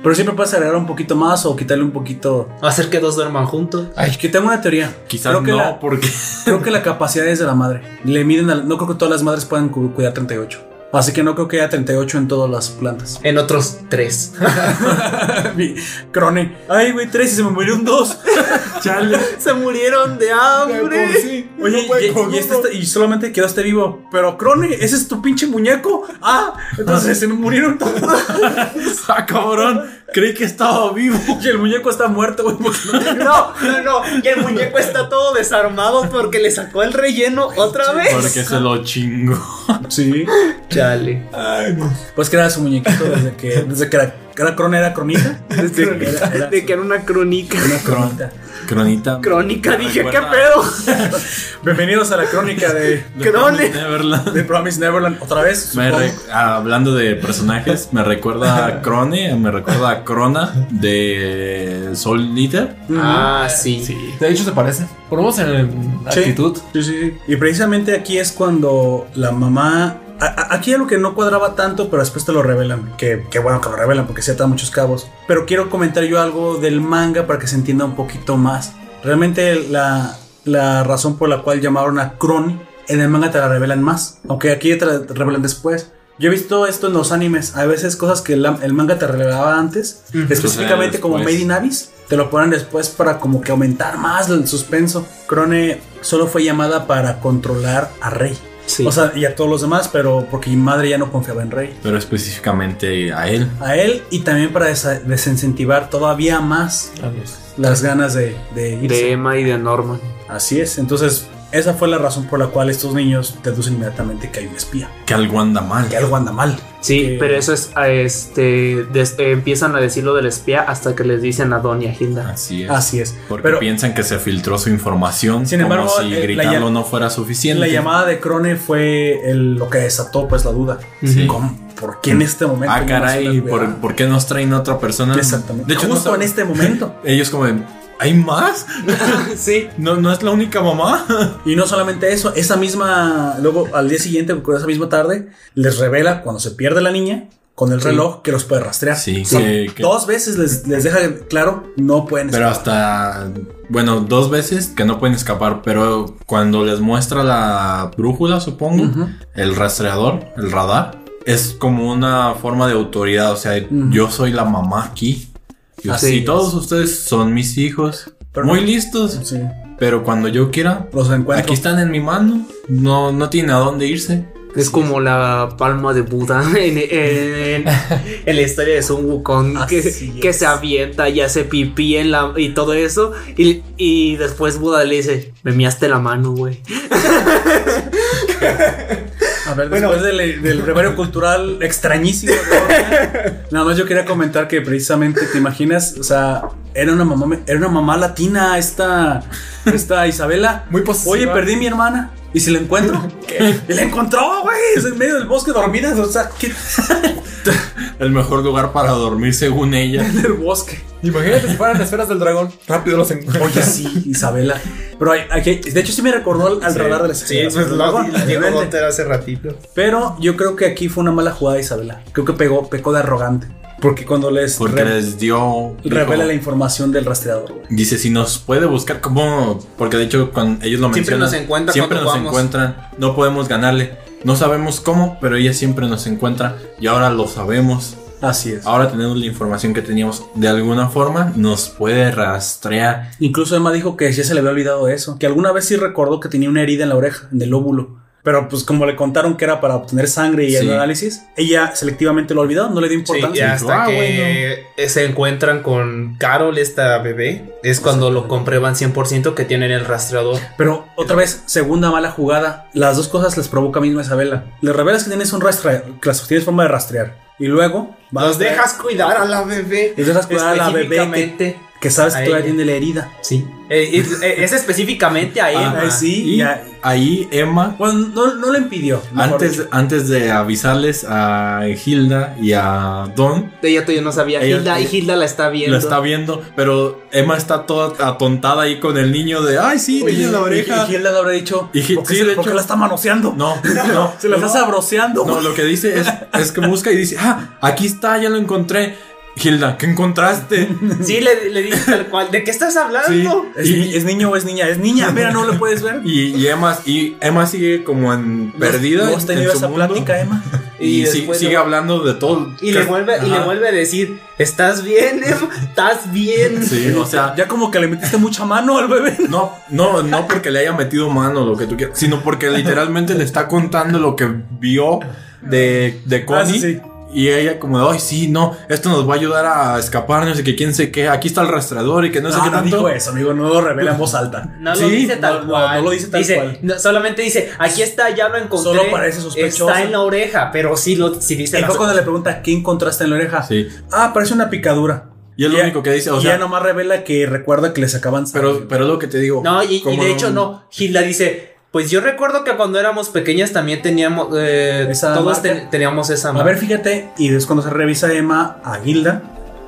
Speaker 1: Pero siempre puedes agregar un poquito más o quitarle un poquito
Speaker 5: Hacer que dos duerman juntos.
Speaker 1: Ay, que tengo una teoría.
Speaker 2: Quizás
Speaker 1: creo que
Speaker 2: no,
Speaker 1: La,
Speaker 2: porque
Speaker 1: creo que la capacidad es de la madre. Le miden al- no creo que todas las madres puedan cu- cuidar 38. Así que no creo que haya 38 en todas las plantas.
Speaker 5: En otros tres.
Speaker 1: Mi Crone. Ay, güey, tres y se me murió un dos. Chale.
Speaker 4: Se murieron de hambre.
Speaker 2: pues
Speaker 1: Oye, y, y este está- y solamente quedó este vivo. Pero Crone, ese es tu pinche muñeco. Ah, entonces se me murieron todos.
Speaker 2: Ah, cabrón, creí que estaba vivo.
Speaker 1: Y el muñeco está muerto, güey. porque no-
Speaker 4: No, no, no. Y el muñeco está todo desarmado porque le sacó el relleno otra vez.
Speaker 2: Porque se lo chingo.
Speaker 1: Sí.
Speaker 4: Chale.
Speaker 1: Pues que era su muñequito desde que, desde que era, era Crone, era cronita. Desde que era, era
Speaker 4: De que era una crónica.
Speaker 1: una cronita.
Speaker 2: Cronita.
Speaker 4: Crónica, dije, ¿qué
Speaker 2: recuerda-
Speaker 4: pedo?
Speaker 1: Bienvenidos a la crónica de,
Speaker 2: de
Speaker 4: crone.
Speaker 2: Neverland.
Speaker 1: de Promise Neverland. Otra vez.
Speaker 2: Me
Speaker 1: supongo.
Speaker 2: re- ah, hablando de personajes, me recuerda a Crone, me recuerda a Crona de Soul Eater.
Speaker 1: Mm.
Speaker 4: Ah, sí.
Speaker 3: De hecho, se parece. Por lo menos en el-
Speaker 1: Sí.
Speaker 3: actitud.
Speaker 1: Sí, sí, sí. Y precisamente aquí es cuando la mamá. a- a- aquí algo que no cuadraba tanto, pero después te lo revelan. Que, que bueno que lo revelan porque se atan muchos cabos. Pero quiero comentar yo algo del manga para que se entienda un poquito más. Realmente la, la razón por la cual llamaron a Crony en el manga te la revelan más. Aunque aquí te la revelan después. Yo he visto esto en los animes. A veces cosas que la- el manga te revelaba antes, específicamente como
Speaker 2: después.
Speaker 1: Made in Abyss, te lo ponen después para como que aumentar más el suspenso. Crone solo fue llamada para controlar a Rey.
Speaker 4: Sí.
Speaker 1: O sea, y a todos los demás, pero porque mi madre ya no confiaba en Rey.
Speaker 2: Pero específicamente a él.
Speaker 1: A él y también para desa- desincentivar todavía más las ganas de, de irse.
Speaker 4: de Emma y de Norman.
Speaker 1: Así es. Entonces, esa fue la razón por la cual estos niños deducen inmediatamente que hay un espía.
Speaker 2: Que algo anda mal.
Speaker 1: Que algo anda mal.
Speaker 4: Sí,
Speaker 1: Que-
Speaker 4: pero eso es, a este, des- eh, empiezan a decir lo del espía hasta que les dicen a Don y a Hilda.
Speaker 2: Así es.
Speaker 1: Así es.
Speaker 2: Porque
Speaker 1: pero
Speaker 2: piensan que se filtró su información.
Speaker 1: Sin
Speaker 2: como
Speaker 1: embargo,
Speaker 2: si
Speaker 1: eh, la
Speaker 2: gritarlo
Speaker 1: llam-
Speaker 2: no fuera suficiente.
Speaker 1: la llamada de Crone fue el- lo que desató pues la duda.
Speaker 2: Sí.
Speaker 1: ¿Cómo? ¿Por qué en este momento?
Speaker 2: Ah,
Speaker 1: llamas a
Speaker 2: caray,
Speaker 1: una
Speaker 2: ¿por,
Speaker 1: edad?
Speaker 2: por qué nos traen a otra persona?
Speaker 1: Exactamente.
Speaker 2: De hecho, no
Speaker 1: justo
Speaker 2: sab-
Speaker 1: en este momento.
Speaker 2: ellos como, de, ¿hay más?
Speaker 4: sí.
Speaker 2: ¿No, ¿No es la única mamá?
Speaker 1: Y no solamente eso, esa misma, luego al día siguiente, con esa misma tarde, les revela cuando se pierde la niña con el reloj que los puede rastrear.
Speaker 2: Sí,
Speaker 1: O sea,
Speaker 2: que- que-
Speaker 1: dos veces les, les deja claro, no pueden
Speaker 2: Pero
Speaker 1: escapar.
Speaker 2: hasta, bueno, dos veces que no pueden escapar, pero cuando les muestra la brújula, supongo,
Speaker 1: Ujú.
Speaker 2: el rastreador, el radar, es como una forma de autoridad, o sea,
Speaker 1: Ujú.
Speaker 2: yo soy la mamá aquí. Yo,
Speaker 1: Así
Speaker 2: sí,
Speaker 1: es.
Speaker 2: todos ustedes son mis hijos,
Speaker 1: Pero
Speaker 2: muy
Speaker 1: no-
Speaker 2: listos,
Speaker 1: Sí,
Speaker 2: pero cuando yo quiera,
Speaker 1: los encuentro.
Speaker 2: aquí están en mi mano, no, no tienen a dónde irse.
Speaker 4: Es como la palma de Buda en, en- en- en la historia de Sun Wukong
Speaker 1: Así
Speaker 4: que, que
Speaker 1: es.
Speaker 4: se avienta y hace pipí en la, y todo eso. Y, y después Buda le dice: Me miaste la mano, güey.
Speaker 1: A ver, después del, del brevario cultural extrañísimo. de- Nada más yo quería comentar que precisamente, ¿te imaginas? O sea, era una mamá, era una mamá latina esta, esta Isabela.
Speaker 3: Muy posesiva.
Speaker 1: Oye, perdí a mi hermana. ¿Y si la encuentro? Y la encontró, güey. es En medio del bosque dormida. O sea, ¿qué
Speaker 2: El mejor lugar para dormir según ella.
Speaker 1: en el bosque?
Speaker 3: Imagínate si fueran las esferas del dragón. Rápido los encuentro.
Speaker 1: Oye, sí, Isabela. Pero hay- aquí- de hecho sí me recordó al, al radar de las
Speaker 5: Sí, pues lo
Speaker 1: Obviamente.
Speaker 5: lo dijo Gonter hace ratito.
Speaker 1: Pero yo creo que aquí fue una mala jugada de Isabela. Creo que pegó, pecó de arrogante. Porque cuando les
Speaker 2: Porque
Speaker 1: re-
Speaker 2: les dio...
Speaker 1: revela
Speaker 2: dijo,
Speaker 1: la información del rastreador, güey.
Speaker 2: Dice, si nos puede buscar, como, porque de hecho con ellos lo
Speaker 5: Siempre
Speaker 2: mencionan.
Speaker 5: nos encuentra
Speaker 2: siempre
Speaker 5: cuando
Speaker 2: nos
Speaker 5: vamos.
Speaker 2: encuentran. No podemos ganarle. No sabemos cómo, pero ella siempre nos encuentra. Y ahora lo sabemos.
Speaker 1: Así
Speaker 5: Ah.
Speaker 1: es.
Speaker 2: Ahora tenemos la información que teníamos. De alguna forma nos puede rastrear.
Speaker 1: Incluso Emma dijo que ya se le había olvidado eso. Que alguna vez sí recordó que tenía una herida en la oreja, en el óvulo. Pero pues como le contaron que era para obtener sangre y el
Speaker 2: Sí.
Speaker 1: análisis, ella selectivamente lo olvidó, no le dio
Speaker 5: Sí, y
Speaker 1: importancia.
Speaker 5: hasta
Speaker 2: Ah,
Speaker 5: que se encuentran con Carol, esta bebé, es cuando lo comprueban 100% que tienen el rastreador.
Speaker 1: Pero otra vez, segunda mala jugada. Las dos cosas les provoca a misma Isabela. Le revelas que tienes un rastre, que las tienes forma de rastrear. Y luego vas
Speaker 5: Nos
Speaker 1: a traer-
Speaker 5: dejas cuidar a la bebé.
Speaker 1: Les dejas cuidar a la bebé que-
Speaker 5: Específicamente,
Speaker 1: que sabes que
Speaker 5: a
Speaker 1: todavía
Speaker 5: ella.
Speaker 1: tiene la herida.
Speaker 5: Sí. Eh, es, eh, es específicamente a
Speaker 2: Ah,
Speaker 5: Emma.
Speaker 1: Ay, sí.
Speaker 2: Y
Speaker 1: ya.
Speaker 2: ahí Emma,
Speaker 1: Bueno, no, no le impidió. mejor dicho.
Speaker 2: antes, antes de avisarles a Hilda y a Don,
Speaker 4: Ella todavía no sabía.
Speaker 2: Ella-
Speaker 4: Hilda, y Hilda la está viendo.
Speaker 2: la está viendo. Pero Emma está toda atontada ahí con el niño de, ay, sí,
Speaker 1: Oye,
Speaker 2: niño en la oreja.
Speaker 1: Y, y él le habrá dicho,
Speaker 2: Y Gil-
Speaker 1: ¿por qué,
Speaker 2: sí,
Speaker 1: se-
Speaker 2: de
Speaker 1: por qué
Speaker 2: hecho.
Speaker 1: la está manoseando?
Speaker 2: No, no.
Speaker 1: Se la
Speaker 2: no.
Speaker 1: está sabroseando.
Speaker 2: No, lo que dice es, es que busca y dice, ah, aquí está, ya lo encontré. Hilda, ¿qué encontraste?
Speaker 5: eh, Sí, le, le dije tal cual. ¿De qué estás
Speaker 2: Sí.
Speaker 5: hablando?
Speaker 1: ¿Es,
Speaker 2: Y-
Speaker 1: ni- es niño o es niña? Es niña, mira, no lo puedes ver.
Speaker 2: Y, y Emma, y Emma sigue como en perdida.
Speaker 1: ¿No
Speaker 2: en-
Speaker 1: has
Speaker 2: en
Speaker 1: tenido
Speaker 2: su
Speaker 1: esa
Speaker 2: mundo.
Speaker 1: plática, ¿eh? Emma?
Speaker 2: Y,
Speaker 5: Y
Speaker 2: si-
Speaker 5: después
Speaker 2: sigue
Speaker 5: le-
Speaker 2: hablando de todo.
Speaker 5: Y le, vuelve, y le
Speaker 2: Ajá.
Speaker 5: vuelve a decir, ¿estás bien, Emma? ¿Estás bien?
Speaker 2: Sí, o sea,
Speaker 1: Ya como que le metiste mucha mano al bebé.
Speaker 2: no, no, no porque le haya metido mano lo que tú quieras, sino porque literalmente le está contando lo que vio de, de Connie.
Speaker 1: Ah, sí, sí.
Speaker 2: Y ella como, ay, sí, no, esto nos va a ayudar a escapar, no sé qué, quién sé qué, aquí está el rastreador y que no, sé
Speaker 1: no,
Speaker 2: qué
Speaker 1: Ah, no
Speaker 2: tanto.
Speaker 1: dijo eso, amigo, no lo revela en voz alta.
Speaker 5: No lo
Speaker 2: Sí,
Speaker 5: dice tal
Speaker 1: no, no,
Speaker 5: cual.
Speaker 1: no lo dice tal cual.
Speaker 5: no, solamente dice, aquí está, ya lo encontré.
Speaker 1: Solo parece sospechoso.
Speaker 5: Está en la oreja, pero sí lo sí dice
Speaker 1: Y
Speaker 5: la-
Speaker 1: fue cuando le pregunta, ¿qué encontraste en la oreja?
Speaker 2: Sí.
Speaker 1: Ah, parece una picadura.
Speaker 2: Y es lo
Speaker 1: ya-
Speaker 2: único que dice, o
Speaker 1: y
Speaker 2: sea,
Speaker 1: ya nomás revela que recuerda que le sacaban
Speaker 2: Pero, pero es lo que te digo.
Speaker 5: No, y, y
Speaker 2: ¿cómo
Speaker 5: de hecho no, Hilda dice, pues yo recuerdo que cuando éramos pequeñas también teníamos, eh,
Speaker 1: Esa
Speaker 5: todos
Speaker 1: marca.
Speaker 5: te- teníamos esa
Speaker 1: A
Speaker 5: marca.
Speaker 1: ver, fíjate, y es cuando se revisa Emma a Gilda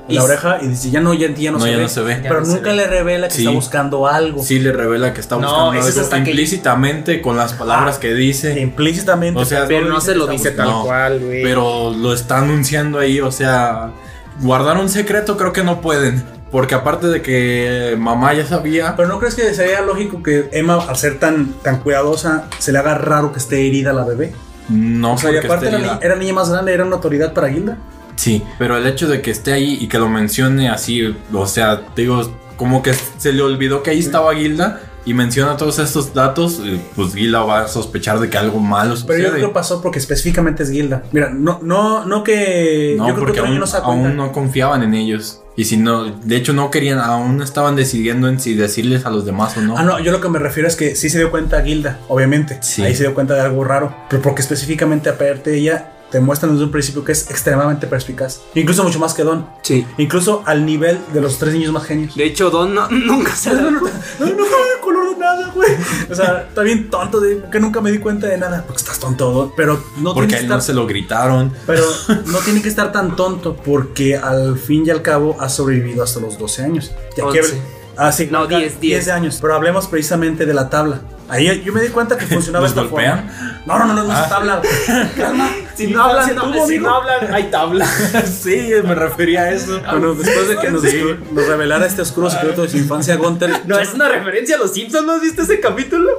Speaker 5: Y-
Speaker 1: la oreja y dice, ya no, ya, ya no,
Speaker 2: No,
Speaker 1: se
Speaker 2: ya
Speaker 1: ve.
Speaker 2: no se ve.
Speaker 5: Ya
Speaker 1: Pero
Speaker 5: no se
Speaker 1: nunca
Speaker 5: ve.
Speaker 1: le revela que
Speaker 2: Sí.
Speaker 1: está buscando algo.
Speaker 2: Sí le revela que está
Speaker 5: No,
Speaker 2: buscando
Speaker 5: eso es
Speaker 2: algo
Speaker 5: hasta que- Ah,
Speaker 2: implícitamente con las palabras que dice.
Speaker 1: Implícitamente.
Speaker 2: O sea,
Speaker 4: pero no se lo dice tal
Speaker 2: no,
Speaker 4: cual, güey.
Speaker 2: pero lo está anunciando ahí, o sea, guardar un secreto creo que no pueden, porque aparte de que mamá ya sabía,
Speaker 1: Pero no crees que sería lógico que Emma, al ser tan, tan cuidadosa, se le haga raro que esté herida la bebé.
Speaker 2: no
Speaker 1: O sea, y
Speaker 2: porque
Speaker 1: aparte
Speaker 2: esté
Speaker 1: era,
Speaker 2: herida.
Speaker 1: ni- era niña más grande, era una autoridad para Gilda.
Speaker 2: Sí, pero el hecho de que esté ahí y que lo mencione así, o sea, digo, como que se le olvidó que ahí estaba Gilda y menciona todos estos datos, eh, pues Gilda va a sospechar de que algo malo
Speaker 1: Pero
Speaker 2: sucede.
Speaker 1: yo creo que pasó porque específicamente es Gilda. Mira, no, no, no que.
Speaker 2: no,
Speaker 1: yo creo
Speaker 2: porque
Speaker 1: que Toño
Speaker 2: aún,
Speaker 1: no se da cuenta.
Speaker 2: aún no confiaban en ellos. Y si no, de hecho no querían, aún estaban decidiendo en si decirles a los demás o no.
Speaker 1: Ah, no, yo lo que me refiero es que sí se dio cuenta Gilda, obviamente.
Speaker 2: Sí.
Speaker 1: Ahí se dio cuenta de algo raro. Pero porque específicamente aparte de ella, te muestran desde un principio que es extremadamente perspicaz. Incluso mucho más que Don.
Speaker 4: Sí.
Speaker 1: Incluso al nivel de los tres niños más genios.
Speaker 4: De hecho, Don no- nunca se da cuenta.
Speaker 1: No, no cambia el color de nada, güey. O sea, está bien tonto de que nunca me di cuenta de nada. Porque estás tonto, Don. Pero no tienes
Speaker 2: porque a
Speaker 1: que
Speaker 2: él
Speaker 1: estar
Speaker 2: no se lo gritaron.
Speaker 1: Pero no tiene que estar tan tonto porque al fin y al cabo ha sobrevivido hasta los 12 años. Ya
Speaker 4: Once.
Speaker 1: que- Ah, sí,
Speaker 4: No,
Speaker 1: acá,
Speaker 4: 10, 10.
Speaker 1: años. Pero hablemos precisamente de la tabla. Ahí yo me di cuenta que funcionaba
Speaker 2: ¿Los
Speaker 1: esta
Speaker 2: golpean?
Speaker 1: forma. No, no, no, no, no es tabla. Calma.
Speaker 4: Si no hablan, no- si no
Speaker 5: hablan, hay tabla.
Speaker 2: sí, me refería a eso.
Speaker 1: Bueno, Ah, después de que nos, descu- nos revelara este oscuro secreto de su infancia, Gunter.
Speaker 5: No, es una referencia a los Simpsons, ¿no has visto ese capítulo?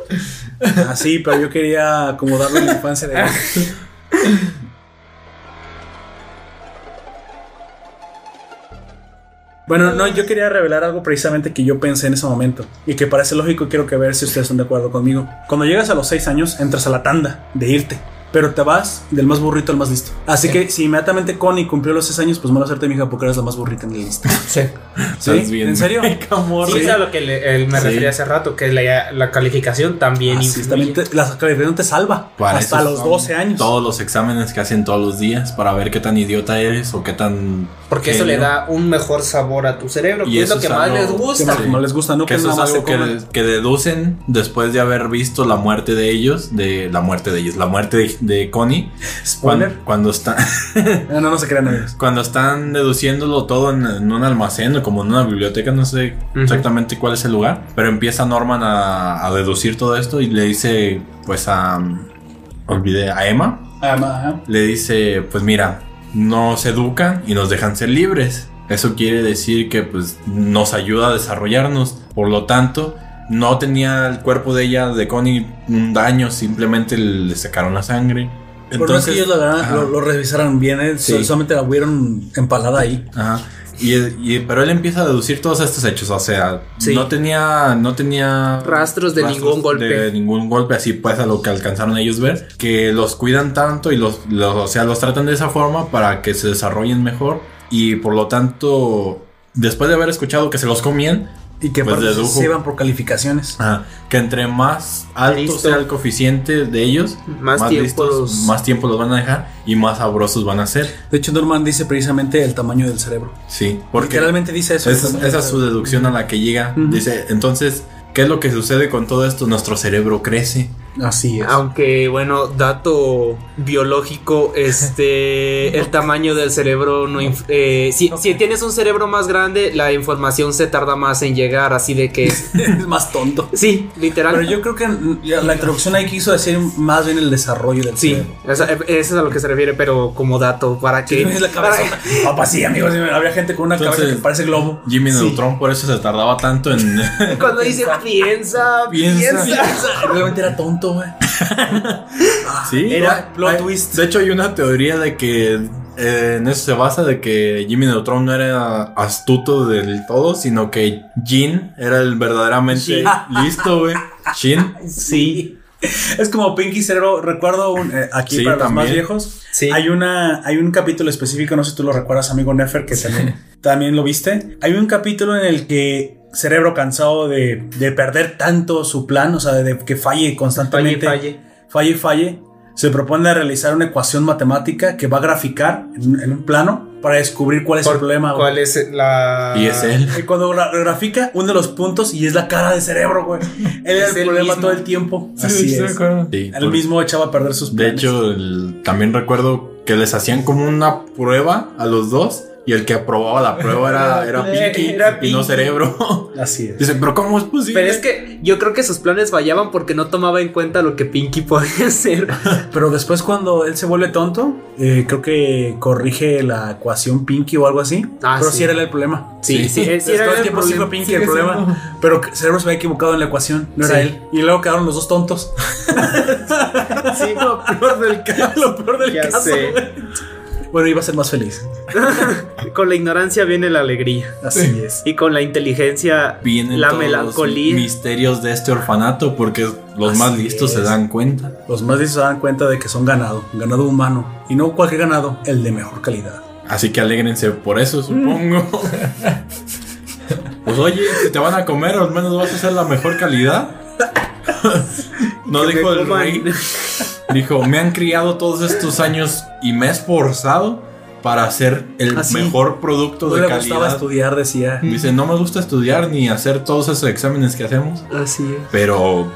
Speaker 1: Ah, sí, pero yo quería acomodarlo en la infancia de Bueno, no, yo quería revelar algo precisamente que yo pensé en ese momento y que parece lógico, quiero que ver si ustedes están de acuerdo conmigo. Cuando llegas a los 6 años, entras a la tanda de irte, pero te vas del más burrito al más listo. Así que si inmediatamente Connie cumplió los 6 años, pues mala suerte, mija, porque eres la más burrita en la lista.
Speaker 3: Sí.
Speaker 1: ¿Sí? ¿En serio?
Speaker 4: Sí,
Speaker 1: Sí.
Speaker 4: es a lo que le- él me
Speaker 2: Sí. Ah,
Speaker 4: refería hace rato, que la, la calificación también
Speaker 1: Así es,
Speaker 4: influye.
Speaker 1: también te- la acreditación te salva
Speaker 2: Para
Speaker 1: hasta
Speaker 2: eso
Speaker 1: los
Speaker 2: son
Speaker 1: 12 años.
Speaker 2: Todos los exámenes que hacen todos los días para ver qué tan idiota eres o qué tan.
Speaker 4: Porque eso
Speaker 2: genio.
Speaker 4: le da un mejor sabor a tu cerebro,
Speaker 2: Y
Speaker 4: que es
Speaker 2: eso
Speaker 4: lo que
Speaker 2: es
Speaker 4: más
Speaker 2: algo
Speaker 4: les
Speaker 1: que
Speaker 4: gusta.
Speaker 1: no, no les gusta, no
Speaker 2: este, Que
Speaker 1: que,
Speaker 2: eso
Speaker 1: nada
Speaker 2: es
Speaker 1: más se
Speaker 2: algo
Speaker 1: coman.
Speaker 2: que, que deducen después de haber visto la muerte de ellos, de la muerte de ellos, la muerte de, de Connie. Cuando,
Speaker 1: Spoiler.
Speaker 2: cuando, está-
Speaker 1: Ah, No, no se crean amigos.
Speaker 2: cuando están deduciéndolo todo en, en un almacén o como en una biblioteca, no sé exactamente cuál es el lugar, pero empieza Norman a, a deducir todo esto y le dice, pues a. Olvidé, a Emma.
Speaker 1: Ah,
Speaker 2: le dice, pues mira, nos educan y nos dejan ser libres. Eso quiere decir que pues nos ayuda a desarrollarnos. Por lo tanto, no tenía el cuerpo de ella, de Connie, un daño, simplemente le sacaron la sangre.
Speaker 1: Pero no es que ellos lo, agarraran-
Speaker 2: ajá.
Speaker 1: lo- lo revisaran bien, eh,
Speaker 2: Sí.
Speaker 1: sol- solamente la hubieran empalada ahí.
Speaker 2: Ajá. Y, y- pero él empieza a deducir todos estos hechos, o sea,
Speaker 4: Sí.
Speaker 2: no tenía no tenía
Speaker 4: Rastros de ningún golpe.
Speaker 2: de ningún golpe, así pues a lo que alcanzaron ellos ver, que los cuidan tanto y los, los- o sea, los tratan de esa forma para que se desarrollen mejor y por lo tanto después de haber escuchado que se los comían,
Speaker 1: Y que
Speaker 2: Pues
Speaker 1: aparte
Speaker 2: dedujo.
Speaker 1: se iban por calificaciones.
Speaker 2: ajá, que entre más alto
Speaker 4: Listo.
Speaker 2: sea el coeficiente de ellos,
Speaker 4: Más tiempo los-
Speaker 2: más tiempo los van a dejar y más sabrosos van a ser.
Speaker 1: De hecho, Norman dice precisamente el tamaño del cerebro.
Speaker 2: Sí,
Speaker 1: Porque
Speaker 2: porque
Speaker 1: realmente dice eso.
Speaker 2: Es-
Speaker 1: el tamaño
Speaker 2: esa
Speaker 1: del
Speaker 2: es su
Speaker 1: cerebro.
Speaker 2: deducción a la que llega. Dice, entonces, ¿qué es lo que sucede con todo esto? Nuestro cerebro crece.
Speaker 1: Así
Speaker 2: Ah,
Speaker 1: es.
Speaker 4: Aunque, bueno, dato biológico, este, el tamaño del cerebro no... inf- eh, si, si tienes un cerebro más grande, la información se tarda más en llegar, así de que...
Speaker 1: es más tonto.
Speaker 4: Sí, literal.
Speaker 1: Pero yo creo que mm, la introducción ahí quiso decir más bien el desarrollo del
Speaker 4: Sí,
Speaker 1: cerebro.
Speaker 4: esa- e, eso es a lo que se refiere, pero como dato, para
Speaker 1: Sí,
Speaker 4: que...
Speaker 1: es la cabezota. Ah, pues sí, amigos. Había gente con una cabeza
Speaker 2: Entonces-
Speaker 1: que parece globo.
Speaker 2: Jimmy
Speaker 1: Sí.
Speaker 2: Neutron por eso se tardaba tanto en...
Speaker 4: para- cuando dice piensa,
Speaker 2: Piensa.
Speaker 4: piensa.
Speaker 1: Realmente era tonto, güey.
Speaker 2: sí,
Speaker 1: Era
Speaker 2: ¿no?
Speaker 1: plot
Speaker 2: Hay-
Speaker 1: twist.
Speaker 2: De hecho, hay una teoría de que eh, en eso se basa de que Jimmy Neutron no era astuto del todo, sino que Jean era el verdaderamente listo, güey. Jean.
Speaker 1: Sí. Es como Pinky Cerebro. Recuerdo un- eh, aquí
Speaker 2: Sí,
Speaker 1: para los más
Speaker 2: también.
Speaker 1: viejos.
Speaker 4: Sí.
Speaker 1: Hay, una, hay un capítulo específico, no sé si tú lo recuerdas, amigo Nefer, que también, también lo viste. Hay un capítulo en el que Cerebro, cansado de, de perder tanto su plan, o sea, de que falle
Speaker 4: Falle,
Speaker 1: constantemente,
Speaker 4: falle.
Speaker 1: falle y falle, se propone realizar una ecuación matemática que va a graficar en, en un plano para descubrir cuál es el
Speaker 4: Por-
Speaker 1: problema. güey.
Speaker 4: ¿Cuál es la...?
Speaker 2: Y es él.
Speaker 1: Y cuando gra- grafica, uno de los puntos y es la cara de cerebro, güey. Él era
Speaker 4: Es
Speaker 1: el,
Speaker 4: el
Speaker 1: problema
Speaker 4: mismo.
Speaker 1: todo el tiempo. Así es. Él
Speaker 2: Sí, por-
Speaker 1: mismo echaba a perder sus
Speaker 2: De
Speaker 1: planes.
Speaker 2: hecho, el- también recuerdo que les hacían como una prueba a los dos y el que aprobaba la prueba era, era Pinky
Speaker 4: Eh, Era
Speaker 2: y no
Speaker 4: Pinky.
Speaker 2: Cerebro.
Speaker 1: Así es.
Speaker 2: Dice, pero ¿cómo es posible?
Speaker 4: Pero es que yo creo que sus planes fallaban porque no tomaba en cuenta lo que Pinky podía hacer.
Speaker 1: Pero después cuando él se vuelve tonto, eh, creo que corrige la ecuación Pinky o algo así.
Speaker 4: Ah,
Speaker 1: pero
Speaker 4: sí.
Speaker 1: sí. era él el problema.
Speaker 4: Sí, sí,
Speaker 1: Entonces,
Speaker 4: sí, era
Speaker 1: todo el
Speaker 4: el
Speaker 1: tiempo sí
Speaker 4: problema.
Speaker 1: fue Pinky el problema. Pero que Cerebro se había equivocado en la ecuación, no era
Speaker 4: Sí.
Speaker 1: él. Y luego quedaron los dos tontos.
Speaker 4: Sí,
Speaker 1: Lo peor del
Speaker 4: Ya
Speaker 1: caso.
Speaker 4: sé.
Speaker 1: güey. Bueno, iba a ser más feliz.
Speaker 4: Con la ignorancia viene la alegría.
Speaker 1: Así es.
Speaker 4: Y con la inteligencia
Speaker 2: Vienen
Speaker 4: la
Speaker 2: todos
Speaker 4: melancolía.
Speaker 2: los misterios de este orfanato porque los
Speaker 1: Así
Speaker 2: más listos se
Speaker 1: es.
Speaker 2: dan cuenta.
Speaker 1: Los más listos se dan cuenta de que son ganado, ganado humano. Y no cualquier ganado, el de mejor calidad.
Speaker 2: Así que alégrense por eso,
Speaker 4: Mm.
Speaker 2: supongo. pues oye, si te van a comer, al menos vas a hacer la mejor calidad. no
Speaker 4: Que me
Speaker 2: dijo el
Speaker 4: coman.
Speaker 2: rey. Dijo, me han criado todos estos años y me he esforzado para hacer el
Speaker 1: Así.
Speaker 2: mejor producto
Speaker 1: Ah, No
Speaker 2: de
Speaker 1: le gustaba
Speaker 2: calidad.
Speaker 1: estudiar, decía.
Speaker 2: Dice, no me gusta estudiar ni hacer todos esos exámenes que hacemos,
Speaker 4: Así es.
Speaker 2: pero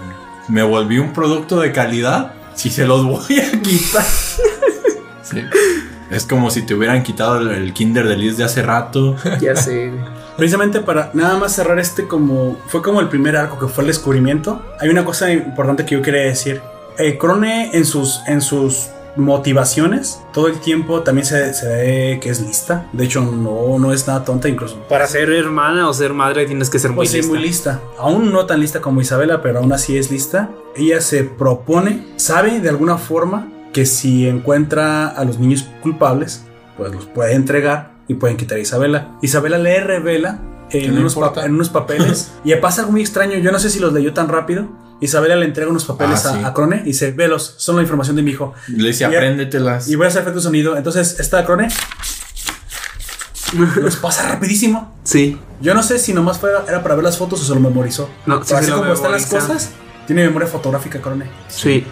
Speaker 2: me volví un producto de calidad si se los voy a quitar. Sí. Es como si te hubieran quitado el, el Kinder de Liz de hace rato.
Speaker 4: Ya sé.
Speaker 1: Precisamente para nada más cerrar este como fue como el primer arco que fue el descubrimiento. Hay una cosa importante que yo quería decir. Eh, Crone en sus en sus motivaciones todo el tiempo también se, se ve que es lista. De hecho no no es nada tonta incluso.
Speaker 4: Para ser hermana o ser madre tienes que ser muy
Speaker 1: Pues sí,
Speaker 4: lista.
Speaker 1: muy lista. Aún no tan lista como Isabela, pero aún así es lista. Ella se propone, sabe de alguna forma que si encuentra a los niños culpables, pues los puede entregar y pueden quitar a Isabela. Isabela le revela
Speaker 2: Que
Speaker 1: en,
Speaker 2: no
Speaker 1: unos, pa-
Speaker 2: importa.
Speaker 1: en unos papeles y pasa algo muy extraño. Yo no sé si los leyó tan rápido. Isabela le entrega unos papeles
Speaker 2: Ah,
Speaker 1: a-
Speaker 2: sí.
Speaker 1: a Crone y dice: Velos, son la información de mi hijo.
Speaker 2: Le dice,
Speaker 1: Y-
Speaker 2: apréndetelas.
Speaker 1: Y voy a hacer efecto de sonido. Entonces, está Crone. Los pasa rapidísimo.
Speaker 4: Sí.
Speaker 1: Yo no sé si nomás fue- era para ver las fotos o se lo memorizó.
Speaker 4: No,
Speaker 1: Pero
Speaker 4: sí se
Speaker 1: así
Speaker 4: lo
Speaker 1: como están las
Speaker 4: memoriza.
Speaker 1: cosas, tiene memoria fotográfica, Corone.
Speaker 4: Sí.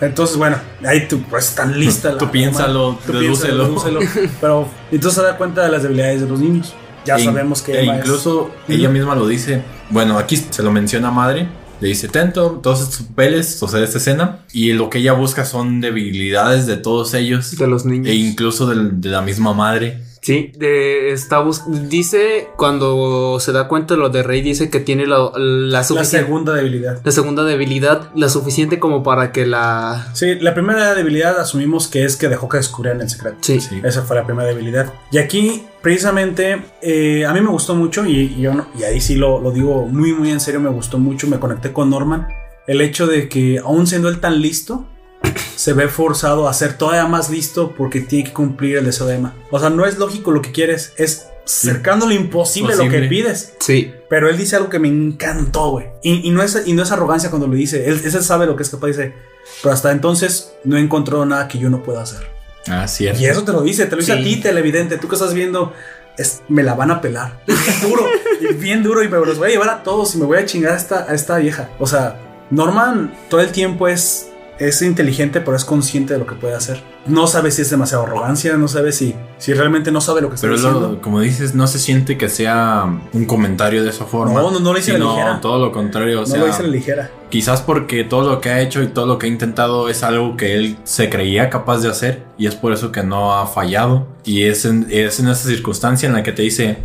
Speaker 1: Entonces, bueno, ahí tú pues tan lista. la-
Speaker 2: Tú piénsalo,
Speaker 1: Tú piénsalo,
Speaker 2: dedúcelo.
Speaker 1: dedúcelo. Pero entonces se da cuenta de las debilidades de los niños. Ya
Speaker 2: E in-
Speaker 1: sabemos que
Speaker 2: e
Speaker 1: Emma es-
Speaker 2: incluso ella misma lo dice. Bueno, aquí se lo menciona a madre. Le dice, tento, todos estos papeles, o sea, esta escena. Y lo que ella busca son debilidades de todos ellos.
Speaker 4: De los niños.
Speaker 2: E incluso del- de, la misma madre.
Speaker 4: Sí, de, está bus- dice cuando se da cuenta de lo de Rey, dice que tiene la, la
Speaker 1: la
Speaker 4: suficiente.
Speaker 1: segunda debilidad.
Speaker 4: La segunda debilidad, la suficiente como para que la.
Speaker 1: Sí, la primera debilidad asumimos que es que dejó que descubrieran el secreto.
Speaker 4: Sí.
Speaker 2: Sí.
Speaker 1: Esa fue la primera debilidad. Y aquí, precisamente, eh, a mí me gustó mucho, y, y yo no- y ahí sí lo, lo digo muy, muy en serio, me gustó mucho, me conecté con Norman. El hecho de que, aún siendo él tan listo, se ve forzado a ser todavía más listo porque tiene que cumplir el deseo de Emma. O sea, no es lógico lo que quieres, es cercando lo imposible lo que
Speaker 2: Posible.
Speaker 1: pides.
Speaker 4: Sí.
Speaker 1: Pero él dice algo que me encantó, güey. Y, y no es, y no es arrogancia cuando lo dice. Él, él sabe lo que es capaz, dice. Pero hasta entonces no he encontrado nada que yo no pueda hacer.
Speaker 2: Ah, cierto.
Speaker 1: Y eso te lo dice, te lo dice
Speaker 4: Sí.
Speaker 1: a ti, televidente. Tú que estás viendo, es, me la van a pelar. duro, y bien duro. Y me los voy a llevar a todos y me voy a chingar a esta, a esta vieja. O sea, Norman todo el tiempo es, es inteligente, pero es consciente de lo que puede hacer. No sabe si es demasiada arrogancia, no sabe si, si realmente no sabe lo que está
Speaker 2: Pero lo-
Speaker 1: haciendo.
Speaker 2: como dices, no se siente que sea un comentario de esa forma.
Speaker 1: No, no, no lo hice a la
Speaker 2: sino
Speaker 1: ligera.
Speaker 2: todo lo contrario. O
Speaker 1: no lo
Speaker 2: sea,
Speaker 1: dice a la ligera.
Speaker 2: Quizás porque todo lo que ha hecho y todo lo que ha intentado es algo que él se creía capaz de hacer y es por eso que no ha fallado. Y es en, es en esa circunstancia en la que te dice,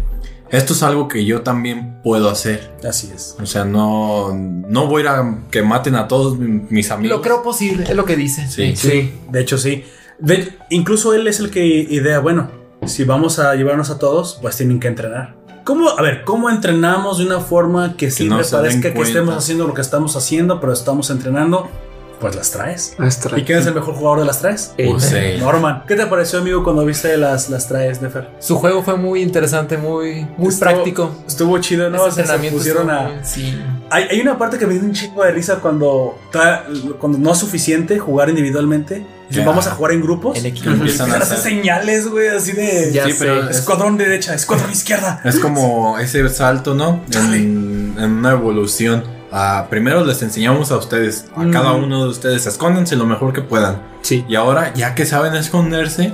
Speaker 2: esto es algo que yo también puedo hacer.
Speaker 1: Así es.
Speaker 2: O sea, no, no voy a ir a que maten a todos mi- mis amigos.
Speaker 3: Lo creo posible, es lo que dice.
Speaker 2: Sí.
Speaker 4: Sí.
Speaker 1: De hecho, sí. De- incluso él es el que idea, bueno, si vamos a llevarnos a todos, pues tienen que entrenar. ¿Cómo, a ver, cómo entrenamos de una forma que sí
Speaker 2: no
Speaker 1: me
Speaker 2: se den
Speaker 1: parezca que
Speaker 2: cuenta.
Speaker 1: estemos haciendo lo que estamos haciendo, pero estamos entrenando? Pues las traes.
Speaker 4: Hasta-
Speaker 1: ¿Y quién es el mejor jugador de las traes?
Speaker 4: Eh,
Speaker 2: O sea,
Speaker 1: Norman. ¿Qué te pareció, amigo, cuando viste las, las traes, Nefer?
Speaker 3: Su juego fue muy interesante, muy, muy
Speaker 1: Estuvo-
Speaker 3: práctico.
Speaker 1: Estuvo chido, ¿no?
Speaker 3: Ese
Speaker 1: O sea, se
Speaker 3: entrenamiento
Speaker 1: pusieron
Speaker 3: estuvo
Speaker 1: a,
Speaker 3: muy- Sí.
Speaker 1: Hay, hay una parte que me dio un chingo de risa cuando, ta- cuando no es suficiente jugar individualmente. Dicen,
Speaker 2: Ya.
Speaker 1: Vamos a jugar en grupos.
Speaker 3: En equipo.
Speaker 1: Y
Speaker 2: Empiezan
Speaker 1: Empiezan
Speaker 2: a
Speaker 1: a hacer
Speaker 2: hacer-
Speaker 1: señales, güey, así de
Speaker 4: Ya
Speaker 2: Sí, pero es-
Speaker 1: escuadrón derecha, escuadrón izquierda.
Speaker 2: Es como ese salto, ¿no? En, en una evolución. Ah, primero les enseñamos a ustedes,
Speaker 3: Mm.
Speaker 2: a cada uno de ustedes, escóndense lo mejor que puedan.
Speaker 4: Sí.
Speaker 2: Y ahora, ya que saben esconderse,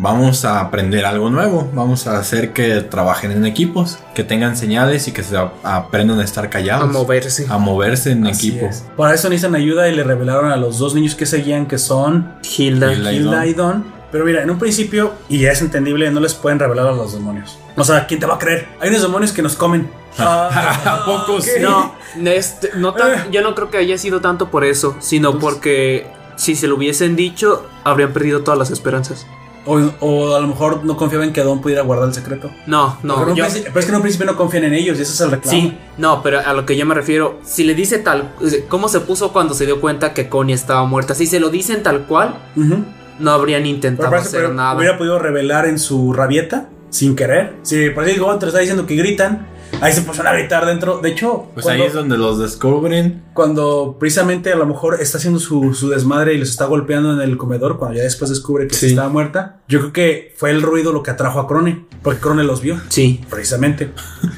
Speaker 2: vamos a aprender algo nuevo. Vamos a hacer que trabajen en equipos, que tengan señales y que se a- aprendan a estar callados.
Speaker 4: A moverse.
Speaker 2: a moverse en
Speaker 1: Así
Speaker 2: equipo.
Speaker 1: es. Para eso necesitan ayuda y le revelaron a los dos niños que seguían que son
Speaker 4: Ah, Hilda.
Speaker 2: Hilda. y
Speaker 1: Hilda
Speaker 2: Don.
Speaker 1: y Don. Pero mira, en un principio, y es entendible, no les pueden revelar a los demonios. O sea, ¿quién te va a creer? Hay unos demonios que nos comen. Ah,
Speaker 2: ¿A poco sí?
Speaker 4: No, este, no tan- yo no creo que haya sido tanto por eso, sino porque si se lo hubiesen dicho, habrían perdido todas las esperanzas.
Speaker 1: O, o a lo mejor no confiaban que Don pudiera guardar el secreto.
Speaker 4: No,
Speaker 1: pero, en
Speaker 4: no,
Speaker 1: un
Speaker 4: yo-
Speaker 1: principio- pero es que en un principio no confían en ellos y ese es el reclamo.
Speaker 4: sí, no, pero a lo que yo me refiero, si le dice eh, tal, ¿cómo se puso cuando se dio cuenta que Connie estaba muerta? Si se lo dicen tal cual,
Speaker 1: Ujú.
Speaker 4: no habrían intentado
Speaker 1: por eso,
Speaker 4: hacer
Speaker 1: pero
Speaker 4: nada.
Speaker 1: Hubiera podido revelar en su rabieta sin querer. Si por ahí te está diciendo que gritan, ahí se pusieron a gritar dentro. De hecho,
Speaker 2: Pues
Speaker 1: cuando,
Speaker 2: ahí es donde los descubren.
Speaker 1: cuando precisamente a lo mejor está haciendo su, su desmadre y los está golpeando en el comedor, cuando ya después descubre que sí
Speaker 4: Sí.
Speaker 1: estaba muerta, yo creo que fue el ruido lo que atrajo a Crone, porque Crone los vio.
Speaker 4: Sí.
Speaker 1: Precisamente.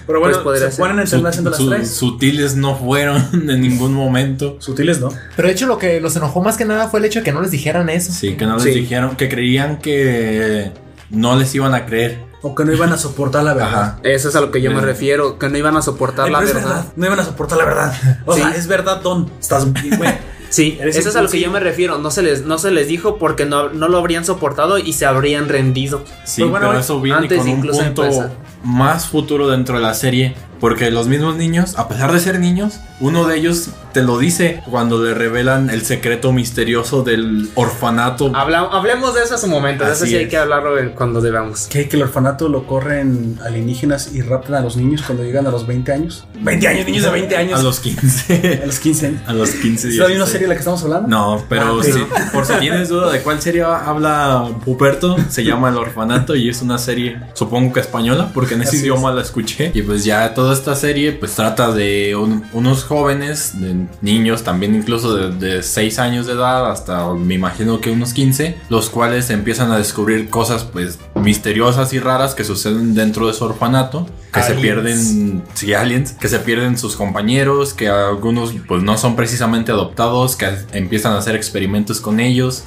Speaker 1: Pero bueno,
Speaker 4: Pues podría
Speaker 1: se
Speaker 4: ser.
Speaker 1: ponen a
Speaker 2: Su-
Speaker 1: entrenar haciendo las
Speaker 2: su-
Speaker 1: tres.
Speaker 2: sutiles no fueron en ningún momento.
Speaker 1: Sutiles, ¿no?
Speaker 3: Pero de hecho, lo que los enojó más que nada fue el hecho de que no les dijeran eso.
Speaker 2: Sí, que no les
Speaker 1: Sí.
Speaker 2: dijeron, que creían que no les iban a creer.
Speaker 1: O que no iban a soportar la verdad.
Speaker 2: Ajá.
Speaker 4: Eso es a lo que yo me
Speaker 2: Eh.
Speaker 4: refiero, que no iban a soportar
Speaker 1: Eh,
Speaker 4: la
Speaker 1: pero es
Speaker 4: verdad.
Speaker 1: No iban a soportar la verdad. O
Speaker 4: Sí.
Speaker 1: sea, es verdad, Don. Estás bien, güey.
Speaker 4: Sí,
Speaker 1: Eres
Speaker 4: eso es a lo que yo me refiero. No se les, no se les dijo porque no, no lo habrían soportado y se habrían rendido.
Speaker 2: Sí,
Speaker 1: Pero bueno,
Speaker 2: pero
Speaker 1: bueno,
Speaker 2: eso viene
Speaker 4: antes
Speaker 2: con un
Speaker 4: incluso de
Speaker 2: punto
Speaker 4: empezar.
Speaker 2: más futuro dentro de la serie. Porque los mismos niños, a pesar de ser niños, uno de ellos te lo dice cuando le revelan el secreto misterioso del orfanato.
Speaker 1: Ah,
Speaker 4: Habla- hablemos de eso a su momento. De eso
Speaker 2: Así
Speaker 4: sí hay
Speaker 2: es.
Speaker 4: que hablarlo en- cuando debamos.
Speaker 1: ¿Qué? ¿Que el orfanato lo corren alienígenas y raptan a los niños cuando llegan a los 20 años? 20 años, niños de 20 años.
Speaker 2: A los 15.
Speaker 1: A los 15 años.
Speaker 2: a los 15.
Speaker 1: ¿Es la misma
Speaker 2: 16.
Speaker 1: serie de la que estamos hablando?
Speaker 2: No, pero
Speaker 1: Ah,
Speaker 2: sí, por si tienes duda de cuál serie habla Puperto, se llama El Orfanato y es una serie, supongo que española, porque en ese
Speaker 1: Así es.
Speaker 2: idioma la escuché. Y pues ya toda esta serie pues trata de un- unos jóvenes, de niños también incluso de, de 6 años de edad hasta me imagino que unos 15, los cuales empiezan a descubrir cosas pues misteriosas y raras que suceden dentro de su orfanato, que se
Speaker 3: Aliens.
Speaker 2: pierden sí, aliens, que se pierden sus compañeros, que algunos pues no son precisamente adoptados, que empiezan a hacer experimentos con ellos.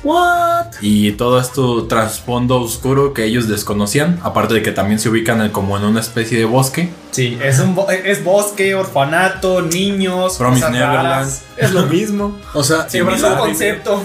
Speaker 2: Y todo esto trasfondo oscuro que ellos desconocían, aparte de que también se ubican en- como en una especie de bosque.
Speaker 5: Sí, es, un bo- es bosque, orfanato, niños,
Speaker 2: Promised
Speaker 5: cosas
Speaker 2: Neverland.
Speaker 5: raras. Es lo mismo.
Speaker 1: O sea,
Speaker 2: Sí,
Speaker 1: ¿y habrá
Speaker 5: es
Speaker 1: sido-
Speaker 5: un concepto.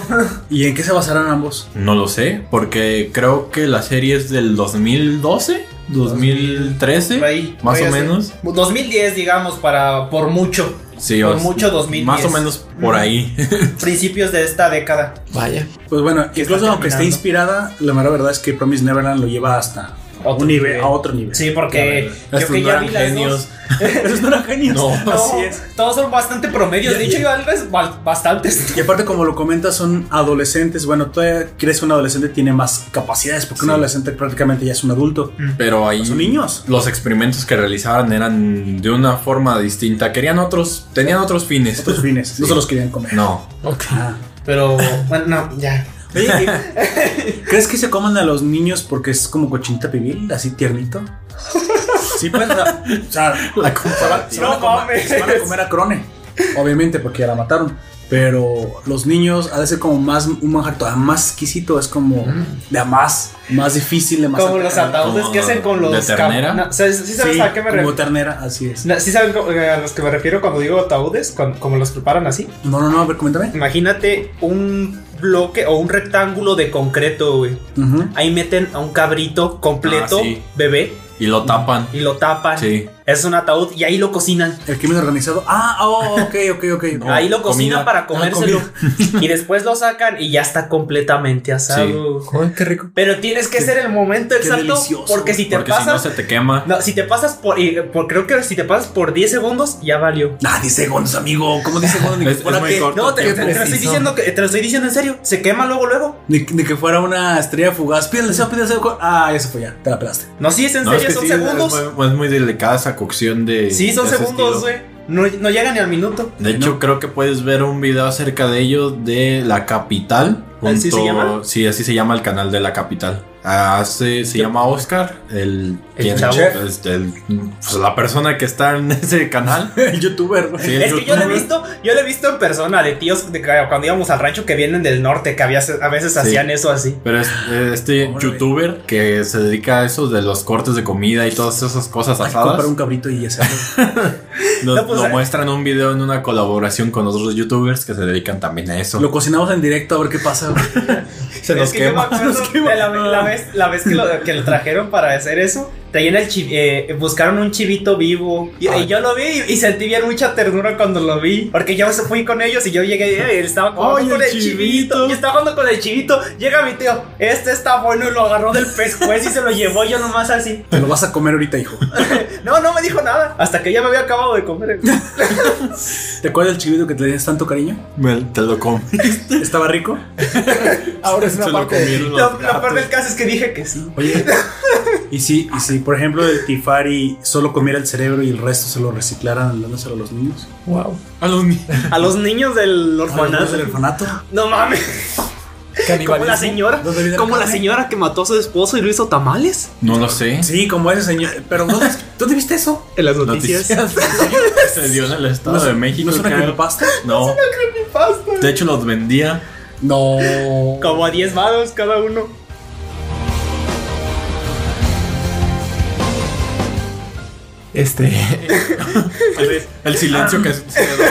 Speaker 1: ¿y en qué se basarán ambos?
Speaker 2: No lo sé, porque creo que la serie es del 2012, 2013,
Speaker 5: Por ahí,
Speaker 2: más
Speaker 5: por
Speaker 2: o
Speaker 5: ahí así.
Speaker 2: menos.
Speaker 5: 2010, digamos, para por mucho.
Speaker 2: Sí,
Speaker 5: Por
Speaker 2: o-
Speaker 5: mucho 2010.
Speaker 2: Más o menos por ahí.
Speaker 5: Principios de esta década.
Speaker 3: Vaya.
Speaker 1: Pues bueno, incluso aunque esté
Speaker 5: terminando.
Speaker 1: inspirada, la mera verdad es que Promise Neverland lo lleva hasta
Speaker 5: Otro
Speaker 1: un nivel,
Speaker 5: nivel.
Speaker 1: a otro nivel.
Speaker 5: Sí, porque yo
Speaker 2: Estos
Speaker 5: que
Speaker 2: no
Speaker 5: ya
Speaker 2: eran
Speaker 5: vi las
Speaker 2: genios.
Speaker 5: dos.
Speaker 1: Esos no eran genios.
Speaker 2: No.
Speaker 5: No,
Speaker 1: Así es.
Speaker 5: todos son bastante promedios. De hecho, yo algo es ba- bastantes.
Speaker 1: Y aparte, como lo comentas, son adolescentes. Bueno, todavía crees que un adolescente tiene más capacidades, porque un
Speaker 2: Sí. Mm.
Speaker 1: adolescente prácticamente ya es un adulto.
Speaker 2: Pero ahí.
Speaker 1: Son niños.
Speaker 2: Los experimentos que realizaban eran de una forma distinta. Querían otros. Tenían otros fines.
Speaker 1: Otros fines. No
Speaker 2: Sí.
Speaker 1: se los querían comer.
Speaker 2: No.
Speaker 3: Ok.
Speaker 1: Ah.
Speaker 5: Pero, bueno, no, ya.
Speaker 1: Oye, ¿y- ¿crees que se coman a los niños porque es como cochinita pibil, así tiernito? Sí, pues, o sea, o sea,
Speaker 2: La
Speaker 1: se, va- se van a
Speaker 5: No
Speaker 1: comer,
Speaker 5: mames.
Speaker 1: se van a comer a Crone, obviamente, porque ya la mataron. Pero los niños ha de ser como más un manjar todavía más exquisito, es como de a más, más difícil, de más
Speaker 5: Como los
Speaker 1: atacante.
Speaker 5: ataúdes
Speaker 2: Mm. Como
Speaker 5: que hacen con los.
Speaker 2: de ternera.
Speaker 5: cam- no, ¿sabes- ¿Sí sabes
Speaker 1: Sí,
Speaker 5: a qué me
Speaker 1: como
Speaker 5: refiero?
Speaker 1: ternera, así es.
Speaker 5: No, ¿Sí saben co- eh, a los que me refiero cuando digo ataúdes? Cuan- como los preparan así.
Speaker 1: No, no, no, a ver, coméntame.
Speaker 5: Imagínate un bloque o un rectángulo de concreto, güey.
Speaker 1: Ujú.
Speaker 5: Ahí meten a un cabrito completo,
Speaker 2: Ah, sí.
Speaker 5: bebé,
Speaker 2: Y lo tapan.
Speaker 5: y lo tapan.
Speaker 2: Sí.
Speaker 5: Es un ataúd y ahí lo cocinan.
Speaker 1: El crimen organizado. Ah, oh, ok, ok, ok.
Speaker 2: No,
Speaker 5: ahí
Speaker 2: comida.
Speaker 5: lo cocinan para comérselo.
Speaker 1: Ah,
Speaker 5: y después lo sacan y ya está completamente asado.
Speaker 3: Joder, qué rico.
Speaker 5: Pero tienes que ser el momento exacto
Speaker 1: delicioso,
Speaker 5: porque si te
Speaker 2: Porque si no
Speaker 5: pasas.
Speaker 2: se te quema.
Speaker 5: no, si te pasas por, y- por- Creo que si te pasas por 10 segundos, ya valió.
Speaker 1: Ah, dice Gonz, amigo. ¿Cómo dice Gonz? Ni, que
Speaker 2: Es- es
Speaker 1: fuera
Speaker 2: muy
Speaker 1: que-
Speaker 2: corto.
Speaker 5: No, te,
Speaker 3: Qué
Speaker 5: te- te lo estoy
Speaker 3: preciso.
Speaker 5: diciendo que, te lo estoy diciendo en serio. Se quema luego, luego.
Speaker 1: ni- ni que fuera una estrella fugaz. Pídele deseo, pídele deseo. co- Ah, ya se fue ya. Te la pelaste.
Speaker 5: No, sí, es en
Speaker 2: No, es
Speaker 5: serio,
Speaker 2: que
Speaker 5: son
Speaker 2: sí, es
Speaker 5: segundos.
Speaker 2: muy- Es muy delicada esa cocción de.
Speaker 5: Sí, son
Speaker 2: de ese
Speaker 5: segundos,
Speaker 2: estilo.
Speaker 5: güey. No, no llega ni al minuto.
Speaker 2: De hecho, creo que puedes ver un video acerca de ello de La Capital.
Speaker 5: ¿Así se llama?
Speaker 2: Sí, así se llama el canal de La Capital. Hace, se llama Oscar, el, quien-
Speaker 5: chavo.
Speaker 2: este, el- pues, la persona que está en ese canal.
Speaker 1: El youtuber, güey.
Speaker 2: Sí, el
Speaker 5: Es que yo lo he
Speaker 2: youtuber.
Speaker 5: visto, yo lo he visto en persona de tíos de que- cuando íbamos al rancho que vienen del norte, que había- a veces hacían eso así.
Speaker 2: Pero es- eh, este
Speaker 1: Órale.
Speaker 2: youtuber que se dedica a eso de los cortes de comida y todas esas cosas
Speaker 1: Hay que comprar
Speaker 2: asadas,
Speaker 1: un cabrito y ya se fue.
Speaker 2: lo,
Speaker 5: No, pues,
Speaker 2: lo
Speaker 5: eh.
Speaker 2: muestra en un video en una colaboración con otros youtubers que se dedican también a eso.
Speaker 1: Lo cocinamos en directo a ver qué pasa. güey.
Speaker 2: se
Speaker 5: es
Speaker 2: nos
Speaker 5: que yo me
Speaker 2: quema.
Speaker 5: acuerdo de la, la vez, la vez que, lo, que lo trajeron para hacer eso, Traían el chi- eh, buscaron un chivito vivo. Y, y yo lo vi y, y sentí bien mucha ternura cuando lo vi. Porque yo se fui con ellos y yo llegué eh, él estaba jugando
Speaker 2: ¡Ay,
Speaker 5: con
Speaker 2: el
Speaker 5: el chivito.
Speaker 2: chivito!
Speaker 5: Y estaba jugando con el chivito. Llega mi tío, este está bueno y lo agarró del pescuezo y se lo llevó yo nomás así.
Speaker 1: Te lo vas a comer ahorita, hijo.
Speaker 5: No, no me dijo nada. Hasta que ya me había acabado de comer.
Speaker 1: ¿Te acuerdas del chivito que te tenías tanto cariño?
Speaker 2: Me- te lo comí.
Speaker 1: ¿Estaba rico?
Speaker 3: Ahora es una
Speaker 2: Se lo
Speaker 3: parte.
Speaker 2: comieron los
Speaker 5: Lo, lo peor
Speaker 2: gatos.
Speaker 5: del caso es que dije que sí.
Speaker 1: Oye, y si, y si por ejemplo el Tifari solo comiera el cerebro y el resto se lo reciclaran dándoselo a los niños.
Speaker 3: Wow.
Speaker 2: A los ni-
Speaker 5: A los niños del
Speaker 1: ¿A los niños del
Speaker 5: orfanato.
Speaker 1: orfanato?
Speaker 5: No mames. Como la
Speaker 3: Canibalismo.
Speaker 5: señora.
Speaker 1: ¿Dónde viene el
Speaker 5: Como la
Speaker 1: café?
Speaker 5: señora que mató a su esposo y lo hizo tamales.
Speaker 2: No lo sé.
Speaker 1: Sí, como ese señor. Pero ¿dónde, ¿dónde viste eso?
Speaker 5: En las
Speaker 2: Noticias. Se dio en el Estado
Speaker 1: es-
Speaker 2: de México.
Speaker 1: ¿No es una
Speaker 2: creo.
Speaker 1: creepypasta?
Speaker 2: No. De hecho, los vendía.
Speaker 3: No.
Speaker 5: Como a 10 vados cada uno.
Speaker 3: Este.
Speaker 2: El, el silencio que se quedó.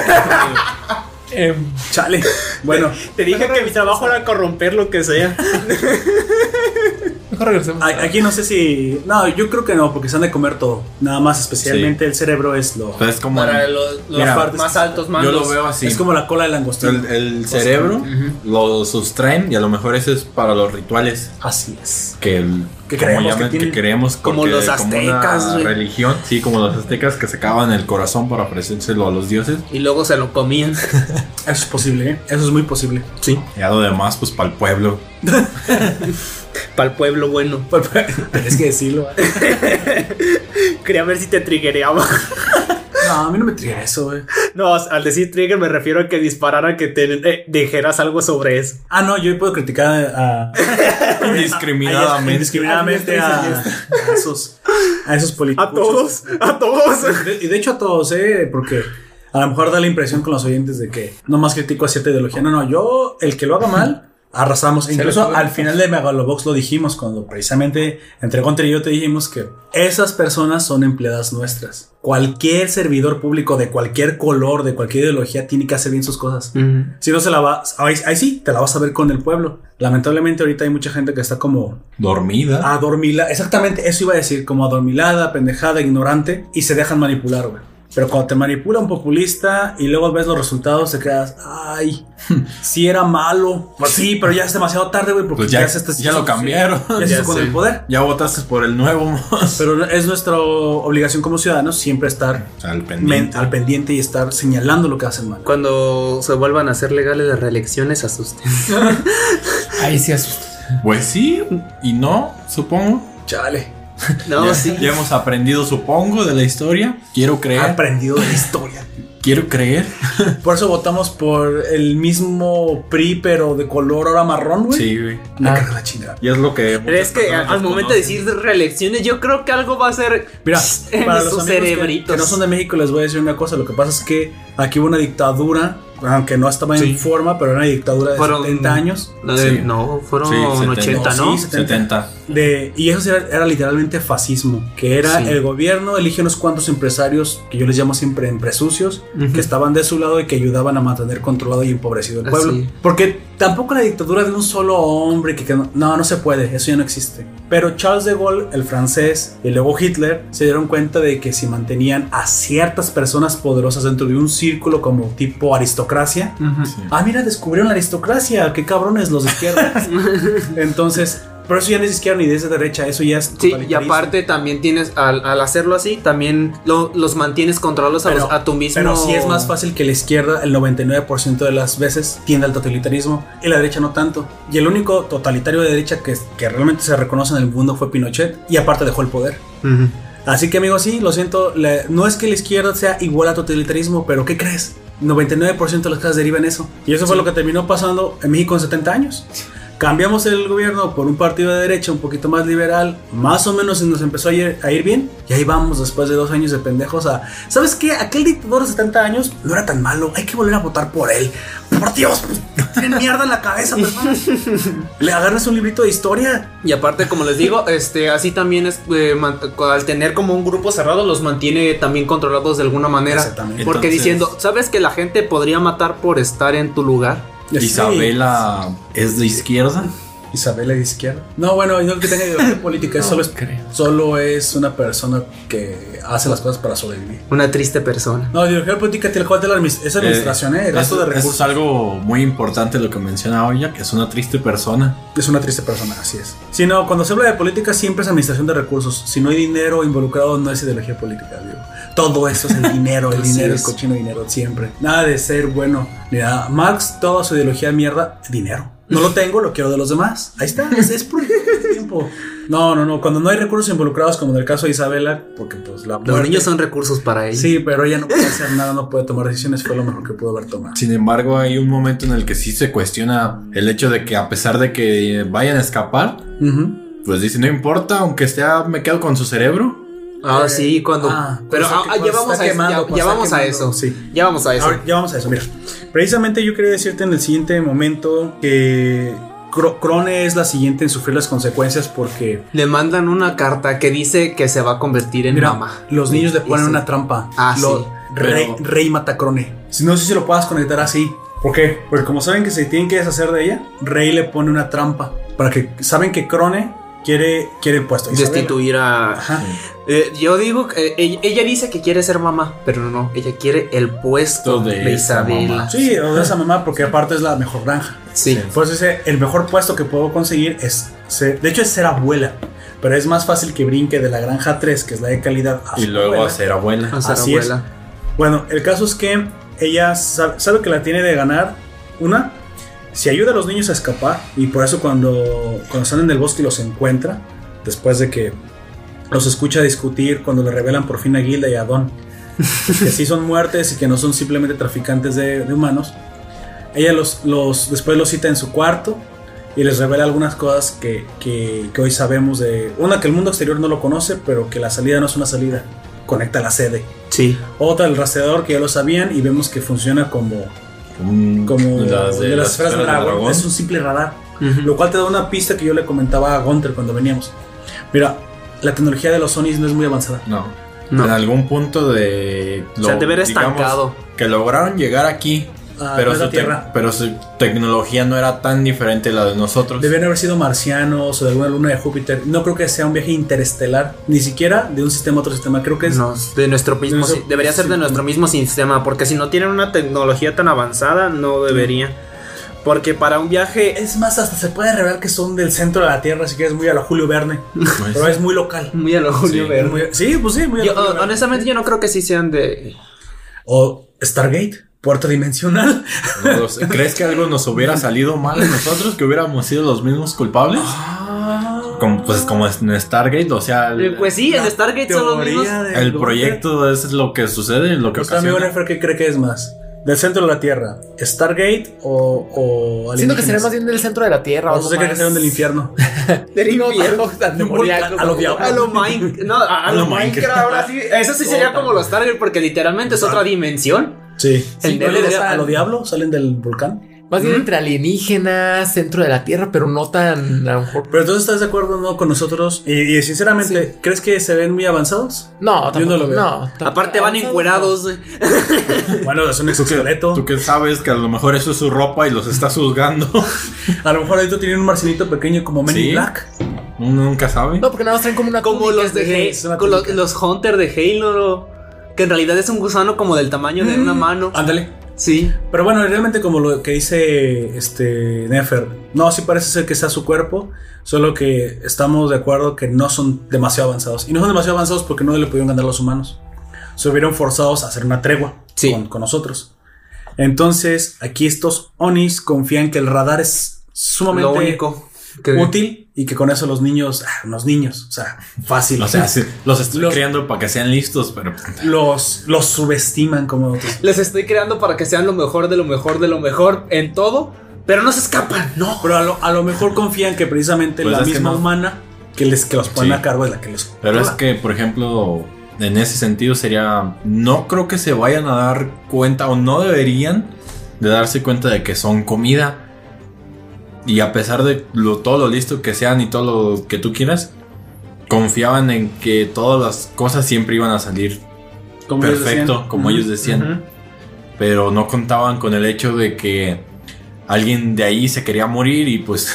Speaker 3: em,
Speaker 1: Chale. Bueno,
Speaker 5: Te dije que mi trabajo era corromper lo que sea.
Speaker 3: mejor regresemos.
Speaker 1: a- aquí no sé si. No, yo creo que no, porque se han de comer todo. Nada más, especialmente el cerebro es lo.
Speaker 2: Pues es como.
Speaker 4: Para los, los
Speaker 2: Mira,
Speaker 4: más altos
Speaker 2: yo
Speaker 4: mandos.
Speaker 2: lo veo así.
Speaker 1: Es como la cola del langostino.
Speaker 2: el, el cerebro lo sustraen y a lo mejor eso es para los rituales
Speaker 1: Así es.
Speaker 2: que, el-
Speaker 1: Que
Speaker 2: como
Speaker 1: creemos que
Speaker 2: llaman, que,
Speaker 1: tienen-
Speaker 2: creemos
Speaker 1: como
Speaker 2: porque-
Speaker 1: los
Speaker 2: una
Speaker 1: aztecas, güey.
Speaker 2: religión sí como los aztecas que sacaban el corazón para ofrecérselo a los dioses
Speaker 4: Y luego se lo comían.
Speaker 1: Eso es posible, ¿eh? Eso es muy posible.
Speaker 4: Sí.
Speaker 2: y a lo demás pues para el pueblo
Speaker 5: Para el pueblo bueno.
Speaker 1: Tienes que decirlo. ¿eh?
Speaker 5: Quería ver si te triggereaba.
Speaker 1: No, a mí no me triga eso, ¿eh? güey.
Speaker 5: No, al decir trigger me refiero a que disparara, que te eh, dijeras algo sobre eso.
Speaker 1: Ah, no, yo puedo criticar a.
Speaker 2: indiscriminadamente
Speaker 1: indiscriminadamente a, a esos, a esos políticos.
Speaker 5: A todos, a todos.
Speaker 1: De- Y de hecho a todos, ¿eh? Porque a lo mejor da la impresión con los oyentes de que nomás critico a cierta ideología. No, no, yo, el que lo haga mal, arrasamos. E Incluso al final de Megalobox lo dijimos, cuando precisamente entre Gonter y yo te dijimos que esas personas son empleadas nuestras. Cualquier servidor público de cualquier color, de cualquier ideología, tiene que hacer bien sus cosas. Si no se la va, ahí, ahí sí, te la vas a ver con el pueblo. Lamentablemente ahorita hay mucha gente que está como Ah.
Speaker 2: dormida
Speaker 1: adormilada, exactamente, eso iba a decir, como adormilada, pendejada, ignorante, y se dejan manipular, güey. Pero cuando te manipula un populista y luego ves los resultados, te quedas, ay, sí era malo. Pues sí, pero ya es demasiado tarde, güey, porque
Speaker 2: pues ya,
Speaker 1: se está-
Speaker 2: ya lo cambiaron
Speaker 1: Ya se
Speaker 4: Ya
Speaker 1: hizo con
Speaker 4: sé.
Speaker 1: el poder.
Speaker 2: ya votaste por el nuevo
Speaker 1: Pero es nuestra obligación como ciudadanos siempre estar
Speaker 2: al
Speaker 1: men-
Speaker 2: pendiente
Speaker 1: al pendiente y estar señalando lo que hacen mal.
Speaker 4: Cuando se vuelvan a hacer legales las reelecciones, asusten.
Speaker 3: Ahí sí asusta.
Speaker 2: pues sí y no supongo
Speaker 1: Chale,
Speaker 4: No,
Speaker 2: ya,
Speaker 4: sí.
Speaker 2: ya hemos aprendido supongo de la historia quiero
Speaker 1: he
Speaker 2: creer
Speaker 1: aprendido de la historia.
Speaker 2: quiero creer
Speaker 1: Por eso votamos por el mismo PRI, pero de color ahora marrón, güey.
Speaker 2: sí güey
Speaker 1: Me
Speaker 3: Ah.
Speaker 1: carga la chingada.
Speaker 2: y es lo que
Speaker 4: Pero es que al momento de decir reelecciones, yo creo que algo va a ser
Speaker 1: Mira,
Speaker 4: en
Speaker 1: para los
Speaker 4: sus
Speaker 1: amigos que-
Speaker 4: cerebritos.
Speaker 1: Que no son de México, les voy a decir una cosa. Lo que pasa es que aquí hubo una dictadura, aunque no estaba en
Speaker 2: Sí.
Speaker 1: forma, pero era una dictadura de
Speaker 4: Fueron-
Speaker 1: 70 años.
Speaker 4: No,
Speaker 2: Sí.
Speaker 4: no, fueron
Speaker 2: Sí, 70,
Speaker 4: 80,
Speaker 1: no,
Speaker 4: ¿no?
Speaker 1: sí,
Speaker 2: 70
Speaker 1: De, y eso era, era literalmente fascismo, que era
Speaker 4: Sí.
Speaker 1: el gobierno elige unos cuantos empresarios, que yo les llamo siempre empresucios, que estaban de su lado y que ayudaban a mantener controlado y empobrecido el
Speaker 4: Ah,
Speaker 1: pueblo.
Speaker 4: sí.
Speaker 1: Porque tampoco la dictadura de un solo hombre, que, que no, no, no se puede, eso ya no existe. Pero Charles de Gaulle, el francés, y luego Hitler se dieron cuenta de que si mantenían a ciertas personas poderosas dentro de un círculo como tipo aristocracia,
Speaker 2: Sí.
Speaker 1: Ah, mira, descubrieron la aristocracia. Qué cabrones los de izquierda. Entonces, pero eso ya no es izquierda ni de esa derecha. Eso ya es.
Speaker 4: Sí, y
Speaker 1: totalitarismo.
Speaker 4: aparte también tienes, al, al hacerlo así, también lo- los mantienes controlados a,
Speaker 1: Pero-
Speaker 4: los- a tu mismo.
Speaker 1: Pero sí es más fácil que la izquierda, el 99% de las veces, tiende al totalitarismo y la derecha no tanto. Y el único totalitario de derecha que, que realmente se reconoce en el mundo fue Pinochet y aparte dejó el poder.
Speaker 4: Ujú.
Speaker 1: Así que, amigos, sí, lo siento. la- no es que la izquierda sea igual a totalitarismo, pero ¿qué crees? 99% de las cosas derivan en eso. Y eso fue lo que terminó pasando en México en 70 años. Cambiamos el gobierno por un partido de derecha un poquito más liberal, más o menos nos empezó a ir, a ir bien. Y ahí vamos después de dos años de pendejos a... ¿Sabes qué? Aquel dictador de 70 años no era tan malo. Hay que volver a votar por él. Por Dios, tienen mierda en la cabeza, personas. Le agarras un librito de historia.
Speaker 4: Y aparte, como les digo, este, así también es, eh, man- al tener como un grupo cerrado, los mantiene también controlados de alguna manera.
Speaker 1: Exactamente.
Speaker 4: Porque
Speaker 2: Entonces-
Speaker 4: diciendo, ¿sabes que la gente
Speaker 1: Este,
Speaker 4: podría matar por estar en tu lugar?
Speaker 1: Sí.
Speaker 2: Isabela es de izquierda
Speaker 1: Isabela de izquierda. No, bueno, no creo que tenga ideología política, solo, es, solo es una persona que hace las cosas para sobrevivir.
Speaker 4: Una triste persona.
Speaker 1: No, ideología política tiene cual de la admis- es administración, ¿eh? El gasto
Speaker 2: eso-
Speaker 1: de
Speaker 2: eso
Speaker 1: recursos.
Speaker 2: Es algo muy importante lo que menciona Oya, que es una triste persona.
Speaker 1: Es una triste persona, así es. Si no, cuando se habla de política siempre es administración de recursos. Si no hay dinero involucrado, no es ideología política, digo. Todo eso es el dinero, el
Speaker 4: Así
Speaker 1: dinero,
Speaker 4: es.
Speaker 1: el cochino dinero, siempre. Nada de ser bueno ni nada. Marx, toda su ideología mierda, dinero. No lo tengo, lo quiero de los demás. Ahí está, es, es por tiempo. No, no, no. Cuando no hay recursos involucrados, como en el caso de Isabela, porque pues la
Speaker 4: Los
Speaker 1: muerte-
Speaker 4: niños son recursos para ella.
Speaker 1: Sí, pero ella no puede hacer nada, no puede tomar decisiones, fue lo mejor que pudo haber tomado.
Speaker 2: Sin embargo, hay un momento en el que sí se cuestiona el hecho de que a pesar de que eh, vayan a escapar,
Speaker 1: Ujú.
Speaker 2: pues dice, no importa, aunque sea, me quedo con su cerebro.
Speaker 4: Ah, sí, cuando.
Speaker 1: Ah,
Speaker 4: pero
Speaker 1: cosa
Speaker 4: ah,
Speaker 1: que-
Speaker 4: ah, ya
Speaker 1: cosa
Speaker 4: vamos
Speaker 1: está
Speaker 4: a eso.
Speaker 1: quemando,
Speaker 4: Ya,
Speaker 1: cosa
Speaker 4: ya
Speaker 1: está
Speaker 4: vamos a
Speaker 1: quemando,
Speaker 4: eso.
Speaker 1: sí.
Speaker 4: Ya vamos a eso.
Speaker 1: Ahora, ya vamos a eso, mira. Precisamente yo quería decirte en el siguiente momento que Cro- Crone es la siguiente en sufrir las consecuencias porque
Speaker 4: Le mandan una carta que dice que se va a convertir en
Speaker 1: mira,
Speaker 4: mamá.
Speaker 1: los niños le
Speaker 4: Y- y
Speaker 1: ponen
Speaker 4: sí.
Speaker 1: una trampa.
Speaker 4: Ah,
Speaker 1: Lo-
Speaker 4: sí.
Speaker 1: Rey,
Speaker 2: Pero-
Speaker 1: Rey Matacrone. Si no sé si lo puedas conectar así. ¿Por qué? Porque como saben que se tienen que deshacer de ella, Rey le pone una trampa para que saben que Crone quiere quiere el puesto. Isabela.
Speaker 4: Destituir a.
Speaker 1: Ajá.
Speaker 4: Eh, yo digo, que, eh, ella, ella dice que quiere ser mamá, pero no, ella quiere el puesto
Speaker 2: Todo de
Speaker 4: de,
Speaker 2: esa mamá.
Speaker 4: Isabela.
Speaker 1: Sí, o de esa mamá porque aparte es la mejor granja.
Speaker 4: Sí.
Speaker 1: Por eso dice, el mejor puesto que puedo conseguir es ser, de hecho es ser abuela, pero es más fácil que brinque de la granja 3, que es la de calidad, a
Speaker 2: Y
Speaker 1: su
Speaker 2: luego
Speaker 1: abuela.
Speaker 2: a ser abuela.
Speaker 4: a ser
Speaker 1: Así es.
Speaker 4: abuela.
Speaker 1: Bueno, el caso es que ella sabe, sabe que la tiene de ganar una, si ayuda a los niños a escapar, y por eso cuando, cuando están en el bosque y los encuentra, después de que los escucha discutir, cuando le revelan por fin a Gilda y a Don, que sí son muertes y que no son simplemente traficantes de, de humanos, ella los, los, después los cita en su cuarto y les revela algunas cosas que, que- que hoy sabemos de... Una, que el mundo exterior no lo conoce, pero que la salida no es una salida, conecta la sede.
Speaker 4: Sí.
Speaker 1: Otra, el rastreador, que ya lo sabían y vemos que funciona como,
Speaker 2: Mm,
Speaker 1: como
Speaker 2: las
Speaker 1: de las esferas del dragón. Es un simple radar, lo cual te da una pista que yo le comentaba a Gunter cuando veníamos. Mira, la tecnología de los Sonys no es muy avanzada.
Speaker 2: No.
Speaker 4: No.
Speaker 2: En algún punto de...
Speaker 4: o sea,
Speaker 2: lo-
Speaker 4: de ver
Speaker 2: digamos,
Speaker 4: estancado.
Speaker 2: Que lograron llegar aquí,
Speaker 1: Ah,
Speaker 2: pero,
Speaker 1: no es
Speaker 2: su
Speaker 1: la
Speaker 2: tec-
Speaker 1: Tierra.
Speaker 2: pero su tecnología no era tan diferente a la de nosotros.
Speaker 1: Debían haber sido marcianos o de alguna luna de Júpiter. No creo que sea un viaje interestelar, ni siquiera de un sistema a otro sistema. Creo que es
Speaker 4: No, de nuestro mismo,
Speaker 1: nuestro-
Speaker 4: si- debería ser de
Speaker 1: sí.
Speaker 4: nuestro mismo sistema, porque si no tienen una tecnología tan avanzada, no debería. Porque para un viaje
Speaker 1: Es más, hasta se puede revelar que son del centro de la Tierra, si quieres, muy a la Julio Verne.
Speaker 2: Pues,
Speaker 1: Pero es muy local.
Speaker 4: muy a lo Julio
Speaker 2: Sí.
Speaker 4: Pues Verne.
Speaker 1: Muy- sí, pues sí, muy a
Speaker 4: Yo,
Speaker 1: la Julio
Speaker 4: oh,
Speaker 1: Verne.
Speaker 4: honestamente, yo no creo que sí sean de.
Speaker 1: O Stargate, puerto dimensional.
Speaker 2: No lo sé. ¿Crees que algo nos hubiera salido mal a nosotros? ¿Que hubiéramos sido los mismos culpables? Como, pues como en Stargate, o sea, el,
Speaker 4: Eh, Pues sí, en Stargate son los mismos.
Speaker 1: Teoría del
Speaker 2: el
Speaker 1: Gunter.
Speaker 2: proyecto es lo que sucede, lo que
Speaker 1: Nuestro amigo
Speaker 2: ocasiona.
Speaker 1: Nefer, ¿qué cree que es más? ¿Del centro de la Tierra? ¿Stargate o, o
Speaker 3: Siento que sería
Speaker 1: alienígenas?
Speaker 3: más bien del centro de la Tierra.
Speaker 1: O no sé qué que sean del infierno.
Speaker 3: Del infierno. tan demoníaco.
Speaker 1: A lo diablo.
Speaker 4: A lo Mine- no, a, a
Speaker 2: A
Speaker 4: lo
Speaker 2: lo
Speaker 4: Minecraft, ahora sí. Eso sí sería como los Target, porque literalmente es otra dimensión.
Speaker 1: Sí.
Speaker 4: El
Speaker 1: ¿No? ¿A, lo,
Speaker 4: DLD
Speaker 1: dia-
Speaker 4: sal-
Speaker 1: a lo diablo? ¿Salen del volcán?
Speaker 3: Más bien entre alienígenas, centro de la Tierra, pero no tan a lo mejor.
Speaker 1: Pero entonces, ¿estás de acuerdo no con nosotros? Y, y sinceramente, ¿crees que se ven muy avanzados?
Speaker 3: No, tampoco,
Speaker 1: no lo veo.
Speaker 3: no, tampoco.
Speaker 4: Aparte van encuerados. güey.
Speaker 1: Bueno, es un
Speaker 2: ¿Tú qué-
Speaker 1: exoesqueleto.
Speaker 2: ¿Tú qué sabes que a lo mejor eso es su ropa y los está juzgando?
Speaker 1: A lo mejor ahorita tienen un marcinito pequeño como Men in
Speaker 2: Sí.
Speaker 1: Black.
Speaker 2: Uno nunca sabe.
Speaker 3: No, porque nada más traen como una
Speaker 4: Como
Speaker 3: túnica,
Speaker 4: los de
Speaker 3: güey.
Speaker 1: es una
Speaker 4: Halo- con los,
Speaker 1: técnica.
Speaker 4: los Hunter de Halo. Que en realidad es un gusano como del tamaño de una mano.
Speaker 1: Ándale.
Speaker 4: Sí.
Speaker 1: Pero bueno, realmente como lo que dice este Nefer, no, sí parece ser que sea su cuerpo, solo que estamos de acuerdo que no son demasiado avanzados. Y no son demasiado avanzados porque no le pudieron ganar los humanos. Se hubieron forzados a hacer una tregua
Speaker 4: Sí.
Speaker 1: con, con nosotros. Entonces, aquí estos Onis confían que el radar es sumamente
Speaker 4: Lo único. que-
Speaker 1: útil y que con eso los niños, ah, los niños, o sea, fácil.
Speaker 2: O sea, sí, los estoy
Speaker 1: pues, Los-
Speaker 2: creando para que sean listos, pero
Speaker 1: los, los subestiman como otros.
Speaker 4: Les estoy creando para que sean lo mejor de lo mejor de lo mejor en todo. Pero no se escapan.
Speaker 1: No, pero a lo, a lo mejor confían que precisamente
Speaker 2: Pues
Speaker 1: la
Speaker 2: es que
Speaker 1: misma
Speaker 2: no.
Speaker 1: humana que les que los pone
Speaker 2: Sí.
Speaker 1: a cargo es la que los.
Speaker 2: Pero es
Speaker 1: controla.
Speaker 2: que, por ejemplo, en ese sentido sería. No creo que se vayan a dar cuenta o no deberían de darse cuenta de que son comida. Y a pesar de lo, todo lo listo que sean y todo lo que tú quieras, confiaban en que todas las cosas siempre iban a salir
Speaker 1: Como ellos
Speaker 2: perfecto,
Speaker 1: decían.
Speaker 2: como
Speaker 1: Ujú.
Speaker 2: ellos decían. Pero no contaban con el hecho de que alguien de ahí se quería morir y pues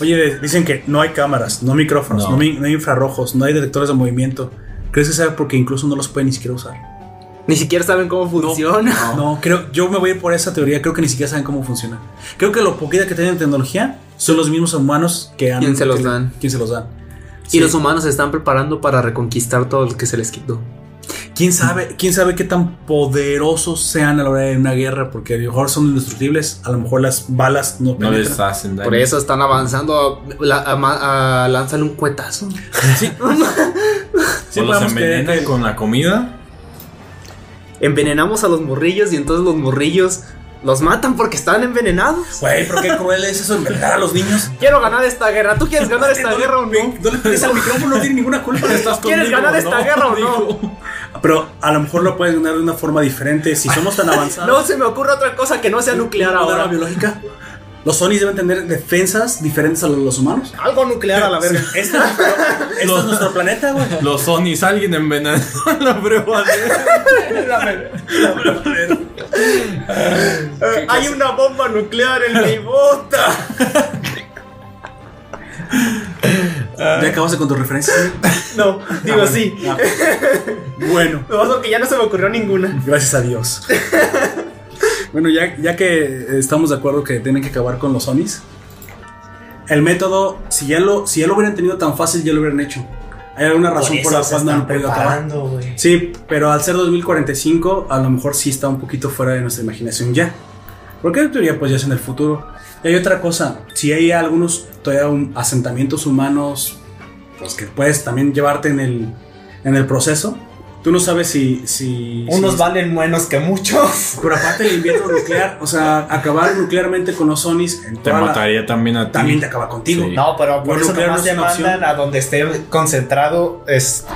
Speaker 1: Oye, de- dicen que no hay cámaras, no micrófonos, no.
Speaker 2: No.
Speaker 1: mi- no hay infrarrojos, no hay detectores de movimiento. ¿Crees que sea porque incluso no los pueden ni siquiera usar?
Speaker 4: Ni siquiera saben cómo funciona.
Speaker 1: No, creo, yo me voy a ir por esa teoría, creo que ni siquiera saben cómo funciona. Creo que lo poquita que tienen de tecnología son los mismos humanos que han...
Speaker 4: ¿Quién se los
Speaker 1: que-
Speaker 4: dan?
Speaker 1: ¿Quién se los dan?
Speaker 4: Y
Speaker 1: Sí.
Speaker 4: los humanos se están preparando para reconquistar todo lo que se les quitó.
Speaker 1: ¿Quién sabe, ¿Quién sabe qué tan poderosos sean a la hora de una guerra? Porque a lo mejor son indestructibles, a lo mejor las balas no,
Speaker 2: no les
Speaker 1: penetran.
Speaker 2: hacen daño.
Speaker 4: Por eso están avanzando a, la- a ma- a lanzarle un cuetazo.
Speaker 1: Sí, sí
Speaker 2: o Pues los
Speaker 1: podemos creer
Speaker 2: envenenan con la comida.
Speaker 4: Envenenamos a los morrillos y entonces los morrillos los matan porque están envenenados.
Speaker 1: Güey, pero qué cruel es eso, envenenar a los niños.
Speaker 4: Quiero ganar esta guerra. ¿Tú quieres ganar esta guerra o no?
Speaker 1: No le pegues al micrófono, no tiene ninguna culpa. Estás
Speaker 4: ¿Quieres
Speaker 1: conmigo,
Speaker 4: ganar esta
Speaker 1: ¿no?
Speaker 4: guerra o no?
Speaker 1: Pero a lo mejor lo puedes ganar de una forma diferente. Si somos tan
Speaker 4: No
Speaker 1: avanzados.
Speaker 4: se me ocurre otra cosa que no sea nuclear
Speaker 1: ¿no era
Speaker 4: ahora.
Speaker 1: biológica. Los Sonys deben tener defensas diferentes a los de los humanos.
Speaker 4: Algo nuclear a la verga.
Speaker 1: Este, pero este es nuestro planeta, güey.
Speaker 2: Los Sonys, alguien envenenó la prueba
Speaker 4: Eh, Hay una bomba nuclear en mi bota.
Speaker 1: Ya acabaste con tu referencia.
Speaker 4: No, digo
Speaker 1: Ah,
Speaker 4: sí.
Speaker 1: bueno, ah. Bueno,
Speaker 4: Lo que ya no se me ocurrió ninguna.
Speaker 1: gracias a Dios. Bueno, ya, ya que estamos de acuerdo que tienen que acabar con los Sonys, el método, si ya lo, si ya lo hubieran tenido tan fácil, ya lo hubieran hecho. Hay alguna razón por, la cual no han podido acabar.
Speaker 5: güey.
Speaker 1: Sí, pero al ser 2045, a lo mejor sí está un poquito fuera de nuestra imaginación ya. Porque en teoría, pues ya es en el futuro. Y hay otra cosa: si hay algunos todavía un- asentamientos humanos, pues que puedes también llevarte en el, en el proceso. Tú no sabes si. si
Speaker 5: Unos
Speaker 1: si-
Speaker 5: valen menos que muchos.
Speaker 1: Pero aparte, el invierno nuclear, o sea, acabar nuclearmente con los Sonis en
Speaker 2: Te
Speaker 1: toda la-
Speaker 2: mataría también a ti.
Speaker 1: también te acaba contigo.
Speaker 2: Sí.
Speaker 5: No, pero por
Speaker 1: Lo
Speaker 5: eso
Speaker 1: nuclear
Speaker 5: nomás
Speaker 1: no es
Speaker 5: te
Speaker 1: una opción.
Speaker 5: mandan a donde esté concentrado. Es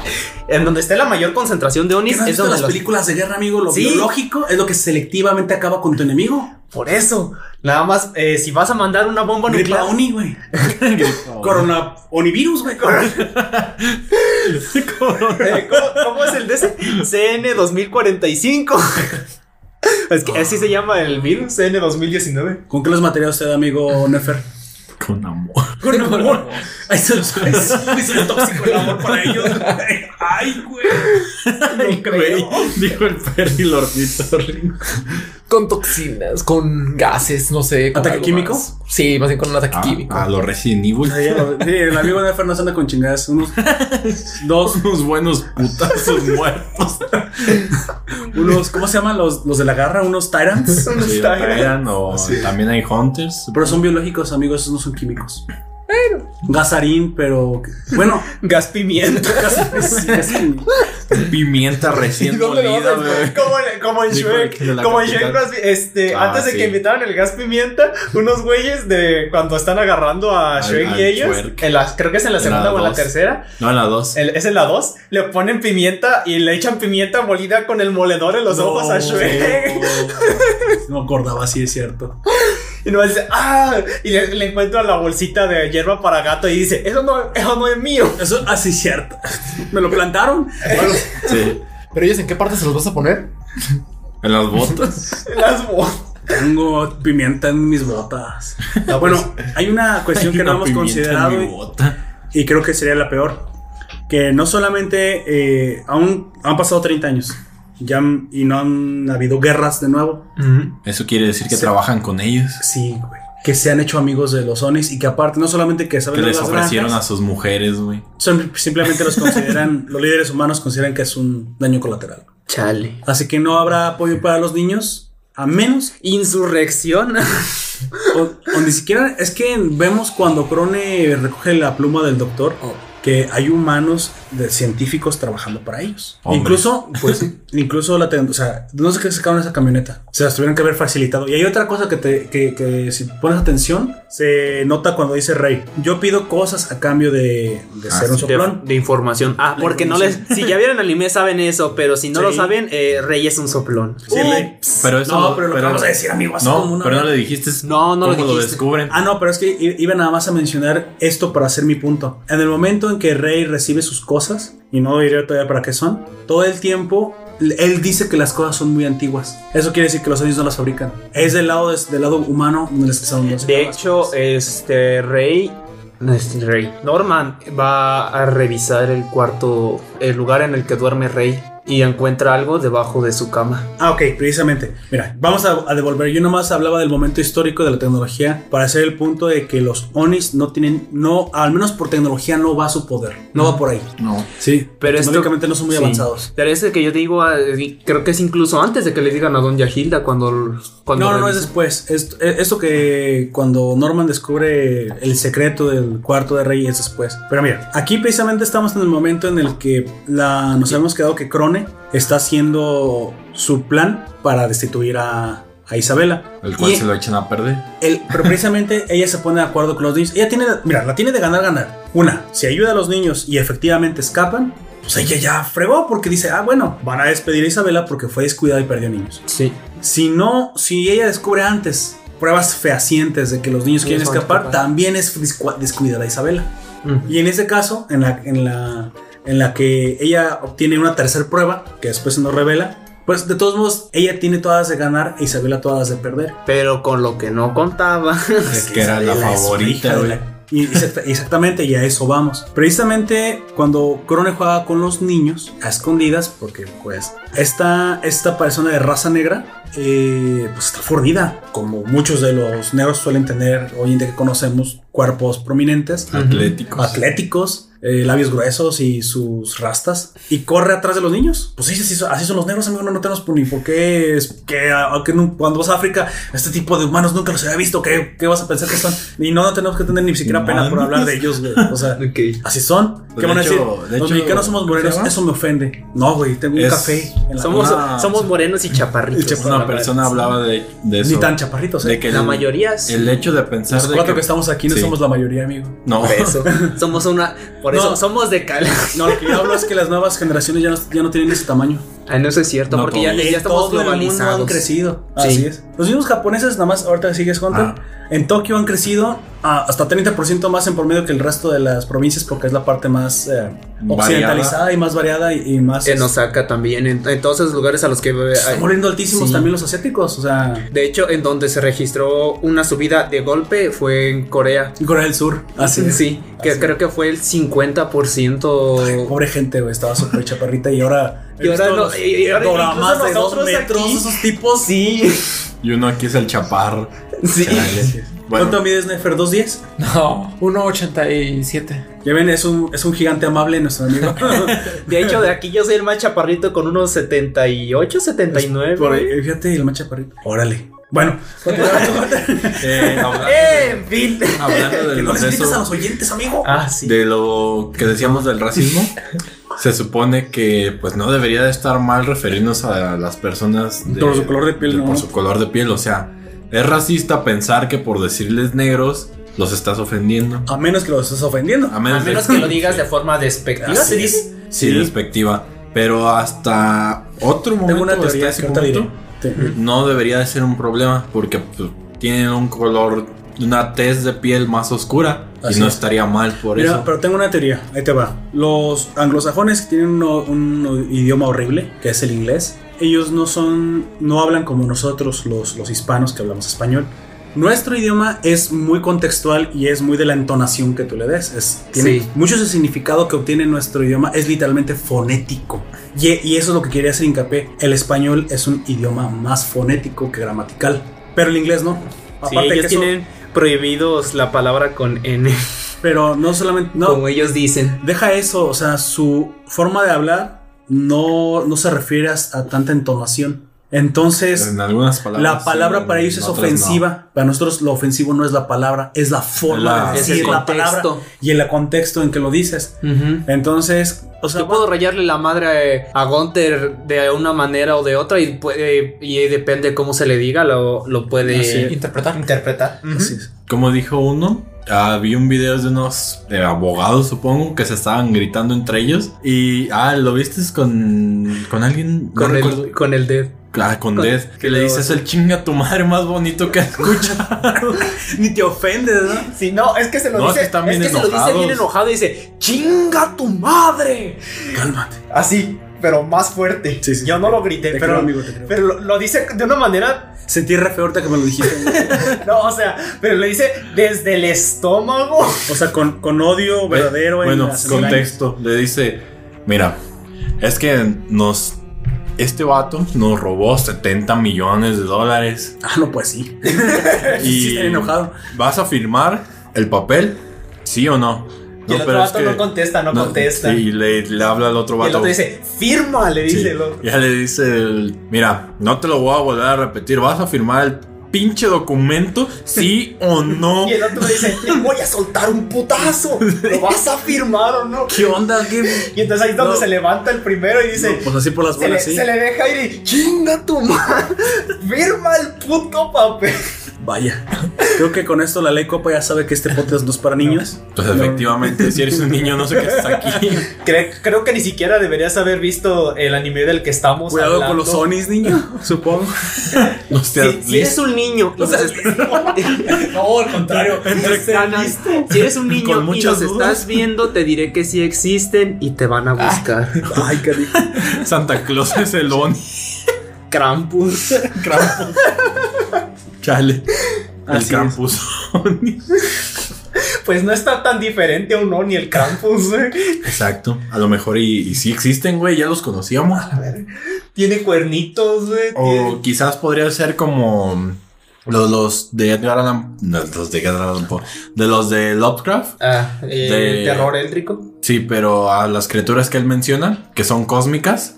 Speaker 4: En donde esté la mayor concentración de
Speaker 1: ¿Qué
Speaker 4: Onis
Speaker 1: no has
Speaker 4: es
Speaker 1: visto
Speaker 4: donde
Speaker 1: las
Speaker 4: los-
Speaker 1: películas de guerra, amigo? Lo
Speaker 4: Sí.
Speaker 1: biológico es lo que selectivamente acaba con tu enemigo.
Speaker 4: Por eso. Nada más, eh, si vas a mandar una bomba
Speaker 1: Gripa
Speaker 4: nuclear.
Speaker 1: Oni, güey. Corona Onivirus, güey.
Speaker 4: Eh, ¿cómo, cómo es el de ese? CN 2045. Es que así se llama el virus, CN 2019.
Speaker 1: ¿Con qué los materiales usted, amigo Nefer?
Speaker 2: Con amor.
Speaker 1: Con amor. Ahí se los ahí se- ahí se ve tóxico el amor para ellos. Ay, güey.
Speaker 2: Güey, dijo el Perry Lordito
Speaker 3: Con toxinas, con gases, no sé. con
Speaker 1: ¿Ataque
Speaker 3: algo
Speaker 1: químico?
Speaker 3: más. Sí, más bien con un ataque
Speaker 2: Ah,
Speaker 3: químico.
Speaker 2: a los Resident Evil.
Speaker 1: Sí, el amigo Nefer no se anda con chingadas. Unos dos,
Speaker 2: Unos buenos putazos muertos.
Speaker 1: unos, ¿cómo se llaman los, los de la garra? Unos Tyrants.
Speaker 5: un
Speaker 2: Sí,
Speaker 5: style.
Speaker 2: Brian, o también hay Hunters.
Speaker 1: Pero son biológicos, amigos, esos no son químicos. Gasarín, pero. Bueno,
Speaker 4: Gas pimienta.
Speaker 1: casi. sí, casi.
Speaker 2: Pimienta recién molida, güey.
Speaker 4: Como en, como en
Speaker 2: Sí,
Speaker 4: Shrek.
Speaker 2: de la
Speaker 4: Como en Shrek,
Speaker 2: capital.
Speaker 4: Brosby, este,
Speaker 2: Ah,
Speaker 4: antes de
Speaker 2: sí.
Speaker 4: que invitaran el gas pimienta, unos güeyes de cuando están agarrando a
Speaker 2: Al-
Speaker 4: Shrek
Speaker 2: al
Speaker 4: y ellos,
Speaker 2: twerk.
Speaker 4: en la- creo que es en la
Speaker 2: En
Speaker 4: segunda
Speaker 2: la
Speaker 4: o en la
Speaker 2: dos.
Speaker 4: tercera,
Speaker 2: No, en la 2.
Speaker 4: el- es en la 2, le ponen pimienta y le echan pimienta molida con el moledor en los ojos a Shrek.
Speaker 1: pues, No me acordaba, sí es cierto.
Speaker 4: Y no dice, ah, y le, le encuentran la bolsita de hierba para gato y dice, eso no, eso no es mío.
Speaker 1: Eso, así es cierto. Me lo plantaron.
Speaker 2: Sí.
Speaker 3: Pero ellos, ¿en qué parte se los vas a poner?
Speaker 2: En las botas.
Speaker 4: Las bo-
Speaker 1: Tengo pimienta en mis botas. bueno, hay una cuestión que no
Speaker 2: Ah,
Speaker 1: hemos
Speaker 2: pues, Una pimienta
Speaker 1: considerado
Speaker 2: en mi
Speaker 1: y-
Speaker 2: bota.
Speaker 1: y creo que sería la peor. Que no solamente eh, aún han pasado 30 años ya, han- y no han habido guerras de nuevo.
Speaker 2: Eso quiere decir que
Speaker 1: Sí.
Speaker 2: trabajan con ellos.
Speaker 1: Sí, güey. Que se han hecho amigos de los Onis y que aparte no solamente que
Speaker 2: Que
Speaker 1: saben de
Speaker 2: les
Speaker 1: las
Speaker 2: ofrecieron a
Speaker 1: granjas,
Speaker 2: sus mujeres, güey.
Speaker 1: son- simplemente los consideran, los líderes humanos consideran que es un daño colateral.
Speaker 4: Chale.
Speaker 1: Así que no habrá apoyo para los niños, a menos
Speaker 4: Insurrección.
Speaker 1: O, o ni siquiera es que vemos cuando Crone recoge la pluma del doctor que hay humanos de científicos trabajando para ellos.
Speaker 2: Hombres.
Speaker 1: Incluso, pues, incluso la ten- o sea, no sé qué sacaron esa camioneta. Se las tuvieron que haber facilitado. Y hay otra cosa que te, que, que si pones atención, se nota cuando dice Rey. Yo pido cosas a cambio de, de
Speaker 2: Ah,
Speaker 1: ser un
Speaker 2: sí.
Speaker 1: soplón.
Speaker 4: información. Ah,
Speaker 1: La información.
Speaker 4: Si ya vieron anime saben eso, pero si
Speaker 1: Sí.
Speaker 4: eh, Rey es un soplón.
Speaker 1: Sí, Rey.
Speaker 2: Pero eso
Speaker 1: no,
Speaker 2: lo-
Speaker 1: Uh, pero lo
Speaker 2: pero-
Speaker 1: acabas de decir, amigo, hace como
Speaker 2: No,
Speaker 1: una
Speaker 2: pero no
Speaker 1: hora.
Speaker 2: le dijiste.
Speaker 4: No, no lo
Speaker 2: cómo
Speaker 4: dijiste.
Speaker 2: descubren.
Speaker 1: Ah, no, pero es que i- iba nada más a mencionar esto para hacer mi punto. En el momento en que Rey recibe sus cosas, y no diré todavía para qué son, todo el tiempo él dice que las cosas son muy antiguas. Eso quiere decir que los aliens no las fabrican. Es del lado, es del lado humano donde las empezaron a
Speaker 4: De hecho, este Rey. no, este, Rey. Norman va a revisar el cuarto. El lugar en el que duerme Rey. Y encuentra algo debajo de su cama.
Speaker 1: Ah, ok, precisamente. Mira, vamos a, a devolver. Yo nomás hablaba del momento histórico de la tecnología para hacer el punto de que los Onis no tienen, no, al menos por tecnología no va a su poder, no va por ahí.
Speaker 2: No.
Speaker 1: Sí,
Speaker 4: Pero
Speaker 1: pero
Speaker 4: esto-
Speaker 1: tecnológicamente no son muy
Speaker 4: sí.
Speaker 1: avanzados.
Speaker 4: Pero ese que yo digo, eh, creo que es incluso antes de que le digan a Don Yahilda cuando. cuando
Speaker 1: No, no, no, es
Speaker 4: revisa.
Speaker 1: después. Esto, e- esto que cuando Norman descubre el secreto del cuarto de rey es después. Pero mira, aquí precisamente estamos en el momento en el que la, nos hemos quedado que Crone está haciendo su plan para destituir a, a Isabela.
Speaker 2: El cual
Speaker 1: Y-
Speaker 2: se lo echan a perder.
Speaker 1: El- pero precisamente ella se pone de acuerdo con los niños. Ella tiene, mira, la tiene de ganar, ganar. Una, si ayuda a los niños y efectivamente escapan, pues ella ya fregó porque dice, ah, bueno, van a despedir a Isabela porque fue descuidada y perdió niños.
Speaker 4: Sí.
Speaker 1: Si no, si ella descubre antes pruebas fehacientes de que los niños quieren
Speaker 4: van a
Speaker 1: escapar,
Speaker 4: escapar.
Speaker 1: también es descu- descuidada Isabela.
Speaker 4: Ujú.
Speaker 1: Y en ese caso, en la, en la, en la que ella obtiene una tercera prueba, que después se nos revela, pues de todos modos, ella tiene todas de ganar e Isabela todas de perder.
Speaker 4: Pero con lo que no contaba.
Speaker 2: Es que era la
Speaker 1: Isabela Pues, es una hija
Speaker 2: favorita,
Speaker 1: de
Speaker 2: güey.
Speaker 1: la- y exacta- exactamente, y a eso vamos. Precisamente cuando Crone juega con los niños a escondidas, porque pues esta, esta persona de raza negra eh, pues está fornida, como muchos de los negros suelen tener hoy en día que conocemos cuerpos prominentes
Speaker 2: Atléticos.
Speaker 1: atléticos, eh, labios gruesos y sus rastas, y corre atrás de los niños. Pues sí, así, son- así son los negros, amigo, no, no tenemos por ni por qué. Es que, ah, que no- cuando vas a África, este tipo de humanos nunca los había visto. ¿Qué, qué vas a pensar que son? Y no, no tenemos que tener ni siquiera pena por
Speaker 2: Humanos.
Speaker 1: hablar de ellos, güey. O sea, así son. ¿Qué
Speaker 2: de
Speaker 1: van a
Speaker 2: hecho-
Speaker 1: decir?
Speaker 2: de
Speaker 1: los
Speaker 2: hecho,
Speaker 1: mexicanos somos
Speaker 2: ¿cómo se
Speaker 1: morenos,
Speaker 2: llama?
Speaker 1: eso me ofende. No, güey, tengo un
Speaker 2: Es-
Speaker 1: café. en la-
Speaker 4: Somos,
Speaker 1: Ah,
Speaker 4: somos morenos y chaparritos.
Speaker 2: Una persona hablaba de, de eso.
Speaker 1: ni tan chaparritos,
Speaker 2: de
Speaker 1: eh.
Speaker 2: que
Speaker 4: La
Speaker 2: el-
Speaker 4: mayoría sí.
Speaker 2: El hecho de pensar
Speaker 1: Los
Speaker 2: de
Speaker 1: cuatro que, estamos aquí no
Speaker 2: Sí.
Speaker 1: somos la mayoría, amigo.
Speaker 2: No.
Speaker 4: Por eso. Somos una.
Speaker 1: Oh.
Speaker 4: Por
Speaker 1: No.
Speaker 4: eso somos de cal.
Speaker 1: No, lo que yo hablo es que las nuevas generaciones ya no, ya no tienen ese tamaño.
Speaker 4: Ay, no, eso es cierto,
Speaker 2: No,
Speaker 4: porque ya,
Speaker 2: todo.
Speaker 4: ya estamos
Speaker 1: todo el mundo han
Speaker 4: globalizados.
Speaker 1: crecido.
Speaker 4: Sí.
Speaker 1: Así es. Los mismos japoneses, nada más, ahorita sigues Hunter,
Speaker 2: Ah.
Speaker 1: en Tokio han crecido a hasta 30% más en promedio que el resto de las provincias porque es la parte más eh,
Speaker 2: Variada.
Speaker 1: occidentalizada y más variada y, y más...
Speaker 4: En Osaka también, en, en todos esos lugares a los que.
Speaker 1: están muriendo altísimos
Speaker 4: Sí.
Speaker 1: también los asiáticos, o sea...
Speaker 4: De hecho, en donde se registró una subida de golpe fue en Corea.
Speaker 1: y Corea del Sur, así es.
Speaker 4: Sí, que
Speaker 1: Así es.
Speaker 4: creo que fue el 50%.
Speaker 1: Pobre gente, güey, estaba súper chaparrita y ahora...
Speaker 4: Y ahora
Speaker 1: he visto
Speaker 4: no-
Speaker 1: los
Speaker 4: y- y ahora
Speaker 1: doramas
Speaker 4: incluso
Speaker 1: de dos
Speaker 4: nosotros
Speaker 1: metros,
Speaker 4: aquí.
Speaker 1: esos tipos...
Speaker 4: sí,
Speaker 2: Y uno aquí es el chaparro.
Speaker 4: sí.
Speaker 2: Chale. Bueno,
Speaker 1: ¿Cuánto mides, Nefer? ¿2.10?
Speaker 3: No, 1.87.
Speaker 1: Ya ven, es un, es un gigante amable nuestro amigo.
Speaker 4: De hecho, de aquí yo soy el más chaparrito con unos 78, 79.
Speaker 1: Por ahí, fíjate, el más chaparrito. Órale. Bueno, continuamos.
Speaker 2: eh, hablando,
Speaker 4: ¡Eh! En fin.
Speaker 2: hablando de,
Speaker 1: que no
Speaker 2: lo,
Speaker 1: les
Speaker 2: de
Speaker 1: grites
Speaker 2: eso-
Speaker 1: a los oyentes, amigo.
Speaker 4: Ah, sí.
Speaker 2: de lo que decíamos del racismo, se supone que pues no debería de estar mal referirnos a las personas de-
Speaker 1: Por su color de piel, ¿no?
Speaker 2: por su color de piel. O sea, es racista pensar que por decirles negros los estás ofendiendo.
Speaker 1: A menos que los estés ofendiendo.
Speaker 4: A
Speaker 2: de-
Speaker 4: menos que lo digas de forma despectiva,
Speaker 1: Así
Speaker 4: se
Speaker 1: es.
Speaker 4: dice.
Speaker 2: Sí, despectiva. Pero hasta otro momento,
Speaker 1: Tengo una
Speaker 2: hasta
Speaker 1: teoría
Speaker 2: ese
Speaker 1: que ahorita diré.
Speaker 2: punto,
Speaker 1: Sí.
Speaker 2: no debería de ser un problema porque pues, tienen un color, una tez de piel más oscura
Speaker 1: Así
Speaker 2: y no
Speaker 1: es.
Speaker 2: estaría mal por
Speaker 1: Mira,
Speaker 2: eso.
Speaker 1: pero tengo una teoría. Ahí te va. Los anglosajones tienen uno- un, idioma horrible, que es el inglés. Ellos no son, no hablan como nosotros, los, los hispanos que hablamos español. Nuestro idioma es muy contextual y es muy de la entonación que tú le des. Es, tiene
Speaker 4: Sí.
Speaker 1: Mucho ese significado que obtiene nuestro idioma es literalmente fonético. Y, y eso es lo que quería hacer hincapié. El español es un idioma más fonético que gramatical, pero el inglés no.
Speaker 4: Sí,
Speaker 1: Aparte
Speaker 4: ellos
Speaker 1: que eso-
Speaker 4: tienen prohibidos la palabra con N,
Speaker 1: pero no solamente no,
Speaker 4: como ellos dicen.
Speaker 1: deja eso, o sea, su forma de hablar no, no se refiere a, a tanta entonación. Entonces,
Speaker 2: en algunas palabras.
Speaker 1: la palabra
Speaker 2: sí,
Speaker 1: para
Speaker 2: en
Speaker 1: ellos es
Speaker 2: otras no.
Speaker 1: ofensiva. Para nosotros lo ofensivo no es la palabra, es la forma
Speaker 2: La-
Speaker 1: de
Speaker 4: Es el
Speaker 1: decir la palabra
Speaker 4: contexto.
Speaker 1: y el contexto en que lo dices. Entonces, o sea,
Speaker 4: Yo puedo rayarle la madre a Gunter de una manera o de otra y, puede- y depende cómo se le diga, lo, lo
Speaker 1: Así
Speaker 4: puede...
Speaker 1: es.
Speaker 3: Interpretar.
Speaker 5: Interpretar.
Speaker 1: así es.
Speaker 2: Como dijo uno, ah, vi un video de unos eh, abogados, supongo, que se estaban gritando entre ellos. Y, ah, ¿lo viste con, con alguien? No
Speaker 4: Con,
Speaker 2: recuerdo.
Speaker 4: el, con el dedo.
Speaker 2: Ah, con,
Speaker 4: con-
Speaker 2: Death.
Speaker 4: que
Speaker 2: Que le
Speaker 4: lo-
Speaker 2: dices el chinga tu madre más bonito que escucha.
Speaker 1: ni te ofendes, ¿no?
Speaker 5: Sí, no, es que se lo
Speaker 2: No, es que
Speaker 5: dice
Speaker 2: están
Speaker 4: Es
Speaker 2: bien
Speaker 4: que se lo dice bien
Speaker 2: enojados.
Speaker 4: enojado y dice, chinga tu madre.
Speaker 1: Cálmate.
Speaker 5: así. pero más fuerte.
Speaker 1: Sí, sí,
Speaker 5: Yo
Speaker 1: sí.
Speaker 5: no lo grité,
Speaker 1: Te
Speaker 5: pero,
Speaker 1: creo, amigo, te creo.
Speaker 5: pero lo, lo dice de una manera.
Speaker 1: Sentí re feo ahorita que me lo dijiste. güey.
Speaker 5: No, o sea, pero lo dice desde el estómago.
Speaker 1: O sea, con, con odio verdadero. en
Speaker 2: Eh, Bueno,
Speaker 1: las entrañas.
Speaker 2: contexto. Le dice, mira, es que nos... Este vato nos robó 70 millones de dólares.
Speaker 1: Ah, no, pues sí.
Speaker 2: Y
Speaker 1: Sí, está enojado.
Speaker 2: ¿Vas a firmar el papel? ¿Sí o no?
Speaker 5: Y el otro
Speaker 2: pero es
Speaker 5: vato no
Speaker 2: que-
Speaker 5: contesta, no,
Speaker 2: no,
Speaker 5: contesta.
Speaker 2: sí, Y le, le habla al otro
Speaker 5: y
Speaker 2: vato.
Speaker 5: el otro dice, firma, le
Speaker 2: Sí.
Speaker 5: dice el otro.
Speaker 2: Ya le dice el, mira, no te lo voy a volver a repetir, vas a firmar el pinche documento, sí o no.
Speaker 5: Y el otro dice, le voy a soltar un putazo. ¿Lo vas a firmar o no?
Speaker 1: ¿Qué onda? ¿Qué?
Speaker 5: Y entonces ahí es donde
Speaker 1: No.
Speaker 5: se levanta el primero y dice,
Speaker 1: No, pues así por las
Speaker 5: se, le,
Speaker 1: buenas, sí.
Speaker 5: se le deja ir y chinga tu madre. Firma el puto papel.
Speaker 1: Vaya. Creo que con esto la ley copa ya sabe que este podcast no es para niños.
Speaker 2: Pues
Speaker 1: No.
Speaker 2: efectivamente, si eres un niño, no sé qué haces aquí.
Speaker 5: Cre- creo que ni siquiera deberías haber visto el anime del que estamos
Speaker 1: Cuidado
Speaker 5: hablando.
Speaker 1: con los Sonys, niño. Supongo.
Speaker 2: No
Speaker 5: Si,
Speaker 2: seas
Speaker 5: si eres
Speaker 2: listo.
Speaker 5: un niño, y nos estás-
Speaker 8: No, al contrario.
Speaker 4: Sanas, si eres un niño
Speaker 2: Con
Speaker 4: y
Speaker 2: muchas
Speaker 4: los
Speaker 2: dudas.
Speaker 4: estás viendo, te diré que sí existen y te van a
Speaker 5: Ah,
Speaker 4: buscar.
Speaker 1: Ay, qué rico.
Speaker 2: Santa Claus es el Oni.
Speaker 4: Krampus.
Speaker 2: Krampus. Chale. El
Speaker 1: Así
Speaker 2: Krampus Oni.
Speaker 5: pues no está tan diferente a un Oni el Krampus, güey.
Speaker 2: Exacto. A lo mejor y, y sí existen, güey, ya los conocíamos.
Speaker 5: Tiene cuernitos, güey.
Speaker 2: O quizás podría ser como los, los de Edgar Allan no, los de Edgar Allan Poe, de los de Lovecraft.
Speaker 5: Ah, eh,
Speaker 2: De-
Speaker 5: terror éldrico.
Speaker 2: Sí, pero a las criaturas que él menciona, que son cósmicas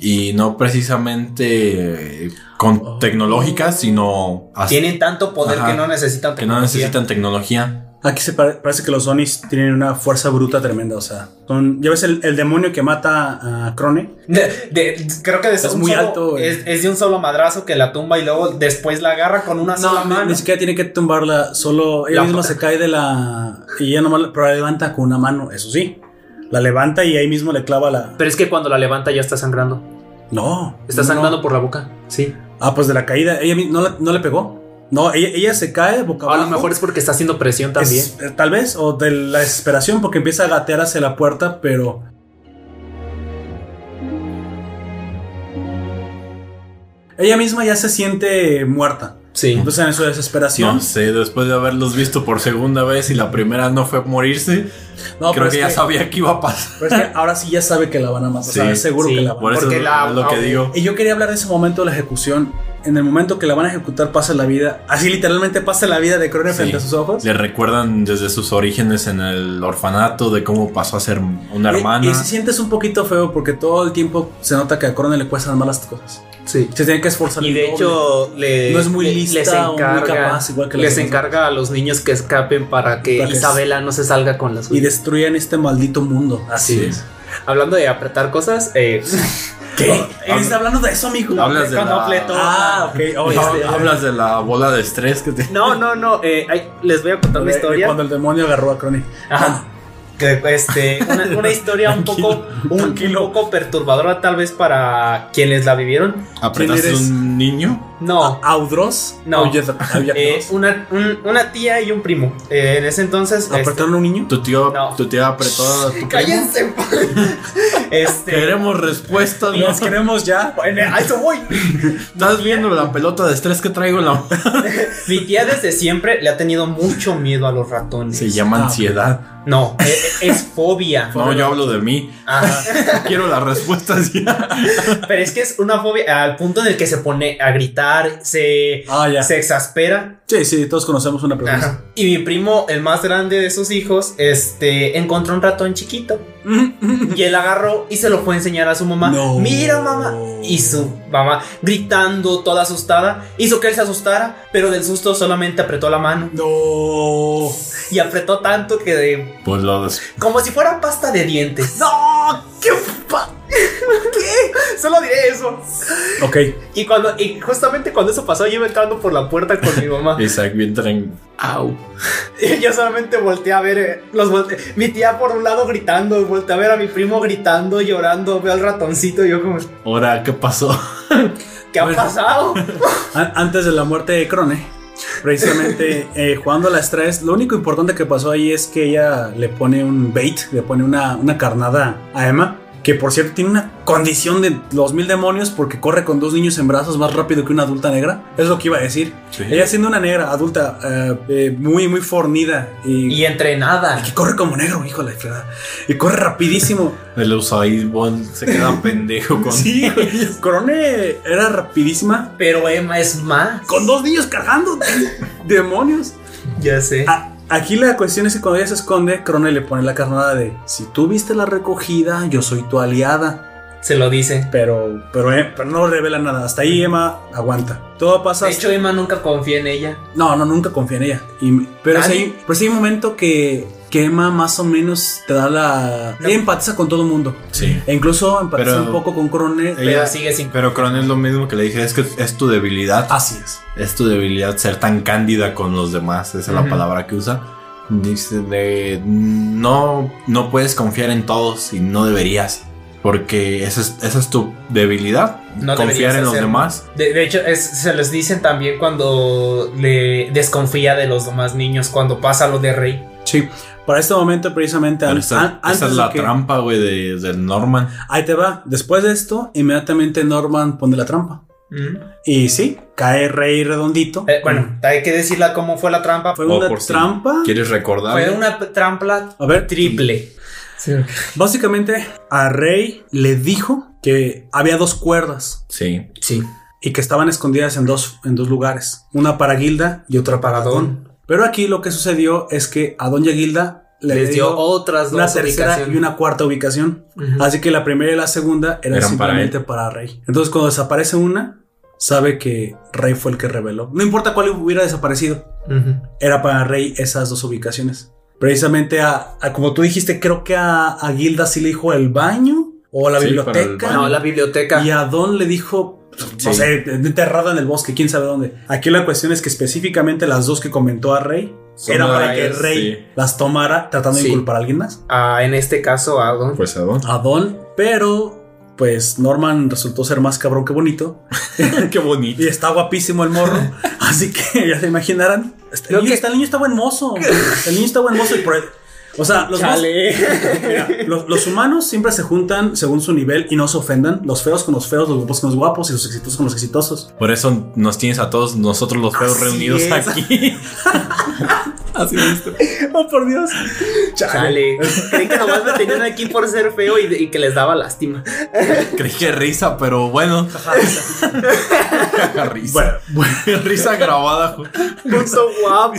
Speaker 2: y no precisamente eh, con tecnológicas, sino as-
Speaker 5: Tienen tanto poder
Speaker 2: Ajá.
Speaker 5: que no necesitan
Speaker 2: que no
Speaker 5: tecnología.
Speaker 2: necesitan tecnología.
Speaker 1: Aquí se pare- parece que los Sonys tienen una fuerza bruta tremenda. O sea, son- ya ves el, el demonio que mata a Crone.
Speaker 5: De- de- creo que de
Speaker 1: Es
Speaker 5: un
Speaker 1: muy
Speaker 5: solo-
Speaker 1: alto, güey.
Speaker 5: es, es de un solo madrazo que la tumba y luego después Ah, la agarra con una sola
Speaker 1: No, ni,
Speaker 5: mano.
Speaker 1: ni siquiera tiene que tumbarla. Solo ella
Speaker 5: La
Speaker 1: misma
Speaker 5: otra.
Speaker 1: se cae de la. Y ella nomás la- pero la levanta con una mano, eso sí. La levanta y ahí mismo le clava la.
Speaker 4: Pero es que cuando la levanta ya está sangrando.
Speaker 1: No.
Speaker 4: Está
Speaker 1: no.
Speaker 4: sangrando por la boca. Sí.
Speaker 1: Ah, pues de la caída. Ella mi- no, la- no le pegó. No, ella, ella se cae boca
Speaker 4: A
Speaker 1: abajo.
Speaker 4: lo mejor es porque está haciendo presión también.
Speaker 1: Es- eh, tal vez, o de la desesperación, porque empieza a gatear hacia la puerta, pero. Ella misma ya se siente muerta.
Speaker 4: Sí.
Speaker 1: Entonces, en su desesperación.
Speaker 2: No sé, después de haberlos visto por segunda vez y la primera no fue morirse,
Speaker 1: No, pero
Speaker 2: creo
Speaker 1: es
Speaker 2: que ya sabía que iba a pasar.
Speaker 1: pero es que ahora sí ya sabe que la van a matar. o sea,
Speaker 2: Sí,
Speaker 1: es seguro
Speaker 4: sí,
Speaker 1: que la van a
Speaker 2: Por eso
Speaker 5: Porque la-
Speaker 2: es lo que digo.
Speaker 1: Y yo quería hablar de ese momento de la ejecución. En el momento que la van a ejecutar, pasa la vida. Así literalmente pasa la vida de Crone
Speaker 2: Sí.
Speaker 1: frente a sus ojos.
Speaker 2: Le recuerdan desde sus orígenes en el orfanato de cómo pasó a ser una
Speaker 1: Y-
Speaker 2: hermana.
Speaker 1: Eh, Y, si sientes un poquito feo porque todo el tiempo se nota que a Corona le cuestan malas cosas.
Speaker 4: Sí.
Speaker 1: Se tiene que esforzar.
Speaker 4: Y
Speaker 1: el
Speaker 4: de
Speaker 1: doble.
Speaker 4: hecho,
Speaker 1: no es muy
Speaker 4: le-
Speaker 1: lista
Speaker 4: les
Speaker 1: o muy
Speaker 4: encarga,
Speaker 1: capaz, igual que las
Speaker 4: les
Speaker 1: demás.
Speaker 4: encarga a los niños que escapen para que
Speaker 1: Para que-
Speaker 4: Isabela no se salga con las
Speaker 1: y destruyen este maldito mundo.
Speaker 4: Así
Speaker 2: Sí.
Speaker 4: es. Hablando de apretar cosas, eh,
Speaker 1: ¿Qué? ¿Estás hablando de eso, amigo?
Speaker 2: Hablas de
Speaker 5: Cuando
Speaker 2: la-
Speaker 5: fletó.
Speaker 1: Ah, ok. Oh,
Speaker 2: Hab-
Speaker 1: este,
Speaker 2: Hablas de la bola de estrés que te...
Speaker 4: no, no, no, eh, ay, les voy a contar
Speaker 1: de-
Speaker 4: una
Speaker 1: de
Speaker 4: historia.
Speaker 1: Cuando el demonio agarró a Crony. Ah,
Speaker 5: Ajá. Que, este, una, una historia un poco, un,
Speaker 1: tranquilo.
Speaker 5: un poco perturbadora tal vez para quienes la vivieron.
Speaker 2: ¿Apretaste
Speaker 1: eres?
Speaker 2: un niño?
Speaker 5: No,
Speaker 1: Audros. Oh,
Speaker 5: No. eh,
Speaker 1: Audros.
Speaker 5: una, un- una tía y un primo. Eh, en ese entonces... este-
Speaker 1: ¿Apretaron a un niño?
Speaker 2: ¿Tu tío,
Speaker 5: No.
Speaker 2: tu tío apretó a tu primo?
Speaker 5: ¡Cállense! este,
Speaker 2: Queremos respuestas. ¿no?
Speaker 1: Los queremos ya.
Speaker 5: en- a eso voy.
Speaker 2: ¿Estás viendo la pelota de estrés que traigo en la mano?
Speaker 5: Mi tía desde siempre le ha tenido mucho miedo a los ratones.
Speaker 2: Se llama
Speaker 1: Ah.
Speaker 2: ansiedad.
Speaker 5: No, e- e- es, fobia.
Speaker 2: No, yo hablo de mí.
Speaker 5: Ajá.
Speaker 2: Quiero las respuestas ya.
Speaker 5: Pero es que es una fobia al punto en el que se pone a gritar, se,
Speaker 1: Ah, ya.
Speaker 5: se exaspera.
Speaker 1: Sí, sí, todos conocemos una persona.
Speaker 5: Ajá. Y mi primo, el más grande de sus hijos, este, encontró un ratón chiquito. Y él agarró y se lo fue a enseñar a su mamá.
Speaker 1: No.
Speaker 5: Mira, mamá. Y su mamá, gritando, toda asustada, hizo que él se asustara, pero del susto solamente apretó la mano.
Speaker 1: No.
Speaker 5: Y apretó tanto que de-
Speaker 2: Pues lo des-
Speaker 5: como si fuera pasta de dientes.
Speaker 1: No. ¿Qué?
Speaker 5: Solo diré eso.
Speaker 1: Ok.
Speaker 5: Y cuando, y justamente cuando eso pasó, yo iba entrando por la puerta con mi mamá.
Speaker 2: Isaac, bien tren-
Speaker 4: Au.
Speaker 5: Y yo solamente volteé a ver, eh, los volte- mi tía por un lado gritando, volteé a ver a mi primo gritando, llorando, veo al ratoncito, y yo como,
Speaker 2: Ahora, ¿qué pasó?
Speaker 5: ¿qué ha
Speaker 1: Bueno.
Speaker 5: pasado?
Speaker 1: An- antes de la muerte de Crone, precisamente eh, jugando a las tres, lo único importante que pasó ahí es que ella le pone un bait, le pone una, una carnada a Emma. que por cierto tiene una condición de los mil demonios porque corre con dos niños en brazos más rápido que una adulta negra. Es lo que iba a decir.
Speaker 2: Sí.
Speaker 1: Ella siendo una negra adulta eh, eh, muy, muy fornida y,
Speaker 4: Y entrenada.
Speaker 1: que corre como negro, hijo de la fregada. Y corre rapidísimo.
Speaker 2: El Usain Bolt se queda pendejo con.
Speaker 1: sí, güey. Corone era rapidísima.
Speaker 4: Pero Emma es más.
Speaker 1: Con dos niños cargando. Demonios.
Speaker 4: Ya sé.
Speaker 1: A- Ah, aquí la cuestión es que cuando ella se esconde, Crone le pone la carnada de si tú viste la recogida, yo soy tu aliada.
Speaker 4: Se lo dice.
Speaker 1: Pero, pero, eh, pero no revela nada. Hasta ahí Emma aguanta. Todo pasa.
Speaker 4: De hecho, Emma nunca confía en ella.
Speaker 1: no, no, nunca confía en ella. Y- pero, sí
Speaker 4: Nadie.
Speaker 1: hay, pero sí hay un momento que, que Emma más o menos te da la. Ella empatiza con todo el mundo.
Speaker 2: Sí.
Speaker 1: E incluso empatiza
Speaker 2: Pero- eh,
Speaker 1: un poco con Crone.
Speaker 2: Ella-
Speaker 4: pero sigue sin.
Speaker 2: Pero Cron es lo mismo que le dije, es que es tu debilidad.
Speaker 1: Así es.
Speaker 2: Es tu debilidad ser tan cándida con los demás, esa es la
Speaker 4: Ujú.
Speaker 2: palabra que usa. Dice de, no, no puedes confiar en todos y no deberías, porque esa es, esa es tu debilidad,
Speaker 4: No
Speaker 2: confiar
Speaker 4: deberías
Speaker 2: en los
Speaker 4: hacerlo.
Speaker 2: demás.
Speaker 4: De, de hecho, es- se los dicen también cuando le desconfía de los demás niños, cuando pasa lo de Rey.
Speaker 1: Sí. Para este momento, precisamente,
Speaker 2: Pero
Speaker 1: an-
Speaker 2: esa,
Speaker 1: an-
Speaker 2: esa
Speaker 1: antes
Speaker 2: es
Speaker 1: de
Speaker 2: la
Speaker 1: que-
Speaker 2: trampa, güey, de, de Norman.
Speaker 1: Ahí te va. Después de esto, inmediatamente Norman pone la trampa. Y sí, cae rey redondito.
Speaker 4: Eh, bueno, hay que decirla cómo fue la trampa.
Speaker 1: fue
Speaker 2: o
Speaker 1: una
Speaker 2: Oh, por si
Speaker 1: trampa.
Speaker 2: ¿Quieres recordar?
Speaker 4: Fue una p- trampa
Speaker 1: A ver,
Speaker 4: triple.
Speaker 3: Sí.
Speaker 1: básicamente a Rey le dijo que había dos cuerdas
Speaker 2: Sí.
Speaker 1: Sí. Y que estaban escondidas en dos, en dos lugares. Una para Gilda y otra para Adón. Pero aquí lo que sucedió es que Adón y a Gilda le
Speaker 4: Les dio otras
Speaker 1: una
Speaker 4: dos
Speaker 1: tercera
Speaker 4: ubicaciones.
Speaker 1: y una cuarta ubicación.
Speaker 4: Ujú.
Speaker 1: Así que la primera y la segunda eran,
Speaker 2: Eran para
Speaker 1: simplemente para, Rey. Entonces cuando desaparece una, sabe que Rey fue el que reveló. No importa cuál hubiera desaparecido,
Speaker 4: Ujú.
Speaker 1: era para Rey esas dos ubicaciones. Precisamente a, a- como tú dijiste, creo que a, a Gilda sí le dijo el baño o la
Speaker 2: Sí, para el
Speaker 1: biblioteca.
Speaker 2: baño.
Speaker 4: No, la biblioteca.
Speaker 1: Y a Don le dijo, no
Speaker 2: Sí.
Speaker 1: sé, enterrada en el bosque, quién sabe dónde. Aquí la cuestión es que específicamente las dos que comentó a Rey
Speaker 2: Son
Speaker 1: era para
Speaker 2: las-
Speaker 1: que Rey
Speaker 2: sí.
Speaker 1: las tomara tratando
Speaker 4: Sí.
Speaker 1: de inculpar a alguien más.
Speaker 4: Ah, en este caso, a Don.
Speaker 2: Pues Adón.
Speaker 1: A Don, pero pues Norman resultó ser más cabrón que bonito.
Speaker 2: Qué bonito.
Speaker 1: Y está guapísimo el morro. así que ya se imaginarán. Este
Speaker 4: Lo
Speaker 1: niño,
Speaker 4: que-
Speaker 1: está- el niño está buen mozo. El niño está buen mozo. Y por- o sea, los, mos- mira, los- los humanos siempre se juntan según su nivel y no se ofendan. Los feos con los feos, los guapos con los guapos y los exitosos con los exitosos.
Speaker 2: Por eso nos tienes a todos nosotros los feos
Speaker 1: Así
Speaker 2: reunidos
Speaker 1: es.
Speaker 2: aquí.
Speaker 3: Así es.
Speaker 1: Oh, por Dios.
Speaker 4: Chale. Creí que nomás me tenían aquí por ser feo y, y que les daba lástima.
Speaker 2: Creí que risa, pero bueno. risa.
Speaker 1: Bueno,
Speaker 2: Risa grabada.
Speaker 4: Punto guapo.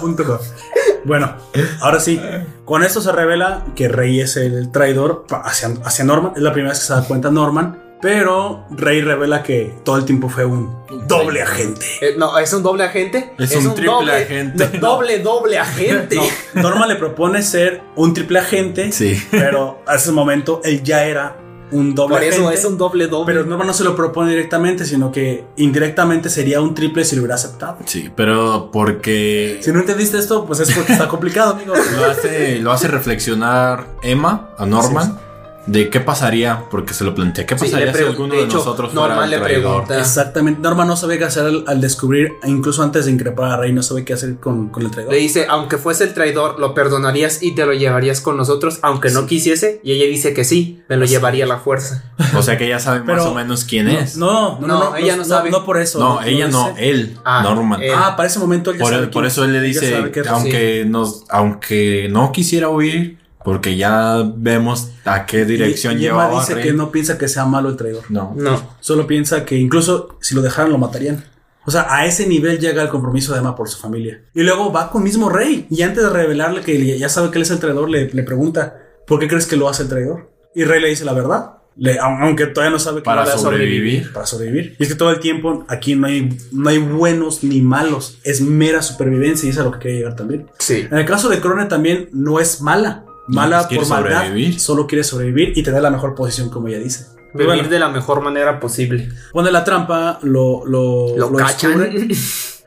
Speaker 1: bueno. ah, Bueno, ahora sí. Con esto se revela que Rey es el traidor pa- hacia, hacia Norman. Es la primera vez que se da cuenta Norman. Pero Rey revela que todo el tiempo fue un doble agente.
Speaker 4: Eh, no, es un doble agente.
Speaker 2: Es un triple agente.
Speaker 4: no, Doble, doble agente.
Speaker 1: No, Norma le propone ser un triple agente,
Speaker 2: Sí.
Speaker 1: pero a ese momento él ya era un doble
Speaker 4: Por eso
Speaker 1: agente.
Speaker 4: es un doble doble.
Speaker 1: Pero Norma no se lo propone directamente, sino que indirectamente sería un triple si lo hubiera aceptado.
Speaker 2: Sí, pero porque
Speaker 1: Si no entendiste esto, pues es porque está complicado, amigo.
Speaker 2: lo hace, lo hace reflexionar Emma a Norman de qué pasaría, porque se lo plantea, qué
Speaker 4: Sí, le
Speaker 2: pasaría si
Speaker 4: pregun-
Speaker 2: alguno
Speaker 4: de
Speaker 2: de
Speaker 4: hecho,
Speaker 2: nosotros fuera
Speaker 4: Norman
Speaker 2: el
Speaker 4: le
Speaker 2: traidor.
Speaker 4: pregunta.
Speaker 1: Exactamente. Norma no sabe qué hacer al, al descubrir, incluso antes de increpar a Rey, no sabe qué hacer con, con el traidor.
Speaker 4: Le dice, aunque fuese el traidor, lo perdonarías y te lo llevarías con nosotros, aunque no quisiese. Y ella dice que sí, me lo llevaría a la fuerza.
Speaker 2: O sea que ella sabe
Speaker 1: Pero-
Speaker 2: más o menos quién es. No,
Speaker 1: No, no, no,
Speaker 4: No, ella no sabe.
Speaker 1: No, por eso.
Speaker 2: ella no,
Speaker 1: dice.
Speaker 2: él,
Speaker 4: Ah,
Speaker 2: Norman.
Speaker 4: él.
Speaker 1: Ah, para ese momento él ya
Speaker 2: Por,
Speaker 1: sabe
Speaker 2: el-
Speaker 1: quién
Speaker 2: por
Speaker 1: es.
Speaker 2: eso él le
Speaker 1: Ya
Speaker 2: dice,
Speaker 1: sabe qué es.
Speaker 2: aunque, nos, aunque no quisiera huir, porque ya vemos a qué dirección
Speaker 1: Y- y Emma
Speaker 2: llevaba.
Speaker 1: dice
Speaker 2: Rey.
Speaker 1: que no piensa que sea malo el traidor.
Speaker 2: No.
Speaker 4: No.
Speaker 1: Solo piensa que incluso si lo dejaran lo matarían. O sea, a ese nivel llega el compromiso de Emma por su familia. Y luego va con mismo Rey. Y antes de revelarle que ya sabe que él es el traidor, le, le pregunta, ¿por qué crees que lo hace el traidor? Y Rey le dice la verdad. Le- aunque todavía no sabe que
Speaker 2: Para
Speaker 1: lo va a
Speaker 2: sobrevivir.
Speaker 1: Para sobrevivir. Y es que todo el tiempo aquí no hay, no hay buenos ni malos. Es mera supervivencia y es a lo que quiere llegar también.
Speaker 4: Sí.
Speaker 1: En el caso de Crone también no es mala. Mala
Speaker 2: pues quiere
Speaker 1: por maldad.
Speaker 2: sobrevivir.
Speaker 1: Solo quiere sobrevivir y tener la mejor posición, como ella dice.
Speaker 4: Vivir
Speaker 1: Bueno.
Speaker 4: de la mejor manera posible.
Speaker 1: Pone la trampa, lo, lo,
Speaker 4: Lo
Speaker 1: descubre,
Speaker 4: cachan.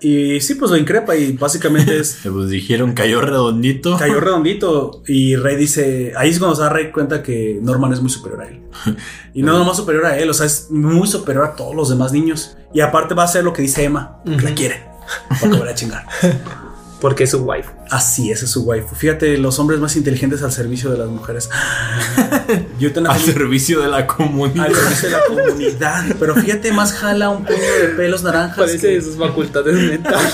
Speaker 1: y sí, pues lo increpa y básicamente es
Speaker 2: Eh, Pues dijeron cayó redondito.
Speaker 1: cayó redondito. Y Rey dice, ahí es cuando se da Rey cuenta que Norman es muy superior a él. Y no nomás superior a él, o sea, es muy superior a todos los demás niños. Y aparte va a hacer lo que dice Emma, que la quiere. Para que vaya a chingar.
Speaker 4: Porque es su wife.
Speaker 1: Así, ese es su waifu. Fíjate, los hombres más inteligentes al servicio de las mujeres. Yo tengo
Speaker 2: Al servicio de la comunidad.
Speaker 1: al servicio de la comunidad. Pero fíjate, más jala un puño de pelos naranjas.
Speaker 4: Parece
Speaker 1: que-
Speaker 4: de sus facultades mentales.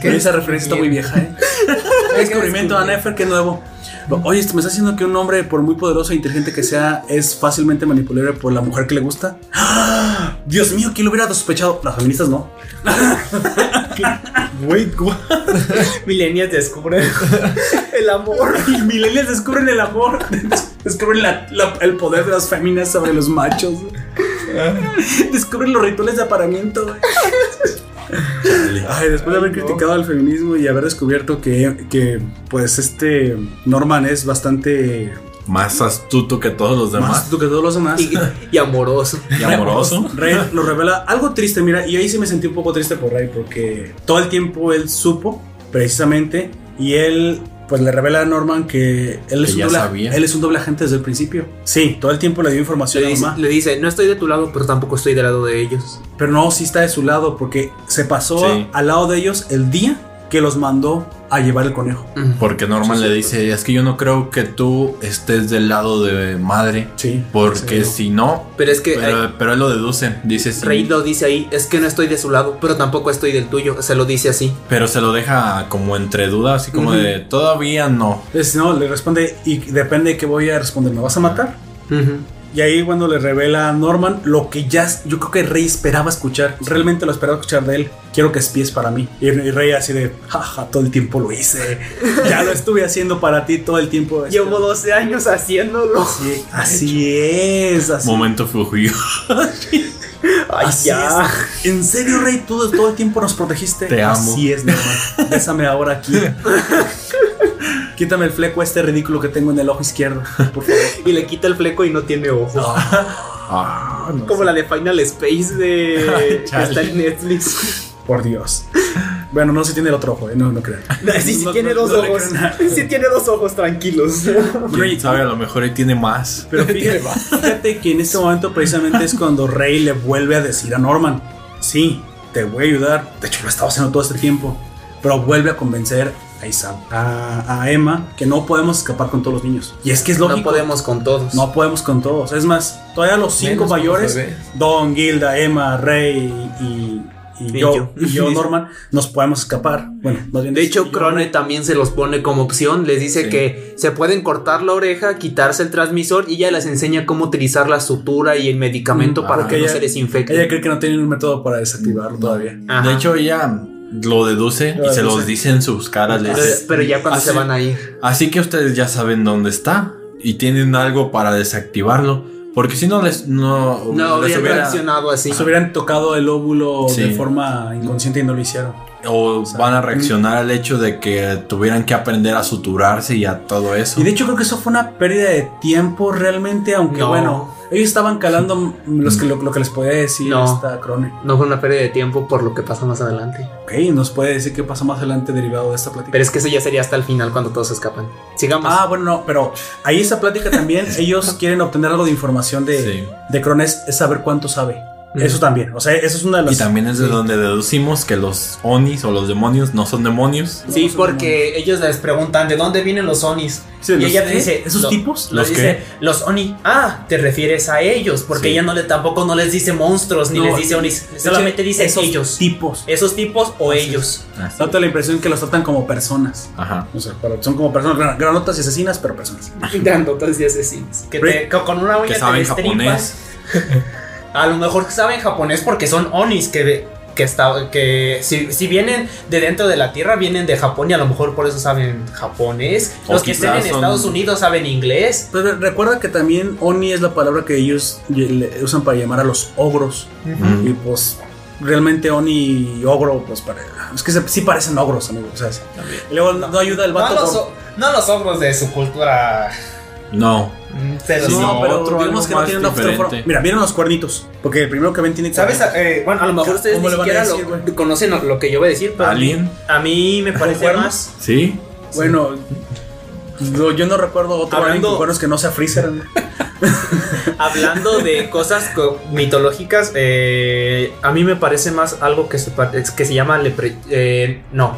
Speaker 1: Pero Esa referencia está muy vieja, ¿eh? El descubrimiento de Anne Efer, que es nuevo. Oye, ¿esto ¿me está diciendo que un hombre, por muy poderoso e inteligente que sea, es fácilmente manipulable por la mujer que le gusta? ¡Ah! Dios mío, ¿quién lo hubiera sospechado? Las feministas no.
Speaker 2: Wait, what?
Speaker 4: Milenias descubren el amor.
Speaker 1: Y milenias descubren el amor, descubren la- la- el poder de las féminas sobre los machos, descubren los rituales de aparamiento. güey. Ay, después de haber criticado al feminismo y haber descubierto que, que, pues este Norman es bastante
Speaker 2: Más astuto que todos los
Speaker 1: más
Speaker 2: demás.
Speaker 1: astuto que todos los demás.
Speaker 4: Y, y amoroso.
Speaker 2: Y amoroso.
Speaker 1: Rey nos revela algo triste, mira, y ahí sí me sentí un poco triste por Rey, porque todo el tiempo él supo, precisamente, y él, pues le revela a Norman que él es,
Speaker 2: Que
Speaker 1: un
Speaker 2: ya
Speaker 1: doble,
Speaker 2: sabía.
Speaker 1: él es un doble agente desde el principio. Sí, todo el tiempo le dio información
Speaker 4: Le
Speaker 1: a
Speaker 4: dice,
Speaker 1: mamá,
Speaker 4: le dice, no estoy de tu lado, pero tampoco estoy del lado de ellos.
Speaker 1: pero no, sí está de su lado, porque se pasó
Speaker 2: Sí.
Speaker 1: al lado de ellos el día que los mandó a llevar el conejo.
Speaker 2: Porque Norman le dice, es que yo no creo que tú estés del lado de madre.
Speaker 1: Sí.
Speaker 2: Porque si no...
Speaker 4: Pero es que eh,
Speaker 2: Pero, pero él lo deduce. Dice, sí,
Speaker 4: Rey lo dice ahí, es que no estoy de su lado, pero tampoco estoy del tuyo. Se lo dice así.
Speaker 2: Pero se lo deja como entre dudas, así como
Speaker 1: Ujú.
Speaker 2: de todavía no.
Speaker 1: Entonces, no, le responde, y depende de qué voy a responder, ¿me vas a matar?
Speaker 4: Ujú.
Speaker 1: Y ahí cuando le revela a Norman lo que ya yo creo que Rey esperaba escuchar, realmente lo esperaba escuchar de él, quiero que espíes para mí. Y, y Rey así de, jaja, todo el tiempo lo hice, ya lo estuve haciendo para ti todo el tiempo. Este,
Speaker 4: Llevo 12 años haciéndolo.
Speaker 1: Sí, así es, así,
Speaker 2: Momento Fuji.
Speaker 4: Ay,
Speaker 1: así
Speaker 4: ya.
Speaker 1: es. En serio, Rey, todo, todo el tiempo nos protegiste.
Speaker 2: Te amo.
Speaker 1: Así es, Norman. Bésame ahora aquí. Quítame el fleco este ridículo que tengo en el ojo izquierdo, por favor.
Speaker 4: Y le quita el fleco y no tiene ojo.
Speaker 2: Ah, no.
Speaker 4: Como la de Final Space de
Speaker 2: Ay,
Speaker 4: que
Speaker 2: chale.
Speaker 4: está en Netflix.
Speaker 1: Por Dios. Bueno, no se tiene el otro ojo, eh, no, no crean.
Speaker 4: Sí, sí
Speaker 1: No,
Speaker 4: tiene
Speaker 1: no,
Speaker 4: dos
Speaker 1: no le
Speaker 4: ojos.
Speaker 1: creo nada.
Speaker 4: Sí tiene dos ojos tranquilos.
Speaker 2: ¿Quién sabe? A lo mejor él tiene más.
Speaker 1: Pero fíjate, fíjate que en este momento precisamente es cuando Rey le vuelve a decir a Norman, sí, te voy a ayudar, de hecho lo he estado haciendo todo este tiempo, pero vuelve a convencer a Isab, a, a Emma, que no podemos escapar con todos los niños. Y es que es lógico.
Speaker 4: No podemos con todos.
Speaker 1: No podemos con todos. Es más, todavía los cinco
Speaker 3: Menos con
Speaker 1: mayores,
Speaker 3: los bebés.
Speaker 1: Don, Gilda, Emma, Rey y, y
Speaker 4: Y
Speaker 1: yo, y
Speaker 4: yo.
Speaker 1: yo, Norman, nos podemos escapar. Bueno, más bien
Speaker 4: De hecho,
Speaker 1: yo-
Speaker 4: Crone también se los pone como opción. Les dice
Speaker 2: Sí.
Speaker 4: que se pueden cortar la oreja, quitarse el transmisor y ella les enseña cómo utilizar la sutura y el medicamento
Speaker 2: Mm,
Speaker 4: para
Speaker 2: ah,
Speaker 4: que
Speaker 1: ella-
Speaker 4: no se desinfecte.
Speaker 1: Ella cree que no tienen un método para desactivarlo todavía.
Speaker 4: Ajá.
Speaker 2: De hecho, ella lo deduce
Speaker 1: Lo
Speaker 2: y se
Speaker 1: deduce.
Speaker 2: los dice en sus caras. le
Speaker 4: Entonces,
Speaker 2: dice,
Speaker 4: pero ya cuando se
Speaker 2: así-
Speaker 4: van a ir.
Speaker 2: Así que ustedes ya saben dónde está y tienen algo para desactivarlo. Porque si no les. No,
Speaker 4: No
Speaker 2: les
Speaker 4: habrían
Speaker 2: hubiera-
Speaker 4: reaccionado así.
Speaker 1: Se hubieran tocado el óvulo
Speaker 2: Sí.
Speaker 1: de forma inconsciente y no lo hicieron.
Speaker 2: O van a reaccionar al hecho de que tuvieran que aprender a suturarse y a todo eso.
Speaker 1: Y de hecho creo que eso fue una pérdida de tiempo realmente, aunque
Speaker 4: No.
Speaker 1: bueno, ellos estaban calando los que, lo, lo que les podía decir
Speaker 4: No.
Speaker 1: esta crone.
Speaker 4: No fue una pérdida de tiempo por lo que pasa más adelante.
Speaker 1: Ok, nos puede decir qué pasa más adelante derivado de esta plática.
Speaker 4: Pero es que eso ya sería hasta el final cuando todos escapan. Sigamos.
Speaker 1: Ah, bueno, no, pero ahí esa plática también, ellos quieren obtener algo de información de,
Speaker 2: Sí.
Speaker 1: de Crones, es saber cuánto sabe.
Speaker 4: Ujú.
Speaker 1: Eso también, o sea, eso es una de las...
Speaker 2: Y también es de donde deducimos que los onis o los demonios no son demonios.
Speaker 4: sí, porque ellos les preguntan de dónde vienen los Onis.
Speaker 1: Sí,
Speaker 4: y
Speaker 1: los-
Speaker 4: ella te
Speaker 1: ¿eh?
Speaker 4: dice,
Speaker 1: ¿Esos
Speaker 4: lo-
Speaker 1: tipos?
Speaker 2: ¿Los
Speaker 4: Los dice, los Oni, ah, te refieres a ellos, porque
Speaker 2: Sí.
Speaker 4: ella no le, tampoco no les dice monstruos ni
Speaker 1: No,
Speaker 4: les dice Onis, solamente dice
Speaker 1: esos
Speaker 4: ellos.
Speaker 1: tipos.
Speaker 4: Esos tipos o ellos.
Speaker 2: Así.
Speaker 1: Date la impresión que los tratan como personas.
Speaker 2: Ajá.
Speaker 1: O sea, pero son como personas, gran- granotas y asesinas, pero personas.
Speaker 4: Grandotas y asesinos. Que te- co- con una uña
Speaker 2: Que
Speaker 4: te
Speaker 2: saben
Speaker 4: destripan.
Speaker 2: japonés.
Speaker 4: A lo mejor saben japonés porque son Onis que, que, está, que si, si vienen de dentro de la tierra, vienen de Japón y a lo mejor por eso saben japonés.
Speaker 2: O
Speaker 4: los que estén en
Speaker 2: quizás son-
Speaker 4: Estados Unidos saben inglés.
Speaker 1: Pero Pues, recuerda que también Oni es la palabra que ellos ye- le- usan para llamar a los ogros.
Speaker 2: Mm.
Speaker 1: Y pues realmente Oni y ogro, pues para, es que se- sí parecen ogros, amigo. O sea, sí. Y luego no, ayuda el
Speaker 4: No
Speaker 1: vato.
Speaker 4: los,
Speaker 1: por-
Speaker 4: o- no los ogros de su cultura.
Speaker 2: No.
Speaker 4: mm, se los-
Speaker 2: Sí,
Speaker 1: no,
Speaker 2: sino
Speaker 1: pero
Speaker 2: otro,
Speaker 1: digamos
Speaker 2: algo
Speaker 1: que no
Speaker 2: más
Speaker 1: tienen una
Speaker 2: diferente.
Speaker 1: forma. Mira, vieron los cuernitos. Porque el primero que ven tiene
Speaker 4: ¿Sabes?
Speaker 1: cuernitos.
Speaker 4: Eh, bueno, a lo mejor ustedes
Speaker 1: ¿Cómo
Speaker 4: ni
Speaker 1: le van a
Speaker 4: siquiera
Speaker 1: decir,
Speaker 4: lo,
Speaker 1: güey?
Speaker 4: conocen lo- lo que yo voy a decir, pero
Speaker 2: Alien.
Speaker 4: a mí me parece
Speaker 1: ¿Cuernos?
Speaker 4: más.
Speaker 2: Sí.
Speaker 1: Bueno, no, yo no recuerdo otro
Speaker 4: Hablando-
Speaker 1: Hablando... con cuernos que no sea Freezer.
Speaker 4: Hablando de cosas co- mitológicas, eh, a mí me parece más algo que se, pa- es que se llama lepre... eh, no.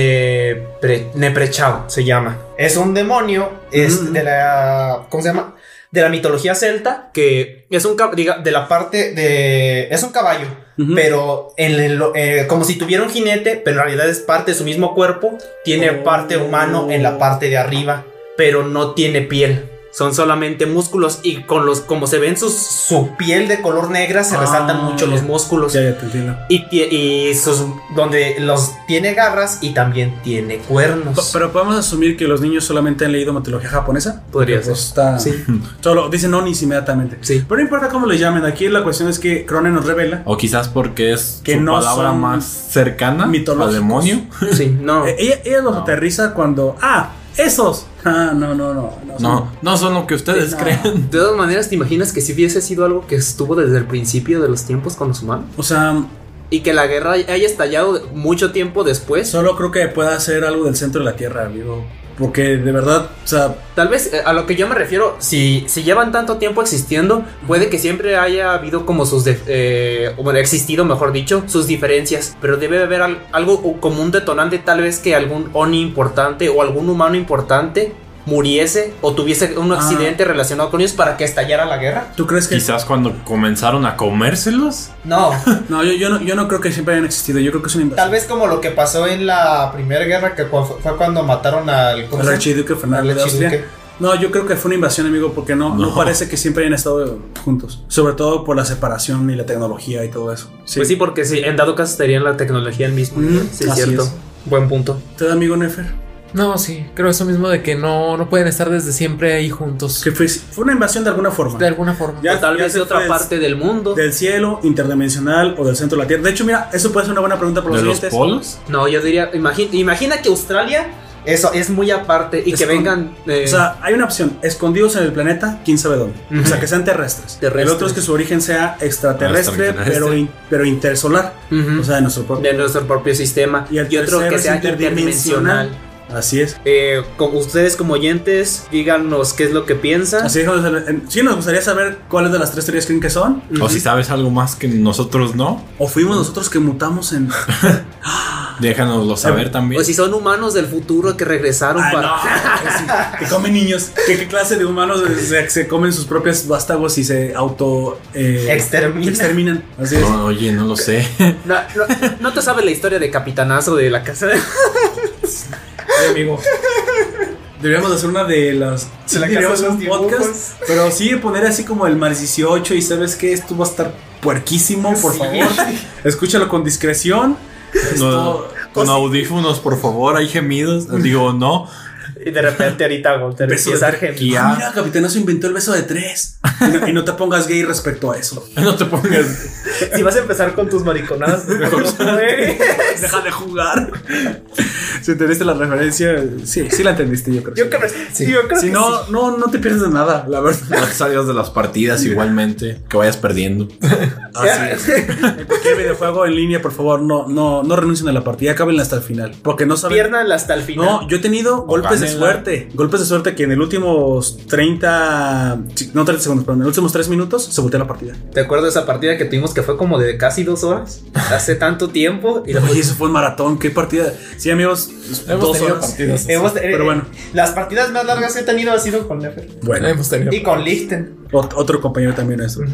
Speaker 4: Nepre, Neprechao se llama.
Speaker 5: Es un demonio es
Speaker 4: Mm.
Speaker 5: de la. ¿Cómo se llama? De la mitología celta.
Speaker 4: Que es un... cab- Diga,
Speaker 5: De la parte de. Es un caballo.
Speaker 1: Ujú.
Speaker 5: Pero en el- eh, como si tuviera un jinete, pero en realidad es parte de su mismo cuerpo. Tiene parte humano en la parte de arriba.
Speaker 4: pero no tiene piel. Son solamente músculos y con los... Como se ven sus...
Speaker 5: Su piel de color negra se
Speaker 4: Se
Speaker 5: resaltan mucho los
Speaker 4: músculos.
Speaker 1: Ah, Ya, ya te entiendo.
Speaker 4: Y, tie- y sus...
Speaker 5: donde los tiene garras y también tiene
Speaker 1: Pa-
Speaker 4: Pues,
Speaker 5: cuernos.
Speaker 1: Pero podemos asumir que los niños solamente han leído mitología japonesa.
Speaker 4: Podría
Speaker 1: Porque, pues, Está...
Speaker 4: Sí.
Speaker 1: Solo dicen onis inmediatamente.
Speaker 4: Sí.
Speaker 1: Pero no importa cómo les llamen. Aquí la cuestión es que Cronen nos revela.
Speaker 2: O quizás porque es
Speaker 1: Que
Speaker 2: su
Speaker 1: no
Speaker 2: palabra
Speaker 1: son
Speaker 2: más cercana
Speaker 1: mitológicos.
Speaker 2: al demonio.
Speaker 4: Sí, no.
Speaker 1: Eh, ella, ella los aterriza cuando. ¡Ah! ¡Esos! Ah, no, no, no.
Speaker 2: No, no son lo que ustedes
Speaker 1: No.
Speaker 2: creen.
Speaker 4: De todas maneras, ¿te imaginas que si hubiese sido algo que estuvo desde el principio de los tiempos con los humanos?
Speaker 1: O sea,
Speaker 4: Y que la guerra haya estallado mucho tiempo después.
Speaker 1: solo creo que pueda ser algo del centro de la Tierra, amigo. Porque de verdad, o sea,
Speaker 4: Tal vez eh, a lo que yo me refiero, si, si llevan tanto tiempo existiendo, puede que siempre haya habido como sus... de- eh, o bueno, existido, mejor dicho, sus diferencias. Pero debe haber al- algo o como un detonante, tal vez que algún Oni importante o algún humano importante muriese o tuviese un
Speaker 1: Ah.
Speaker 4: accidente relacionado con ellos para que estallara la guerra.
Speaker 1: ¿tú crees que.?
Speaker 2: Quizás cuando comenzaron a comérselos.
Speaker 5: No,
Speaker 1: No, yo, yo no, yo no creo que siempre hayan existido. Yo creo que es una
Speaker 5: tal
Speaker 1: invasión.
Speaker 5: vez como lo que pasó en la primera guerra que cu- fue cuando mataron al ¿cómo
Speaker 1: Al
Speaker 5: se-
Speaker 1: archiduque Fernando
Speaker 5: al
Speaker 1: de Austria.
Speaker 5: archiduque.
Speaker 1: No, yo creo que fue una invasión, amigo, porque no, no.
Speaker 2: No.
Speaker 1: parece que siempre hayan estado juntos. Sobre todo por la separación y la tecnología y todo eso.
Speaker 4: Pues sí, porque sí, en dado caso estaría en la tecnología el mismo.
Speaker 1: Mm,
Speaker 4: nivel. sí, es
Speaker 1: así
Speaker 4: cierto.
Speaker 1: es.
Speaker 4: Buen punto.
Speaker 1: ¿Te da amigo Nefer?
Speaker 3: No, sí, creo eso mismo de que no, no pueden estar desde siempre ahí juntos.
Speaker 1: Que fue, fue una invasión de alguna forma.
Speaker 3: De alguna forma.
Speaker 1: Ya-
Speaker 4: O tal
Speaker 1: ya
Speaker 4: vez
Speaker 1: se
Speaker 4: de otra
Speaker 1: fue.
Speaker 4: parte del mundo.
Speaker 1: Del cielo, interdimensional o del centro de la Tierra. De hecho, mira, eso puede ser una buena pregunta para los
Speaker 2: ¿De los
Speaker 1: siguientes.
Speaker 2: polos?
Speaker 4: No, yo diría, imagina, imagina que Australia eso es muy aparte y
Speaker 1: Es
Speaker 4: que
Speaker 1: con-
Speaker 4: vengan eh,
Speaker 1: O sea, hay una opción, escondidos en el planeta, quién sabe dónde. O sea, que sean terrestres.
Speaker 4: Terrestres.
Speaker 1: El otro es que su origen sea extraterrestre,
Speaker 2: Extraterrestre.
Speaker 1: pero, in- pero intersolar.
Speaker 4: ujú,
Speaker 1: O sea, de nuestro propio.
Speaker 4: de nuestro propio sistema
Speaker 1: Y el
Speaker 4: otro
Speaker 1: tercero
Speaker 4: que
Speaker 1: es
Speaker 4: sea
Speaker 1: interdimensional.
Speaker 4: interdimensional.
Speaker 1: Así es.
Speaker 4: Eh, con ustedes como oyentes, díganos qué es lo que piensan.
Speaker 1: Así es. Sí, nos gustaría saber cuáles de las tres teorías creen que son.
Speaker 2: O si sabes algo más que nosotros no,
Speaker 1: O fuimos nosotros que mutamos en. Eh,
Speaker 2: déjanoslo saber también.
Speaker 4: O si son humanos del futuro que regresaron
Speaker 1: Ah,
Speaker 4: para...
Speaker 1: no, que comen niños. ¿Qué, qué clase de humanos se, se comen sus propios vástagos y se auto eh,
Speaker 5: Extermina.
Speaker 1: exterminan? Así es.
Speaker 2: No, oye, no lo sé.
Speaker 4: No, no- no te sabes la historia de capitanazo de la casa de...
Speaker 1: Oye, amigo. Deberíamos hacer una de las.
Speaker 5: De la casa
Speaker 1: deberíamos
Speaker 5: de
Speaker 1: hacer
Speaker 5: los
Speaker 1: un
Speaker 5: dibujos.
Speaker 1: Pero sí, poner así como el Mars 18 y sabes que esto va a estar puerquísimo, por favor. Escúchalo con discreción.
Speaker 2: No,
Speaker 1: Esto-
Speaker 2: con audífonos, por favor, hay gemidos. Digo, no.
Speaker 5: Y de repente ahorita Walter
Speaker 1: Beso
Speaker 5: empieza a
Speaker 1: de-
Speaker 5: gemir.
Speaker 1: Ah,
Speaker 2: Y ya,
Speaker 1: mira, Capitanazo inventó el beso de tres. Y no, y no te pongas gay respecto a eso.
Speaker 2: no te pongas.
Speaker 5: Si vas a empezar con tus mariconadas, mejor no juegues.
Speaker 1: Deja de jugar. si entendiste la referencia, sí, sí la entendiste, yo creo.
Speaker 5: Yo creo,
Speaker 1: Sí.
Speaker 5: yo creo
Speaker 1: si
Speaker 5: que
Speaker 1: no, no, no te pierdes de nada, la verdad.
Speaker 2: No salgas de las partidas igualmente, que vayas perdiendo.
Speaker 1: Así es. En cualquier videojuego en línea, por favor, no, no, no renuncien a la partida, acábenla hasta el final. Porque no saben.
Speaker 4: Pierdan hasta el final.
Speaker 1: No, yo he tenido golpes de
Speaker 2: gánenla.
Speaker 1: suerte. Golpes de suerte que en el últimos 30. sí, No 30 segundos, perdón, en los últimos 3 minutos se voltea la partida.
Speaker 4: ¿Te acuerdas de esa partida que tuvimos que fue como de casi dos horas? Hace tanto tiempo. Y luego-
Speaker 1: Oye, eso fue un maratón. ¿Qué partida? Sí, amigos, dos
Speaker 3: tenido
Speaker 1: horas.
Speaker 5: sí. Hemos- eh,
Speaker 1: Pero bueno.
Speaker 5: Las partidas más largas que he tenido ha sido con Nefer
Speaker 1: Bueno,
Speaker 3: Hemos tenido-
Speaker 5: y
Speaker 1: pues,
Speaker 5: con Lichten.
Speaker 1: Ot- otro compañero también nuestro.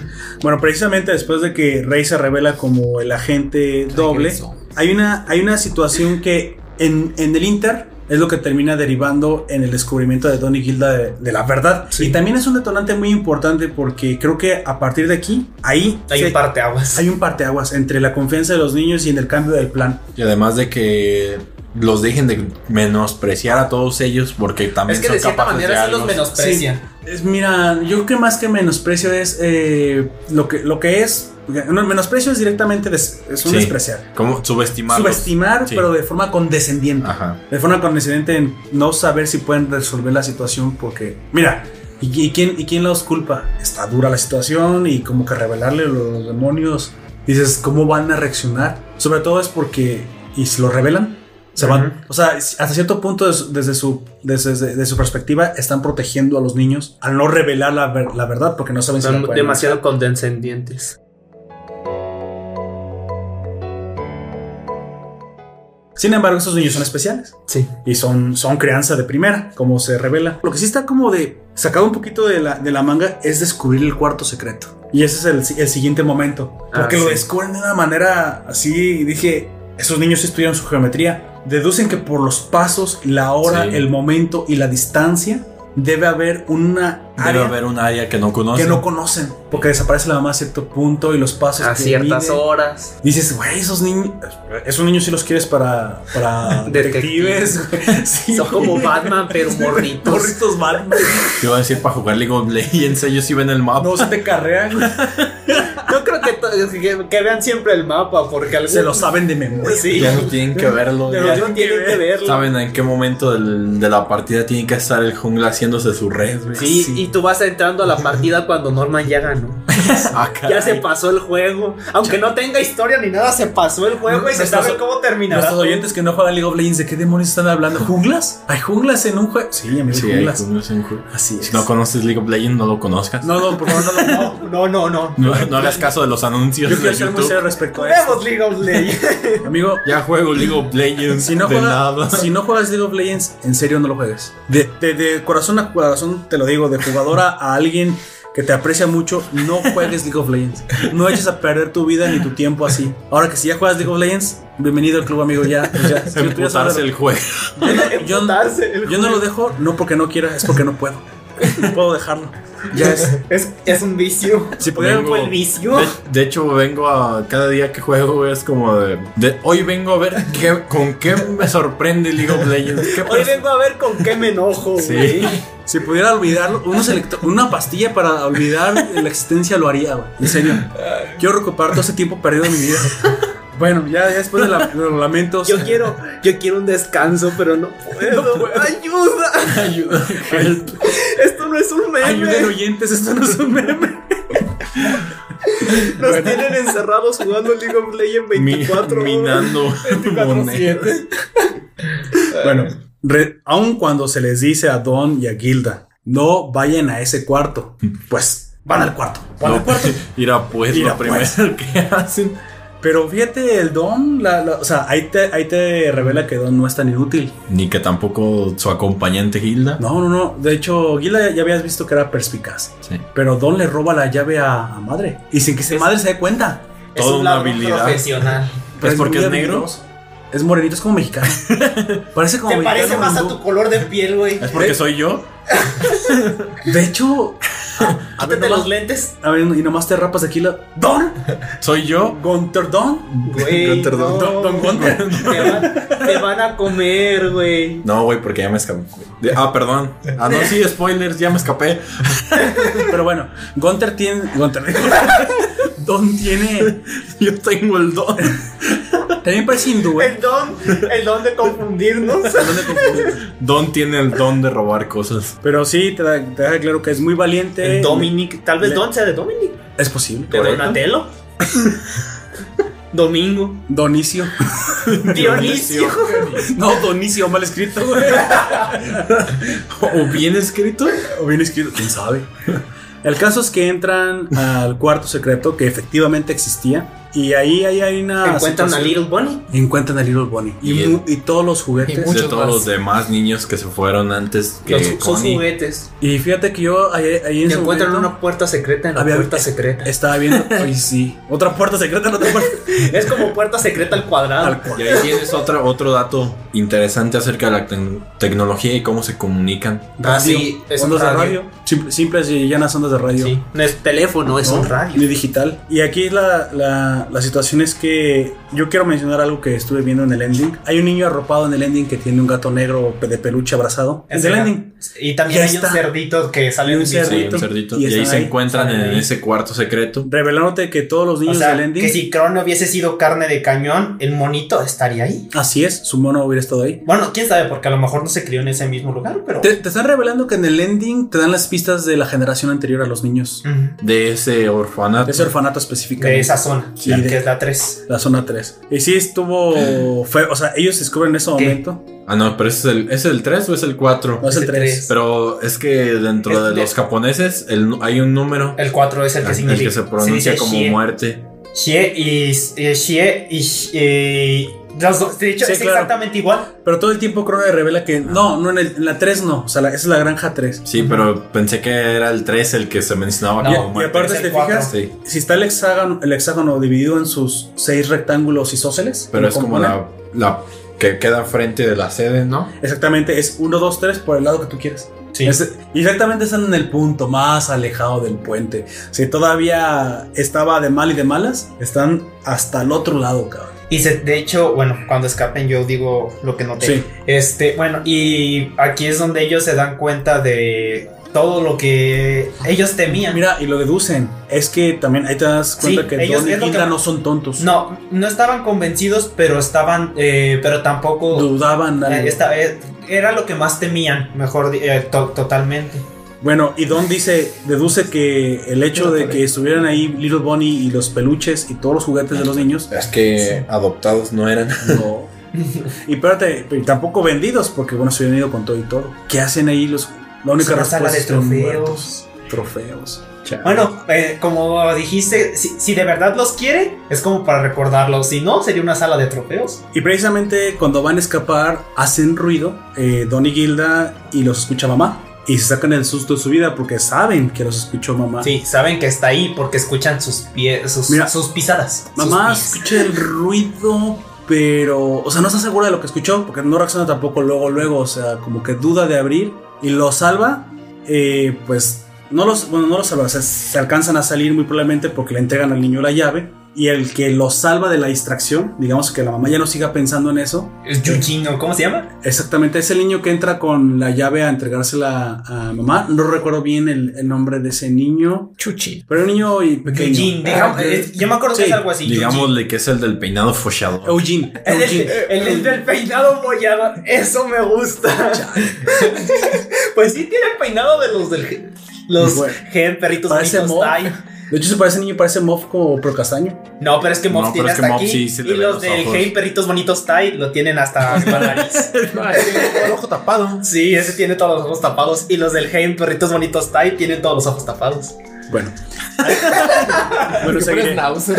Speaker 1: Bueno, precisamente después de que Rey se revela como el agente doble,
Speaker 3: Regreso.
Speaker 1: hay una, hay una situación que en, en el Inter es lo que termina derivando en el descubrimiento de Don y Gilda de, de la verdad. Y también es un detonante muy importante porque creo que a partir de aquí, ahí
Speaker 5: Hay
Speaker 1: se-
Speaker 5: un parteaguas.
Speaker 1: hay un parteaguas entre la confianza de los niños y en el cambio del plan.
Speaker 2: Y además de que los dejen de menospreciar a todos ellos, porque también
Speaker 5: Es que
Speaker 2: son
Speaker 5: de cierta
Speaker 2: capaces de
Speaker 5: manera sí los
Speaker 2: algo.
Speaker 5: menosprecia.
Speaker 1: Es, mira, yo creo que más que menosprecio es eh, lo, que, lo que es. no, menosprecio es directamente des- es un
Speaker 2: Sí.
Speaker 1: despreciar.
Speaker 2: Como subestimarlos.
Speaker 1: subestimar,
Speaker 2: Sí. Ah.
Speaker 1: pero de forma condescendiente.
Speaker 2: Ajá.
Speaker 1: De forma condescendiente en no saber si pueden resolver la situación porque, mira, ¿y, y quién, ¿y quién los culpa? Está dura la situación y como que revelarle los demonios. Dices, ¿cómo van a reaccionar? Sobre todo es porque, y si lo revelan, Se van, o sea, hasta cierto punto des- desde su desde, desde- de su perspectiva están protegiendo a los niños al no revelar la, ver- la verdad porque no saben si la
Speaker 4: Son
Speaker 1: pueden
Speaker 4: demasiado condescendientes.
Speaker 1: Sin embargo, esos niños son especiales.
Speaker 4: Sí.
Speaker 1: Y son, son crianza de primera, como se revela. Lo que sí está como de sacado un poquito de la, de la manga es descubrir el cuarto secreto. Y ese es el si- el, siguiente momento.
Speaker 4: Ah,
Speaker 1: Porque lo
Speaker 4: sí.
Speaker 1: descubren de una manera así. Y dije, esos niños sí estudian su geometría. Deducen que por los pasos, la hora,
Speaker 2: Sí.
Speaker 1: el momento y la distancia debe haber una
Speaker 2: Debe
Speaker 1: área
Speaker 2: haber un área que no conoce.
Speaker 1: que no conocen. Porque desaparece la mamá a cierto punto y los pasos.
Speaker 4: A
Speaker 1: que
Speaker 4: ciertas
Speaker 1: mide.
Speaker 4: horas.
Speaker 1: Dices, güey, esos niños, esos niños sí los quieres para, para detectives. güey. Sí,
Speaker 4: Son como
Speaker 1: güey.
Speaker 4: Batman, pero morritos.
Speaker 1: Morritos Batman.
Speaker 2: Te iba a decir para jugar League of Legends, ellos sí ven el mapa.
Speaker 1: No se te carrean. güey.
Speaker 4: Yo creo que, to- que- que vean siempre el mapa, porque al
Speaker 1: Se lo saben de memoria.
Speaker 4: Sí.
Speaker 2: Ya no tienen que verlo.
Speaker 4: Pero
Speaker 2: ya
Speaker 4: no tienen que verlo.
Speaker 2: Saben en qué momento del- de la partida tiene que estar el jungla haciéndose su red. güey.
Speaker 4: Sí, y tú vas entrando a la partida cuando Norman ya ganó.
Speaker 2: Ah,
Speaker 4: Ya
Speaker 2: caray.
Speaker 4: se pasó el juego. Aunque no tenga historia ni nada, se pasó el juego y se
Speaker 1: Nuestros-
Speaker 4: sabe cómo terminará.
Speaker 1: Nuestros oyentes que no juegan League of Legends, ¿de qué demonios están hablando? ¿Junglas? ¿Hay junglas en un juego? Sí, amigos,
Speaker 2: Sí, hay
Speaker 1: junglas.
Speaker 2: junglas en ju-
Speaker 1: Así es.
Speaker 2: Si no conoces League of Legends, no lo conozcas. No,
Speaker 1: no, no, por favor, no, no.
Speaker 4: No, no, no.
Speaker 2: no hagas caso de los anuncios
Speaker 1: Yo quiero
Speaker 2: de
Speaker 1: ser muy
Speaker 2: YouTube.
Speaker 1: serio respecto a eso.
Speaker 4: Vemos League of Legends.
Speaker 1: Amigo,
Speaker 2: Ya juego League of Legends.
Speaker 1: Si no,
Speaker 2: de
Speaker 1: juegas-
Speaker 2: nada.
Speaker 1: si no juegas League of Legends, en serio no lo juegues. De, de- de corazón a corazón te lo digo, de jugadora a alguien que te aprecia mucho, no juegues League of Legends. No eches a perder tu vida ni tu tiempo así. Ahora que si ya juegas League of Legends, bienvenido al club, amigo. Ya, pues ya. Si tú ya sabes-
Speaker 2: Emputarse el juego.
Speaker 1: yo, no- yo- yo no lo dejo, no porque no quiera, es porque no puedo. No puedo dejarlo. Ya es.
Speaker 5: Es, es un vicio.
Speaker 1: Si pudiera,
Speaker 2: Vengo-
Speaker 1: pues,
Speaker 2: de, de hecho, vengo a. Cada día que juego güey, es como de. de- hoy vengo a ver qué, con qué me sorprende League of Legends. ¿Qué
Speaker 4: Hoy
Speaker 2: pasa?
Speaker 4: vengo a ver con qué me enojo.
Speaker 2: Sí.
Speaker 1: si pudiera olvidarlo, unos electro- una pastilla para olvidar la existencia lo haría, güey. En serio. Quiero recuperar todo ese tiempo perdido en mi vida. Bueno, ya, ya después de, la- de los lamentos.
Speaker 4: Yo quiero, yo quiero un descanso, pero no puedo. güey. Ayuda.
Speaker 2: Ayuda.
Speaker 4: Esto no es un meme.
Speaker 1: Ayuden oyentes, esto no es un meme.
Speaker 4: Nos tienen encerrados jugando League of Legends
Speaker 2: Mi-
Speaker 4: 24 horas.
Speaker 2: minando. monedas.
Speaker 1: Bueno, re- aun cuando se les dice a Don y a Gilda, no vayan a ese cuarto, pues van al cuarto. Van al
Speaker 2: No,
Speaker 1: cuarto.
Speaker 2: ir a pues
Speaker 1: Ir a
Speaker 2: lo primero que hacen.
Speaker 1: Pero fíjate, el Don, la- la- o sea, ahí te, ahí te revela que Don no es tan inútil.
Speaker 2: Ni que tampoco su acompañante Hilda.
Speaker 1: No, no, no. De hecho, Gilda ya habías visto que era perspicaz.
Speaker 2: Sí.
Speaker 1: Pero Don le roba la llave a, a madre. Y sin que se madre se dé cuenta.
Speaker 4: Es
Speaker 2: Toda
Speaker 4: un
Speaker 2: una
Speaker 4: ladrón
Speaker 2: habilidad.
Speaker 4: profesional.
Speaker 2: Pues porque
Speaker 1: muy
Speaker 2: es negro.
Speaker 1: habilidoso. Es morenito, es como mexicano. parece como
Speaker 5: Te
Speaker 1: mexicano.
Speaker 5: parece más a
Speaker 1: hindú.
Speaker 5: tu color de piel, güey.
Speaker 2: Es
Speaker 1: ¿Eh?
Speaker 2: porque soy yo.
Speaker 1: De hecho, a, a ver,
Speaker 4: Quítate los
Speaker 1: nomás,
Speaker 4: lentes.
Speaker 1: a ver, y nomás te rapas aquí la. Don,
Speaker 2: Soy yo.
Speaker 1: Gunter Don.
Speaker 4: Güey.
Speaker 6: Gunter, don-
Speaker 4: no.
Speaker 1: Don, Don Gunter.
Speaker 4: Te van, te van a comer, güey.
Speaker 2: No, güey, porque ya me escapé. De- Ah, perdón. Ah, no, sí, spoilers, ya me escapé.
Speaker 1: Pero bueno, Gunter tiene. Gunter. Don tiene.
Speaker 2: Yo tengo el don.
Speaker 1: También parece hindú, ¿eh?
Speaker 5: El don, el don de
Speaker 1: Don
Speaker 5: confundirnos.
Speaker 1: de confundir.
Speaker 2: Don tiene el don de robar cosas.
Speaker 1: Pero sí, te da, te deja claro que es muy valiente.
Speaker 4: El Dominic. Tal vez Don sea de Dominic.
Speaker 1: Es posible.
Speaker 4: De Donatello. Domingo.
Speaker 1: Donicio.
Speaker 4: Dionisio.
Speaker 1: No, Donicio, mal escrito, güey.
Speaker 2: O bien escrito.
Speaker 1: O bien escrito, quién sabe. El caso es que entran al cuarto secreto que efectivamente existía. Y ahí, ahí hay
Speaker 4: Ah,
Speaker 1: una.
Speaker 4: Encuentran a
Speaker 1: situación-
Speaker 4: Little Bunny.
Speaker 1: Encuentran a Little Bunny. Y,
Speaker 2: Y el-
Speaker 1: mu- y todos los juguetes.
Speaker 3: y
Speaker 2: De
Speaker 3: Muchos
Speaker 2: todos
Speaker 3: más.
Speaker 2: los demás niños que se fueron antes que
Speaker 4: Los- son
Speaker 2: Connie.
Speaker 4: juguetes.
Speaker 1: Y fíjate que yo ahí, ahí en
Speaker 4: Te
Speaker 1: su
Speaker 4: encuentran
Speaker 1: momento
Speaker 4: una puerta secreta en la
Speaker 1: Había- eh,
Speaker 4: puerta secreta.
Speaker 1: Estaba viendo. Ay, sí. Otra puerta secreta, la otra puerta.
Speaker 4: Es como puerta secreta al cuadrado.
Speaker 1: Al cual.
Speaker 2: Y ahí tienes otro, otro dato interesante acerca de la tec- tecnología y cómo se comunican.
Speaker 4: Ah, sí, es
Speaker 1: ondas
Speaker 4: un radio.
Speaker 1: de radio. Simple- simples y llanas ondas de radio.
Speaker 4: Sí. No es teléfono, es
Speaker 1: ¿no?
Speaker 4: un radio.
Speaker 1: Ni digital. Y aquí la, la, la situación es que yo quiero mencionar algo que estuve viendo en el ending. Hay un niño arropado en el ending que tiene un gato negro de peluche abrazado. En el
Speaker 5: Enseña.
Speaker 1: ending.
Speaker 5: Y también
Speaker 1: Ya
Speaker 5: hay
Speaker 1: está.
Speaker 5: un cerdito que sale
Speaker 1: Y
Speaker 5: en
Speaker 1: un
Speaker 5: un video.
Speaker 2: Sí,
Speaker 1: Cerdito.
Speaker 2: un cerdito.
Speaker 1: Y
Speaker 2: Y, ahí
Speaker 1: están
Speaker 2: se
Speaker 1: ahí.
Speaker 2: encuentran en ese cuarto secreto.
Speaker 1: Revelándote que todos los
Speaker 5: O
Speaker 1: niños
Speaker 5: sea,
Speaker 1: del ending.
Speaker 5: que si Crono hubiese sido carne de cañón, el monito estaría ahí.
Speaker 1: Así es, su mono hubiera estado ahí.
Speaker 5: Bueno, quién sabe, porque a lo mejor no se crió en ese mismo lugar, pero.
Speaker 1: Te, te están revelando que en el ending te dan las pistas de la generación anterior a los niños.
Speaker 5: Ujú.
Speaker 2: De ese orfanato.
Speaker 1: De ese orfanato
Speaker 5: Mm. De
Speaker 1: específicamente.
Speaker 5: esa zona,
Speaker 1: Sí,
Speaker 5: la
Speaker 1: de-
Speaker 5: que es la 3.
Speaker 1: La zona 3. Y sí estuvo fue, o sea, ellos descubren en ese
Speaker 5: ¿Qué?
Speaker 1: momento.
Speaker 2: Ah, no, pero ese es el, ¿es el 3 o es el 4?
Speaker 1: No es el
Speaker 5: Ese
Speaker 1: 3.
Speaker 2: Pero es que dentro
Speaker 5: Es
Speaker 2: de,
Speaker 5: de-
Speaker 2: los japoneses el nu- hay un número
Speaker 5: El 4 es el
Speaker 1: Ah,
Speaker 2: el,
Speaker 5: que
Speaker 2: el
Speaker 5: significa.
Speaker 2: que se pronuncia
Speaker 5: dice
Speaker 2: como
Speaker 5: shie.
Speaker 2: muerte.
Speaker 5: Shie y. eh, Shie y. eh, los dos, de hecho,
Speaker 1: Sí,
Speaker 5: es
Speaker 1: claro.
Speaker 5: exactamente igual.
Speaker 1: Pero todo el tiempo Crone revela
Speaker 5: Ah.
Speaker 1: que no, no en, el- en la 3 no. O sea, la- esa es la granja 3.
Speaker 2: Sí, pero pensé que era el 3 el que se mencionaba
Speaker 5: No,
Speaker 2: como
Speaker 1: y, y
Speaker 2: muerte.
Speaker 1: aparte,
Speaker 5: es el
Speaker 1: si te
Speaker 5: cuatro.
Speaker 1: fijas,
Speaker 2: Sí,
Speaker 1: si está el hexágono, el hexágono dividido en sus seis rectángulos isósceles.
Speaker 2: pero es como
Speaker 1: componen,
Speaker 2: la, la que queda frente de la sede, ¿no?
Speaker 1: Exactamente, es 1, 2, 3 por el lado que tú quieres.
Speaker 5: Sí.
Speaker 1: Es- exactamente están en el punto más alejado del puente. Si todavía estaba de mal y de malas, están hasta el otro lado, cabrón.
Speaker 5: Y se- de hecho, bueno, cuando escapen, yo digo lo que noté.
Speaker 1: Sí.
Speaker 5: Este, bueno, y aquí es donde ellos se dan cuenta de todo lo que ellos temían.
Speaker 1: Mira, y lo deducen. Es que también ahí te das cuenta
Speaker 5: Sí,
Speaker 1: que
Speaker 5: ellos-
Speaker 1: Don y
Speaker 5: es lo
Speaker 1: Hilda
Speaker 5: que-
Speaker 1: no son tontos.
Speaker 5: No, no estaban convencidos, pero estaban, eh, pero tampoco.
Speaker 1: Dudaban. algo.
Speaker 5: eh, esta- eh, era lo que más temían, mejor di- eh, to- totalmente.
Speaker 1: Bueno, y Don dice, deduce que el hecho de que estuvieran ahí Little Bonnie y los peluches y todos los juguetes de los niños.
Speaker 2: Es que adoptados no eran.
Speaker 1: No. Y espérate, y tampoco vendidos, porque bueno, se hubieran ido con todo y todo. ¿Qué hacen ahí los.? La única
Speaker 5: Es una sala
Speaker 1: respuesta
Speaker 5: de
Speaker 1: es que están muertos.
Speaker 5: trofeos.
Speaker 1: Trofeos.
Speaker 5: Bueno, eh, como dijiste, si, si de verdad los quiere, es como para recordarlos. Si no, sería una sala de trofeos.
Speaker 1: Y precisamente cuando van a escapar, hacen ruido eh, Don y Gilda y los escucha mamá. Y se sacan el susto de su vida porque saben que los escuchó mamá.
Speaker 5: Sí, saben que está ahí porque escuchan sus pies, sus,
Speaker 1: Ah. Mira.
Speaker 5: sus pisadas. sus
Speaker 1: Mamá
Speaker 5: pies.
Speaker 1: escucha el ruido, pero, o sea, no está segura de lo que escuchó, porque no reacciona tampoco luego, luego, o sea, como que duda de abrir y lo salva, eh, pues no los, bueno, no los salva, o sea, se alcanzan a salir muy probablemente porque le entregan al niño la llave y el que lo salva de la distracción, digamos que la mamá ya no siga pensando en eso,
Speaker 5: Es Yujin, ¿no? ¿cómo se llama?
Speaker 1: exactamente es el niño que entra con la llave a entregársela a mamá, no recuerdo bien el, el nombre de ese niño,
Speaker 3: Chuchi.
Speaker 1: pero el niño y pequeño.
Speaker 5: Yujin, digamos,
Speaker 1: Ah,
Speaker 5: eh, yo me acuerdo
Speaker 1: Sí,
Speaker 5: que es algo así. Yujin.
Speaker 2: Digámosle que es el del peinado fochado.
Speaker 1: Eugene,
Speaker 5: El,
Speaker 1: Eugene.
Speaker 5: el- el- el del peinado mollado, eso me gusta. pues sí, tiene el peinado de los del. Los
Speaker 1: Bueno,
Speaker 5: gen, perritos
Speaker 1: parece
Speaker 5: bonitos,
Speaker 1: Moff.
Speaker 5: ay.
Speaker 1: De hecho, se parece niño, parece Moff como Pro Castaño.
Speaker 5: No, pero es que Moff
Speaker 2: No, pero
Speaker 5: tiene
Speaker 2: es que
Speaker 5: hasta
Speaker 2: Moff
Speaker 5: aquí.
Speaker 2: sí se le
Speaker 5: y
Speaker 2: ven
Speaker 5: los
Speaker 2: los
Speaker 5: del
Speaker 2: ojos.
Speaker 5: Hey Perritos Bonitos Tai lo tienen hasta la nariz.
Speaker 3: el ojo tapado.
Speaker 5: Sí, ese tiene todos los ojos tapados. Y los del Hey Perritos Bonitos Tai tienen todos los ojos tapados.
Speaker 1: Bueno. bueno,
Speaker 3: Que fueras
Speaker 1: seguiré.
Speaker 3: náusea.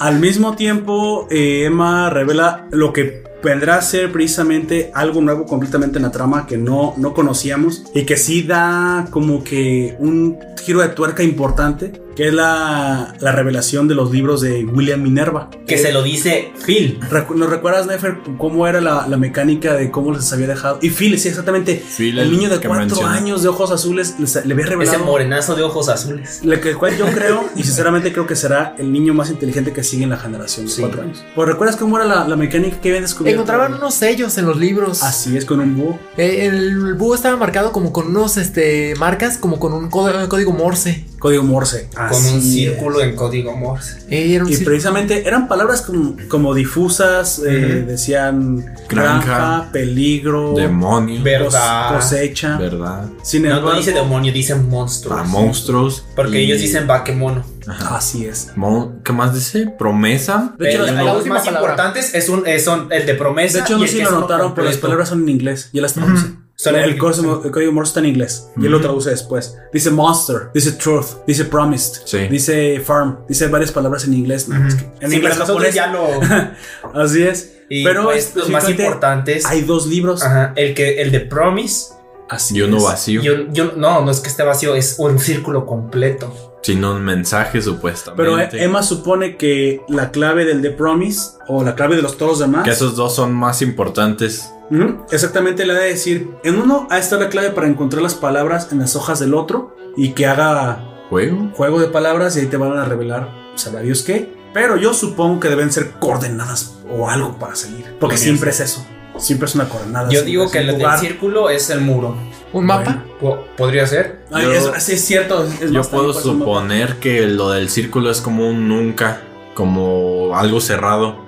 Speaker 1: Al mismo tiempo, eh, Emma revela lo que vendrá a ser precisamente algo nuevo completamente en la trama que no, no conocíamos y que sí da como que un giro de tuerca importante, que es la, la revelación de los libros de William Minerva.
Speaker 5: Que se lo dice Phil.
Speaker 1: Recu- ¿Nos recuerdas, Nefer, cómo era la, la mecánica de cómo les había dejado? Y Phil, sí, exactamente.
Speaker 2: Phil,
Speaker 1: el
Speaker 2: el
Speaker 1: niño de
Speaker 2: que
Speaker 1: cuatro
Speaker 2: menciona.
Speaker 1: años de ojos azules les- le había revelado.
Speaker 5: Ese morenazo de ojos azules.
Speaker 1: Lo que el cual yo creo, y sinceramente creo que será el niño más inteligente que sigue en la generación de
Speaker 5: Sí.
Speaker 1: cuatro años. Pues recuerdas cómo era la, la mecánica que habían descubierto.
Speaker 3: Encontraban unos sellos en los libros.
Speaker 1: Así es, con un búho.
Speaker 3: Eh, El búho estaba marcado como con unos este, marcas, como con un código, código morse.
Speaker 1: Código Morse.
Speaker 5: con un
Speaker 1: Así
Speaker 5: círculo en código Morse.
Speaker 3: Eh, era un
Speaker 1: es. Y
Speaker 3: cir-
Speaker 1: precisamente eran palabras como, como difusas, eh,
Speaker 5: Ujú.
Speaker 1: decían granja,
Speaker 2: Granja.
Speaker 1: peligro,
Speaker 2: Demonio.
Speaker 5: Ver-
Speaker 1: cos-
Speaker 5: Verdad.
Speaker 1: cosecha.
Speaker 2: ¿Verdad?
Speaker 1: Sin
Speaker 5: No,
Speaker 1: embargo,
Speaker 5: no dice demonio, dicen monstruos.
Speaker 2: Ah, monstruos.
Speaker 5: Porque
Speaker 2: y-
Speaker 5: ellos dicen vaquemono.
Speaker 2: Ajá.
Speaker 1: así es.
Speaker 2: Mon- ¿Qué más dice? Promesa.
Speaker 1: De hecho,
Speaker 5: Eh,
Speaker 1: las-
Speaker 5: la-
Speaker 1: las
Speaker 5: los
Speaker 3: última
Speaker 5: más
Speaker 3: palabra.
Speaker 5: importantes es un, eh, son el de promesa.
Speaker 1: De hecho,
Speaker 5: y
Speaker 1: no
Speaker 5: el
Speaker 1: sé si
Speaker 5: que
Speaker 1: lo
Speaker 5: es uno
Speaker 1: notaron, pero las
Speaker 5: completo.
Speaker 1: palabras son en inglés. Ya las
Speaker 5: Ujú.
Speaker 1: traduce.
Speaker 5: Son en
Speaker 1: el,
Speaker 5: inglés.
Speaker 1: código, el código Morse está en inglés y él lo traduce después. Dice monster, dice truth, dice promised,
Speaker 2: Sí.
Speaker 1: dice farm, dice varias palabras en inglés. ¿no? Es que en
Speaker 5: Sí,
Speaker 1: inglés
Speaker 5: pero
Speaker 1: japonés.
Speaker 5: nosotros ya lo.
Speaker 1: Así es.
Speaker 5: Y
Speaker 1: pero
Speaker 5: pues, los más
Speaker 1: específicamente,
Speaker 5: importantes.
Speaker 1: Hay dos libros.
Speaker 5: Ajá, el, que, el de Promise.
Speaker 1: Así
Speaker 2: Y uno
Speaker 1: es.
Speaker 2: vacío.
Speaker 5: Yo, yo- no, no es que esté vacío, es un círculo completo.
Speaker 2: Sin un mensaje, supuestamente.
Speaker 1: Pero eh, Emma supone que la clave del The Promise o la clave de los todos demás.
Speaker 2: Que esos dos son más importantes.
Speaker 1: Ujú, Exactamente, le ha de decir: en uno, ahí está la clave para encontrar las palabras en las hojas del otro y que haga
Speaker 2: ¿Juego?
Speaker 1: juego de palabras y ahí te van a revelar sabe a Dios qué. Pero yo supongo que deben ser coordenadas o algo para seguir. Porque
Speaker 5: Podría
Speaker 1: siempre es eso. Siempre es una coronada.
Speaker 5: Yo
Speaker 1: siempre
Speaker 5: digo
Speaker 1: Ah, es
Speaker 5: que
Speaker 1: un
Speaker 5: el del
Speaker 1: lugar.
Speaker 5: círculo es el muro.
Speaker 3: ¿Un mapa?
Speaker 5: Po- Podría ser.
Speaker 1: Ay,
Speaker 2: Yo-
Speaker 1: es- sí, es cierto. es- es
Speaker 2: Yo
Speaker 1: bastante
Speaker 2: puedo
Speaker 1: parecido a un mapa.
Speaker 2: suponer que lo del círculo es como un nunca, como algo cerrado.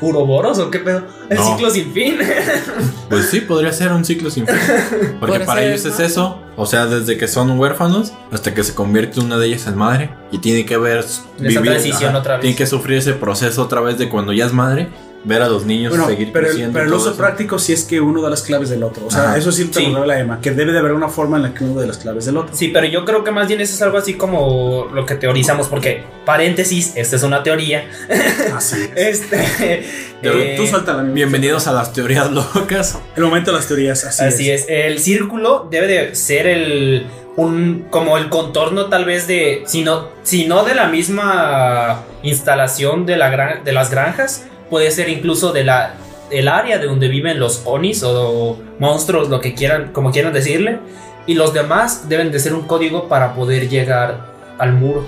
Speaker 5: ¿Uroboros o qué pedo? El
Speaker 2: No.
Speaker 5: ciclo sin fin.
Speaker 2: Pues sí, podría ser un ciclo sin fin. Porque
Speaker 3: Podría
Speaker 2: para
Speaker 3: ser,
Speaker 2: ellos
Speaker 3: ¿no?
Speaker 2: es eso. O sea, desde que son huérfanos hasta que se convierte una de ellas en madre. Y tiene que ver.
Speaker 5: transición otra vez.
Speaker 2: Tiene que sufrir ese proceso otra vez de cuando ya es madre. Ver a los niños
Speaker 1: Bueno,
Speaker 2: seguir
Speaker 1: pero, el,
Speaker 2: creciendo.
Speaker 1: pero el
Speaker 2: todo
Speaker 1: uso
Speaker 2: eso.
Speaker 1: práctico sí es que uno da las claves del otro. O sea,
Speaker 2: Ajá.
Speaker 1: eso sí te
Speaker 5: Sí.
Speaker 1: lo revela Emma, que debe de haber una forma en la que uno de las claves del otro.
Speaker 5: Sí, pero yo creo que más bien eso es algo así como lo que teorizamos, porque, paréntesis, esta es una teoría.
Speaker 1: Así es.
Speaker 5: Este.
Speaker 2: Pero
Speaker 5: eh,
Speaker 1: Tú suelta la
Speaker 2: Bienvenidos a las teorías locas.
Speaker 1: El momento de las teorías, así,
Speaker 5: Así es. El círculo debe de ser el. Un, como el contorno tal vez de. Si no, si no de la misma instalación de, la gran- de las granjas. Puede ser incluso de la. El área de donde viven los onis o monstruos, lo que quieran, como quieran decirle. Y los demás deben de ser un código para poder llegar al muro.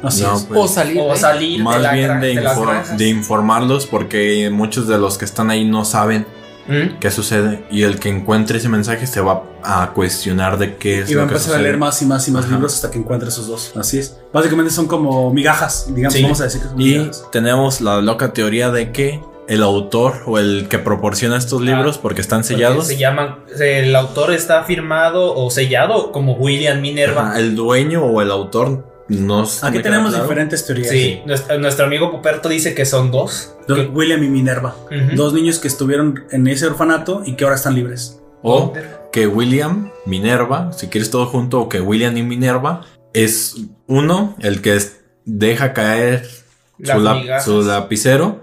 Speaker 1: Así
Speaker 2: No,
Speaker 1: es.
Speaker 2: pues,
Speaker 3: o salir. ¿eh?
Speaker 5: O
Speaker 3: de-
Speaker 5: salir de,
Speaker 2: más
Speaker 5: la
Speaker 2: bien
Speaker 5: gran-
Speaker 2: de,
Speaker 5: de las
Speaker 2: infor-
Speaker 5: granjas.
Speaker 2: de informarlos porque muchos de los que están ahí no saben
Speaker 5: ¿Mm?
Speaker 2: qué sucede. Y el que encuentre ese mensaje se va a cuestionar de qué es
Speaker 1: Y va a
Speaker 2: lo que
Speaker 1: empezar a
Speaker 2: sucede.
Speaker 1: leer más y más y más
Speaker 2: Ajá.
Speaker 1: libros hasta que encuentre esos dos. Así es. Básicamente son como migajas, digamos,
Speaker 5: Sí.
Speaker 1: vamos a decir que son
Speaker 2: Y
Speaker 1: migajas.
Speaker 2: tenemos la loca teoría de que el autor o el que proporciona estos libros porque están
Speaker 5: Ah, Porque
Speaker 2: sellados,
Speaker 5: Se llaman, el autor está firmado o sellado como William Minerva.
Speaker 2: ajá, el dueño o el autor nos
Speaker 1: Aquí
Speaker 2: me queda
Speaker 1: tenemos
Speaker 2: claro.
Speaker 1: diferentes teorías.
Speaker 5: Sí, nuestro, nuestro amigo Puperto dice que son dos.
Speaker 1: Don
Speaker 5: Que-
Speaker 1: William y Minerva,
Speaker 5: Ujú.
Speaker 1: dos niños que estuvieron en ese orfanato y que ahora están libres.
Speaker 2: o que William Minerva, si quieres todo junto, o que William y Minerva es uno el que es- deja caer
Speaker 5: Las
Speaker 2: su, lap-
Speaker 5: migajas.
Speaker 2: su lapicero,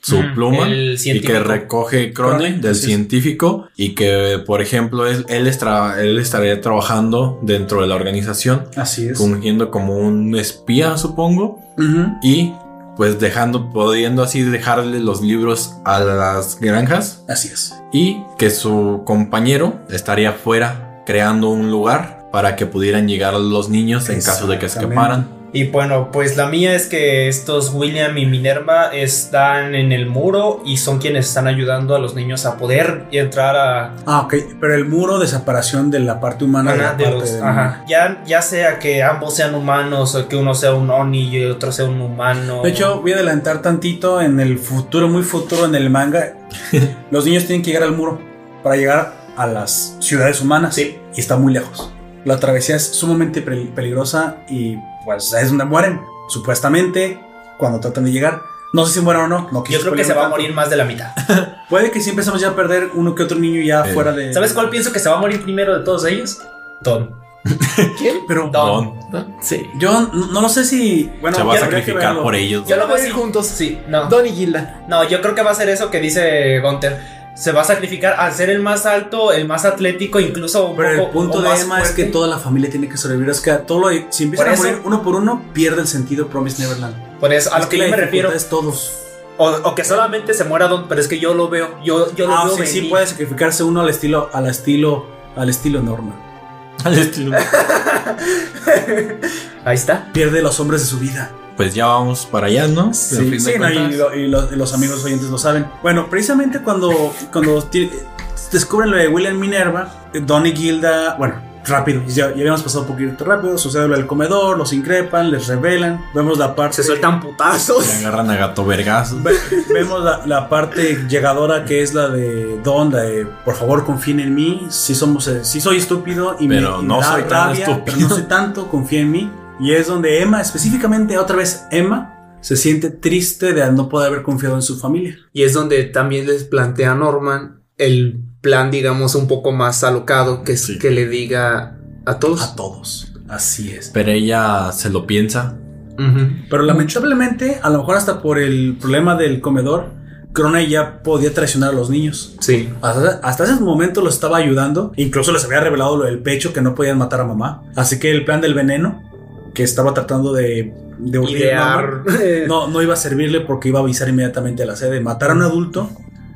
Speaker 2: su
Speaker 5: Mm,
Speaker 2: pluma y
Speaker 5: el
Speaker 2: que
Speaker 5: científico.
Speaker 2: recoge Crone
Speaker 1: Crone,
Speaker 2: del
Speaker 1: sí, sí.
Speaker 2: científico y que, por ejemplo, él, él, estra- él estaría trabajando dentro de la organización,
Speaker 1: Así es.
Speaker 2: fungiendo como un espía, supongo,
Speaker 1: Ujú.
Speaker 2: y pues dejando, pudiendo así dejarle los libros a las granjas
Speaker 1: Así es.
Speaker 2: y que su compañero estaría fuera creando un lugar para que pudieran llegar los niños en caso de que escaparan.
Speaker 5: Y bueno, pues la mía es que estos William y Minerva están en el muro y son quienes están ayudando a los niños a poder entrar a...
Speaker 1: Ah, ok. Pero el muro de separación de la parte humana de la
Speaker 5: de
Speaker 1: parte
Speaker 5: los-
Speaker 1: del-
Speaker 5: ajá. Ya, ya sea que ambos sean humanos o que uno sea un Oni y otro sea un humano.
Speaker 1: De hecho, voy a adelantar tantito en el futuro, muy futuro en el manga. los niños tienen que llegar al muro para llegar a las ciudades humanas.
Speaker 5: Sí.
Speaker 1: Y está muy lejos. La travesía es sumamente pel- peligrosa y pues es donde mueren, supuestamente, cuando tratan de llegar. No sé si mueren o no. no quise
Speaker 5: yo creo que se va a
Speaker 1: spoilear
Speaker 5: morir más de la mitad.
Speaker 1: tanto. Puede que sí empezamos ya a perder uno que otro niño ya
Speaker 2: Eh,
Speaker 1: fuera de...
Speaker 5: ¿Sabes cuál pienso que se va a morir primero de todos ellos? Don.
Speaker 3: ¿Quién?
Speaker 1: Pero
Speaker 5: Don.
Speaker 2: Don
Speaker 3: ¿No? Sí.
Speaker 1: yo no, no lo sé si... Bueno,
Speaker 2: se va a
Speaker 1: ya habría que
Speaker 2: sacrificar
Speaker 1: verlo.
Speaker 2: por ellos.
Speaker 5: Yo lo veo
Speaker 3: Pueden
Speaker 5: así.
Speaker 3: ir juntos.
Speaker 5: Sí, no.
Speaker 3: Don y Gilda.
Speaker 5: No, yo creo que va a ser eso que dice Gunter. Se va a sacrificar al ser el más alto, el más atlético, incluso un
Speaker 1: Pero el
Speaker 5: poco
Speaker 1: punto
Speaker 5: o
Speaker 1: de
Speaker 5: más
Speaker 1: Emma es que
Speaker 5: fuerte.
Speaker 1: toda la familia tiene que sobrevivir. Es que a todo lo, si empiezan
Speaker 5: Por
Speaker 1: a morir
Speaker 5: eso-
Speaker 1: uno por uno, pierde el sentido Promise Neverland.
Speaker 5: Por eso, a
Speaker 1: Es
Speaker 5: lo que yo
Speaker 1: la
Speaker 5: me refiero.
Speaker 1: dificultad Es todos.
Speaker 5: O, o que solamente se muera Don, pero es que yo lo veo. Yo, yo lo
Speaker 1: Ah,
Speaker 5: veo.
Speaker 1: sí, sí
Speaker 5: venir.
Speaker 1: puede sacrificarse uno al estilo, al estilo, al estilo Norma.
Speaker 2: Al estilo-
Speaker 5: Ahí está.
Speaker 1: Pierde los hombres de su vida.
Speaker 2: pues ya vamos para allá, ¿no? A fin de
Speaker 1: Sí, sí, no,
Speaker 2: cuentas.
Speaker 1: y, lo- y lo- y los amigos oyentes lo saben. Bueno, precisamente cuando, cuando ti- descubren lo de William Minerva, Don y Gilda, bueno, rápido, ya, ya habíamos pasado un poquito rápido, sucede lo del comedor, los increpan, les revelan, vemos la parte...
Speaker 5: Se sueltan putazos.
Speaker 2: Le agarran a gato vergazo.
Speaker 1: Ve- Vemos la, la parte llegadora que es la de Don, la de por favor confíen en mí, si somos, eh, sí soy estúpido y me-
Speaker 2: Pero
Speaker 1: y me
Speaker 2: no
Speaker 1: da
Speaker 2: soy tan
Speaker 1: pero
Speaker 2: estúpido".
Speaker 1: no soy tanto, confía en mí. Y es donde Emma, específicamente otra vez Emma, se siente triste de no poder haber confiado en su familia.
Speaker 4: Y es donde también les plantea a Norman el plan, digamos, un poco más alocado, que es
Speaker 2: Sí.
Speaker 4: que le diga a todos.
Speaker 1: A todos. Así es.
Speaker 2: Pero ella se lo piensa.
Speaker 4: Ujú.
Speaker 1: Pero lamentablemente, a lo mejor hasta por el problema del comedor, Crone ya podía traicionar a los niños.
Speaker 4: Sí.
Speaker 1: Hasta, hasta ese momento los estaba ayudando. Incluso les había revelado lo del pecho que no podían matar a mamá. Así que el plan del veneno que estaba tratando de, de urgir
Speaker 4: Idear.
Speaker 1: mamá,
Speaker 4: No,
Speaker 1: no, no iba a servirle porque iba a avisar inmediatamente a la sede. Matar a un adulto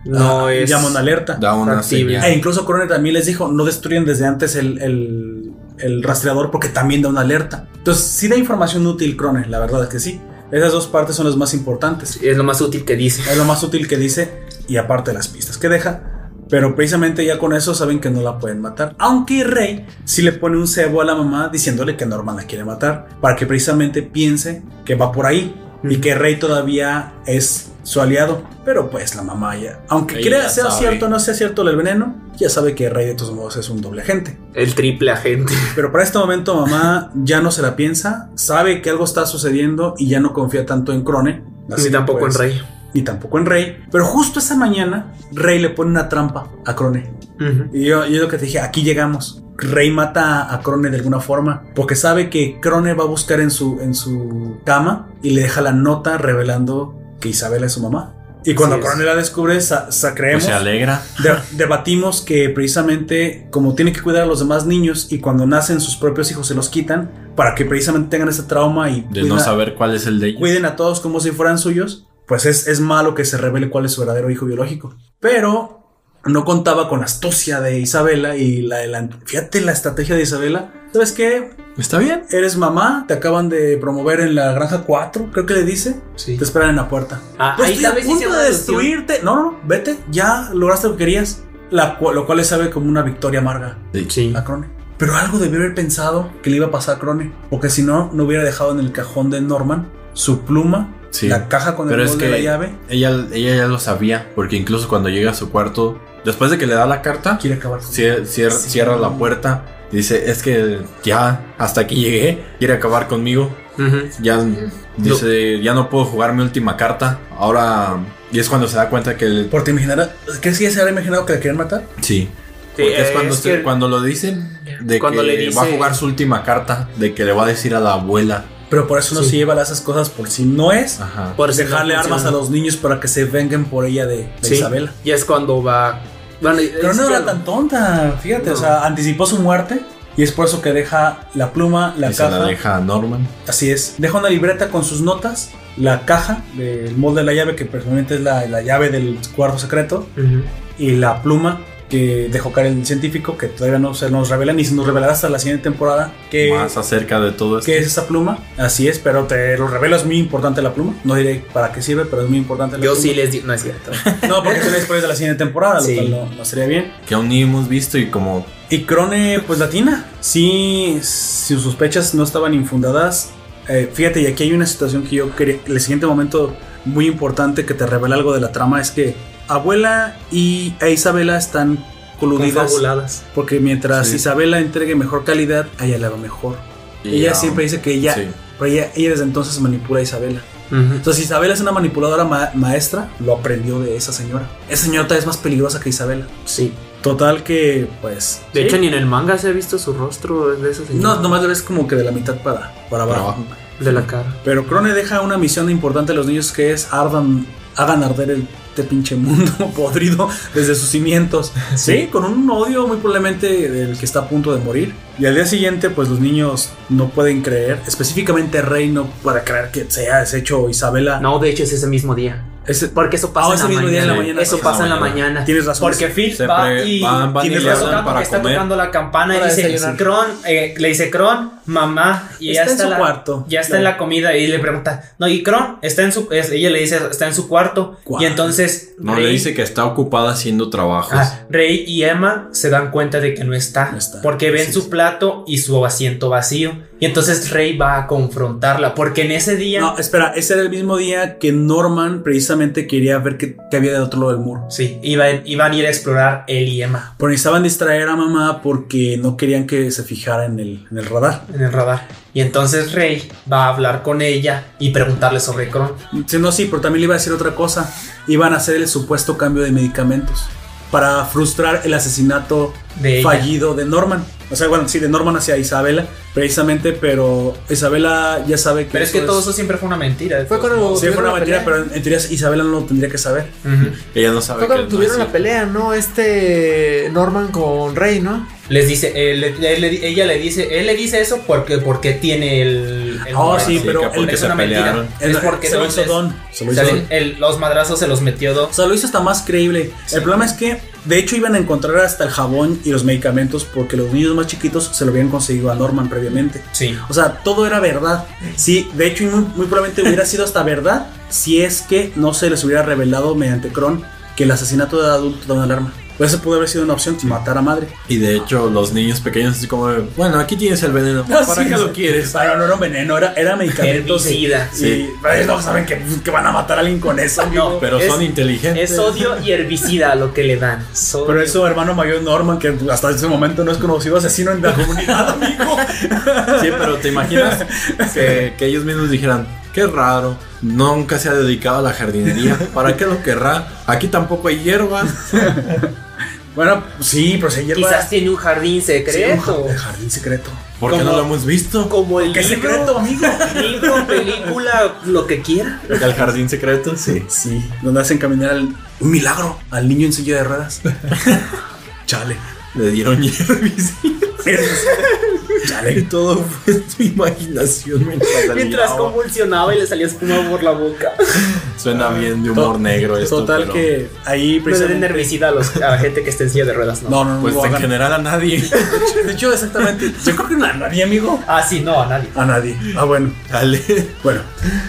Speaker 4: no
Speaker 1: ah,
Speaker 4: es.
Speaker 1: llama una alerta.
Speaker 2: Da una
Speaker 4: Factible.
Speaker 1: E
Speaker 2: señal.
Speaker 1: incluso Corona también les dijo: no destruyen desde antes el, el- el rastreador porque también da una alerta. Entonces, sí da información útil, Crone, la verdad es que sí. Esas dos partes son las más importantes.
Speaker 4: Es lo más útil que dice.
Speaker 1: Es lo más útil que dice. y aparte las pistas que deja. Pero precisamente ya con eso saben que no la pueden matar. Aunque Rey sí le pone un cebo a la mamá diciéndole que Norman la quiere matar. Para que precisamente piense que va por ahí. Y que Rey todavía es su aliado. Pero pues la mamá ya. Aunque
Speaker 2: Ella
Speaker 1: crea
Speaker 2: ya
Speaker 1: sea
Speaker 2: sabe.
Speaker 1: cierto o no sea cierto el veneno. Ya sabe que Rey de todos modos es un doble agente.
Speaker 4: El triple agente.
Speaker 1: Pero para este momento mamá ya no se la piensa, sabe que algo está sucediendo y ya no confía tanto en Crone.
Speaker 4: Ni tampoco
Speaker 1: pues,
Speaker 4: en Rey.
Speaker 1: Ni tampoco en Rey. Pero justo esa mañana, Rey le pone una trampa a Crone. Y yo, yo lo que te dije, aquí llegamos. Rey mata a Crone de alguna forma, porque sabe que Crone va a buscar en su, en su cama y le deja la nota revelando que Isabela es su mamá. Y cuando
Speaker 4: Así es.
Speaker 1: Crone la descubre, sa, sa- creemos...
Speaker 2: pues, se alegra.
Speaker 1: De- debatimos que precisamente como tiene que cuidar a los demás niños y cuando nacen sus propios hijos se los quitan para que precisamente tengan ese trauma y
Speaker 2: De
Speaker 1: cuida-
Speaker 2: no saber cuál es el de ellos.
Speaker 1: cuiden a todos como si fueran suyos, pues es, es malo que se revele cuál es su verdadero hijo biológico. Pero no contaba con la astucia de Isabela y la, la- fíjate la estrategia de Isabela. ¿Sabes qué?
Speaker 2: Está bien.
Speaker 1: Eres mamá, te acaban de promover en la granja 4, creo que le dice.
Speaker 4: Sí.
Speaker 1: Te esperan en la puerta.
Speaker 4: Ah,
Speaker 1: Pues
Speaker 4: ahí
Speaker 1: estoy
Speaker 4: tal
Speaker 1: a
Speaker 4: vez
Speaker 1: punto
Speaker 4: hicieron
Speaker 1: de
Speaker 4: una alusión.
Speaker 1: destruirte. No, no, no, vete. Ya lograste lo que querías. La cu- lo cual le sabe como una victoria amarga
Speaker 4: Sí.
Speaker 1: a Crone. Pero algo debió haber pensado que le iba a pasar a Crone. Porque si no, no hubiera dejado en el cajón de Norman su pluma,
Speaker 2: Sí.
Speaker 1: la caja con
Speaker 2: Pero
Speaker 1: el
Speaker 2: es
Speaker 1: molde
Speaker 2: que-
Speaker 1: de la llave.
Speaker 2: Ella, ella ya lo sabía, porque incluso cuando llega a su cuarto, después de que le da la carta,
Speaker 1: Quiere acabar con
Speaker 2: cier- cier-
Speaker 1: Sí.
Speaker 2: cierra la puerta. Dice, es que ya, hasta aquí llegué, quiere acabar conmigo.
Speaker 4: Ujú.
Speaker 2: Ya dice, ya no puedo jugar mi última carta. Ahora, y es cuando se da cuenta que el-
Speaker 1: Porque imaginar, ¿qué si ya se habría imaginado que la querían matar?
Speaker 2: Sí.
Speaker 4: Sí,
Speaker 2: Porque es
Speaker 4: eh,
Speaker 2: cuando,
Speaker 4: es
Speaker 2: se-
Speaker 4: que-
Speaker 2: cuando lo dicen de
Speaker 4: Cuando
Speaker 2: que
Speaker 4: le dice-
Speaker 2: va a jugar su última carta, de que le va a decir a la abuela.
Speaker 1: Pero por eso no se lleva esas cosas por si no es.
Speaker 2: Ajá.
Speaker 4: Por si no
Speaker 1: dejarle armas
Speaker 4: funciona.
Speaker 1: a los niños para que se vengan por ella de, de
Speaker 4: Sí.
Speaker 1: Isabela.
Speaker 4: Y es cuando va. Bueno,
Speaker 1: Pero
Speaker 4: es
Speaker 1: no era
Speaker 4: cuando-
Speaker 1: tan tonta, fíjate,
Speaker 4: No.
Speaker 1: o sea, anticipó su muerte y es por eso que deja la pluma, la
Speaker 2: y se
Speaker 1: caja.
Speaker 2: la deja a Norman.
Speaker 1: Así es, deja una libreta con sus notas, la caja del molde de la llave, que personalmente es la, la llave del cuarto secreto,
Speaker 4: Ujú.
Speaker 1: y la pluma que dejó caer el científico, que todavía no se nos revela ni se nos revelará hasta la siguiente temporada. Que,
Speaker 2: más acerca de todo esto.
Speaker 1: ¿Qué es esa pluma? Así es, pero te lo revelo, es muy importante la pluma. No diré para qué sirve, pero es muy importante la
Speaker 4: Yo
Speaker 1: pluma.
Speaker 4: sí les digo. No es cierto.
Speaker 1: No, porque son después de la siguiente temporada, lo
Speaker 4: Sí.
Speaker 1: cual no- no sería bien.
Speaker 2: que aún ni hemos visto y como
Speaker 1: Y Crone, pues latina. Sí, sus sospechas no estaban infundadas. Eh, fíjate, y aquí hay una situación que yo quería. El siguiente momento muy importante que te revela algo de la trama es que Abuela y e Isabela están coludidas.
Speaker 4: Confabuladas.
Speaker 1: Porque mientras
Speaker 2: Sí.
Speaker 1: Isabela entregue mejor calidad, a ella le va mejor. ella
Speaker 2: um,
Speaker 1: siempre dice que ella,
Speaker 2: sí.
Speaker 1: pero ella, ella desde entonces manipula a Isabela.
Speaker 4: Ujú.
Speaker 1: Entonces, Isabela es una manipuladora ma- maestra, lo aprendió de esa señora. Esa señora es más peligrosa que Isabela.
Speaker 4: Sí.
Speaker 1: Total que, pues.
Speaker 4: De
Speaker 1: sí.
Speaker 4: hecho, ni en el manga se ha visto su rostro de esa señora.
Speaker 1: No, nomás lo ves como que de la mitad para, para
Speaker 2: Para
Speaker 1: abajo.
Speaker 2: abajo.
Speaker 4: De la cara.
Speaker 1: Pero Crone deja una misión importante a los niños que es ardan, hagan arder el este pinche mundo podrido desde sus cimientos. Sí, con un odio muy probablemente del que está a punto de morir. Y al día siguiente, pues los niños no pueden creer, específicamente Rey no puede creer que se haya deshecho Isabela.
Speaker 4: No, de hecho es ese mismo día.
Speaker 1: Ese-
Speaker 4: Porque eso pasa
Speaker 1: Ah,
Speaker 4: en
Speaker 1: ese
Speaker 4: la
Speaker 1: mismo día en la
Speaker 4: mañana.
Speaker 1: mañana. Ah,
Speaker 4: Eso
Speaker 1: Sí,
Speaker 4: pasa
Speaker 2: en
Speaker 4: en
Speaker 2: la
Speaker 4: la mañana.
Speaker 1: Tienes razón.
Speaker 5: Porque Phil
Speaker 2: Se
Speaker 5: va
Speaker 2: pre-
Speaker 5: y,
Speaker 2: van- van
Speaker 5: y
Speaker 2: y
Speaker 5: le
Speaker 2: le
Speaker 5: está
Speaker 2: hablan
Speaker 5: tocando,
Speaker 2: para
Speaker 5: que está
Speaker 2: comer.
Speaker 5: tocando la campana y
Speaker 3: Para
Speaker 5: dice,
Speaker 3: desayunar.
Speaker 5: Cron, eh, le dice Cron, mamá, y
Speaker 1: Está
Speaker 5: ya
Speaker 1: en
Speaker 5: está
Speaker 1: su
Speaker 5: la-
Speaker 1: cuarto.
Speaker 5: Ya está en la comida y le pregunta, no, y Cron está en su, es- ella le dice, está en su cuarto
Speaker 1: ¿Cuál?
Speaker 5: y entonces
Speaker 2: no le dice que está ocupada haciendo trabajos
Speaker 5: Ah, Rey y Emma se dan cuenta de que no está,
Speaker 1: No está.
Speaker 5: porque ven
Speaker 1: Sí,
Speaker 5: su
Speaker 1: sí.
Speaker 5: plato y su asiento vacío y entonces Rey va a confrontarla porque en ese día
Speaker 1: No, espera, ese era el mismo día que Norman precisamente quería ver qué, qué había del otro lado del muro.
Speaker 5: sí iban, iban a ir a explorar él y Emma
Speaker 1: Pero necesitaban distraer a mamá porque no querían que se fijara en el, en el radar.
Speaker 5: en el radar y entonces Rey va a hablar con ella y preguntarle sobre Cron.
Speaker 1: Sí, no, sí, pero también le iba a decir otra cosa. Iban a hacer el supuesto cambio de medicamentos para frustrar el asesinato
Speaker 5: De ella.
Speaker 1: fallido de Norman. O sea, bueno, sí, de Norman hacia Isabela, precisamente, pero Isabela ya sabe que.
Speaker 5: Pero es que
Speaker 1: eso
Speaker 5: todo eso siempre fue una mentira.
Speaker 3: Fue cuando
Speaker 1: Sí, fue
Speaker 3: tuvieron
Speaker 1: una
Speaker 3: la
Speaker 1: mentira,
Speaker 3: pelea.
Speaker 1: pero en en teoría Isabela no lo tendría que saber.
Speaker 5: Ujú.
Speaker 2: ella no sabe
Speaker 3: Fue
Speaker 2: que
Speaker 3: cuando
Speaker 2: no
Speaker 3: tuvieron
Speaker 2: es
Speaker 3: la pelea, ¿no? Este Norman con Rey, ¿no?
Speaker 5: Les dice, eh, le- le- le- ella le dice, él le dice eso porque, porque tiene el. el
Speaker 1: Oh,
Speaker 5: morado.
Speaker 1: sí, pero
Speaker 2: que
Speaker 1: él-
Speaker 2: porque
Speaker 5: es
Speaker 2: se
Speaker 5: una
Speaker 2: pelearon.
Speaker 5: mentira. Es
Speaker 1: Él-
Speaker 5: porque
Speaker 1: se lo hizo
Speaker 5: entonces-
Speaker 1: Don. Se lo hizo
Speaker 5: Salen-
Speaker 1: Don.
Speaker 5: el- los madrazos se los metió
Speaker 1: O
Speaker 5: dos.
Speaker 1: sea, lo hizo hasta más creíble. El problema es que, de hecho, iban a encontrar hasta el jabón y los medicamentos porque los niños más chiquitos se lo habían conseguido a Norman previamente.
Speaker 5: Sí.
Speaker 1: O sea, todo era verdad. Sí, de hecho, y muy, muy probablemente hubiera sido hasta verdad si es que no se les hubiera revelado mediante Cron que el asesinato de adulto da una alarma. Pues eso pudo haber sido una opción, matar a madre.
Speaker 2: Y de hecho, los niños pequeños, así como, de, bueno, aquí tienes el veneno. ¿Para qué lo quieres?
Speaker 1: Para Ah, no era veneno, era, era medicamento.
Speaker 4: Herbicida.
Speaker 1: Y, y- ay, no saben que, que van a matar a alguien con eso. amigo.
Speaker 4: No,
Speaker 2: Pero
Speaker 4: es-
Speaker 2: son inteligentes.
Speaker 4: Es sodio y herbicida lo que le dan. Sodio.
Speaker 1: Pero es su hermano mayor Norman, que hasta ese momento no es conocido asesino en la comunidad, amigo.
Speaker 2: Sí, pero te imaginas que, que ellos mismos dijeran, qué raro, nunca se ha dedicado a la jardinería, ¿para qué lo querrá? Aquí tampoco hay hierbas.
Speaker 1: Bueno, sí, pero se hierba.
Speaker 4: Quizás tiene un jardín secreto.
Speaker 1: El jardín secreto.
Speaker 2: ¿Por qué no lo hemos visto?
Speaker 4: Como el
Speaker 1: ¿Qué
Speaker 4: libro,
Speaker 1: secreto, amigo?
Speaker 4: libro, película, lo que quiera.
Speaker 2: El jardín secreto, sí.
Speaker 1: Sí, donde hacen caminar al, un milagro al niño en silla de ruedas. Chale.
Speaker 2: Le dieron hierbas y
Speaker 1: Chale.
Speaker 2: todo fue tu imaginación mientras la
Speaker 4: Mientras
Speaker 2: ligaba.
Speaker 4: convulsionaba y le salía espuma por la boca.
Speaker 2: Suena bien de humor
Speaker 1: To-
Speaker 2: negro esto.
Speaker 1: Total
Speaker 2: pero,
Speaker 1: que ahí
Speaker 4: Pero den
Speaker 1: precisamente.
Speaker 4: herbicida a, los- a la gente que esté en silla de ruedas, ¿no?
Speaker 1: No, no, no.
Speaker 2: Pues
Speaker 1: lo
Speaker 2: en
Speaker 1: hagan.
Speaker 2: general a nadie.
Speaker 1: De hecho, exactamente. Yo creo que no a nadie, amigo.
Speaker 4: Ah, sí, no, a nadie.
Speaker 1: A nadie. Ah, bueno.
Speaker 2: Dale.
Speaker 1: Bueno.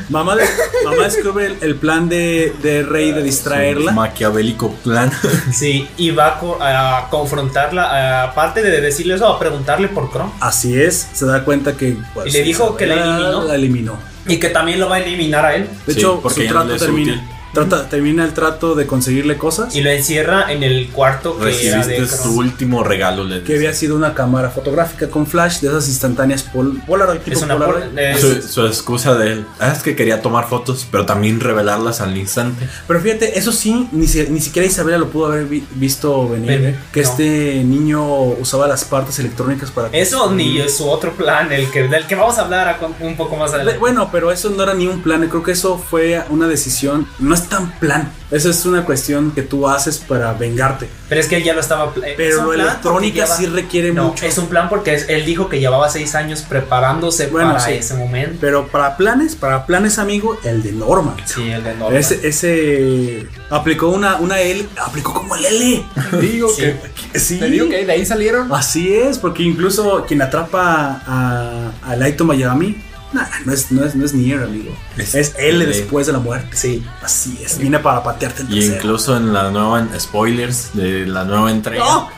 Speaker 1: Mamá, de- mamá descubre el, el plan de, de Rey de
Speaker 2: Su
Speaker 1: distraerla.
Speaker 2: Maquiavélico plan.
Speaker 5: Sí, y va a co- a, confrontarla, aparte de decirles o a preguntarle por Chrome.
Speaker 1: Así es. Se da cuenta que. pues,
Speaker 5: Y le dijo que la eliminó.
Speaker 1: La eliminó.
Speaker 5: Y que también lo va a eliminar a él.
Speaker 1: De
Speaker 2: Sí,
Speaker 1: hecho,
Speaker 2: porque
Speaker 1: su
Speaker 2: ya no
Speaker 1: trato
Speaker 2: le es útil.
Speaker 1: termina. Trata, termina el trato de conseguirle cosas.
Speaker 5: Y lo encierra en el cuarto que era de
Speaker 2: Recibiste tu
Speaker 5: Chrome.
Speaker 2: último regalo, le
Speaker 1: que había sido una cámara fotográfica con flash de esas instantáneas pol Polaroid. tipo
Speaker 5: Es una
Speaker 1: Polaroid.
Speaker 5: por- es-
Speaker 2: Su, su excusa de él "Ah, es que quería tomar fotos, pero también revelarlas al instante.
Speaker 1: Pero fíjate, eso sí, ni, si- ni siquiera Isabela lo pudo haber vi- visto venir.
Speaker 5: Ven,
Speaker 1: que
Speaker 5: no.
Speaker 1: este niño usaba las partes electrónicas para...
Speaker 5: Eso
Speaker 1: Mm.
Speaker 5: ni su otro plan, el que, del que vamos a hablar a con- un poco más
Speaker 1: De-
Speaker 5: adelante.
Speaker 1: Bueno, pero eso no era ni un plan, creo que eso fue una decisión, no es tan plan, eso es una cuestión que tú haces para vengarte,
Speaker 5: Pero es que él ya lo estaba. pla- es
Speaker 1: pero
Speaker 5: un
Speaker 1: lo
Speaker 5: plan porque
Speaker 1: electrónica
Speaker 5: lleva-
Speaker 1: sí requiere
Speaker 5: No,
Speaker 1: mucho.
Speaker 5: es un plan porque es- él dijo que llevaba seis años preparándose
Speaker 1: Bueno,
Speaker 5: para
Speaker 1: sí.
Speaker 5: ese momento.
Speaker 1: Pero para planes, para planes amigo, el de Norman.
Speaker 5: Sí, el de Norman.
Speaker 1: Ese, ese aplicó una, una L, aplicó como el L.
Speaker 3: Digo que.
Speaker 1: Sí.
Speaker 3: Te digo que de ahí salieron.
Speaker 1: Así es, porque incluso quien atrapa a, a Laito Miami, nah, no, es, no, es, no es Nier, amigo.
Speaker 2: Es-
Speaker 1: Es, L
Speaker 2: sí.
Speaker 1: después de la muerte.
Speaker 5: Sí.
Speaker 1: Así es, viene para patearte el
Speaker 2: Y
Speaker 1: trasero.
Speaker 2: incluso en la nueva spoilers de la nueva entrega.
Speaker 1: ¡No!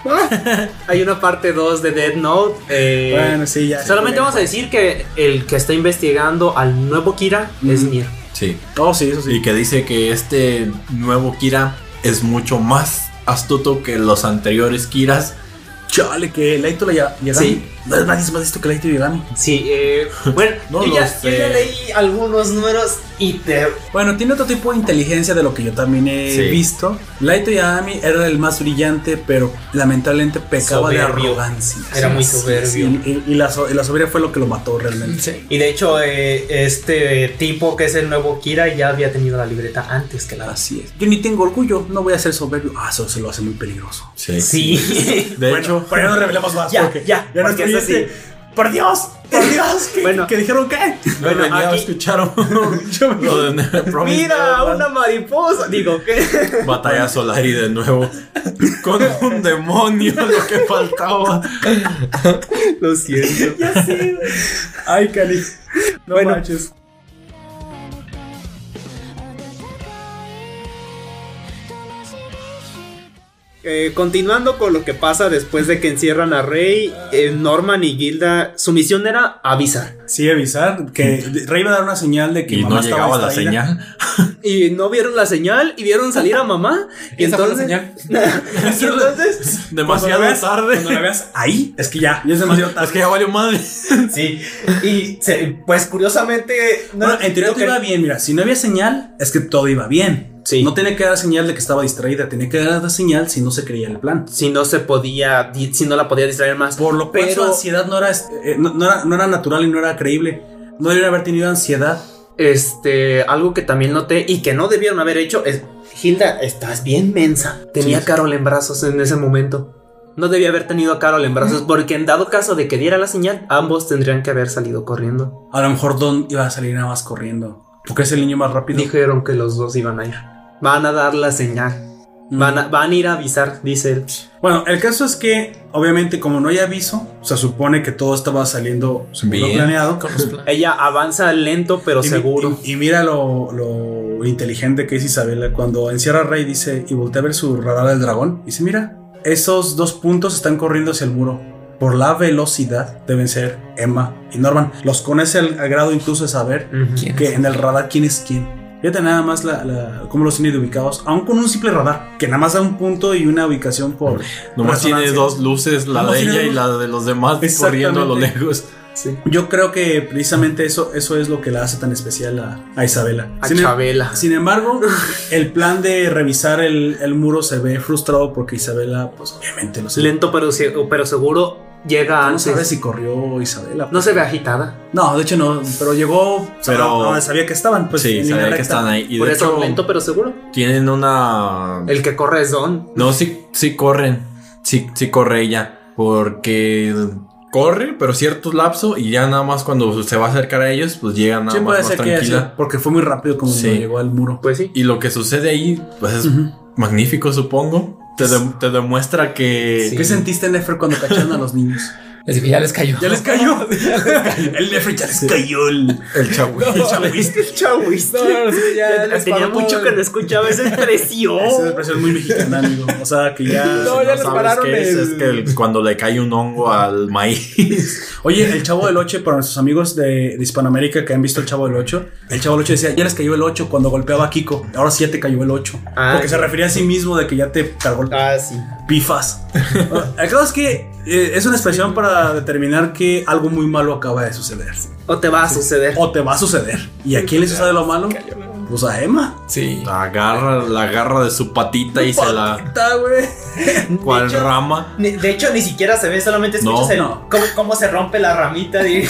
Speaker 4: Hay una parte 2 de Dead Note. eh,
Speaker 1: Bueno, sí, ya.
Speaker 4: solamente vamos a decir que el que está investigando al nuevo Kira es
Speaker 1: Mm.
Speaker 4: Nier.
Speaker 2: Sí.
Speaker 1: Oh, sí, eso sí.
Speaker 2: Y que dice que este nuevo Kira es mucho más astuto que los anteriores Kiras.
Speaker 1: Chale, que Laito Yagami.
Speaker 4: Sí.
Speaker 1: No es nadie más listo que Laito Yagami.
Speaker 4: Sí, eh, bueno,
Speaker 2: No
Speaker 4: yo
Speaker 2: lo
Speaker 4: ya-
Speaker 2: sé.
Speaker 4: yo ya leí-
Speaker 5: algunos números y te.
Speaker 1: Bueno, tiene otro tipo de inteligencia de lo que yo también he
Speaker 2: Sí.
Speaker 1: visto. Laito Yagami era el más brillante, pero lamentablemente pecaba de
Speaker 5: Soberbio.
Speaker 1: arrogancia.
Speaker 5: Era muy
Speaker 1: Así es,
Speaker 5: soberbio.
Speaker 1: Y, y- y la, so- y la soberbia fue lo que lo mató realmente.
Speaker 5: Y de hecho, eh, este tipo que es el nuevo Kira ya había tenido la libreta antes que la.
Speaker 1: Así es. Yo ni tengo orgullo, no voy a ser soberbio. Ah, eso se lo hace muy peligroso.
Speaker 2: Sí.
Speaker 5: Sí.
Speaker 2: De hecho,
Speaker 1: pero no revelemos más.
Speaker 5: Ya,
Speaker 1: porque
Speaker 5: ya,
Speaker 1: no
Speaker 5: porque eso
Speaker 1: estuviste. Por Dios, por Dios. ¿Qué,
Speaker 4: Bueno.
Speaker 1: qué dijeron qué?
Speaker 2: bueno, ya
Speaker 4: aquí-
Speaker 2: escucharon lo de Promised
Speaker 4: Mira,
Speaker 2: Neverland.
Speaker 4: una mariposa. Digo, ¿qué?
Speaker 2: Batalla Solari de nuevo. Con un demonio lo que faltaba.
Speaker 4: Lo siento.
Speaker 1: Ay, Cali. No
Speaker 4: Bueno.
Speaker 1: manches.
Speaker 4: Eh, continuando con lo que pasa después de que encierran a Rey, eh, Norman y Gilda, su misión era avisar.
Speaker 1: Sí, avisar que Rey iba a dar una señal de que
Speaker 2: Y
Speaker 1: mamá
Speaker 2: no
Speaker 1: estaba
Speaker 2: llegaba la
Speaker 1: distraída.
Speaker 2: señal.
Speaker 4: Y no vieron la señal y vieron salir a mamá. Y
Speaker 3: Esa fue la
Speaker 4: entonces,
Speaker 3: señal.
Speaker 4: y entonces
Speaker 1: Cuando la
Speaker 2: Demasiado
Speaker 1: veas-
Speaker 2: tarde.
Speaker 1: Cuando la veas ahí, es que ya, ya es demasiado tarde.
Speaker 2: Es que ya valió madre.
Speaker 5: Sí. Y se- pues curiosamente. no-
Speaker 1: bueno, en teoría
Speaker 5: lo
Speaker 1: todo
Speaker 5: que-
Speaker 1: iba bien, mira, si no había señal, es que todo iba bien.
Speaker 4: Sí.
Speaker 1: No tenía que dar señal de que estaba distraída, tenía que dar la señal si no se creía el plan.
Speaker 4: si no se podía, di- si no la podía distraer más.
Speaker 1: Por lo cual su
Speaker 4: pero
Speaker 1: ansiedad no era, eh, no, no era, no era natural y no era creíble. No debería haber tenido ansiedad.
Speaker 4: este, algo que también noté y que no debieron haber hecho es Gilda, estás bien mensa. Tenía a Carol en brazos en ese momento. No debía haber tenido a Carol en brazos porque en dado caso de que diera la señal, ambos tendrían que haber salido corriendo.
Speaker 1: A lo mejor Don iba a salir nada más corriendo. Porque es el niño más rápido.
Speaker 4: Dijeron que los dos iban a ir. Van a dar la señal.
Speaker 5: Mm.
Speaker 4: Van a, van a ir a avisar, dice él.
Speaker 1: Bueno, el caso es que, obviamente, como no hay aviso, se supone que todo estaba saliendo según lo
Speaker 2: Bien.
Speaker 5: Ah.
Speaker 1: planeado.
Speaker 3: Con los planes.
Speaker 4: Ella avanza lento pero
Speaker 1: Y mi-
Speaker 4: seguro.
Speaker 1: Y, y mira lo, lo inteligente que es Isabela cuando encierra a Rey dice y voltea a ver su radar del dragón. Dice, mira, esos dos puntos están corriendo hacia el muro. Por la velocidad deben ser Emma y Norman. Los conoce al, al grado incluso de saber
Speaker 3: ¿Quién?
Speaker 1: que en el radar quién es quién. Fíjate nada más la, la- cómo los tiene de ubicados, aun con un simple radar, que nada más da un punto y una ubicación por...
Speaker 2: Nomás tiene
Speaker 1: resonancia.
Speaker 2: dos luces, la
Speaker 1: Nomás
Speaker 2: de
Speaker 1: tiene
Speaker 2: ella y
Speaker 1: dos.
Speaker 2: la de los demás corriendo a lo
Speaker 1: Exactamente.
Speaker 2: lejos.
Speaker 1: Yo creo que precisamente eso, eso es lo que la hace tan especial a, a Isabela.
Speaker 4: A
Speaker 1: Sin em-
Speaker 4: Chabela.
Speaker 1: Sin embargo, el plan de revisar el, el muro se ve frustrado porque Isabela, pues obviamente no se
Speaker 4: Lento pero, se- pero seguro llega
Speaker 1: No sabe
Speaker 4: antes.
Speaker 1: si corrió Isabela.
Speaker 4: No se ve agitada.
Speaker 1: No, de hecho no, pero llegó
Speaker 2: Pero-
Speaker 1: pero, donde sabía que estaban. Pues, en
Speaker 2: sí,
Speaker 1: línea
Speaker 2: sabía que
Speaker 1: recta.
Speaker 2: están ahí. Y
Speaker 4: Por
Speaker 2: de
Speaker 4: eso,
Speaker 2: hecho,
Speaker 4: lento pero seguro.
Speaker 2: tienen una.
Speaker 4: El que corre es Don.
Speaker 2: No, sí, sí corren. Sí, sí corre ella. Porque corre, pero cierto lapso. Y ya nada más cuando se va a acercar a ellos, pues llega nada
Speaker 1: Sí,
Speaker 2: más,
Speaker 1: puede
Speaker 2: más
Speaker 1: ser que
Speaker 2: tranquila.
Speaker 1: sí, porque fue muy rápido como
Speaker 2: Sí.
Speaker 1: cuando llegó al muro.
Speaker 4: Pues sí.
Speaker 2: Y lo que sucede ahí, pues es magnífico, supongo. Te,
Speaker 1: Pues
Speaker 2: de- te demuestra que.
Speaker 3: Sí.
Speaker 1: ¿Qué sentiste, Nefer, cuando cacharon a los niños?
Speaker 3: Les dije, ya les cayó.
Speaker 1: Ya les cayó. el Nefer ya les cayó el,
Speaker 2: El chavo.
Speaker 1: el chabuiste.
Speaker 3: No, no, no, sí, ya les
Speaker 4: Tenía
Speaker 3: paró
Speaker 4: mucho
Speaker 3: el-
Speaker 4: que no escuchaba esa
Speaker 1: Esa
Speaker 4: expresión.
Speaker 1: expresión es muy mexicana, amigo. O sea, que ya.
Speaker 3: No, ya les
Speaker 2: ¿Sabes
Speaker 3: pararon
Speaker 2: qué es?
Speaker 3: el-
Speaker 2: Es que el- cuando le cae un hongo al maíz.
Speaker 1: Oye, el Chavo del 8, para nuestros amigos de, de Hispanoamérica que han visto el Chavo del 8, el Chavo del 8 decía, ya les cayó el 8 cuando golpeaba a Kiko, ahora sí ya te cayó el 8.
Speaker 4: Ah.
Speaker 1: porque se refería a sí mismo de que ya te cargó el
Speaker 5: Ah, sí.
Speaker 1: pifas. el caso es que eh, es una expresión para determinar que algo muy malo acaba de suceder.
Speaker 4: O te va a suceder.
Speaker 1: O te va a suceder. ¿Y a quién le sucede lo malo? Pues a Emma.
Speaker 3: Sí.
Speaker 5: Ah.
Speaker 2: Agarra la garra de su patita y se la.
Speaker 1: Patita, güey.
Speaker 2: cual
Speaker 5: hecho-
Speaker 2: rama?
Speaker 5: Ni- De hecho, ni siquiera se ve, solamente escuchas
Speaker 2: No.
Speaker 5: el-
Speaker 1: No.
Speaker 5: Cómo, cómo se rompe la ramita. y-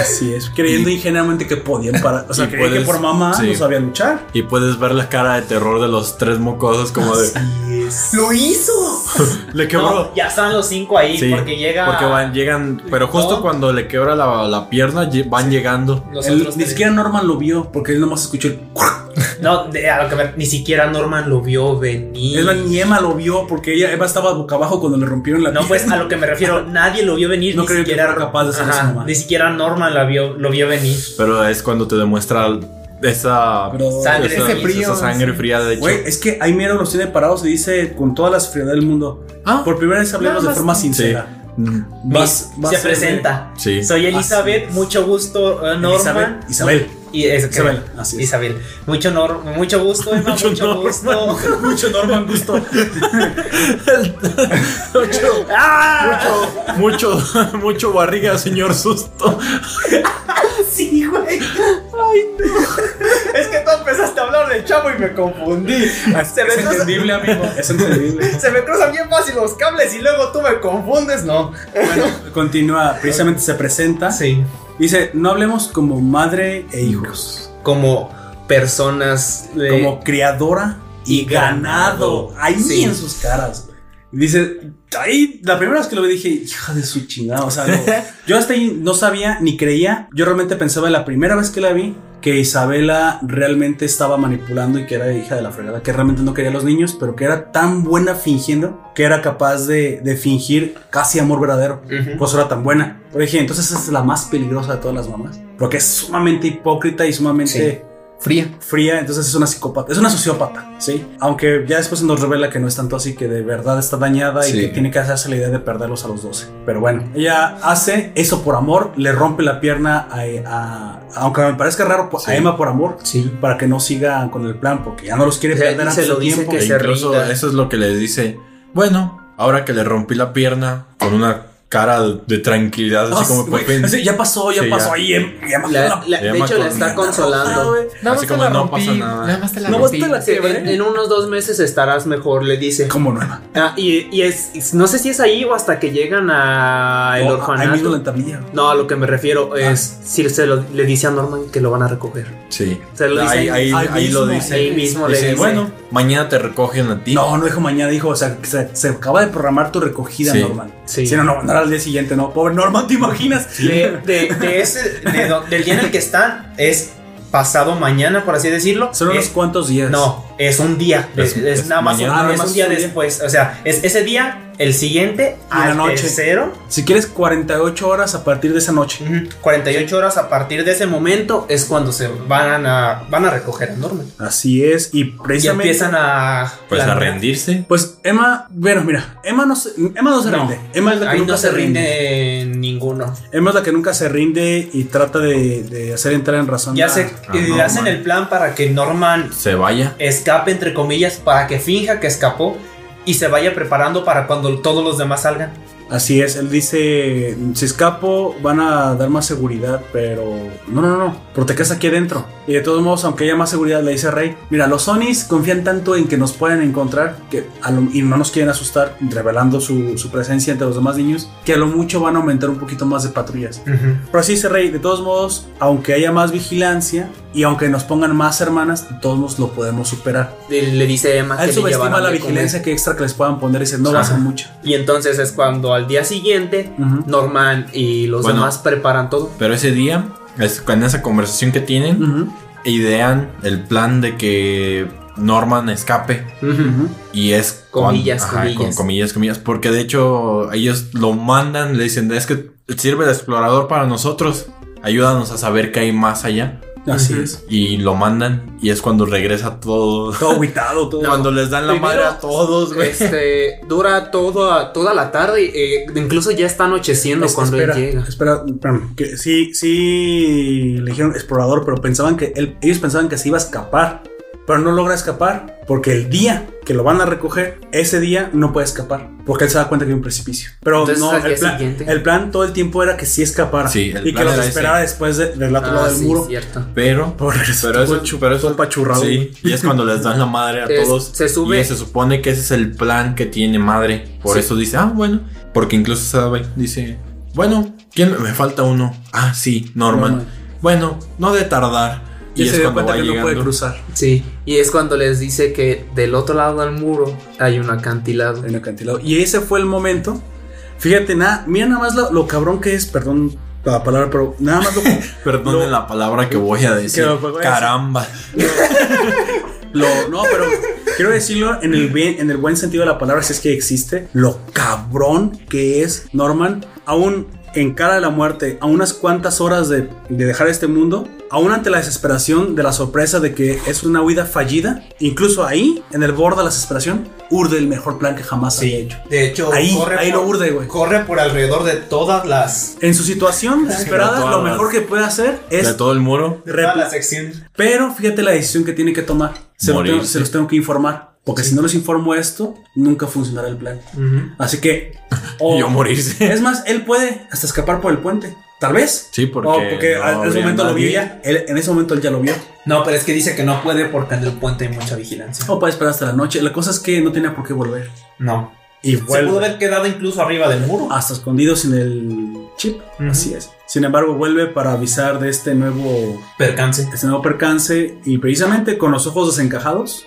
Speaker 1: Así es, creyendo ingenuamente que podían parar. O sea,
Speaker 2: Y
Speaker 1: creían
Speaker 2: puedes-
Speaker 1: que por mamá
Speaker 2: sí.
Speaker 1: no sabía luchar.
Speaker 2: Y puedes ver la cara de terror de los tres mocosos, como de.
Speaker 5: ¡Lo hizo!
Speaker 2: Le quebró.
Speaker 5: No, ya están los cinco ahí,
Speaker 2: Sí,
Speaker 5: porque llega.
Speaker 2: Porque van, llegan. Pero justo
Speaker 5: No.
Speaker 2: cuando le quebra la, la pierna, lle- van llegando.
Speaker 5: los
Speaker 1: Él-
Speaker 5: otros
Speaker 1: ni
Speaker 5: tres.
Speaker 1: siquiera Norman lo vio porque él nomás escuchó el...
Speaker 5: No, de- a lo que me- ni siquiera Norman lo vio venir.
Speaker 1: Es más, ni Emma lo vio porque ella Emma estaba boca abajo cuando le rompieron la
Speaker 5: No, pues a lo que me refiero, nadie lo vio venir.
Speaker 1: No
Speaker 5: ni
Speaker 1: creo que
Speaker 5: siquiera,
Speaker 1: fuera capaz de hacer
Speaker 5: Ajá,
Speaker 1: eso, mamá.
Speaker 5: Ni siquiera Norman la vio, lo vio venir.
Speaker 2: Pero es cuando te demuestra esa.
Speaker 1: Pero-
Speaker 5: Sangre.
Speaker 2: esa,
Speaker 3: Ese frío,
Speaker 2: esa sangre
Speaker 3: sí.
Speaker 2: fría, de hecho.
Speaker 1: Güey, es que ahí mero los tiene parados y dice con toda la frialdad del mundo.
Speaker 2: Ah.
Speaker 1: Por primera vez hablemos
Speaker 3: Nada
Speaker 1: de
Speaker 3: más-
Speaker 1: forma
Speaker 2: sí.
Speaker 1: sincera.
Speaker 2: Mm,
Speaker 1: Vas- vas
Speaker 5: se
Speaker 1: a-
Speaker 5: presenta.
Speaker 2: Sí.
Speaker 5: Soy Elizabeth, mucho gusto, eh, Norman.
Speaker 1: Elizabeth, Isabel.
Speaker 5: Y es-
Speaker 1: Isabel, así es.
Speaker 5: Isabel. Mucho, nor- mucho gusto, Emma, mucho,
Speaker 2: Norman.
Speaker 5: gusto.
Speaker 1: Mucho Norman gusto.
Speaker 2: Mucho, mucho barriga, señor susto.
Speaker 5: Sí, güey. Ay, no. Es que tú empezaste a hablar del chavo y me confundí. Se me,
Speaker 1: es
Speaker 5: cruzan,
Speaker 1: entendible, amigo. Es entendible.
Speaker 5: se me cruzan bien fácil los cables y luego tú me confundes, ¿no?
Speaker 1: Bueno, continúa. Precisamente se presenta.
Speaker 5: Sí.
Speaker 1: Dice, no hablemos como madre e hijos.
Speaker 4: Como personas. de-
Speaker 1: Como criadora y
Speaker 4: Y
Speaker 1: ganado.
Speaker 4: ganado.
Speaker 1: Ahí
Speaker 4: Sí.
Speaker 1: en sus caras, güey. Dice, ahí, la primera vez que lo vi dije, hija de su chingada. O sea, no. yo hasta ahí no sabía ni creía. Yo realmente pensaba la primera vez que la vi que Isabela realmente estaba manipulando y que era hija de la fregada, que realmente no quería a los niños, pero que era tan buena fingiendo que era capaz de, de fingir casi amor verdadero. Por eso era tan buena. Pero dije, entonces es la más peligrosa de todas las mamás, porque es sumamente hipócrita y sumamente
Speaker 3: Fría.
Speaker 1: fría, entonces es una psicópata, es una sociópata, ¿sí? Aunque ya después se nos revela que no es tanto así, que de verdad está dañada
Speaker 2: Sí.
Speaker 1: y que tiene que hacerse la idea de perderlos a los 12. Pero bueno, ella hace eso por amor, le rompe la pierna a, a- aunque me parezca raro, pues,
Speaker 2: Sí.
Speaker 1: a Emma por amor,
Speaker 3: Sí.
Speaker 1: para que no siga con el plan, porque ya no los quiere
Speaker 4: O sea,
Speaker 1: perder
Speaker 4: y
Speaker 1: a
Speaker 4: se lo dice
Speaker 1: tiempo.
Speaker 4: que
Speaker 2: E
Speaker 4: se
Speaker 2: incluso
Speaker 4: rinda.
Speaker 2: eso es lo que les dice. Bueno, ahora que le rompí la pierna con una cara de tranquilidad, así
Speaker 1: Ah,
Speaker 2: como
Speaker 1: güey,
Speaker 2: por fin.
Speaker 1: así, ya pasó, ya
Speaker 2: Sí,
Speaker 1: pasó
Speaker 2: ya.
Speaker 1: ahí, em- ya me
Speaker 4: la-
Speaker 1: la-
Speaker 4: la-
Speaker 2: Se
Speaker 4: de
Speaker 2: llama
Speaker 4: hecho, la está
Speaker 2: con-
Speaker 4: consolando.
Speaker 3: Nada más
Speaker 2: Así
Speaker 3: te
Speaker 2: como
Speaker 3: la
Speaker 2: no pasa
Speaker 3: rompí,
Speaker 2: nada.
Speaker 3: Nada más te la
Speaker 1: No,
Speaker 3: rompí.
Speaker 1: te la-
Speaker 4: Sí, en, en unos dos meses estarás mejor, le dice.
Speaker 1: como nueva.
Speaker 4: Ah, y, y es, es- no sé si es ahí o hasta que llegan a el
Speaker 1: O Ahí mismo en
Speaker 4: orfanato.
Speaker 1: la tablilla.
Speaker 4: No, a lo que me refiero es si se lo- le dice a Norman que lo van a recoger.
Speaker 2: Sí.
Speaker 4: Se lo dice
Speaker 2: ahí, ahí-
Speaker 1: ahí
Speaker 2: ahí
Speaker 1: mismo,
Speaker 2: lo dice.
Speaker 4: ahí mismo le
Speaker 2: Dice,
Speaker 4: dice.
Speaker 2: bueno, mañana te recogen a ti.
Speaker 1: No, no dijo mañana, dijo, o sea, que se, se acaba de programar tu recogida,
Speaker 2: Sí.
Speaker 1: Norman.
Speaker 4: Sí.
Speaker 1: Si no, no, no era al día siguiente, no. Pobre Norman, ¿te imaginas?
Speaker 5: De, de- de ese, de do- del día en el que están, es pasado mañana, por así decirlo.
Speaker 1: Son
Speaker 5: Eh,
Speaker 1: unos cuantos días.
Speaker 5: no,
Speaker 4: es un día,
Speaker 2: Es-
Speaker 4: es, es
Speaker 2: es
Speaker 4: nada más,
Speaker 1: mañana,
Speaker 4: un-
Speaker 1: nada
Speaker 4: es
Speaker 1: más
Speaker 4: un día
Speaker 1: un día.
Speaker 4: después, o sea, es ese día, el siguiente,
Speaker 1: Y la
Speaker 4: al
Speaker 1: noche.
Speaker 4: tercero,
Speaker 1: Si quieres 48 horas a partir de esa noche.
Speaker 4: ujú, 48 horas a partir de ese momento es cuando se van a, van a recoger a Norman.
Speaker 1: Así es. Y
Speaker 4: Y
Speaker 1: precisamente.
Speaker 4: empiezan a...
Speaker 2: Pues a
Speaker 4: planear.
Speaker 2: rendirse.
Speaker 1: Pues Emma, bueno, mira, Emma no se, Emma no se
Speaker 4: No.
Speaker 1: rinde. Emma es la que
Speaker 4: Ahí
Speaker 1: nunca
Speaker 4: no se rinde ninguno.
Speaker 1: Emma es la que nunca se rinde y trata de, de hacer entrar en razón.
Speaker 4: Ya
Speaker 1: a-
Speaker 4: se
Speaker 2: Ah,
Speaker 4: eh,
Speaker 2: no,
Speaker 4: hacen
Speaker 2: man.
Speaker 4: el plan para que Norman
Speaker 2: Se vaya.
Speaker 4: escape entre comillas para que finja que escapó y se vaya preparando para cuando todos los demás salgan.
Speaker 1: Así es, él dice, si escapo van a dar más seguridad, pero no, no, no, porque te quedas aquí adentro. Y de todos modos, aunque haya más seguridad, le dice Rey, mira, los Sonis confían tanto en que nos pueden encontrar que a lo- y no nos quieren asustar, revelando su, su presencia entre los demás niños, que a lo mucho van a aumentar un poquito más de patrullas. Pero así dice Rey, de todos modos, aunque haya más vigilancia y aunque nos pongan más hermanas, de todos modos lo podemos superar.
Speaker 4: Y Le dice Emma
Speaker 1: A él
Speaker 4: Ah, que le llevarán
Speaker 1: subestima la
Speaker 4: de comer.
Speaker 1: vigilancia que extra que les puedan poner y dice, no va a ser
Speaker 4: Ajá.
Speaker 1: mucha.
Speaker 4: Y entonces es cuando al día siguiente
Speaker 1: Ujú.
Speaker 4: Norman y los
Speaker 2: Bueno.
Speaker 4: demás preparan todo.
Speaker 2: Pero ese día, es, con esa conversación que tienen,
Speaker 1: Ujú,
Speaker 2: idean el plan de que Norman escape.
Speaker 1: ujú.
Speaker 2: Y es
Speaker 4: Comillas, comillas.
Speaker 2: con comillas, comillas, porque de hecho ellos lo mandan, le dicen, es que sirve de explorador para nosotros, ayúdanos a saber qué hay más allá.
Speaker 1: Así
Speaker 4: Ujú.
Speaker 1: es.
Speaker 2: Y lo mandan y es cuando regresa todo.
Speaker 1: Todo aguitado, todo.
Speaker 2: Cuando les dan la
Speaker 4: Primero,
Speaker 2: madre a todos, güey.
Speaker 4: Este dura toda toda la tarde, eh, incluso ya está anocheciendo
Speaker 1: Es-
Speaker 4: cuando
Speaker 1: espera,
Speaker 4: él llega.
Speaker 1: Espera, espérame, que sí, sí le dijeron explorador, pero pensaban que él- ellos pensaban que se iba a escapar, pero no logra escapar porque el día que lo van a recoger, ese día no puede escapar porque él se da cuenta que hay un precipicio. Pero
Speaker 4: Entonces,
Speaker 1: no,
Speaker 4: al
Speaker 1: el
Speaker 4: día
Speaker 1: plan,
Speaker 4: siguiente.
Speaker 1: el plan todo el tiempo era que sí escapara
Speaker 2: Sí, el
Speaker 1: y que
Speaker 2: plan
Speaker 1: los
Speaker 2: era ese.
Speaker 1: esperara después de- del otro lado
Speaker 4: Ah,
Speaker 1: del
Speaker 4: sí,
Speaker 1: muro.
Speaker 4: cierto.
Speaker 2: Pero,
Speaker 1: Por regresar
Speaker 2: pero
Speaker 1: todo
Speaker 2: eso, pero eso,
Speaker 1: todo apachurrado.
Speaker 2: Sí, y es cuando les dan la madre a
Speaker 4: Es-
Speaker 2: todos.
Speaker 4: se sube.
Speaker 2: Y se supone que ese es el plan que tiene madre. Por
Speaker 4: Sí.
Speaker 2: eso dice, ah, bueno. Porque incluso sabe, dice, bueno, ¿quién me- me falta uno? Ah, sí, Norman.
Speaker 1: Norman.
Speaker 2: Bueno, no de tardar.
Speaker 1: Y,
Speaker 2: Y,
Speaker 1: se
Speaker 2: es
Speaker 1: dio cuenta
Speaker 2: cuando va
Speaker 1: que no puede
Speaker 2: llegando.
Speaker 1: cruzar
Speaker 4: Sí, y es cuando les dice que del otro lado del muro hay un acantilado.
Speaker 1: en el acantilado. Y ese fue el momento. Fíjate, nada, mira nada más lo, lo cabrón que es, perdón la palabra, pero nada más lo, Lo-
Speaker 2: Perdonen la palabra que voy a decir.
Speaker 1: Que lo voy a decir.
Speaker 2: Caramba.
Speaker 1: Lo, no, pero quiero decirlo en el, bien, en el buen sentido de la palabra, si es que existe, lo cabrón que es Norman, aún en cara de la muerte, a unas cuantas horas de, de dejar este mundo, aún ante la desesperación de la sorpresa de que es una huida fallida, incluso ahí, en el borde de la desesperación, urde el mejor plan que jamás había hecho.
Speaker 5: De hecho,
Speaker 1: Ahí, ahí lo urde, güey.
Speaker 5: corre por alrededor de todas las,
Speaker 1: En su situación desesperada,
Speaker 2: todas
Speaker 1: lo
Speaker 2: las-
Speaker 1: mejor que puede hacer
Speaker 2: De
Speaker 1: es...
Speaker 2: todo el muro.
Speaker 5: de todas las secciones.
Speaker 1: Pero fíjate la decisión que tiene que tomar. Se, lo tengo-
Speaker 2: Morirse.
Speaker 1: se los tengo que informar. Porque si no les informo esto, nunca funcionará el plan. Así que. o-
Speaker 2: Y yo morirse.
Speaker 1: Es más, él puede hasta escapar por el puente. Tal vez.
Speaker 2: Sí, porque
Speaker 1: O porque
Speaker 2: no
Speaker 1: al- en ese
Speaker 2: habría
Speaker 1: momento lo vio
Speaker 2: nadie.
Speaker 1: ya. Él- en ese momento él ya lo vio.
Speaker 5: No, pero es que dice que no puede porque en el puente hay mucha vigilancia.
Speaker 1: O puede esperar hasta la noche. La cosa es que no tenía por qué volver.
Speaker 5: No.
Speaker 1: Y
Speaker 5: Se pudo
Speaker 1: vuelve.
Speaker 5: haber quedado incluso arriba del muro.
Speaker 1: Hasta escondidos en el chip. Así es. Sin embargo, vuelve para avisar de este nuevo,
Speaker 5: Percance.
Speaker 1: este nuevo percance. Y precisamente con los ojos desencajados.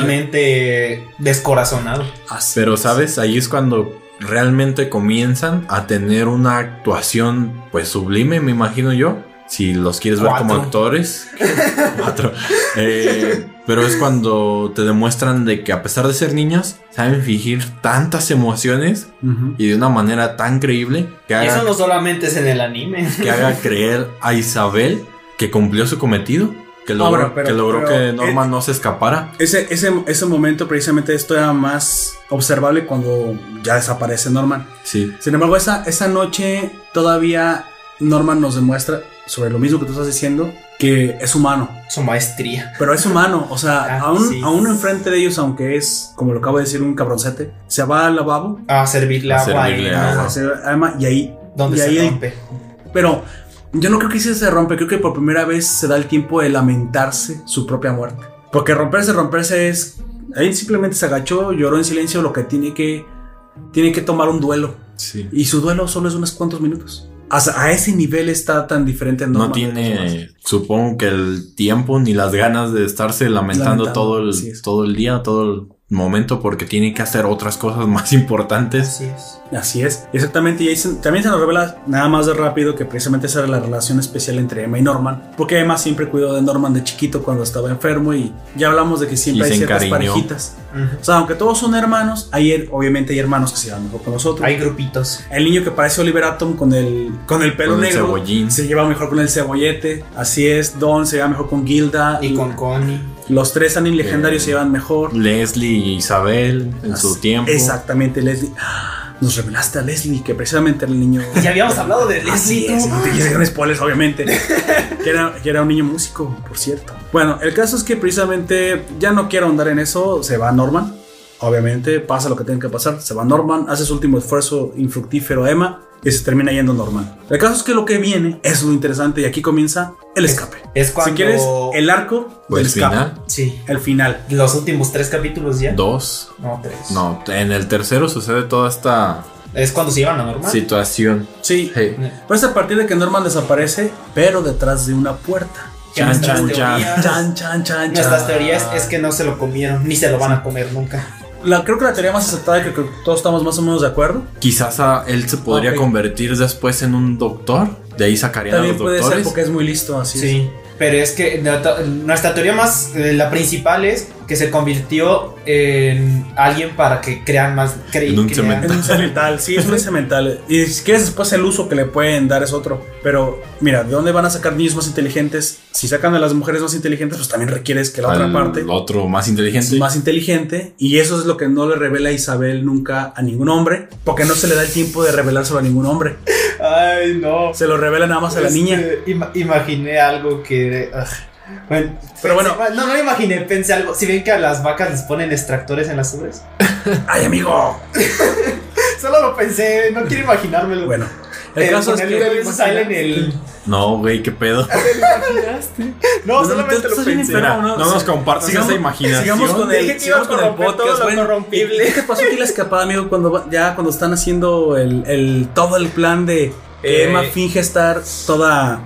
Speaker 5: Totalmente eh, descorazonado.
Speaker 1: así
Speaker 2: Pero,
Speaker 1: es.
Speaker 2: ¿sabes? Ahí es cuando realmente comienzan a tener una actuación, pues sublime, me imagino yo. Si los quieres ver como
Speaker 5: Cuatro.
Speaker 2: actores. Cuatro. Eh, pero es cuando te demuestran de que a pesar de ser niños, saben fingir tantas emociones
Speaker 1: Ujú.
Speaker 2: y de una manera tan creíble que
Speaker 5: Y
Speaker 2: haga,
Speaker 5: eso no solamente es en el anime.
Speaker 2: que haga creer a Isabel que cumplió su cometido. Que logró,
Speaker 1: bueno, pero-
Speaker 2: que, logró
Speaker 1: pero-
Speaker 2: que Norman no se escapara.
Speaker 1: Ese, ese, ese momento precisamente esto era más observable cuando ya desaparece Norman.
Speaker 2: Sí.
Speaker 1: Sin embargo, esa, esa noche todavía Norman nos demuestra sobre lo mismo que tú estás diciendo, que es humano.
Speaker 5: Su maestría.
Speaker 1: Pero es humano, o sea,
Speaker 5: Ah,
Speaker 1: aún,
Speaker 5: sí.
Speaker 1: aún enfrente de ellos, aunque es, como lo acabo de decir, un cabroncete, se va al lavabo,
Speaker 5: A servirle
Speaker 2: A
Speaker 5: agua
Speaker 2: servirle
Speaker 5: ahí,
Speaker 2: agua. Ajá.
Speaker 1: se ama y ahí...
Speaker 5: Donde
Speaker 1: y
Speaker 5: se
Speaker 1: ahí el-
Speaker 5: rompe.
Speaker 1: pero yo no creo que ese se rompe, creo que por primera vez se da el tiempo de lamentarse su propia muerte. Porque romperse, romperse es... Él simplemente se agachó, lloró en silencio, lo que tiene que... Tiene que tomar un duelo.
Speaker 2: Sí.
Speaker 1: Y su duelo solo es unos cuantos minutos. Hasta a ese nivel está tan diferente.
Speaker 2: No,
Speaker 1: Norman de los demás.
Speaker 2: tiene, supongo que el tiempo ni las ganas de estarse lamentando,
Speaker 1: Lamentando,
Speaker 2: todo,
Speaker 1: así
Speaker 2: el,
Speaker 1: es.
Speaker 2: todo el día, todo el momento porque tiene que hacer otras cosas más importantes.
Speaker 4: Así es.
Speaker 1: Así es, exactamente. Y ahí se- también se nos revela nada más de rápido que precisamente esa era la relación especial entre Emma y Norman. Porque Emma siempre cuidó de Norman de chiquito cuando estaba enfermo y ya hablamos de que siempre hay
Speaker 2: Y se
Speaker 1: ciertas
Speaker 2: encariñó.
Speaker 1: parejitas. O sea, aunque todos son hermanos, hay, her- obviamente hay hermanos que se llevan mejor con los otros.
Speaker 4: Hay grupitos.
Speaker 1: El niño que parece Oliver Atom con el, con el pelo
Speaker 2: Con el
Speaker 1: negro
Speaker 2: cebollín.
Speaker 1: se lleva mejor con el cebollete. Así es, Don se lleva mejor con Gilda.
Speaker 4: Y con Connie.
Speaker 1: Los tres anime legendarios
Speaker 2: Eh,
Speaker 1: se llevan mejor.
Speaker 2: Leslie y Isabel en su
Speaker 1: Así-
Speaker 2: tiempo.
Speaker 1: Exactamente, Leslie. ¡Ah! Nos revelaste a Leslie, que precisamente era el niño.
Speaker 4: Ya habíamos hablado de
Speaker 5: Ah,
Speaker 1: Ah, Así
Speaker 4: Leslie.
Speaker 1: es,
Speaker 4: ¿no?
Speaker 1: y hicieron spoilers, obviamente. Que era, que era un niño músico, por cierto. Bueno, el caso es que precisamente ya no quiero ahondar en eso. Se va Norman. Obviamente, pasa lo que tiene que pasar. Se va Norman, hace su último esfuerzo infructífero a Emma y se termina yendo Norman. El caso es que lo que viene es lo interesante y aquí comienza el escape.
Speaker 4: Es cuando.
Speaker 1: Si quieres, el arco
Speaker 2: Pues
Speaker 1: del escape.
Speaker 2: final,
Speaker 4: Sí.
Speaker 1: El final.
Speaker 4: Los últimos tres capítulos ya.
Speaker 2: dos.
Speaker 4: No, tres.
Speaker 2: No, en el tercero sucede toda esta
Speaker 4: Es cuando se llevan a normal.
Speaker 2: situación.
Speaker 1: Sí.
Speaker 2: Hey.
Speaker 1: Pues a partir de que Norman desaparece, pero detrás de una puerta.
Speaker 4: Que
Speaker 2: Chan,
Speaker 4: nuestras
Speaker 2: chan, chan.
Speaker 4: teorías-
Speaker 1: Chan, chan, chan,
Speaker 4: Nuestras
Speaker 1: chan.
Speaker 4: teorías es que no se lo comieron, ni se lo van a comer nunca.
Speaker 1: La, creo que la teoría más aceptada que, que todos estamos más o menos de acuerdo.
Speaker 2: Quizás a él se podría
Speaker 1: Ok.
Speaker 2: convertir después en un doctor. De ahí sacarían a
Speaker 1: También
Speaker 2: los
Speaker 1: puede ser
Speaker 2: doctores.
Speaker 1: porque es muy listo, así
Speaker 4: Sí. Pero es que no to- nuestra teoría más, eh, la principal es que se convirtió en alguien para que crean más. cre-
Speaker 2: En un
Speaker 4: crean-
Speaker 1: es. Es
Speaker 2: cemento.
Speaker 1: un cemental, sí, es un cemental. Y si quieres después el uso que le pueden dar es otro. Pero mira, ¿de dónde van a sacar niños más inteligentes? Si sacan a las mujeres más inteligentes, pues también requieres que la otra
Speaker 2: Al
Speaker 1: parte
Speaker 2: otro más
Speaker 1: es
Speaker 2: inteligente.
Speaker 1: más inteligente. Y eso es lo que no le revela Isabel nunca a ningún hombre. Porque no se le da el tiempo de revelárselo a ningún hombre.
Speaker 5: Ay, no.
Speaker 1: Se lo revela nada más a la
Speaker 5: Este,
Speaker 1: niña.
Speaker 5: ima- imaginé algo que.
Speaker 4: ah,
Speaker 5: ugh. Bueno,
Speaker 1: Pero bueno.
Speaker 5: pensé- no, no lo imaginé, pensé algo. Si ven que a las vacas les ponen extractores en las ubres.
Speaker 1: ¡Ay, amigo!
Speaker 5: Solo lo pensé, no quiero imaginármelo.
Speaker 1: Bueno, el,
Speaker 5: Eh, el,
Speaker 1: caso es que.
Speaker 5: salen el.
Speaker 2: No, güey, qué pedo.
Speaker 5: No,
Speaker 1: No,
Speaker 5: solamente
Speaker 1: entonces
Speaker 5: lo
Speaker 1: salen
Speaker 5: pensé.
Speaker 1: Pero
Speaker 2: Mira,
Speaker 1: no,
Speaker 2: no,
Speaker 1: o sea,
Speaker 2: nos compartas
Speaker 1: sigamos-
Speaker 2: esa imaginación.
Speaker 1: Sigamos con
Speaker 5: Dije
Speaker 1: el,
Speaker 5: que
Speaker 1: sigamos
Speaker 5: iba a
Speaker 1: con el
Speaker 5: corromper todo
Speaker 1: podcast.
Speaker 5: lo
Speaker 1: Bueno,
Speaker 5: corrompible.
Speaker 1: ¿Qué te pasó a ti la escapada, amigo? Cuando va- ya cuando están haciendo el, el- todo el plan de que
Speaker 4: Eh,
Speaker 1: Emma finge estar toda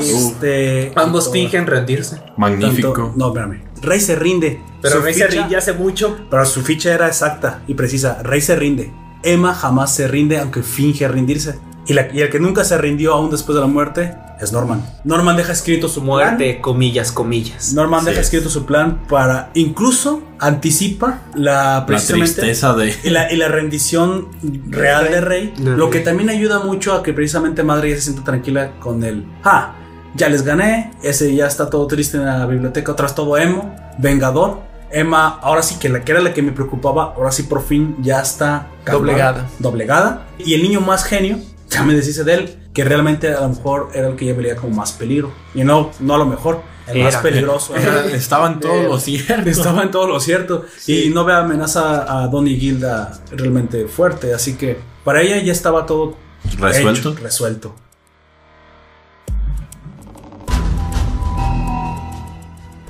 Speaker 1: triste.
Speaker 4: Ambos
Speaker 1: toda-
Speaker 4: fingen rendirse.
Speaker 1: tanto-
Speaker 2: Magnífico.
Speaker 1: no, espérame. Rey se rinde.
Speaker 4: Pero
Speaker 1: Su
Speaker 4: Rey se
Speaker 1: ficha-
Speaker 4: rindió hace mucho.
Speaker 1: Pero su ficha era exacta y precisa. Rey se rinde. Emma jamás se rinde, aunque finge rendirse. Y, la- y el que nunca se rindió aún después de la muerte es Norman. Norman deja escrito su muerte.
Speaker 4: Muerte, comillas, comillas.
Speaker 1: Norman
Speaker 2: Así
Speaker 1: deja
Speaker 2: es.
Speaker 1: escrito su plan para incluso anticipa la
Speaker 2: La
Speaker 1: precisamente
Speaker 2: tristeza de.
Speaker 1: y la, y la rendición real de Rey,
Speaker 4: De
Speaker 1: lo
Speaker 4: Rey.
Speaker 1: que también ayuda mucho a que precisamente Madre ya se sienta tranquila con el ah, ya les gané, ese ya está todo triste en la biblioteca, atrás todo emo, vengador. Emma, ahora sí que la que era la que me preocupaba, ahora sí por fin ya está calmada,
Speaker 3: Doblegada.
Speaker 1: doblegada. Y el niño más genio, ya me deshice de él, que realmente a lo mejor era el que yo veía como más peligro. Y no, no a lo mejor, el más
Speaker 4: Era.
Speaker 1: peligroso.
Speaker 2: Estaban todos los ciertos.
Speaker 1: Estaba en todo lo cierto. Y no ve amenaza a Donny Gilda realmente fuerte. Así que para ella ya estaba todo
Speaker 2: Resuelto.
Speaker 1: hecho, resuelto.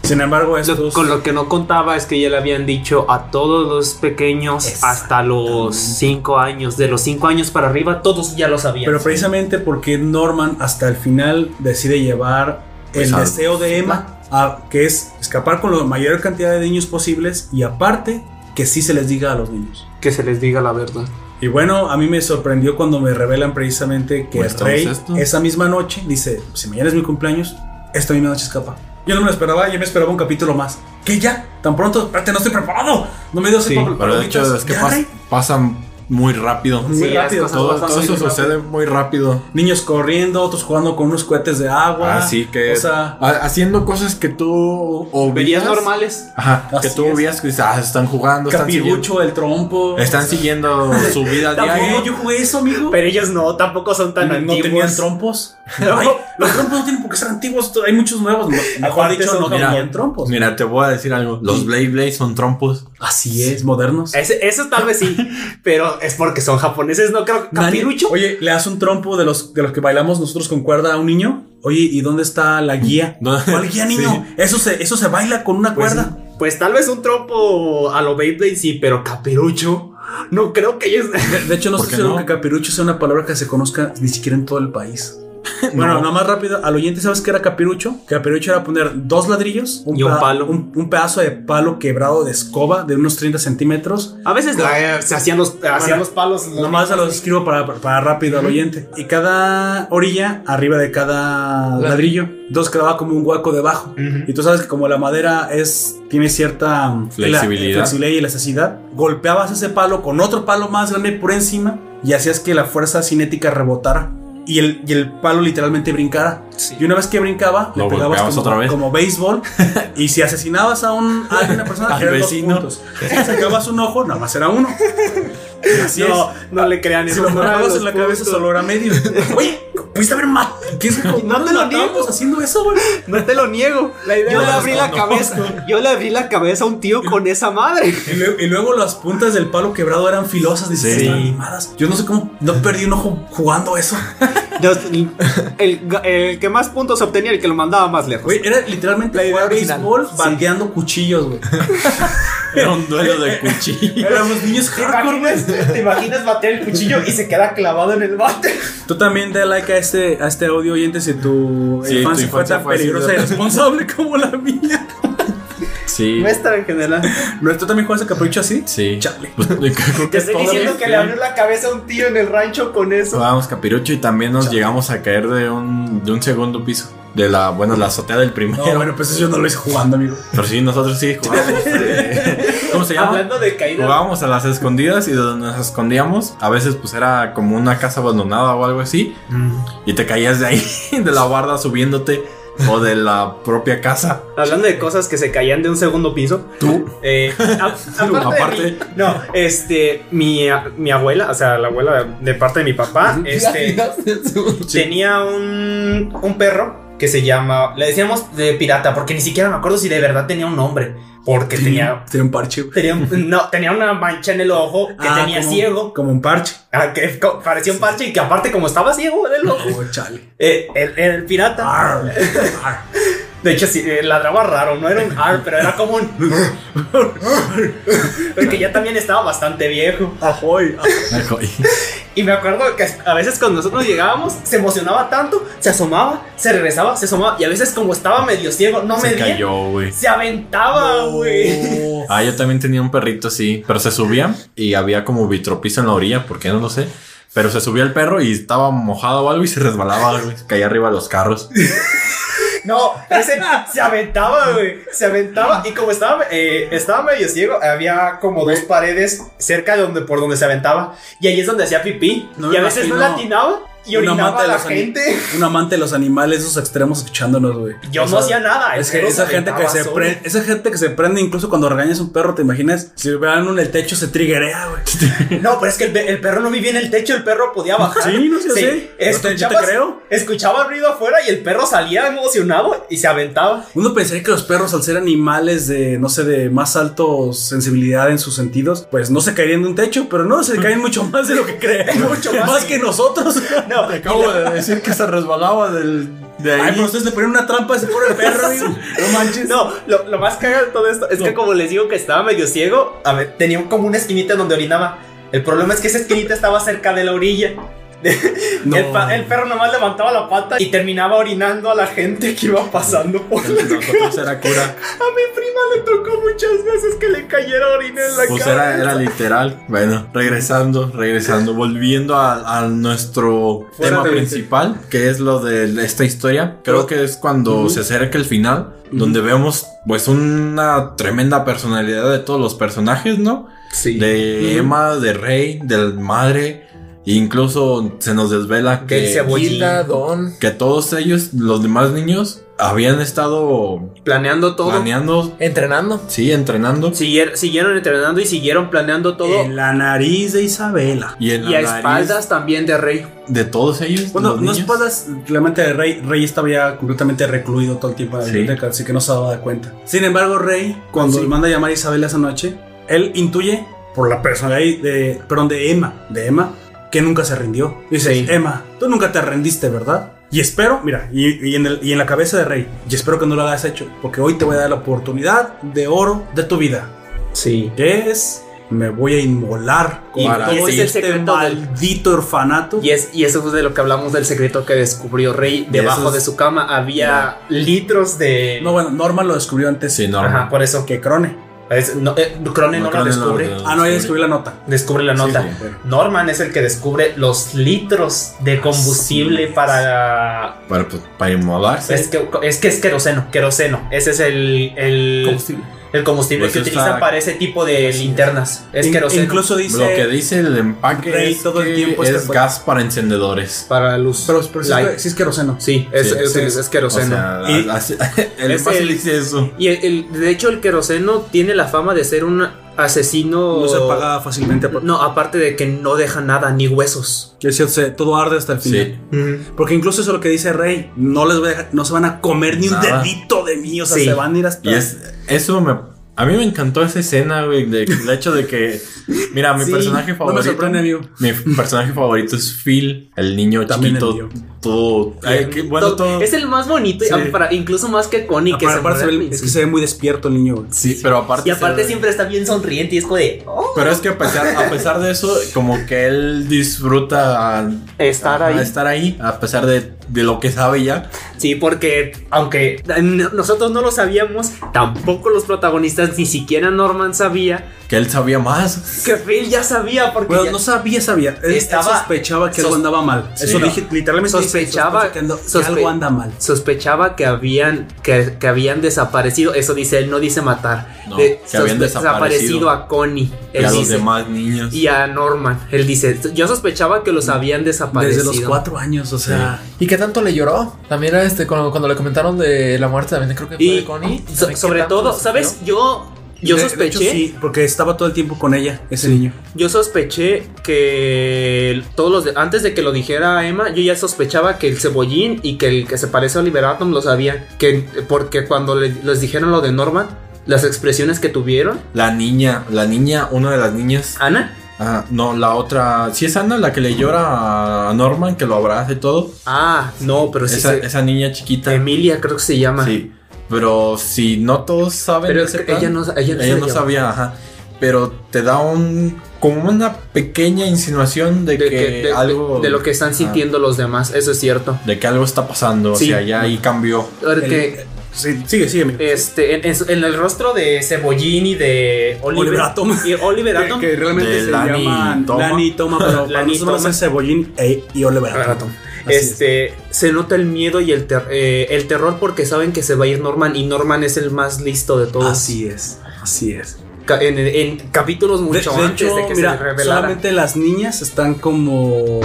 Speaker 1: Sin embargo,
Speaker 4: Lo-
Speaker 1: estos.
Speaker 4: con lo que no contaba es que ya le habían dicho a todos los pequeños hasta los 5 años. De los 5 años para arriba, todos ya lo sabían.
Speaker 1: Pero precisamente porque Norman hasta el final decide llevar
Speaker 2: Pues
Speaker 1: el
Speaker 2: a-
Speaker 1: deseo de Emma, a- que es escapar con la mayor cantidad de niños posibles y aparte que sí se les diga a los niños.
Speaker 4: que se les diga la verdad.
Speaker 1: Y bueno, a mí me sorprendió cuando me revelan precisamente que
Speaker 2: Muéstranos
Speaker 1: Rey
Speaker 2: esto.
Speaker 1: esa misma noche dice, si mañana es mi cumpleaños, esta misma noche escapa. Yo no me lo esperaba, yo me esperaba un capítulo más. ¿Qué ya? Tan pronto, espérate, no estoy preparado. No me dio
Speaker 4: Sí,
Speaker 1: tiempo para
Speaker 2: Pero de hecho
Speaker 1: palomitas.
Speaker 2: es que
Speaker 1: ¿Ya,
Speaker 2: pas-
Speaker 1: Rey?
Speaker 2: pasan muy rápido.
Speaker 1: Muy
Speaker 4: Sí, las
Speaker 1: rápido.
Speaker 4: cosas
Speaker 2: Todo,
Speaker 4: pasan
Speaker 2: todo
Speaker 4: muy
Speaker 2: eso
Speaker 4: rápido.
Speaker 2: sucede muy rápido.
Speaker 1: Niños corriendo, otros jugando con unos cohetes de agua.
Speaker 2: Así que
Speaker 1: O sea,
Speaker 2: ha- haciendo cosas que tú
Speaker 4: Verías
Speaker 2: obvias.
Speaker 4: normales.
Speaker 2: Ajá,
Speaker 1: Así
Speaker 2: que tú
Speaker 1: es.
Speaker 2: obvias que dices, ah, están jugando, están siguiendo,
Speaker 1: Capirucho, el trompo.
Speaker 2: están siguiendo su vida
Speaker 1: Tampoco
Speaker 2: diaria.
Speaker 1: yo jugué eso, amigo.
Speaker 4: Pero ellos no, tampoco son tan
Speaker 1: no
Speaker 4: antiguos.
Speaker 1: tenían trompos. Ay, los trompos no tienen por qué ser antiguos. Hay muchos nuevos. Mejor
Speaker 4: Aparte
Speaker 1: dicho,
Speaker 4: son
Speaker 1: no
Speaker 4: como-
Speaker 1: tenían trompos.
Speaker 2: Mira, te voy a decir algo. Los Blade Blade son trompos.
Speaker 1: Así es, modernos.
Speaker 4: Ese- eso tal vez sí, pero es porque son japoneses, no creo.
Speaker 1: Nadie-
Speaker 4: Capirucho.
Speaker 1: Oye, le das un trompo de los, de los que bailamos nosotros con cuerda a un niño. Oye, ¿y dónde está la guía?
Speaker 2: No.
Speaker 1: ¿Cuál guía, niño? Eso, se, eso se baila con una
Speaker 4: Pues,
Speaker 1: cuerda.
Speaker 4: pues tal vez un trompo a lo Beyblade sí, pero capirucho. No creo que ellos.
Speaker 1: De, de hecho, no
Speaker 2: ¿Por
Speaker 1: estoy
Speaker 2: qué
Speaker 1: seguro
Speaker 2: no?
Speaker 1: que capirucho sea una palabra que se conozca ni siquiera en todo el país. Bueno, nomás rápido, al oyente, ¿sabes qué era capirucho? Capirucho era poner dos ladrillos
Speaker 5: Y un
Speaker 1: peda-
Speaker 5: palo.
Speaker 1: Un, un pedazo de palo quebrado de escoba de unos 30 centímetros.
Speaker 5: A veces
Speaker 4: Ah, se hacían los, hacían los palos. los-
Speaker 1: Nomás se los escribo para, para rápido al oyente. Y cada orilla, arriba de cada
Speaker 3: La-
Speaker 1: ladrillo, dos quedaba como un hueco debajo. Y tú sabes que como la madera es tiene cierta um,
Speaker 2: Flexibilidad.
Speaker 1: la- flexibilidad y elasticidad, golpeabas ese palo con otro palo más grande por encima y hacías que la fuerza cinética rebotara y el, y el palo literalmente brincara. Y una vez que brincaba,
Speaker 2: Lo
Speaker 1: le pegabas
Speaker 2: golpeabas
Speaker 1: como,
Speaker 2: otra vez.
Speaker 1: como béisbol y si asesinabas a, un, a una persona,
Speaker 2: Al
Speaker 1: eran dos
Speaker 2: vecino.
Speaker 1: puntos. Si sacabas un ojo, nada más era uno. Y Así
Speaker 4: No,
Speaker 1: es.
Speaker 4: no le crean
Speaker 1: Si
Speaker 4: eso.
Speaker 1: lo
Speaker 4: no eran
Speaker 1: matabas
Speaker 4: los
Speaker 1: en la cabeza,
Speaker 4: puntos.
Speaker 1: solo era medio. Oye, pudiste haber matado.
Speaker 4: No te lo niego.
Speaker 1: haciendo eso, güey?
Speaker 4: No te lo niego. yo le abrí la cabeza. Yo le abrí la cabeza a un tío con esa madre.
Speaker 1: Y lue- y luego, las puntas del palo quebrado eran filosas, dices,
Speaker 2: Sí.
Speaker 1: "Estas mamadas". Yo no sé cómo no perdí un ojo jugando eso.
Speaker 4: Los- el, el que más puntos obtenía, el que lo mandaba más lejos.
Speaker 1: Güey, era literalmente
Speaker 3: La idea
Speaker 1: jugar
Speaker 3: original.
Speaker 1: béisbol bandeando cuchillos, güey.
Speaker 2: Era un duelo de cuchillo.
Speaker 1: Éramos niños hardcore, güey.
Speaker 4: ¿Te imaginas bater el cuchillo y se queda clavado en el bate?
Speaker 1: Tú también da like a este, a este audio oyente si tu
Speaker 2: Sí,
Speaker 1: infancia
Speaker 2: tu
Speaker 1: fue
Speaker 2: infancia
Speaker 1: tan
Speaker 2: fue así,
Speaker 1: peligrosa y
Speaker 2: ¿verdad?
Speaker 1: responsable como la mía.
Speaker 2: Sí.
Speaker 4: Nuestra en general.
Speaker 1: ¿No, ¿Tú también juegas a capricho así?
Speaker 2: Sí.
Speaker 1: Chale.
Speaker 2: Pues, creo que
Speaker 4: Te estoy
Speaker 2: todos,
Speaker 4: diciendo
Speaker 2: sí.
Speaker 4: que le abrió la cabeza a un tío en el rancho con eso.
Speaker 2: Jugábamos capirucho y también nos llegamos a caer de un, de un segundo piso. De la, bueno, la azotea del
Speaker 1: No,
Speaker 2: primero.
Speaker 1: bueno, pues eso yo no lo hice jugando, amigo.
Speaker 2: Pero sí, nosotros sí jugábamos. eh, ¿Cómo
Speaker 5: Ah,
Speaker 2: se llama?
Speaker 4: Hablando de caídas.
Speaker 2: Jugábamos a las escondidas y donde nos escondíamos, a veces pues era como una casa abandonada o algo así. Y te caías de ahí, de la barda subiéndote o de la propia casa.
Speaker 5: Hablando de cosas que se caían de un segundo piso.
Speaker 2: Tú.
Speaker 5: eh, a- aparte, de
Speaker 2: Aparte.
Speaker 5: mi- no, este, mi, a- mi abuela, o sea, la abuela de, de parte de mi papá, este, tenía un, un perro que se llama, le decíamos de pirata, porque ni siquiera me acuerdo si de verdad tenía un nombre, porque tenía,
Speaker 1: Tenía un parche, güey.
Speaker 5: tenía un- no, tenía una mancha en el ojo que
Speaker 1: Ah,
Speaker 5: tenía
Speaker 1: como-
Speaker 5: ciego,
Speaker 1: Como un parche.
Speaker 5: ah, que co- parecía un parche y que aparte como estaba ciego era el ojo,
Speaker 1: Oh, chale.
Speaker 5: eh, era era el pirata.
Speaker 1: Arr, arr.
Speaker 5: De hecho, sí, eh, ladraba raro, no era un ar, pero era como un. Porque ya también estaba bastante viejo.
Speaker 1: Ahoy.
Speaker 5: Y me acuerdo que a veces cuando nosotros llegábamos, se emocionaba tanto, se asomaba, se regresaba, se asomaba. Y a veces, como estaba medio ciego, no me
Speaker 2: Se
Speaker 5: veía,
Speaker 2: cayó, güey.
Speaker 5: se aventaba, güey.
Speaker 2: Ah, yo también tenía un perrito así, pero se subía y había como vitropiso en la orilla, porque no lo sé. Pero se subía el perro y estaba mojado o algo y se resbalaba, güey. se Caía arriba de los carros.
Speaker 5: No, ese se aventaba, güey. Se aventaba. Y como estaba, eh, estaba medio ciego, había como dos paredes cerca de donde, por donde se aventaba. Y ahí es donde hacía pipí.
Speaker 1: No me
Speaker 5: y a veces no
Speaker 1: imagino
Speaker 5: latinaba y
Speaker 1: un
Speaker 5: orinaba
Speaker 1: amante
Speaker 5: a
Speaker 1: de
Speaker 5: la
Speaker 1: los ani-
Speaker 5: gente.
Speaker 1: Un amante de los animales, esos extremos escuchándonos, güey.
Speaker 5: Yo
Speaker 1: O
Speaker 5: no
Speaker 1: sea,
Speaker 5: hacía nada.
Speaker 1: Es que esa gente que se prende, esa gente que se prende incluso cuando regañas a un perro, ¿te imaginas? Si vean en el techo se triguea, güey.
Speaker 5: No, pero es que el, pe- el perro no vivía en el techo, el perro podía bajar.
Speaker 1: Sí, no sé, sí. Yo te- yo te
Speaker 5: Escuchaba,
Speaker 1: creo.
Speaker 5: escuchaba ruido afuera y el perro salía emocionado y se aventaba.
Speaker 1: Uno pensaría que los perros, al ser animales de, no sé, de más alto sensibilidad en sus sentidos, pues no se caerían de un techo, pero no, se caen mucho más de lo que creen. mucho más, que nosotros.
Speaker 5: No,
Speaker 2: Acabo de decir que se resbalaba del, de
Speaker 1: Ay, pero ustedes le ponen una trampa a ese pobre perro, digo. No manches.
Speaker 5: no lo, lo más cagado de todo esto es que, como les digo, que estaba medio ciego. A ver, tenía como una esquinita donde orinaba. El problema es que esa esquinita estaba cerca de la orilla.
Speaker 1: No.
Speaker 5: El, pa- el perro nomás levantaba la pata y terminaba orinando a la gente que iba pasando por la
Speaker 2: Nosotros era cura.
Speaker 5: A mi prima le tocó muchas veces que le cayera orina en la
Speaker 2: Pues
Speaker 5: cara.
Speaker 2: era, era literal. Bueno, regresando, regresando, volviendo a, a nuestro
Speaker 1: Fuera
Speaker 2: tema
Speaker 1: de-
Speaker 2: principal, que es lo de esta historia. Creo que es cuando se acerca el final, donde vemos pues una tremenda personalidad de todos los personajes, ¿no?
Speaker 4: Sí.
Speaker 2: De
Speaker 1: Ujú.
Speaker 2: Emma, de Rey, del madre, e incluso se nos desvela
Speaker 5: Del
Speaker 2: que,
Speaker 5: cebollín.
Speaker 3: Gilda, Don.
Speaker 2: que todos ellos, los demás niños, habían estado
Speaker 5: Planeando todo.
Speaker 2: planeando,
Speaker 3: Entrenando.
Speaker 2: sí, entrenando.
Speaker 5: Siguier- siguieron entrenando y siguieron planeando todo.
Speaker 1: En la nariz de Isabela.
Speaker 2: Y, en
Speaker 5: y
Speaker 2: la
Speaker 5: a
Speaker 2: nariz
Speaker 5: espaldas también de Rey.
Speaker 2: de todos ellos.
Speaker 1: Bueno,
Speaker 2: los
Speaker 1: no
Speaker 2: niños.
Speaker 1: espadas, realmente de Rey, Rey estaba ya completamente recluido todo el tiempo en la
Speaker 2: Sí.
Speaker 1: biblioteca, así que no se daba cuenta. Sin embargo, Rey, cuando le manda a llamar a Isabela esa noche, él intuye por la personalidad de, perdón, de Emma, de Emma, que nunca se rindió. Dice,
Speaker 5: Sí.
Speaker 1: Emma, tú nunca te rendiste, ¿verdad? Y espero, mira, y, y en el- y en la cabeza de Rey, y espero que no lo hayas hecho, porque hoy te voy a dar la oportunidad de oro de tu vida,
Speaker 5: Sí.
Speaker 1: que es me voy a inmolar
Speaker 4: Y-
Speaker 1: para
Speaker 4: y ese es el
Speaker 1: este
Speaker 4: secreto del-
Speaker 1: maldito orfanato.
Speaker 4: Y, es, y eso fue de lo que hablamos del secreto que descubrió Rey. Debajo
Speaker 1: esos-
Speaker 4: de su cama había litros de.
Speaker 1: No, bueno, Norman lo descubrió antes
Speaker 2: Sí, no.
Speaker 4: Ajá,
Speaker 2: no.
Speaker 4: por eso.
Speaker 1: que Crone.
Speaker 4: Es- no, eh, Cronen no,
Speaker 2: No,
Speaker 4: la
Speaker 2: Cronen no,
Speaker 4: descubre.
Speaker 2: no.
Speaker 1: Ah, no, ya descubrí la nota.
Speaker 4: Descubre la nota.
Speaker 2: sí.
Speaker 1: Bueno.
Speaker 4: Norman es el que descubre los litros
Speaker 2: Ah,
Speaker 4: de combustible
Speaker 1: es.
Speaker 4: para.
Speaker 2: Para, pues, para inmolarse.
Speaker 1: Este
Speaker 4: Es, que, es que es queroseno, queroseno. Ese es el, el,
Speaker 1: Combustible.
Speaker 4: el combustible
Speaker 2: Pues
Speaker 4: que
Speaker 2: eso
Speaker 4: utilizan
Speaker 2: está-
Speaker 4: para ese tipo de linternas. Es
Speaker 1: In-
Speaker 4: queroseno.
Speaker 1: incluso dice.
Speaker 2: Lo que dice el empaque
Speaker 1: Rey
Speaker 2: es,
Speaker 1: todo el
Speaker 2: que
Speaker 1: tiempo está
Speaker 2: es
Speaker 1: fuera.
Speaker 2: gas para encendedores.
Speaker 4: para luz.
Speaker 1: Pero, pero sí,
Speaker 4: Light.
Speaker 1: es, sí es queroseno.
Speaker 4: Sí, es,
Speaker 2: Sí,
Speaker 4: es-
Speaker 1: sí.
Speaker 4: es
Speaker 2: O
Speaker 4: queroseno.
Speaker 2: sea,
Speaker 1: Y-
Speaker 2: así- el
Speaker 4: es
Speaker 2: empaque
Speaker 4: el-
Speaker 2: dice eso.
Speaker 4: Y el, el- de hecho el queroseno tiene la fama de ser un asesino...
Speaker 1: No se apaga fácilmente. porque-
Speaker 4: No, aparte de que no deja nada, ni huesos.
Speaker 1: Quiero decir, se- todo arde hasta el final.
Speaker 2: Sí.
Speaker 1: Porque incluso eso es lo que dice Rey. No les voy a dejar- no se van a comer ni un
Speaker 2: Nada.
Speaker 1: dedito de mí. O sea,
Speaker 4: Sí.
Speaker 1: se van a ir hasta.
Speaker 2: Y es, eso me. A mí me encantó esa escena, güey, de- el hecho de que. Mira, mi
Speaker 1: Sí,
Speaker 2: personaje
Speaker 1: No me
Speaker 2: favorito.
Speaker 1: sorprende, amigo.
Speaker 2: Mi personaje favorito es Phil, el niño
Speaker 1: También el
Speaker 2: chiquito. todo. ay, qué bueno,
Speaker 4: To-
Speaker 2: todo.
Speaker 4: Es el más bonito, y
Speaker 1: Sí.
Speaker 4: a- Ah, para- incluso más que Connie, que
Speaker 1: Aparte-
Speaker 4: se
Speaker 1: aparte se
Speaker 4: muere
Speaker 1: ve-
Speaker 4: al
Speaker 1: es que
Speaker 4: principio.
Speaker 1: se ve muy despierto el niño. güey.
Speaker 2: Sí, pero aparte.
Speaker 4: Y aparte
Speaker 2: se-
Speaker 4: siempre está bien sonriente y es como de... "Oh".
Speaker 2: Pero es que a pesar, a pesar de eso, como que él disfruta a-
Speaker 4: Estar
Speaker 2: a
Speaker 4: ahí.
Speaker 2: estar ahí, a pesar de, de lo que sabe ya.
Speaker 4: Sí, porque aunque n- nosotros no lo sabíamos, tampoco los protagonistas, ni siquiera Norman sabía,
Speaker 2: Que él sabía más.
Speaker 4: que Phil ya sabía porque...
Speaker 1: Bueno,
Speaker 4: ya-
Speaker 1: no sabía, sabía. Él- él
Speaker 4: Estaba-
Speaker 1: sospechaba que algo
Speaker 4: sos-
Speaker 1: andaba mal.
Speaker 2: Sí.
Speaker 1: Eso dije, literalmente dije,
Speaker 4: Sospechaba-
Speaker 1: sospecho que ando- que
Speaker 4: sospe-
Speaker 1: algo anda mal.
Speaker 4: sospechaba que habían que, que habían desaparecido. Eso dice él, no dice matar.
Speaker 2: No,
Speaker 4: De-
Speaker 2: que habían
Speaker 4: sospe-
Speaker 2: desaparecido.
Speaker 4: a Connie.
Speaker 2: Y
Speaker 4: Él
Speaker 2: a los
Speaker 4: dice,
Speaker 2: demás niños.
Speaker 4: Y a Norman. Él dice, yo sospechaba que los habían
Speaker 1: Desde
Speaker 4: desaparecido.
Speaker 1: los cuatro años, o sea.
Speaker 3: ¿Y qué tanto le lloró? También este, cuando, cuando le comentaron de la muerte también creo que fue
Speaker 4: Y
Speaker 3: de Connie.
Speaker 4: so-
Speaker 3: también qué
Speaker 4: sobre
Speaker 3: tanto
Speaker 4: todo,
Speaker 3: le
Speaker 4: ¿sabes?
Speaker 3: sufrió.
Speaker 4: Yo yo
Speaker 1: De- de
Speaker 4: sospeché,
Speaker 1: hecho, sí, porque estaba todo el tiempo con ella, ese niño.
Speaker 4: yo sospeché que todos los de- antes de que lo dijera Emma, yo ya sospechaba que el cebollín y que el que se parece a Oliver Atom lo sabían, que porque cuando le- les dijeron lo de Norman, las expresiones que tuvieron,
Speaker 2: La niña, la niña, una de las niñas.
Speaker 4: Ana
Speaker 2: Ah, no, la otra. Si es Ana la que le llora a Norman, que lo abraza y todo.
Speaker 4: Ah, no, pero sí.
Speaker 2: Esa,
Speaker 4: se-
Speaker 2: esa niña chiquita.
Speaker 4: Emilia creo que se llama.
Speaker 2: Sí. Pero si no todos saben.
Speaker 4: Pero
Speaker 2: de
Speaker 4: es
Speaker 2: ese
Speaker 4: que ella no- ella no se
Speaker 2: no
Speaker 4: llama.
Speaker 2: sabía, ajá. Pero te da un. Como una pequeña insinuación de,
Speaker 4: De,
Speaker 2: que
Speaker 4: que- de-
Speaker 2: algo.
Speaker 4: de- de lo que
Speaker 1: Ah.
Speaker 4: están
Speaker 2: Ajá.
Speaker 4: sintiendo los demás, eso es cierto.
Speaker 2: De que algo está pasando.
Speaker 4: Sí.
Speaker 2: O sea, ya ahí cambió.
Speaker 4: Porque
Speaker 1: El- sí, sigue, sigue, amigo.
Speaker 4: este, en, en su- en el rostro de Cebollín y de Oliver,
Speaker 1: Oliver Atom.
Speaker 4: Y Oliver Atom.
Speaker 1: Que, que realmente
Speaker 2: De
Speaker 1: se
Speaker 2: Lani
Speaker 1: llaman
Speaker 2: Toma.
Speaker 1: Lani y Toma, pero para
Speaker 4: Lani y
Speaker 1: nosotros
Speaker 4: Toma.
Speaker 1: es Cebollín e- y Oliver
Speaker 4: Oliver
Speaker 1: Atom.
Speaker 4: Atom.
Speaker 1: Así es.
Speaker 4: Este, se nota el miedo y el, ter- eh, el terror porque saben que se va a ir Norman y Norman es el más listo de todos.
Speaker 1: Así es, así es.
Speaker 4: Ca- en, en capítulos
Speaker 1: De,
Speaker 4: mucho
Speaker 1: de
Speaker 4: antes
Speaker 1: hecho,
Speaker 4: de que se
Speaker 1: mira,
Speaker 4: revelara.
Speaker 1: solamente las niñas están como...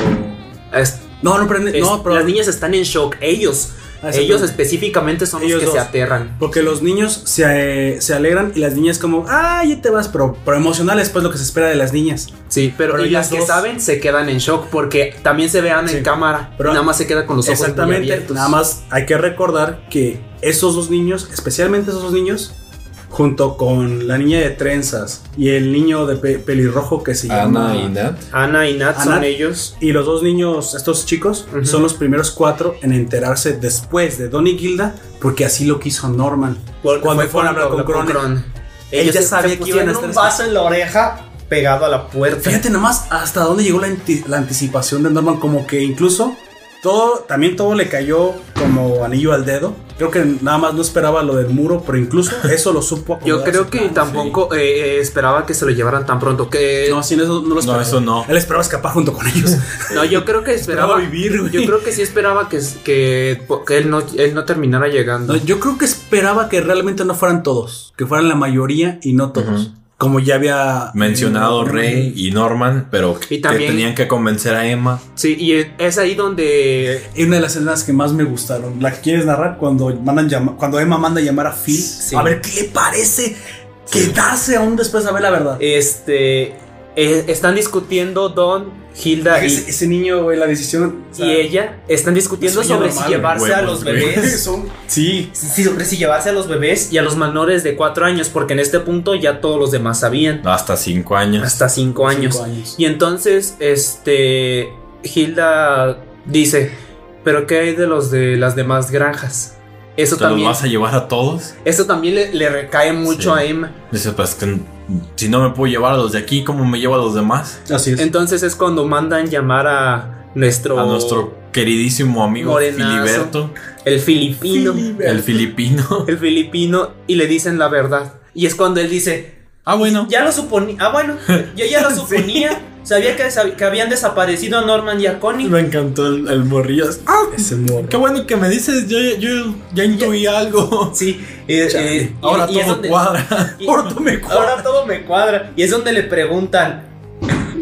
Speaker 4: Es-
Speaker 1: No, no, prende,
Speaker 4: Este, es-
Speaker 1: no, pero
Speaker 4: las niñas están en shock. Ellos,
Speaker 1: Ah,
Speaker 4: ellos
Speaker 1: exactamente.
Speaker 4: específicamente son los
Speaker 1: Ellos
Speaker 4: que se
Speaker 1: dos.
Speaker 4: aterran.
Speaker 1: Porque los niños se, eh, se alegran y las niñas como, ah, ya te vas, pero, pero emocionales pues lo que se espera de las niñas.
Speaker 4: Sí, pero,
Speaker 1: Pero
Speaker 4: y
Speaker 1: ellas
Speaker 4: las que
Speaker 1: dos-
Speaker 4: saben se quedan en shock porque también se vean
Speaker 1: Sí.
Speaker 4: en cámara.
Speaker 1: Pero-
Speaker 4: nada más se queda con los ojos muy
Speaker 1: Exactamente,
Speaker 4: abiertos.
Speaker 1: nada más hay que recordar que esos dos niños, especialmente esos dos niños, junto con la niña de trenzas y el niño de pe- pelirrojo que se llama...
Speaker 2: Ana y Nat.
Speaker 4: Ana y Nat son
Speaker 1: Ana-
Speaker 4: ellos.
Speaker 1: Y los dos niños, estos chicos,
Speaker 4: Ujú.
Speaker 1: son los primeros cuatro en enterarse después de Donnie Gilda, porque así lo quiso Norman.
Speaker 4: Porque
Speaker 1: Cuando
Speaker 4: fue
Speaker 1: fueron a hablar con
Speaker 4: habló
Speaker 1: Cronin. Él
Speaker 4: Ellos
Speaker 1: ya
Speaker 4: se-
Speaker 1: sabía
Speaker 4: se
Speaker 1: que iban a estar
Speaker 4: pusieron un vaso en la oreja pegado a la puerta.
Speaker 1: Fíjate nomás hasta dónde llegó la, anti- la anticipación de Norman, como que incluso todo, también todo le cayó como anillo al dedo. Creo que nada más no esperaba lo del muro, pero incluso eso lo supo.
Speaker 4: Yo
Speaker 1: acomodar
Speaker 4: creo
Speaker 1: su
Speaker 4: que
Speaker 1: plan,
Speaker 4: tampoco eh, eh, esperaba que se lo llevaran tan pronto. Que
Speaker 1: sí. No, sin eso no lo esperaba.
Speaker 2: eso no.
Speaker 1: Él esperaba escapar junto con ellos.
Speaker 4: no, yo creo que
Speaker 1: esperaba
Speaker 4: esperaba.
Speaker 1: vivir, güey.
Speaker 4: yo creo que sí esperaba que, que, que él no él no terminara llegando.
Speaker 1: No, yo creo que esperaba que realmente no fueran todos, que fueran la mayoría y no todos.
Speaker 2: Ujú.
Speaker 1: Como ya había eh,
Speaker 2: Mencionado Rey y Norman, pero
Speaker 4: Y
Speaker 2: que
Speaker 4: también-
Speaker 2: tenían que convencer a Emma.
Speaker 4: Sí, y es ahí donde
Speaker 1: Y una de las escenas que más me gustaron, la que quieres narrar cuando mandan llama- cuando Emma manda llamar a Phil, a ver qué le parece quedarse aún después de saber la verdad.
Speaker 4: este eh, están discutiendo Don, Hilda
Speaker 1: ese,
Speaker 4: y,
Speaker 1: ese niño, güey, la decisión o sea,
Speaker 4: y ella están discutiendo
Speaker 1: Eso ya
Speaker 4: sobre
Speaker 1: normal,
Speaker 4: si llevarse a
Speaker 2: huevos,
Speaker 4: los
Speaker 2: güey.
Speaker 4: bebés
Speaker 1: son- sí,
Speaker 4: Sí, sobre si llevarse a los bebés y a los menores de 4 años, porque en este punto ya todos los demás sabían,
Speaker 2: Hasta cinco años.
Speaker 4: hasta 5 años.
Speaker 1: cinco años.
Speaker 4: Y entonces, este, Hilda dice, pero ¿qué hay de los de las demás granjas? Eso
Speaker 2: ¿Te los
Speaker 4: también,
Speaker 2: vas a llevar a todos?
Speaker 4: eso también le, le recae mucho
Speaker 2: Sí.
Speaker 4: a Emma.
Speaker 2: Dice, pues que si no me puedo llevar a los de aquí, ¿cómo me llevo a los demás?
Speaker 4: Así es.
Speaker 5: Entonces es cuando mandan llamar a nuestro.
Speaker 2: A nuestro queridísimo amigo
Speaker 5: Morenazo.
Speaker 2: Filiberto,
Speaker 5: El filipino.
Speaker 2: el filipino.
Speaker 5: El filipino. Y le dicen la verdad. Y es cuando él dice.
Speaker 2: Ah, bueno.
Speaker 5: Ya lo suponía. Ah, bueno. Yo ya lo suponía. Sabía que, sab- que habían desaparecido a Norman y a Connie.
Speaker 4: Me encantó el, el morrillo. Ah, ese morro.
Speaker 2: Qué bueno que me dices, yo, yo ya intuí algo.
Speaker 5: Sí. eh, eh, y-
Speaker 2: Ahora
Speaker 5: y es
Speaker 2: todo
Speaker 5: donde-
Speaker 2: cuadra.
Speaker 5: y-
Speaker 2: Ahora todo me cuadra.
Speaker 5: Ahora todo me cuadra. Y es donde le preguntan.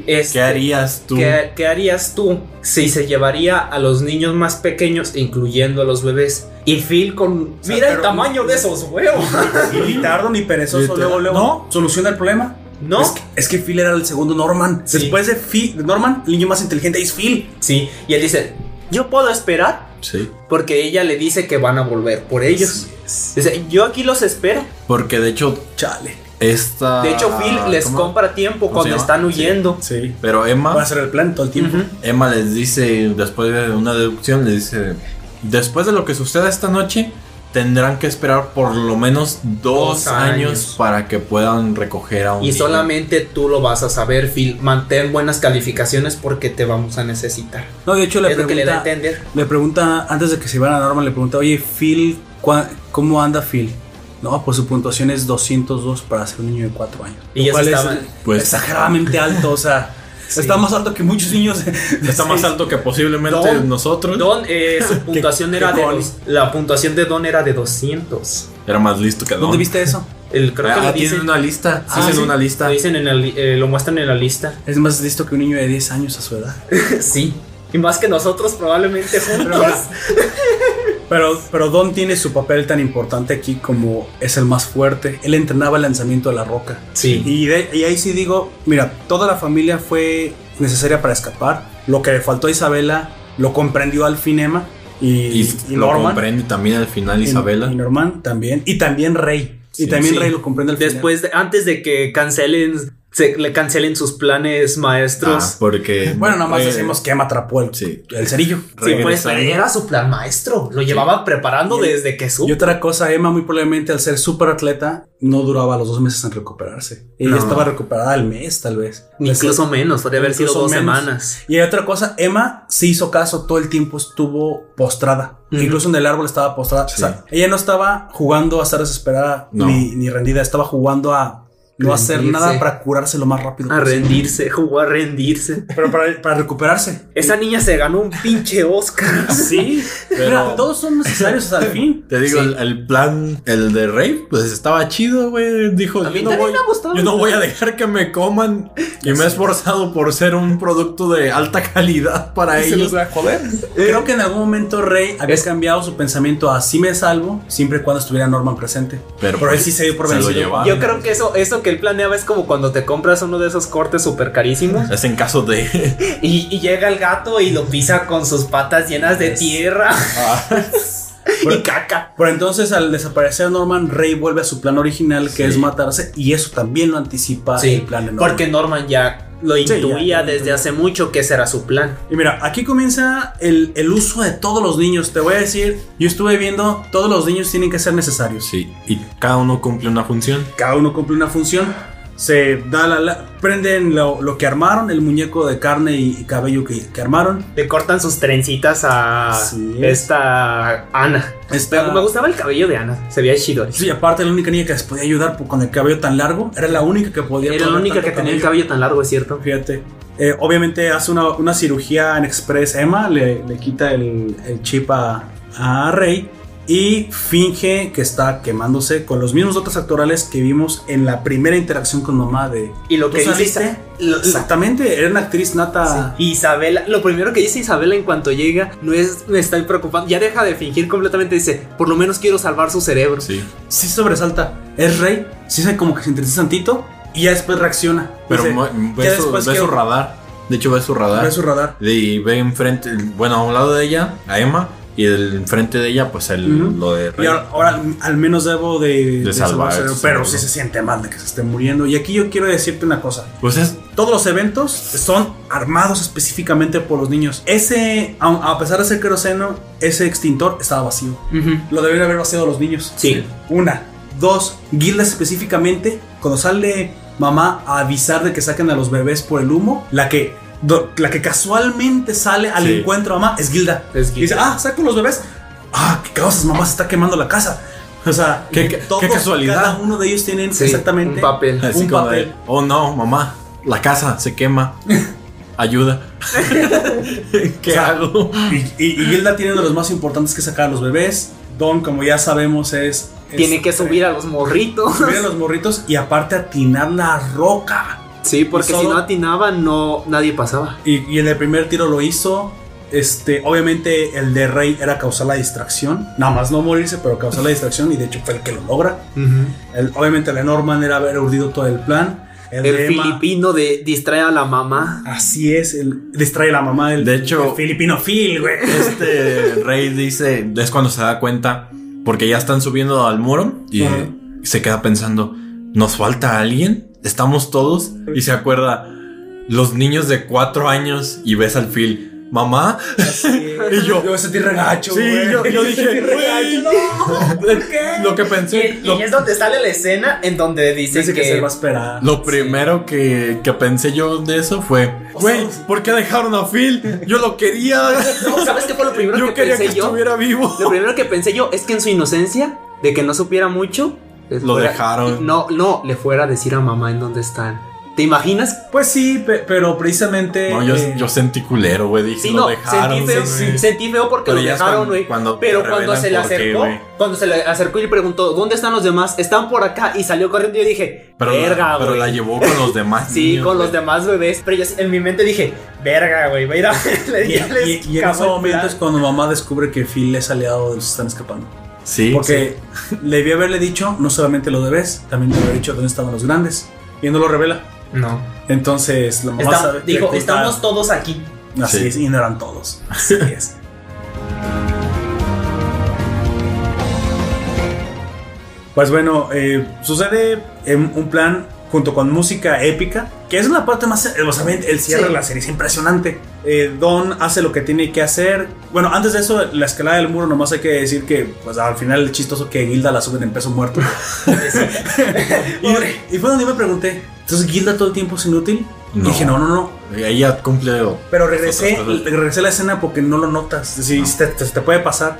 Speaker 5: este,
Speaker 2: ¿Qué harías tú?
Speaker 5: ¿Qué, qué harías tú si se llevaría a los niños más pequeños, incluyendo a los bebés? Y Phil con...
Speaker 1: sea,
Speaker 5: mira el
Speaker 1: pero-
Speaker 5: tamaño de esos huevos.
Speaker 1: Ni tardo ni perezoso,
Speaker 2: Literal.
Speaker 1: luego, luego.
Speaker 2: ¿No?
Speaker 1: Soluciona el problema.
Speaker 5: ¿No?
Speaker 1: Es que, es que Phil era el segundo Norman.
Speaker 5: Sí.
Speaker 1: Después de, Phil- de Norman, el niño más inteligente es Phil.
Speaker 5: Sí. Y él dice, yo puedo esperar
Speaker 2: Sí.
Speaker 5: porque ella le dice que van a volver por ellos. Dice, yo aquí los espero.
Speaker 2: Porque de hecho,
Speaker 1: Chale.
Speaker 2: esta.
Speaker 5: De hecho, Phil les
Speaker 2: Ah, ¿cómo?
Speaker 5: compra tiempo
Speaker 2: ¿Cómo
Speaker 5: cuando
Speaker 2: se llama?
Speaker 5: están
Speaker 2: Sí.
Speaker 5: huyendo.
Speaker 1: Sí.
Speaker 2: Pero Emma.
Speaker 1: Va a ser el plan todo el tiempo.
Speaker 5: Ujú.
Speaker 2: Emma les dice, después de una deducción, le dice, después de lo que suceda esta noche, tendrán que esperar por lo menos dos,
Speaker 5: Dos
Speaker 2: años.
Speaker 5: años.
Speaker 2: para que puedan recoger a un...
Speaker 5: Y
Speaker 2: niño".
Speaker 5: solamente tú lo vas a saber, Phil. Mantén buenas calificaciones porque te vamos a necesitar.
Speaker 1: No, de hecho, le
Speaker 5: es lo que le da a
Speaker 1: pregunta, le,
Speaker 5: entender.
Speaker 1: pregunta, antes de que se iban a Norman, le pregunta, oye, Phil, ¿cuá- ¿cómo anda Phil? No, pues su puntuación es 202 para ser un niño de 4 años.
Speaker 5: Y
Speaker 1: Lo
Speaker 5: ellos
Speaker 1: cual es
Speaker 5: estaban-
Speaker 2: Pues-
Speaker 1: exageradamente alto, o sea, está más alto que muchos niños.
Speaker 2: Está más alto que posiblemente
Speaker 5: Don-
Speaker 2: nosotros.
Speaker 5: Don, eh, su puntuación era de dos- la puntuación de Don era de 200.
Speaker 2: Era más listo que Don.
Speaker 1: ¿Dónde viste eso?
Speaker 5: El, creo que
Speaker 2: Ah,
Speaker 5: le
Speaker 2: tienen
Speaker 5: dicen,
Speaker 2: una lista.
Speaker 1: Ah,
Speaker 2: hacen
Speaker 1: sí.
Speaker 2: una lista.
Speaker 5: le dicen en la li- eh, lo muestran en la lista.
Speaker 1: Es más listo que un niño de 10 años a su edad.
Speaker 5: sí. Y más que nosotros probablemente juntos.
Speaker 1: Pero, pero Don tiene su papel tan importante aquí como es el más fuerte. Él entrenaba el lanzamiento a la roca.
Speaker 5: sí.
Speaker 1: Y, de- y ahí sí digo, mira, toda la familia fue necesaria para escapar. Lo que le faltó a Isabela lo comprendió al fin Emma y,
Speaker 2: y
Speaker 1: y
Speaker 2: lo
Speaker 1: Norman.
Speaker 2: comprende también al final
Speaker 1: Y-
Speaker 2: Isabela. Ah,
Speaker 1: Y Norman también. Y también Rey. y
Speaker 2: Sí,
Speaker 1: también
Speaker 5: sí.
Speaker 1: Rey lo comprende al final.
Speaker 5: Después de- antes de que cancelen se- le cancelen sus planes
Speaker 2: Ah,
Speaker 5: maestros.
Speaker 2: porque...
Speaker 1: Bueno, nada más
Speaker 2: eh,
Speaker 1: decimos que Emma atrapó el,
Speaker 2: Sí.
Speaker 1: el cerillo.
Speaker 5: Sí, pues
Speaker 2: regresando.
Speaker 5: pero era su plan maestro. Lo llevaba preparando
Speaker 1: Y-
Speaker 5: desde que
Speaker 1: Y
Speaker 5: supo.
Speaker 1: otra cosa, Emma muy probablemente al ser súper atleta no duraba los dos meses en recuperarse. Ella
Speaker 5: No.
Speaker 1: estaba recuperada al mes tal vez.
Speaker 5: Incluso menos, podría haber sido
Speaker 1: Incluso
Speaker 5: dos
Speaker 1: menos.
Speaker 5: semanas.
Speaker 1: Y hay otra cosa, Emma se hizo caso, todo el tiempo estuvo postrada.
Speaker 5: Ujú.
Speaker 1: Incluso en el árbol estaba postrada.
Speaker 2: Sí.
Speaker 1: O sea, ella no estaba jugando a estar desesperada
Speaker 2: No.
Speaker 1: ni, ni rendida, estaba jugando a no hacer
Speaker 5: Rendirse.
Speaker 1: nada para curarse lo más rápido
Speaker 5: A
Speaker 1: posible.
Speaker 5: rendirse, jugó a rendirse.
Speaker 1: Pero para, para recuperarse.
Speaker 5: Esa niña se ganó un pinche Oscar.
Speaker 1: Sí,
Speaker 2: Pero-
Speaker 1: Mira, todos son necesarios hasta el fin.
Speaker 2: Te digo,
Speaker 5: Sí.
Speaker 2: el, el plan, el de Rey, pues estaba chido, güey. Dijo,
Speaker 5: A mí
Speaker 2: yo no,
Speaker 5: también
Speaker 2: voy,
Speaker 5: me ha gustado.
Speaker 2: yo no voy a dejar que me coman. Y me he esforzado por ser un producto de alta calidad para
Speaker 9: se los
Speaker 2: ellos.
Speaker 9: va a joder.
Speaker 2: Eh.
Speaker 1: Creo que en algún momento Rey había cambiado su pensamiento a sí me salvo siempre y cuando estuviera Norman presente. Pero, él sí se dio por
Speaker 2: pues se lo
Speaker 1: vencido.
Speaker 2: llevaron.
Speaker 5: Yo creo que eso, eso que él planeaba es como cuando te compras uno de esos cortes súper carísimos
Speaker 2: Es en caso de...
Speaker 5: y, y llega el gato y lo pisa con sus patas llenas de tierra y caca.
Speaker 1: Pero entonces al desaparecer Norman, Rey vuelve a su plan original, que
Speaker 2: Sí.
Speaker 1: es matarse, y eso también lo anticipa el plan de Norman.
Speaker 5: porque Norman ya lo
Speaker 1: ya,
Speaker 5: intuía
Speaker 1: ya lo
Speaker 5: desde
Speaker 1: intuía.
Speaker 5: hace mucho que ese era su plan.
Speaker 1: Y mira, aquí comienza el, el uso de todos los niños. Te voy a decir, yo estuve viendo, todos los niños tienen que ser necesarios.
Speaker 2: Sí, y cada uno cumple una función.
Speaker 1: Cada uno cumple una función. Se da la, la- prenden lo, lo que armaron, el muñeco de carne y, y cabello que, que armaron.
Speaker 5: Le cortan sus trencitas a
Speaker 1: Así es.
Speaker 5: esta Ana.
Speaker 1: Está-
Speaker 5: Pero me gustaba el cabello de Ana, se veía chido.
Speaker 1: Sí, aparte la única niña que les podía ayudar por- con el cabello tan largo, era la única que podía.
Speaker 5: Era la
Speaker 1: tolerar
Speaker 5: única
Speaker 1: tanto
Speaker 5: que tenía el cabello tan largo, es cierto.
Speaker 1: Fíjate. Eh, obviamente hace una, una cirugía en Express Emma, le, le quita el, el chip a, a Rey y finge que está quemándose con los mismos dotes actorales que vimos en la primera interacción con mamá de...
Speaker 5: Y lo
Speaker 1: ¿Tú
Speaker 5: que dice
Speaker 1: saliste?
Speaker 5: Isa- lo- lo-
Speaker 1: Exactamente, era una actriz nata...
Speaker 5: Sí. Isabela, lo primero que dice Isabela en cuanto llega no es me estoy preocupando, ya deja de fingir completamente, dice, por lo menos quiero salvar su cerebro.
Speaker 2: Sí.
Speaker 1: Sí. sobresalta, es Rey, sí se como que se interesa tantito y ya después reacciona.
Speaker 2: Pero
Speaker 1: Dice,
Speaker 2: mu- ve,
Speaker 1: ya
Speaker 2: su,
Speaker 1: después
Speaker 2: ve
Speaker 1: que-
Speaker 2: su radar. De hecho, ve su radar.
Speaker 1: ve su radar.
Speaker 2: Y ve enfrente, bueno, a un lado de ella, a Emma. Y del enfrente de ella, pues el,
Speaker 1: Ujú.
Speaker 2: lo de
Speaker 1: Y
Speaker 2: Rey.
Speaker 1: ahora, ahora al- al menos debo de, de
Speaker 2: salvar,
Speaker 1: salvarse,
Speaker 2: sí,
Speaker 1: pero
Speaker 2: ¿no?
Speaker 1: sí se siente mal de que se esté muriendo. Y aquí yo quiero decirte una cosa.
Speaker 2: Pues es
Speaker 1: Todos los eventos son armados específicamente por los niños. Ese, a, a pesar de ser queroseno, ese extintor estaba vacío.
Speaker 5: Ujú.
Speaker 1: Lo deberían haber vaciado los niños.
Speaker 5: Sí.
Speaker 1: Una. Dos, Gilda específicamente, cuando sale mamá a avisar de que saquen a los bebés por el humo, la que, do- la que casualmente sale al
Speaker 2: Sí.
Speaker 1: encuentro a mamá es Gilda.
Speaker 4: Es
Speaker 1: Y dice,
Speaker 4: Gilda.
Speaker 1: ah, saco los bebés. Ah, qué causas, mamá se está quemando la casa. O sea,
Speaker 2: Qué- qué casualidad.
Speaker 1: Cada uno de ellos tienen
Speaker 4: Sí,
Speaker 1: exactamente
Speaker 4: un papel.
Speaker 2: Así
Speaker 1: un
Speaker 2: como
Speaker 1: papel.
Speaker 2: de, oh no, mamá, la casa se quema. Ayuda. ¿Qué
Speaker 1: O sea,
Speaker 2: hago?
Speaker 1: Y, y- y Gilda tiene uno de los más importantes que sacar a los bebés. Don, como ya sabemos, es. es- eh,
Speaker 4: Tiene que subir a los morritos.
Speaker 1: subir a los morritos y aparte atinar la roca.
Speaker 4: Sí, porque
Speaker 1: Y
Speaker 4: si
Speaker 1: solo-
Speaker 4: no atinaba, no, nadie pasaba.
Speaker 1: Y, y en el primer tiro lo hizo. Este, obviamente el de Rey era causar la distracción. Nada más no morirse, pero causar la distracción. Y de hecho fue el que lo logra. El- obviamente el de Norman era haber urdido todo el plan. El,
Speaker 4: El,
Speaker 1: de Emma-
Speaker 4: filipino de distrae a la mamá.
Speaker 1: Así es, el, distrae la mamá del
Speaker 2: De hecho-
Speaker 1: el filipino Phil, güey.
Speaker 2: Este rey dice, es cuando se da cuenta, porque ya están subiendo al muro y
Speaker 1: Ajá.
Speaker 2: se queda pensando, ¿nos falta alguien? ¿Estamos todos? Y se acuerda, los niños de cuatro años y ves al Phil, mamá. Y yo,
Speaker 1: Yo sentí regacho,
Speaker 2: Sí,
Speaker 1: güey.
Speaker 2: yo- yo dije,
Speaker 1: sentí regacho, no.
Speaker 2: lo que pensé,
Speaker 5: Y,
Speaker 2: lo,
Speaker 5: y es donde sale la escena en donde dice
Speaker 1: Dice
Speaker 5: que,
Speaker 1: que se va a esperar.
Speaker 2: lo primero que, que pensé yo de eso fue, güey, ¿por qué dejaron a Phil? Yo lo quería.
Speaker 4: No, ¿Sabes qué fue lo primero
Speaker 2: Yo
Speaker 4: que
Speaker 2: quería que
Speaker 4: pensé yo?
Speaker 2: estuviera vivo.
Speaker 4: Lo primero que pensé yo es que en su inocencia, de que no supiera mucho, les
Speaker 2: Lo dejaron.
Speaker 4: No, no, le fuera a decir a mamá en dónde están. ¿Te imaginas?
Speaker 1: Pues sí, pe- pero precisamente.
Speaker 2: No, yo,
Speaker 1: eh,
Speaker 2: yo sentí culero, güey. Dije,
Speaker 4: Sí,
Speaker 2: lo
Speaker 4: no,
Speaker 2: dejaron.
Speaker 4: sentí, feo,
Speaker 2: sí, sí.
Speaker 4: sentí feo porque
Speaker 2: Pero
Speaker 4: lo
Speaker 2: ya es
Speaker 4: dejaron,
Speaker 2: cuando-
Speaker 4: güey.
Speaker 2: cuando
Speaker 4: Pero
Speaker 2: te
Speaker 4: cuando
Speaker 2: revelan
Speaker 4: se le
Speaker 2: por qué,
Speaker 4: acercó,
Speaker 2: güey.
Speaker 4: cuando se le acercó y le preguntó, ¿dónde están los demás? Están por acá. Y salió corriendo y yo dije,
Speaker 2: Pero,
Speaker 4: verga,
Speaker 2: la, pero
Speaker 4: güey.
Speaker 2: la llevó con los demás.
Speaker 4: Sí,
Speaker 2: niños,
Speaker 4: con los
Speaker 2: güey.
Speaker 4: demás bebés.
Speaker 5: Pero yo en mi mente dije, verga, güey, va a ir a
Speaker 1: Y, y- y en ese momento es cuando mamá descubre que Phil es aliado de los que están escapando.
Speaker 2: Sí.
Speaker 1: Porque le debí haberle dicho, no solamente lo debes, también le había dicho dónde estaban los grandes. Y no lo revela.
Speaker 5: No.
Speaker 1: Entonces la mamá
Speaker 5: Está-
Speaker 1: sabe. que
Speaker 5: dijo,
Speaker 1: oculta-
Speaker 5: estamos todos aquí.
Speaker 1: Así
Speaker 2: Sí.
Speaker 1: es, y no eran todos. Así es. Pues bueno, eh, sucede en un plan junto con música épica, que es una parte más... eh, O sea, ven, el cierre
Speaker 5: Sí.
Speaker 1: de la serie es impresionante. Eh, Don hace lo que tiene que hacer. Bueno, antes de eso, la escalada del muro, nomás hay que decir que pues, al final es chistoso que Gilda la suben en peso muerto. y, y fue donde yo me pregunté, entonces Gilda todo el tiempo es inútil. Y
Speaker 2: No.
Speaker 1: dije, no, no, no,
Speaker 2: Ella cumple.
Speaker 1: pero regresé,
Speaker 2: Otras cosas.
Speaker 1: regresé a la escena porque no lo notas. Si te, te- te puede pasar.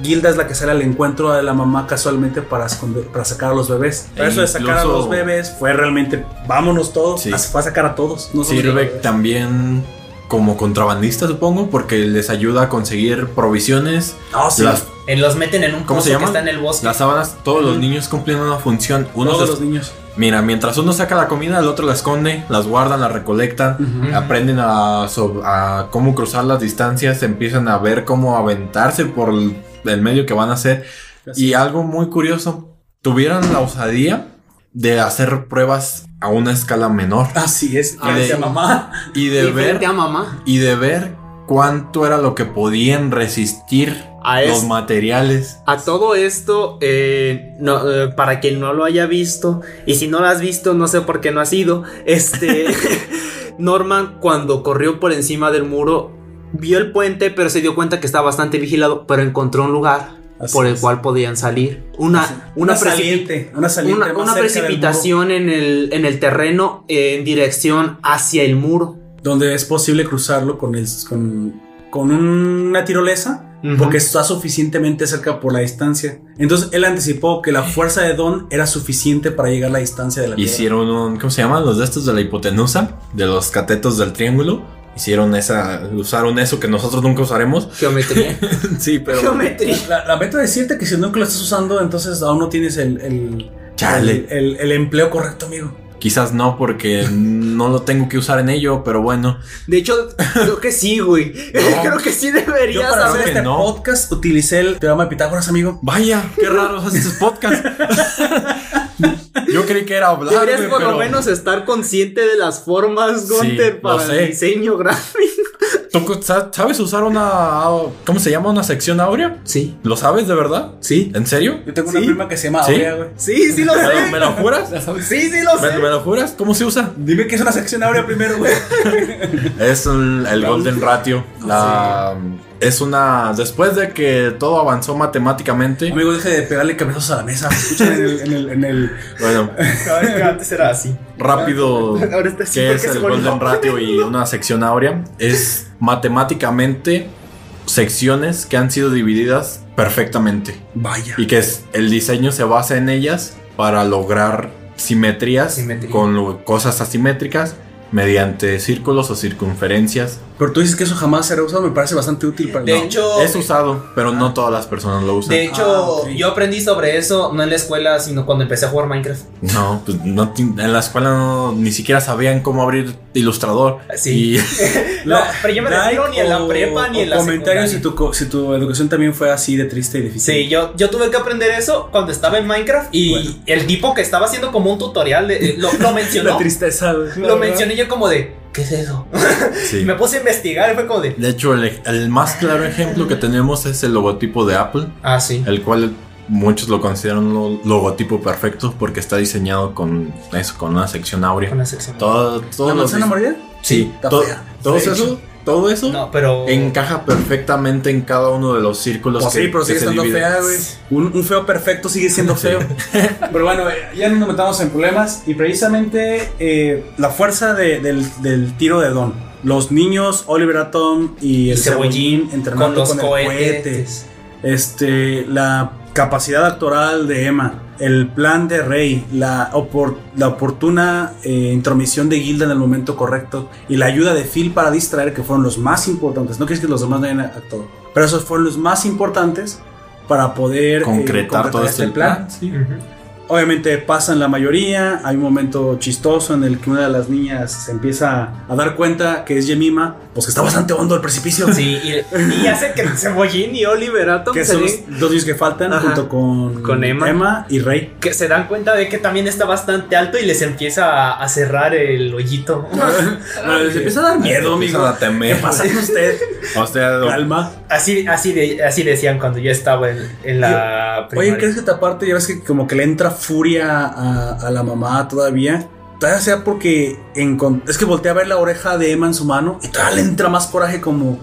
Speaker 1: Gilda es la que sale al encuentro de la mamá casualmente para, esconder- para sacar a los bebés. Pero
Speaker 2: E
Speaker 1: eso de sacar a
Speaker 2: incluso-
Speaker 1: los bebés fue realmente vámonos todos.
Speaker 2: Sí.
Speaker 1: Ah, Se fue a sacar a todos. No solo
Speaker 2: Sirve
Speaker 1: a los bebés.
Speaker 2: también como contrabandista, supongo, porque les ayuda a conseguir provisiones.
Speaker 1: Ah, sí.
Speaker 2: Las,
Speaker 5: Eh, los meten en un
Speaker 2: ¿Cómo
Speaker 5: pozo
Speaker 2: se
Speaker 5: que
Speaker 2: llama?
Speaker 5: está en el bosque.
Speaker 2: las sábanas, todos los
Speaker 1: Ujú.
Speaker 2: niños cumplen una función. Uno
Speaker 1: todos
Speaker 2: se-
Speaker 1: los niños.
Speaker 2: mira, mientras uno saca la comida, el otro la esconde, las guardan, la recolectan.
Speaker 1: Ujú.
Speaker 2: Aprenden a, sob- a cómo cruzar las distancias, empiezan a ver cómo aventarse por el el medio que van a hacer.
Speaker 1: Así
Speaker 2: Y algo muy curioso, tuvieron la osadía de hacer pruebas a una escala menor
Speaker 1: Así es.
Speaker 2: Ah,
Speaker 1: Y
Speaker 2: de-
Speaker 1: la mamá.
Speaker 2: y de
Speaker 4: Y
Speaker 2: ver
Speaker 4: frente a mamá.
Speaker 2: y de ver cuánto era lo que podían resistir
Speaker 4: A
Speaker 2: los
Speaker 4: es-
Speaker 2: materiales.
Speaker 4: A todo esto, eh, no, eh, para quien no lo haya visto, y si no lo has visto, no sé por qué no has ido, este, Norman cuando corrió por encima del muro, vio el puente, pero se dio cuenta que estaba bastante vigilado, pero encontró un lugar
Speaker 1: Así
Speaker 4: por el
Speaker 1: es.
Speaker 4: cual podían salir. Una, una,
Speaker 1: Una,
Speaker 4: precipi-
Speaker 1: saliente. Una saliente.
Speaker 4: una-
Speaker 1: más
Speaker 4: una
Speaker 1: cerca del
Speaker 4: precipitación en el, en el terreno eh, en dirección hacia el muro.
Speaker 1: muro, donde es posible cruzarlo con, el, con, con una tirolesa.
Speaker 4: Ujú.
Speaker 1: porque está suficientemente cerca por la distancia. Entonces él anticipó que la fuerza de Don era suficiente para llegar a la distancia de la piedra.
Speaker 2: Hicieron un, ¿cómo se llaman? Los de estos de la hipotenusa, de los catetos del triángulo. Hicieron esa, usaron eso que nosotros nunca usaremos.
Speaker 4: geometría.
Speaker 2: sí, pero...
Speaker 4: geometría.
Speaker 1: La, la meta es decirte que si nunca lo estás usando, entonces aún no tienes el, el,
Speaker 2: Chale.
Speaker 1: el, el- el empleo correcto, amigo.
Speaker 2: Quizás no, porque no lo tengo que usar en ello, pero bueno.
Speaker 4: De hecho, creo que sí, güey. creo que sí
Speaker 1: Yo
Speaker 4: deberías
Speaker 1: para
Speaker 4: saber.
Speaker 1: hacer
Speaker 2: que
Speaker 1: este
Speaker 2: no.
Speaker 1: podcast utilicé el teorema de Pitágoras, amigo.
Speaker 2: Vaya, qué raros estos podcasts. Yo creí que era hablar.
Speaker 4: Deberías
Speaker 2: güey,
Speaker 4: por lo
Speaker 2: pero
Speaker 4: menos estar consciente de las formas,
Speaker 2: Sí,
Speaker 4: Gunter,
Speaker 2: lo
Speaker 4: para
Speaker 2: sé.
Speaker 4: el diseño gráfico.
Speaker 2: ¿Tú co- sa- sabes usar una. ¿Cómo se llama? ¿Una sección áurea?
Speaker 4: Sí,
Speaker 2: ¿Lo sabes de verdad?
Speaker 4: sí.
Speaker 2: ¿En serio?
Speaker 1: Yo tengo una
Speaker 4: Sí.
Speaker 1: prima que se llama
Speaker 2: Sí.
Speaker 1: Aurea, güey.
Speaker 4: Sí, sí lo
Speaker 2: ¿Me lo,
Speaker 4: sé.
Speaker 2: me lo juras?
Speaker 5: Sí, sí, lo
Speaker 2: ¿Me,
Speaker 5: sé.
Speaker 2: me lo juras? ¿Cómo se usa?
Speaker 1: Dime que es una sección Aurea primero, güey.
Speaker 2: Es el, el Golden Ratio. La, es una. Después de que todo avanzó matemáticamente.
Speaker 1: Amigo, deje de pegarle cabezazos a la mesa. Escuchen en el, en el, en el-
Speaker 2: Bueno,
Speaker 10: Ay, que antes era así.
Speaker 2: rápido.
Speaker 10: Ahora está así
Speaker 2: que
Speaker 10: porque
Speaker 2: es
Speaker 10: se
Speaker 2: el
Speaker 10: volvió.
Speaker 2: Golden Ratio y una sección áurea. Es matemáticamente secciones que han sido divididas perfectamente.
Speaker 1: Vaya.
Speaker 2: Y que es, el diseño se basa en ellas para lograr simetrías
Speaker 5: Simetría.
Speaker 2: con lo- cosas asimétricas mediante círculos o circunferencias.
Speaker 1: Pero tú dices que eso jamás será usado, me parece bastante útil para
Speaker 5: De
Speaker 1: No.
Speaker 5: hecho,
Speaker 2: Es usado, pero
Speaker 10: Ah.
Speaker 2: no todas las personas lo usan.
Speaker 5: de hecho
Speaker 1: ah, ok.
Speaker 5: yo aprendí sobre eso no en la escuela, sino cuando empecé a jugar Minecraft.
Speaker 2: No, pues no ti- en la escuela no- ni siquiera sabían cómo abrir Ilustrador.
Speaker 5: Sí.
Speaker 2: Y
Speaker 5: No, pero yo me
Speaker 1: Like
Speaker 5: refiero ni en la
Speaker 1: o-
Speaker 5: prepa ni
Speaker 1: o
Speaker 5: en la
Speaker 1: comentarios si
Speaker 5: secundaria.
Speaker 1: tu, co- si tu educación también fue así de triste y difícil.
Speaker 5: Sí, yo, yo tuve que aprender eso cuando estaba en Minecraft y
Speaker 1: Bueno.
Speaker 5: el tipo que estaba haciendo como un tutorial de- eh, lo, lo mencionó.
Speaker 1: La tristeza, güey.
Speaker 5: lo mencioné yo como de, ¿qué es eso?
Speaker 2: sí.
Speaker 5: Y me puse a investigar y fue como de,
Speaker 2: De hecho, el, ej- el más claro ejemplo que tenemos es el logotipo de Apple,
Speaker 5: ah, sí.
Speaker 2: el cual muchos lo consideran un lo- logotipo perfecto porque está diseñado con eso, con una sección áurea.
Speaker 5: Con la sección.
Speaker 2: Todo, todos
Speaker 1: ¿La
Speaker 2: los
Speaker 1: manzana
Speaker 2: dis-
Speaker 1: amarilla?
Speaker 2: Sí,
Speaker 1: Está
Speaker 2: to-
Speaker 1: fea.
Speaker 2: todo
Speaker 1: Sí.
Speaker 2: eso, todo eso
Speaker 5: No, pero.
Speaker 2: encaja perfectamente en cada uno de los círculos
Speaker 1: Pues
Speaker 2: que,
Speaker 1: sí, pero
Speaker 2: que
Speaker 1: sigue
Speaker 2: se
Speaker 1: estando
Speaker 2: dividen. Eh,
Speaker 1: fea, güey. Un, un feo perfecto sigue siendo
Speaker 2: Sí.
Speaker 1: feo. Pero bueno, eh, ya no nos metamos en problemas. Y precisamente eh, la fuerza de- del, del tiro de Don. Los niños, Oliver Atom y el
Speaker 5: Y Cebollín
Speaker 1: cebollín entrenando
Speaker 5: con
Speaker 1: con,
Speaker 5: los
Speaker 1: el cohete.
Speaker 5: cohetes.
Speaker 1: Este, la capacidad actoral de Emma. El plan de Rey. La, opor- la oportuna eh, intromisión de Gilda en el momento correcto. Y la ayuda de Phil para distraer, que fueron los más importantes. No quieres que los demás no hayan actuado. Pero esos fueron los más importantes para poder eh,
Speaker 2: concretar todo este plan. sí.
Speaker 1: Obviamente pasan la mayoría, hay un momento chistoso en el que una de las niñas se empieza a dar cuenta que es Yemima, pues que está bastante hondo el precipicio,
Speaker 5: Sí, y, y hace que el Cebollín y Oliver Atom
Speaker 1: que
Speaker 5: se,
Speaker 1: son los
Speaker 5: den-
Speaker 1: dos niños que faltan
Speaker 5: Ajá.
Speaker 1: junto con,
Speaker 5: Con Emma.
Speaker 1: y Rey.
Speaker 5: que se dan cuenta de que también está bastante alto y les empieza a, a cerrar el hoyito.
Speaker 1: Ah, les empieza a dar miedo,
Speaker 2: Empiezan
Speaker 1: amigo.
Speaker 2: a temer.
Speaker 1: ¿Qué pasa con usted?
Speaker 2: O sea, lo-
Speaker 1: Calma.
Speaker 5: Así, así, de- así decían cuando yo estaba en, en la primaria.
Speaker 1: Oye, ¿crees que te aparte ya ves que como que le entra furia a, a la mamá todavía? Todavía sea porque encon- es que volteé a ver la oreja de Emma en su mano y todavía le entra más coraje como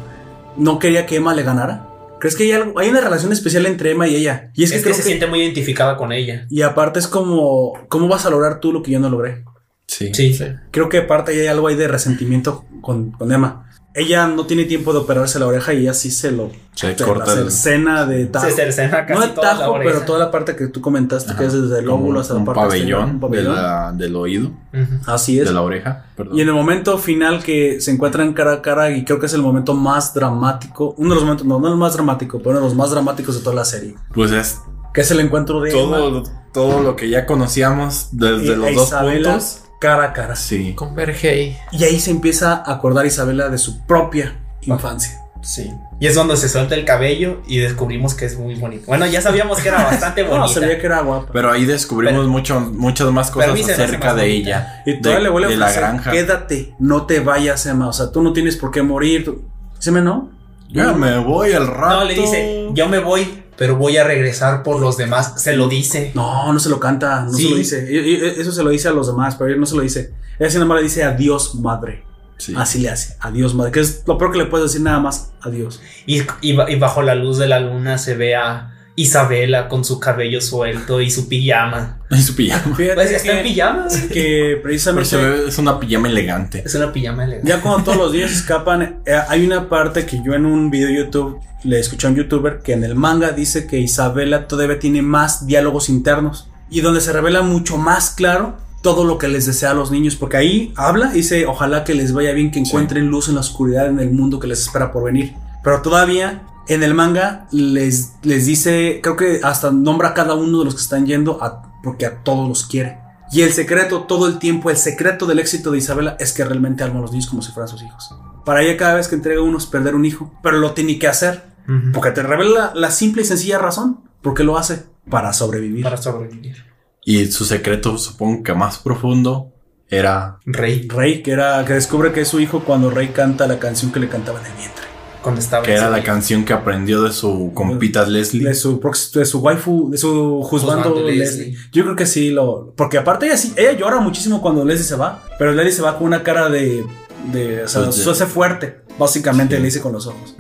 Speaker 1: no quería que Emma le ganara. ¿Crees que hay, algo- hay una relación especial entre Emma y ella? Y es, que,
Speaker 5: es, que
Speaker 1: creo
Speaker 5: se
Speaker 1: que-
Speaker 5: siente muy identificada con ella.
Speaker 1: Y aparte es como, ¿cómo vas a lograr tú lo que yo no logré?
Speaker 2: Sí.
Speaker 5: Sí.
Speaker 1: Creo que aparte hay algo ahí de resentimiento con, con Emma. Ella no tiene tiempo de operarse la oreja y ella sí se lo...
Speaker 2: Se
Speaker 1: se la
Speaker 2: corta el-
Speaker 1: cercena de tajo.
Speaker 5: Se cercena casi
Speaker 1: No de
Speaker 5: toda la
Speaker 1: tajo,
Speaker 5: oreja.
Speaker 1: pero toda la parte que tú comentaste, que es desde el
Speaker 2: como
Speaker 1: óvulo hasta
Speaker 2: un
Speaker 1: la parte
Speaker 2: pabellón,
Speaker 1: exterior, un pabellón.
Speaker 2: De la- del oído,
Speaker 5: Ujú.
Speaker 1: Así es.
Speaker 2: de la oreja. Perdón.
Speaker 1: Y en el momento final que se encuentran cara a cara, y creo que es el momento más dramático, uno de los momentos, no, no el más dramático, pero uno de los más dramáticos de toda la serie,
Speaker 2: Pues es
Speaker 1: que es el encuentro de Emma
Speaker 2: todo, todo lo que ya conocíamos desde
Speaker 5: Eh,
Speaker 1: y-
Speaker 2: los
Speaker 1: e
Speaker 2: dos
Speaker 1: Isabela
Speaker 2: puntos.
Speaker 1: cara a cara.
Speaker 2: Sí.
Speaker 3: Converge ahí.
Speaker 1: Y ahí se empieza a acordar Isabela de su propia infancia.
Speaker 5: Sí. Y es cuando se suelta el cabello y descubrimos que es muy bonito. Bueno, ya sabíamos que era bastante
Speaker 1: No, se
Speaker 5: bonita.
Speaker 1: veía que era guapa.
Speaker 2: Pero ahí descubrimos
Speaker 5: Pero-
Speaker 2: mucho- muchas más
Speaker 5: pero a
Speaker 2: cosas
Speaker 5: mí se me hace
Speaker 2: acerca
Speaker 5: más
Speaker 2: de
Speaker 5: bonita.
Speaker 2: ella.
Speaker 1: Y todavía
Speaker 2: de,
Speaker 1: le vuelve a
Speaker 2: de la
Speaker 1: ofrecer,
Speaker 2: granja.
Speaker 1: quédate, no te vayas, Emma. O sea, tú no tienes por qué morir. Tú- Dice, "Me no.
Speaker 2: Ya me voy al rato.
Speaker 5: No, le dice, yo me voy, pero voy a regresar por los demás. Se lo dice.
Speaker 1: No, no se lo canta, no
Speaker 5: Sí.
Speaker 1: se lo dice. Y- y- Eso se lo dice a los demás, pero él no se lo dice. Ella sin embargo le dice adiós, madre.
Speaker 2: Sí. Ah,
Speaker 1: Así le hace, adiós, madre. Que es lo peor que le puedes decir nada más, adiós.
Speaker 5: Y, y ba- y bajo la luz de la luna se ve a Isabela con su cabello suelto y su pijama.
Speaker 2: Y su pijama.
Speaker 5: Pues
Speaker 1: Fíjate
Speaker 5: está en
Speaker 1: que,
Speaker 5: pijama.
Speaker 1: que
Speaker 2: Pero se
Speaker 1: precisamente
Speaker 2: ve- es una pijama elegante.
Speaker 5: Es una pijama elegante.
Speaker 1: ya cuando todos los días escapan, eh, hay una parte que yo en un video de YouTube le escuché a un youtuber que en el manga dice que Isabela todavía tiene más diálogos internos y donde se revela mucho más claro todo lo que les desea a los niños, porque ahí habla y dice, ojalá que les vaya bien, que encuentren luz en la oscuridad, en el mundo que les espera por venir. Pero todavía en el manga les, les dice, creo que hasta nombra a cada uno de los que están yendo, a- porque a todos los quiere. Y el secreto, todo el tiempo, el secreto del éxito de Isabela es que realmente ama a los niños como si fueran sus hijos. Para ella cada vez que entrega uno es perder un hijo, pero lo tiene que hacer,
Speaker 5: Ujú.
Speaker 1: porque te revela la simple y sencilla razón, porque lo hace para sobrevivir.
Speaker 5: Para sobrevivir.
Speaker 2: Y su secreto, supongo que más profundo, era
Speaker 5: Rey,
Speaker 1: Rey, que era que descubre que es su hijo cuando Rey canta la canción que le cantaba en el vientre.
Speaker 5: cuando estaba
Speaker 2: que
Speaker 5: en
Speaker 2: era
Speaker 5: su-
Speaker 2: la canción que aprendió de su compita Leslie.
Speaker 1: De su, prox- de su waifu, de su juzgando
Speaker 5: Juzgando Leslie.
Speaker 1: Leslie. Yo creo que sí lo. Porque aparte ella sí, ella llora muchísimo cuando Leslie se va. Pero Leslie se va con una cara de. de, o sea,
Speaker 2: Pues de-
Speaker 1: se hace fuerte. Básicamente le dice con los ojos.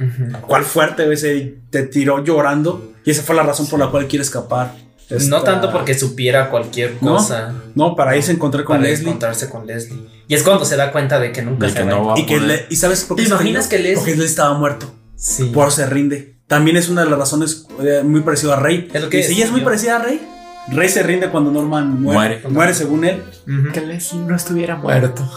Speaker 1: ¿Cuál fuerte, güey? Se te tiró llorando y esa fue la razón por la cual quiere escapar.
Speaker 5: No
Speaker 1: Esta-
Speaker 5: tanto porque supiera cualquier
Speaker 1: ¿No?
Speaker 5: cosa
Speaker 1: No, para irse a encontrar con
Speaker 5: para
Speaker 1: Leslie.
Speaker 5: encontrarse con Leslie. Y es cuando se da cuenta de que nunca
Speaker 2: De
Speaker 5: se
Speaker 2: que
Speaker 5: va.
Speaker 2: no va a
Speaker 1: Y, que
Speaker 2: poder.
Speaker 1: le- ¿y sabes por qué?
Speaker 5: ¿Te
Speaker 1: se
Speaker 5: imaginas
Speaker 1: rindió?
Speaker 5: que Leslie-
Speaker 1: Porque Leslie estaba muerto.
Speaker 5: Sí.
Speaker 1: Por eso se rinde. También es una de las razones eh, muy parecida a Rey.
Speaker 5: Es lo que
Speaker 1: Dice, ella es muy
Speaker 5: decidió.
Speaker 1: parecida a Rey. Rey se rinde cuando Norman muere. Muere,
Speaker 5: Muere.
Speaker 1: según él.
Speaker 5: Ujú.
Speaker 3: Que Leslie no estuviera muerto.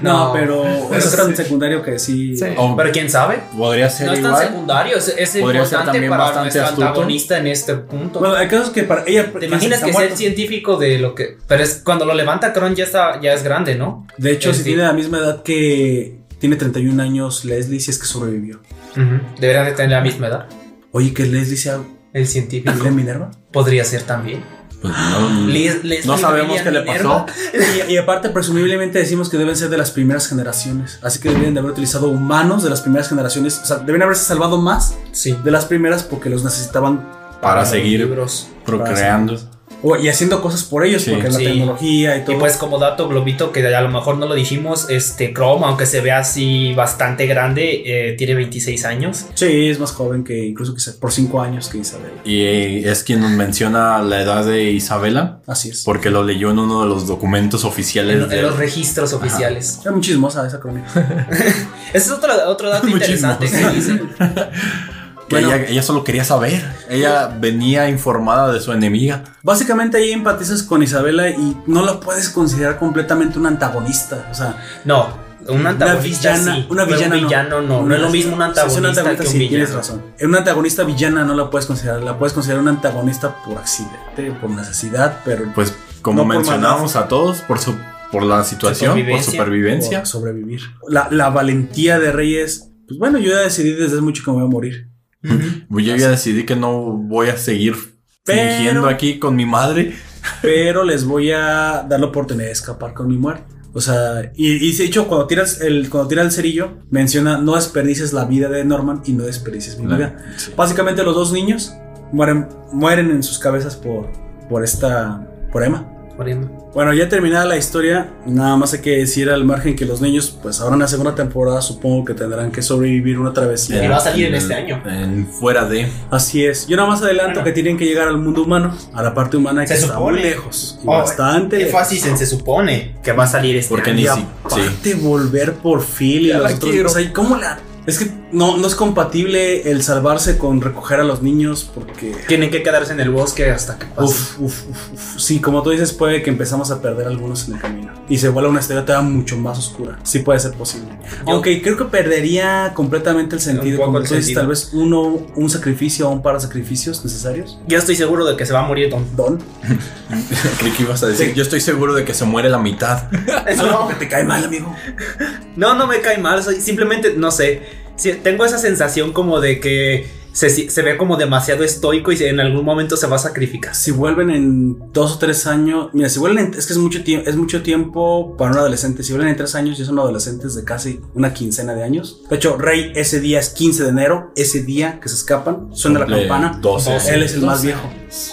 Speaker 1: No,
Speaker 5: No,
Speaker 1: pero, eso es
Speaker 5: creo
Speaker 1: tan
Speaker 5: que-
Speaker 1: secundario que sí.
Speaker 3: Sí.
Speaker 2: O
Speaker 5: Pero quién sabe.
Speaker 2: podría ser
Speaker 5: No es tan
Speaker 2: igual.
Speaker 5: secundario, es, es
Speaker 2: Podría ser
Speaker 5: importante
Speaker 2: también
Speaker 5: para
Speaker 2: bastante
Speaker 5: nuestro
Speaker 2: astuto.
Speaker 5: antagonista en este punto.
Speaker 1: Bueno, el caso es que para ella.
Speaker 5: ¿Te imaginas
Speaker 1: está
Speaker 5: que sea
Speaker 1: muerto.
Speaker 5: el científico de lo que. Pero es cuando lo levanta Kron ya está, ya es grande, ¿no?
Speaker 1: De hecho,
Speaker 5: el
Speaker 1: si
Speaker 5: fin.
Speaker 1: tiene la misma edad que tiene 31 años Leslie, si es que sobrevivió.
Speaker 5: Debería de tener la misma edad.
Speaker 1: Oye, que Leslie sea
Speaker 5: El científico
Speaker 1: hija de Minerva.
Speaker 5: podría ser también.
Speaker 2: Pues no,
Speaker 5: Les- Leslie
Speaker 2: no sabemos
Speaker 5: Maria
Speaker 2: qué le
Speaker 5: Minerva.
Speaker 2: pasó.
Speaker 1: Y, y aparte, presumiblemente decimos que deben ser de las primeras generaciones. Así que deben de haber utilizado humanos de las primeras generaciones. O sea, deben haberse salvado más
Speaker 5: Sí.
Speaker 1: de las primeras porque los necesitaban
Speaker 2: Para seguir
Speaker 5: Libros.
Speaker 2: procreando.
Speaker 1: o- y haciendo cosas por ellos,
Speaker 2: Sí.
Speaker 1: porque la
Speaker 5: Sí.
Speaker 1: tecnología y todo.
Speaker 5: Y pues como dato globito que a lo mejor no lo dijimos, este Chrome, aunque se vea así bastante grande, eh, tiene 26 años.
Speaker 1: sí, es más joven que incluso quizás por 5 años que Isabel.
Speaker 2: Y es quien nos menciona la edad de Isabela,
Speaker 1: Así es.
Speaker 2: porque lo leyó en uno de los documentos
Speaker 5: En,
Speaker 2: oficiales
Speaker 5: en
Speaker 2: de
Speaker 5: los registros oficiales.
Speaker 1: Era muy chismosa esa crónica.
Speaker 5: Ese es otro, otro dato
Speaker 2: Muy
Speaker 5: interesante que dice.
Speaker 2: que
Speaker 1: Bueno.
Speaker 2: ella, ella solo quería saber. Ella venía informada de su enemiga.
Speaker 1: Básicamente ahí empatizas con Isabela y no la puedes considerar completamente una antagonista. O sea,
Speaker 5: No, un antagonista
Speaker 1: villana,
Speaker 5: sí.
Speaker 1: una
Speaker 5: pero
Speaker 1: villana
Speaker 5: un villano no. No, es lo mismo un
Speaker 1: Sí,
Speaker 5: antagonista,
Speaker 1: es una antagonista,
Speaker 5: que un
Speaker 1: sí,
Speaker 5: villano.
Speaker 1: tienes razón. En una antagonista villana no la puedes considerar, la puedes considerar una antagonista por accidente, por necesidad, pero
Speaker 2: Pues como
Speaker 1: No por
Speaker 2: mencionamos a todos, por su por la situación,
Speaker 5: Supervivencia.
Speaker 2: por supervivencia.
Speaker 1: por sobrevivir. La, la valentía de Reyes, pues bueno, yo ya decidí desde hace mucho que me voy a morir.
Speaker 5: Ujú.
Speaker 2: Yo ya decidí que no voy a seguir
Speaker 1: Pero-
Speaker 2: fingiendo aquí con mi madre.
Speaker 1: pero les voy a dar la oportunidad de escapar con mi muerte. O sea, y, y de hecho, cuando tiras el, cuando tira el cerillo, menciona no desperdices la vida de Norman y no desperdices mi vida.
Speaker 2: Sí.
Speaker 1: Básicamente los dos niños mueren, mueren en sus cabezas por, por esta, por Emma.
Speaker 5: Por ejemplo.
Speaker 1: Bueno, ya terminada la historia, nada más hay que decir al margen que los niños, pues ahora en la segunda temporada supongo que tendrán que sobrevivir una travesía.
Speaker 5: Y va a salir en este año.
Speaker 2: En fuera de.
Speaker 1: Así es. Yo nada más adelanto
Speaker 5: Bueno.
Speaker 1: que tienen que llegar al mundo humano, a la parte humana que
Speaker 5: Se
Speaker 1: está muy
Speaker 5: supone.
Speaker 1: lejos. y
Speaker 5: Oh,
Speaker 1: bastante lejos.
Speaker 5: Énfasis en se supone que va a salir este
Speaker 2: Porque
Speaker 5: año.
Speaker 2: ni
Speaker 1: Y
Speaker 2: si. Sí.
Speaker 1: aparte volver por Phil y
Speaker 3: Ya
Speaker 1: a los
Speaker 3: la
Speaker 1: otros.
Speaker 3: quiero.
Speaker 1: o sea, ¿cómo la? Es que no, no es compatible el salvarse con recoger a los niños porque.
Speaker 5: Tienen que quedarse en el bosque hasta que pase.
Speaker 1: Uf, uf, uf, uf. Sí, como tú dices, puede que empezamos a perder algunos en el camino. Y se vuelve una historia mucho más oscura. Sí puede ser posible.
Speaker 5: Yo-
Speaker 1: Aunque creo que perdería completamente el sentido.
Speaker 5: poco
Speaker 1: Como
Speaker 5: el
Speaker 1: tú dices,
Speaker 5: sentido.
Speaker 1: tal vez uno, un sacrificio o un par de sacrificios necesarios.
Speaker 5: Yo estoy seguro de que se va a morir Don.
Speaker 1: Don.
Speaker 2: Creí que ibas a decir. Yo estoy seguro de que se muere la mitad.
Speaker 1: Solo porque te cae mal, amigo.
Speaker 5: No, no me cae mal, soy- simplemente no sé. Sí, tengo esa sensación como de que se, se ve como demasiado estoico y en algún momento se va a sacrificar.
Speaker 1: Si vuelven en dos o tres años, mira, si vuelven en- es que es mucho tiempo, es mucho tiempo para un adolescente. Si vuelven en tres años, ya son adolescentes de casi una quincena de años. De hecho, Rey ese día es 15 de enero, ese día que se escapan, suena la
Speaker 2: Cumple
Speaker 1: campana.
Speaker 2: 12.
Speaker 5: Doce.
Speaker 1: Él es el más viejo.
Speaker 5: 15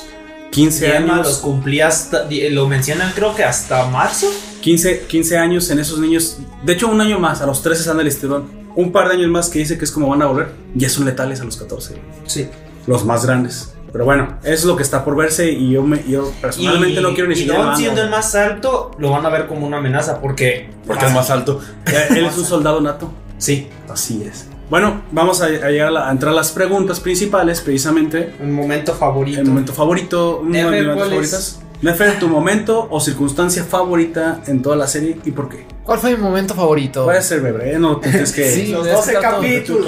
Speaker 1: 15
Speaker 5: años los
Speaker 1: años,
Speaker 5: cumplía hasta, di- lo mencionan creo que hasta marzo.
Speaker 1: 15, 15 años en esos niños. De hecho, un año más, a los 13 están el estirón. Un par de años más que dice que es como van a volver, ya son letales a los 14,
Speaker 5: Sí.
Speaker 1: los más grandes. Pero bueno, eso es lo que está por verse y yo, me, yo personalmente Pues no quiero ni
Speaker 5: y
Speaker 1: siquiera.
Speaker 5: Don
Speaker 1: mando.
Speaker 5: siendo el más alto, lo van a ver como una amenaza porque...
Speaker 2: Porque es más alto.
Speaker 1: Eh, Él es un soldado nato.
Speaker 5: Sí,
Speaker 1: Así es. Bueno, vamos a, a llegar a, la- a entrar a las preguntas principales, precisamente.
Speaker 5: un momento favorito.
Speaker 1: El momento favorito, uno de
Speaker 5: Nefer,
Speaker 1: mis momentos
Speaker 5: ¿cuál es?
Speaker 1: favoritas. Nefer, tu momento o circunstancia favorita en toda la serie y por qué.
Speaker 3: ¿Cuál fue mi momento favorito?
Speaker 1: Puede ser breve, ¿eh? no te tienes que.
Speaker 3: Sí,
Speaker 5: Los
Speaker 3: es que
Speaker 5: 12
Speaker 3: tanto-
Speaker 5: capítulos.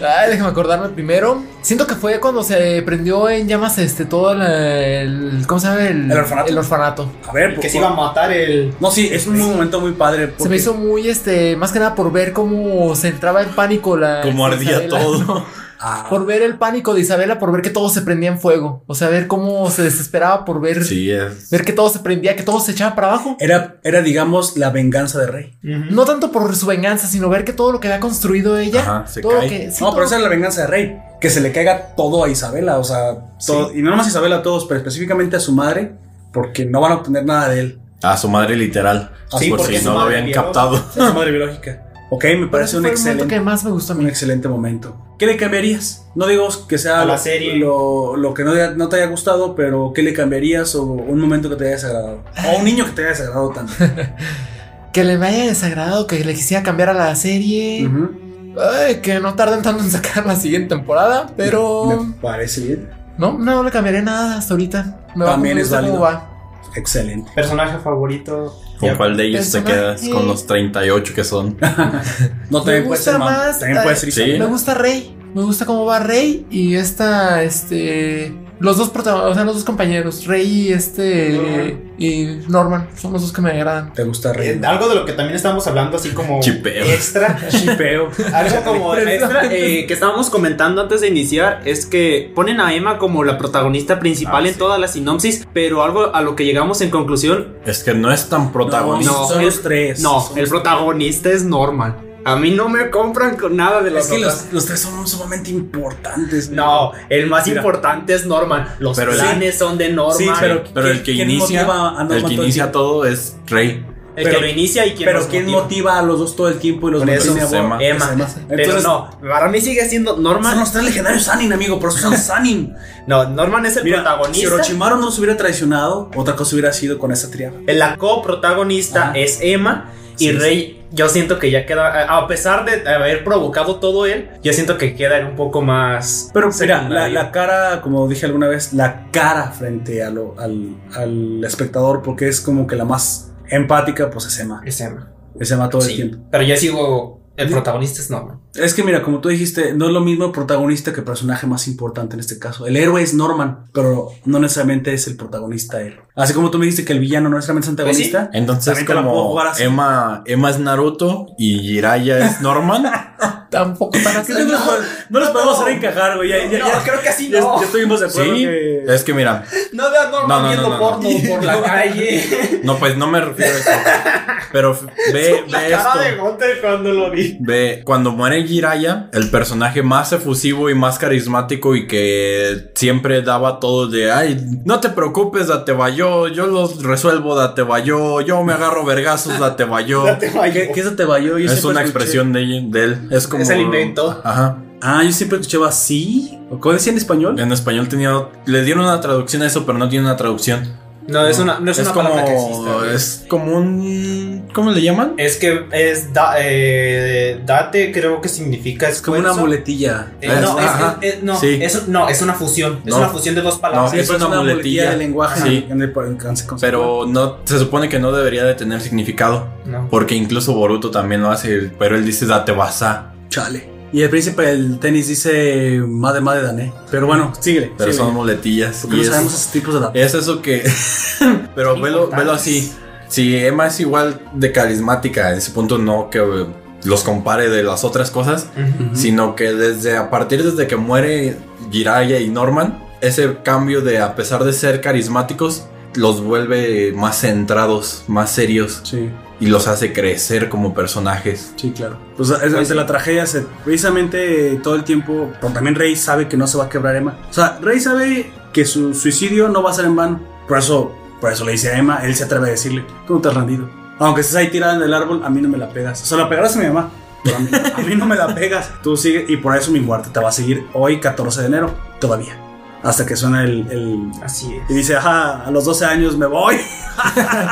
Speaker 3: Ay, déjame acordarme primero. Siento que fue cuando se prendió en llamas este todo el, el- ¿cómo se llama? El,
Speaker 1: ¿El orfanato?
Speaker 3: el orfanato.
Speaker 1: A ver,
Speaker 5: Que
Speaker 1: por-
Speaker 5: se iba a matar el...
Speaker 1: No, sí, es un momento muy padre. Porque
Speaker 3: Se me hizo muy este, más que nada por ver cómo se entraba en pánico la
Speaker 2: Como ardía
Speaker 3: Isabela,
Speaker 2: todo.
Speaker 3: ¿no?
Speaker 1: Ah,
Speaker 3: Por ver el pánico de Isabela, por ver que todo se prendía en fuego, o sea, ver cómo se desesperaba por ver
Speaker 2: Sí, es.
Speaker 3: ver que todo se prendía, que todo se echaba para abajo.
Speaker 1: era, era, digamos, la venganza de Rey.
Speaker 3: No tanto por su venganza, sino ver que todo lo que había construido ella,
Speaker 2: Ajá, se
Speaker 3: todo lo
Speaker 2: cae.
Speaker 3: que sí,
Speaker 1: no,
Speaker 3: todo
Speaker 1: pero esa es la venganza de Rey. Que se le caiga todo a Isabela, o sea, todo- y no nomás a Isabela a todos, pero específicamente a su madre, porque no van a obtener nada de él.
Speaker 2: A su madre literal.
Speaker 1: Sí,
Speaker 2: por
Speaker 1: porque
Speaker 2: si
Speaker 1: su
Speaker 2: no lo
Speaker 1: madre
Speaker 2: habían
Speaker 1: vio.
Speaker 2: captado.
Speaker 1: Es su madre biológica. Ok, me parece
Speaker 3: Ese
Speaker 1: un
Speaker 3: fue el momento
Speaker 1: excelente,
Speaker 3: que más me gustó a
Speaker 1: un
Speaker 3: mí.
Speaker 1: excelente momento. ¿Qué le cambiarías? No digo que sea
Speaker 5: A la
Speaker 1: lo-
Speaker 5: serie.
Speaker 1: Lo, lo que no, te- no te haya gustado, pero ¿qué le cambiarías o un momento que te haya desagradado? O un niño que te haya desagradado tanto.
Speaker 3: Que le me haya desagradado, que le quisiera cambiar a la serie.
Speaker 1: Ujú.
Speaker 3: Ay, que no tarden tanto en sacar la siguiente temporada, pero
Speaker 1: Me parece bien.
Speaker 3: no, no le cambiaré nada hasta ahorita. Me
Speaker 1: También
Speaker 3: a
Speaker 1: es
Speaker 3: convencer cómo
Speaker 1: válido.
Speaker 3: va.
Speaker 1: Excelente.
Speaker 5: Personaje favorito.
Speaker 2: ¿Con cuál de ellos te
Speaker 3: personaje.
Speaker 2: quedas? Con los 38 que son.
Speaker 1: No también puede
Speaker 3: gusta
Speaker 1: ser mam-
Speaker 3: más,
Speaker 1: También
Speaker 3: eh,
Speaker 1: puede ser
Speaker 2: sí.
Speaker 1: Isabel.
Speaker 3: Me gusta Rey, me gusta cómo va Rey y esta, este, los dos protagonistas, o sea, los dos compañeros, Rey y este y Norman, son los dos que me agradan.
Speaker 1: Te gusta
Speaker 5: Eh,
Speaker 1: reír.
Speaker 5: algo de lo que también estábamos hablando, así como
Speaker 2: Chipeo.
Speaker 5: extra.
Speaker 1: Chipeo.
Speaker 5: Algo como
Speaker 4: Extra, eh, que estábamos comentando antes de iniciar es que ponen a Emma como la protagonista principal
Speaker 2: Ah,
Speaker 4: en
Speaker 2: sí.
Speaker 4: todas las sinopsis, pero algo a lo que llegamos en conclusión,
Speaker 2: Es que no es tan protagonista.
Speaker 1: No,
Speaker 4: No,
Speaker 1: son
Speaker 4: el-
Speaker 1: los tres.
Speaker 4: no,
Speaker 1: Son
Speaker 4: el
Speaker 1: los-
Speaker 4: protagonista es Norman. A mí no me compran con nada de las
Speaker 1: Es que
Speaker 4: otras.
Speaker 1: los, los tres son sumamente importantes.
Speaker 4: No, el más
Speaker 1: Mira.
Speaker 4: importante es Norman. Los
Speaker 2: Pero el-
Speaker 4: planes son de Norman.
Speaker 1: Sí, pero,
Speaker 2: Pero el que
Speaker 1: ¿quién
Speaker 2: inicia,
Speaker 1: motiva a Norman
Speaker 2: el que
Speaker 1: todo el
Speaker 2: inicia todo es Rey.
Speaker 4: el
Speaker 1: pero-
Speaker 4: que lo inicia y quien
Speaker 1: Pero
Speaker 4: los
Speaker 1: ¿quién
Speaker 4: motiva.
Speaker 1: motiva a los dos todo el tiempo y los
Speaker 5: Por eso,
Speaker 1: mantiene a
Speaker 2: Emma.
Speaker 1: bordo?
Speaker 4: Emma.
Speaker 1: Emma.
Speaker 4: Pero
Speaker 1: Entonces,
Speaker 4: no, para mí sigue siendo
Speaker 1: Son
Speaker 4: Norman.
Speaker 1: los tres legendarios Sanin, amigo, por eso son Sanin.
Speaker 4: No, Norman es el
Speaker 1: Mira, si
Speaker 4: protagonista.
Speaker 1: Orochimaru no nos hubiera traicionado, otra cosa hubiera sido con esa triada.
Speaker 4: La coprotagonista
Speaker 1: Ajá.
Speaker 4: es Emma y
Speaker 1: Sí, sí.
Speaker 4: Rey. Yo siento que ya queda, a a pesar de haber provocado todo él, yo siento que queda en un poco más.
Speaker 1: Pero mira, la,
Speaker 4: secundario.
Speaker 1: la cara, como dije alguna vez, la cara frente a lo- al, al espectador, porque es como que la más empática, pues es Emma.
Speaker 4: Es Emma.
Speaker 1: Es Emma todo el
Speaker 4: Sí,
Speaker 1: tiempo.
Speaker 4: Pero yo sigo, el protagonista es Norman.
Speaker 1: Es que mira, como tú dijiste, no es lo mismo protagonista que personaje más importante en este caso. El héroe es Norman, pero no necesariamente es el protagonista él. Así como tú me dijiste que el villano no necesariamente es
Speaker 4: Pues sí.
Speaker 1: antagonista.
Speaker 2: Entonces
Speaker 1: También te la puedo
Speaker 2: como
Speaker 1: jugar así.
Speaker 2: Emma, Emma es Naruto y Jiraiya es Norman.
Speaker 3: Tampoco tan así.
Speaker 1: Es que no, los pod- no los podemos hacer encajar, güey. Ya, ya-
Speaker 5: No,
Speaker 1: ya-
Speaker 5: creo que así
Speaker 1: ya-
Speaker 5: no.
Speaker 1: ya estuvimos de acuerdo.
Speaker 2: sí,
Speaker 1: que-
Speaker 2: es que mira,
Speaker 5: No veas Norman
Speaker 2: No, no,
Speaker 5: viendo
Speaker 2: no, no,
Speaker 5: porno por la calle.
Speaker 2: no pues no me refiero a eso. Pero f- ve,
Speaker 5: la
Speaker 2: ve
Speaker 5: cara de
Speaker 2: esto.
Speaker 5: Gunter cuando lo vi.
Speaker 2: Ve, cuando muere Jiraiya, el personaje más efusivo y más carismático y que siempre daba todo de, ay, no te preocupes, date va yo, yo los resuelvo, date va yo, yo me agarro vergazos, date va yo.
Speaker 5: Ya te vayó.
Speaker 1: ¿Qué, qué se te vayó? Yo
Speaker 2: Es
Speaker 1: siempre
Speaker 2: una
Speaker 1: escuché-
Speaker 2: expresión de, ella- de él, es como...
Speaker 4: Es el invento.
Speaker 2: Ajá.
Speaker 1: Ah, yo siempre escuchaba así. ¿O ¿Cómo decía en español?
Speaker 2: En español tenía. Le dieron una traducción a eso, pero no tiene una traducción.
Speaker 4: No, es una, no es, una palabra que exista.
Speaker 2: como.
Speaker 4: güey. Eh,
Speaker 2: Es como un. ¿Cómo le llaman?
Speaker 5: Es que es da- eh, date, creo que significa
Speaker 1: Es como una
Speaker 5: esfuerzo.
Speaker 1: muletilla.
Speaker 5: Eh, no, es,
Speaker 2: Ajá.
Speaker 5: es- es- no,
Speaker 2: Sí.
Speaker 5: es, no, es una fusión. Es
Speaker 2: No.
Speaker 5: una fusión de dos palabras.
Speaker 2: No. es
Speaker 1: pero
Speaker 2: una muletilla.
Speaker 1: de lenguaje.
Speaker 2: Sí.
Speaker 1: en el- en el concepto.
Speaker 2: Pero no. Se supone que no debería de tener significado.
Speaker 5: No.
Speaker 2: Porque incluso Boruto también lo hace. Pero él dice date basa.
Speaker 1: Chale. Y el príncipe del tenis dice madre, madre, dané. Pero bueno, síguele.
Speaker 2: Pero
Speaker 1: síguele.
Speaker 2: son muletillas.
Speaker 1: Porque
Speaker 2: y
Speaker 1: no
Speaker 2: es,
Speaker 1: sabemos esos tipos de datos.
Speaker 2: es eso que. pero velo, velo así. Si Emma es igual de carismática, en ese punto no que eh, los compare de las otras cosas.
Speaker 1: Ujú.
Speaker 2: sino que desde a partir desde que muere Jiraiya y Norman, ese cambio de a pesar de ser carismáticos los vuelve más centrados, más serios
Speaker 1: Sí,
Speaker 2: y los hace crecer como personajes.
Speaker 1: sí, claro. Pues es- ante la tragedia, se- precisamente eh, todo el tiempo, pero también Rey sabe que no se va a quebrar Emma. O sea, Rey sabe que su suicidio no va a ser en vano. Por eso, por eso le dice a Emma, él se atreve a decirle, tú no te has rendido. Aunque estés ahí tirada en el árbol, a mí no me la pegas. O sea, la pegarás a mi mamá. pero A mí, a mí no me la pegas. Tú sigue y por eso mi muerte te va a seguir hoy, 14 de enero, todavía. Hasta que suena el, el,
Speaker 5: Así es.
Speaker 1: Y dice, ajá, a los 12 años me voy.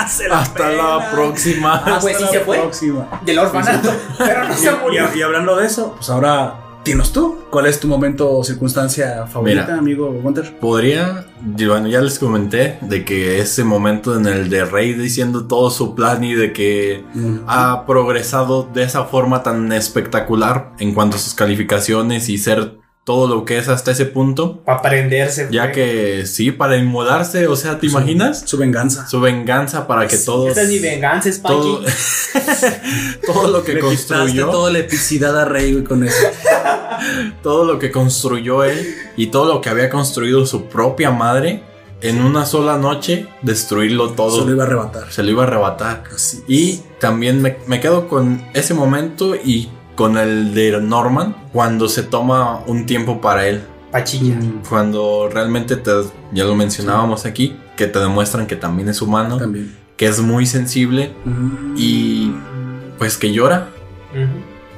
Speaker 1: Se la
Speaker 2: Hasta
Speaker 1: pela.
Speaker 2: la próxima.
Speaker 1: Hasta
Speaker 5: pues sí
Speaker 1: la
Speaker 5: se fue.
Speaker 1: próxima.
Speaker 5: Del orfanato. Pero no se
Speaker 1: Y,
Speaker 5: murió.
Speaker 1: y- y hablando de eso, pues ahora tienes tú. ¿Cuál es tu momento o circunstancia favorita,
Speaker 2: Mira.
Speaker 1: amigo Gunter?
Speaker 2: Podría, y bueno, ya les comenté de que ese momento en el de Rey diciendo todo su plan y de que ha progresado de esa forma tan espectacular en cuanto a sus calificaciones y ser todo lo que es hasta ese punto.
Speaker 5: Para aprenderse.
Speaker 2: Ya que sí, para inmolarse, o sea, ¿te imaginas?
Speaker 1: Su venganza.
Speaker 2: Su venganza para que todo.
Speaker 5: Esta es mi venganza, es
Speaker 2: Todo, todo lo que
Speaker 1: Le quitaste
Speaker 2: construyó.
Speaker 1: toda la epicidad a Rey güey, con eso.
Speaker 2: Todo lo que construyó él y todo lo que había construido su propia madre. En una sola noche, destruirlo
Speaker 1: Se lo
Speaker 2: todo.
Speaker 1: iba a arrebatar.
Speaker 2: Se lo iba a arrebatar.
Speaker 1: Así.
Speaker 2: Y también me, me quedo con ese momento y con el de Norman cuando se toma un tiempo para él.
Speaker 5: Pachilla.
Speaker 2: Mm. Cuando realmente te, ya lo mencionábamos aquí, que te demuestran que también es humano.
Speaker 1: También.
Speaker 2: que es muy sensible y pues que llora.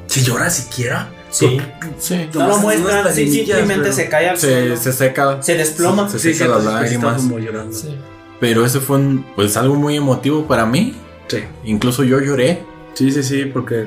Speaker 2: Si llora siquiera.
Speaker 5: Sí.
Speaker 2: Sí.
Speaker 5: No lo muestran, sí, simplemente se pues, cae al
Speaker 2: Se,
Speaker 5: suelo.
Speaker 2: se seca.
Speaker 5: Se desploma.
Speaker 2: Se, se seca las lágrimas.
Speaker 1: llorando. Sí.
Speaker 2: Pero ese fue un- pues algo muy emotivo para mí.
Speaker 1: Sí.
Speaker 2: Incluso yo lloré.
Speaker 1: sí, sí, porque.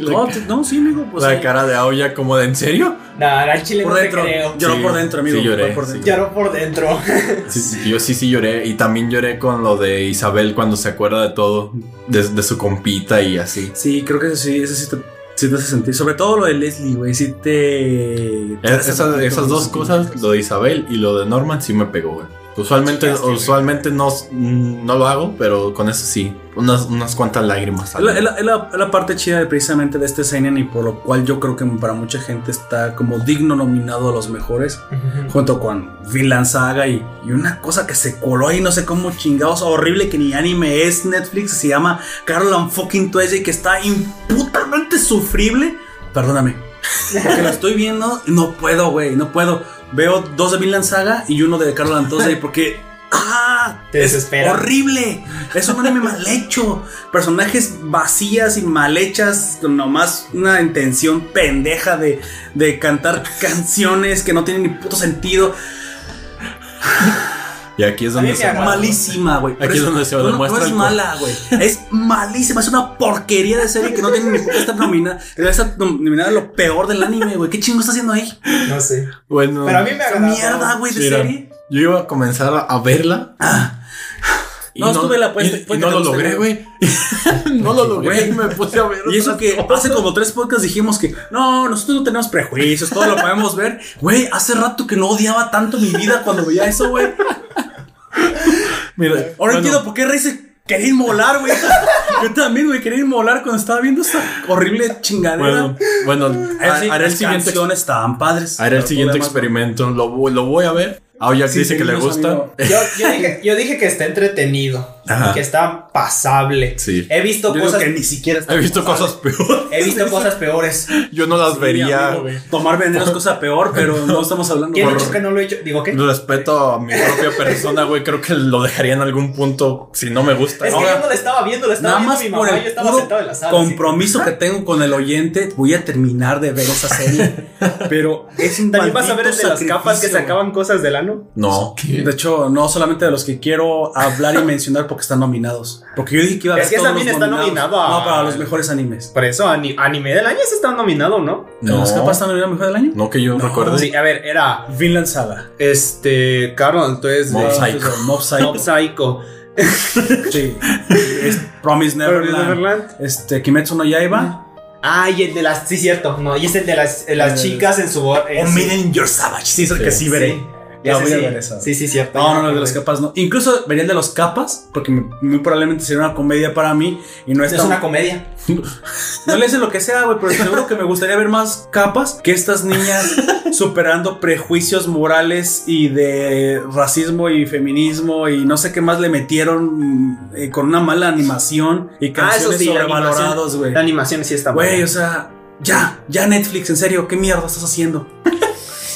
Speaker 1: no, te- no, sí, amigo. Pues,
Speaker 2: la
Speaker 1: sí.
Speaker 2: cara de Aoya como de en serio.
Speaker 5: Nah, al chile
Speaker 1: por
Speaker 5: no te
Speaker 1: dentro.
Speaker 5: creo.
Speaker 1: Lloró
Speaker 2: Sí,
Speaker 1: por dentro, amigo.
Speaker 2: sí lloré,
Speaker 1: fue por
Speaker 2: sí.
Speaker 1: dentro.
Speaker 5: Lloró por dentro.
Speaker 2: Sí, sí, yo sí, sí lloré. Y también lloré con lo de Isabel cuando se acuerda de todo, de, de su compita y así.
Speaker 1: Sí, creo que eso sí, eso sí te, sí te hace sentir. Sobre todo lo de Leslie, güey. Sí te. te
Speaker 2: Es-
Speaker 1: hace
Speaker 2: esas,
Speaker 1: sentir
Speaker 2: esas
Speaker 1: como
Speaker 2: dos
Speaker 1: sus
Speaker 2: cosas,
Speaker 1: sentimientos.
Speaker 2: lo de Isabel y lo de Norman, sí me pegó, güey. Usualmente,
Speaker 5: Chillaste, güey.
Speaker 2: usualmente no, no lo hago, pero con eso sí. Unas, unas cuantas lágrimas.
Speaker 1: Es la, es la- es la- es la parte chida de, precisamente de este seinen y por lo cual yo creo que para mucha gente está como digno nominado a los mejores. Junto con Vinland Saga y, y una cosa que se coló ahí, no sé cómo chingados, horrible que ni anime es Netflix, se llama Carol and Fucking Twitch y que está imputamente sufrible. Perdóname, porque lo estoy viendo y no puedo, güey, no puedo. Veo dos de Vinland Saga y uno de Carol Antose porque... ¡Ah!
Speaker 5: Te
Speaker 1: es
Speaker 5: desespera.
Speaker 1: horrible. Es un anime mal hecho. Personajes vacías y mal hechas, con nomás una intención pendeja de, de cantar canciones que no tienen ni puto sentido.
Speaker 2: Y aquí es
Speaker 5: A mí
Speaker 2: donde
Speaker 5: me
Speaker 2: se
Speaker 5: agradó.
Speaker 1: Malísima, güey. Pero
Speaker 2: Aquí es donde se
Speaker 1: no-
Speaker 2: demuestra
Speaker 1: No es
Speaker 2: el-
Speaker 1: mala, güey. Es malísima. Es una porquería de serie que no tiene ni puta esta nominada. Esta nominada lo peor del anime, güey. ¿Qué chingo está haciendo ahí?
Speaker 5: No sé.
Speaker 2: Bueno,
Speaker 5: Pero a mí me
Speaker 1: Esa
Speaker 5: agradó.
Speaker 1: mierda, güey, de
Speaker 2: mira,
Speaker 1: serie.
Speaker 2: yo iba a comenzar a verla. Y
Speaker 1: No, estuve la puesta-
Speaker 2: y- y
Speaker 1: puesta
Speaker 2: no
Speaker 1: que
Speaker 2: lo
Speaker 1: te guste,
Speaker 2: logré, güey. no lo logré.
Speaker 1: Güey.
Speaker 2: Me puse a ver.
Speaker 1: Y eso
Speaker 2: otras
Speaker 1: que
Speaker 2: cosas.
Speaker 1: hace como tres podcasts dijimos que no, nosotros no tenemos prejuicios, todo lo podemos ver. Güey, hace rato que no odiaba tanto mi vida cuando veía eso, güey.
Speaker 2: Mira,
Speaker 1: Ahora
Speaker 2: bueno,
Speaker 1: entiendo por qué Rey se quería inmolar, güey. Yo también, güey, quería inmolar cuando estaba viendo esta horrible chingadera.
Speaker 2: Bueno, bueno ha-
Speaker 1: Así,
Speaker 2: haré el
Speaker 1: las
Speaker 2: siguiente,
Speaker 1: canciones estaban padres.
Speaker 2: haré el
Speaker 1: Pero
Speaker 2: siguiente
Speaker 1: problemas-
Speaker 2: experimento. Lo, voy- lo voy a ver. Aoyak
Speaker 1: Sí,
Speaker 2: dice que le
Speaker 1: seguimos,
Speaker 2: gusta.
Speaker 1: amigo.
Speaker 5: Yo, yo dije, yo dije que está entretenido.
Speaker 2: Ajá.
Speaker 5: Que está pasable.
Speaker 2: Sí.
Speaker 5: He visto
Speaker 1: Yo digo
Speaker 5: cosas.
Speaker 1: que ni siquiera está
Speaker 2: He visto cosas peor.
Speaker 5: He visto cosas peores.
Speaker 2: Yo no las vería.
Speaker 1: amigo, güey. Tomar veneno es cosa peor, pero no estamos hablando
Speaker 5: ¿Quién
Speaker 1: de
Speaker 5: ha dicho que no lo he hecho? Digo, ¿qué?
Speaker 2: Respeto a mi propia persona, güey. Creo que lo dejaría en algún punto si no me gusta.
Speaker 5: Es que
Speaker 2: Ahora-
Speaker 5: yo no la estaba viendo, la estaba
Speaker 1: Nada
Speaker 5: viendo
Speaker 1: más
Speaker 5: mi
Speaker 1: por
Speaker 5: mamá. Yo
Speaker 1: el
Speaker 5: estaba
Speaker 1: puro
Speaker 5: sentado en la sala. así.
Speaker 1: compromiso que tengo con el oyente, voy a terminar de ver esa serie. pero es un
Speaker 5: También vas a
Speaker 1: maldito
Speaker 5: ver el de las capas que
Speaker 1: sacrificio.
Speaker 5: sacaban cosas del ano.
Speaker 2: No.
Speaker 1: De hecho, no solamente de los que quiero hablar y mencionar porque están nominados. Porque yo dije que iba a
Speaker 5: Es
Speaker 1: ver
Speaker 5: que
Speaker 1: todos
Speaker 5: también
Speaker 1: los
Speaker 5: está
Speaker 1: nominados.
Speaker 5: nominado a-
Speaker 1: No, para los mejores animes.
Speaker 5: Por eso, ani- anime del año se está nominado, ¿no?
Speaker 2: No.
Speaker 1: ¿Las capas están nominadas mejor del año?
Speaker 2: No que yo
Speaker 1: No.
Speaker 2: recuerde.
Speaker 5: Sí, a ver, era
Speaker 1: Vinland Saga. Ah,
Speaker 5: este. Carlos, entonces.
Speaker 2: Mob
Speaker 5: de-
Speaker 2: Psycho.
Speaker 1: Mob Psycho.
Speaker 5: Mob Psycho.
Speaker 1: sí. Es Promise Neverland.
Speaker 5: Neverland.
Speaker 1: Este, Kimetsu no Yaiba.
Speaker 5: Ah, y el de las. Sí, cierto. No, y es el de las, de las
Speaker 1: Eh,
Speaker 5: chicas en su.
Speaker 1: O
Speaker 5: en su-
Speaker 1: Miden Your Savage. Sí, es el que sí veré. La
Speaker 5: Ya sé,
Speaker 1: voy a
Speaker 5: sí.
Speaker 1: ver esa.
Speaker 5: Sí, sí, cierto.
Speaker 1: No,
Speaker 5: Ya
Speaker 1: no, no, el de los
Speaker 5: me
Speaker 1: capas no. Incluso vería el de los capas, porque m- muy probablemente sería una comedia para mí y no es,
Speaker 5: acordé. Es
Speaker 1: tan-
Speaker 5: una comedia.
Speaker 1: No le hice lo que sea, güey, pero seguro que me gustaría ver más capas que estas niñas superando prejuicios morales y de racismo y feminismo y no sé qué más le metieron mm, eh, con una mala animación y canciones
Speaker 5: Ah, la
Speaker 1: sobrevalorados,
Speaker 5: animación-
Speaker 1: güey.
Speaker 5: La animación sí está
Speaker 1: Güey,
Speaker 5: buena.
Speaker 1: o sea, ya, ya Netflix, en serio, ¿qué mierda estás haciendo?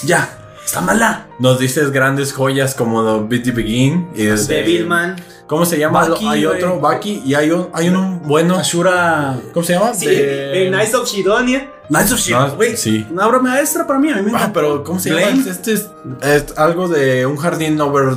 Speaker 1: ya, está mala.
Speaker 2: Nos dices grandes joyas como The Bitty Begin. Y es,
Speaker 5: De Billman.
Speaker 2: ¿Cómo se llama?
Speaker 1: Baki,
Speaker 2: hay
Speaker 1: güey.
Speaker 2: otro, Baki. Y hay, un- hay uno bueno.
Speaker 1: Ashura
Speaker 2: ¿Cómo se llama?
Speaker 5: Sí,
Speaker 2: De-
Speaker 5: de Nice of Shidonia.
Speaker 1: Nights of Shit,
Speaker 5: Ah,
Speaker 2: No,
Speaker 1: güey.
Speaker 2: sí.
Speaker 1: Una obra maestra para mí, a mí me
Speaker 2: Ah,
Speaker 1: encanta.
Speaker 2: pero ¿cómo se
Speaker 1: Blame.
Speaker 2: llama? Este es, es algo de un jardín over.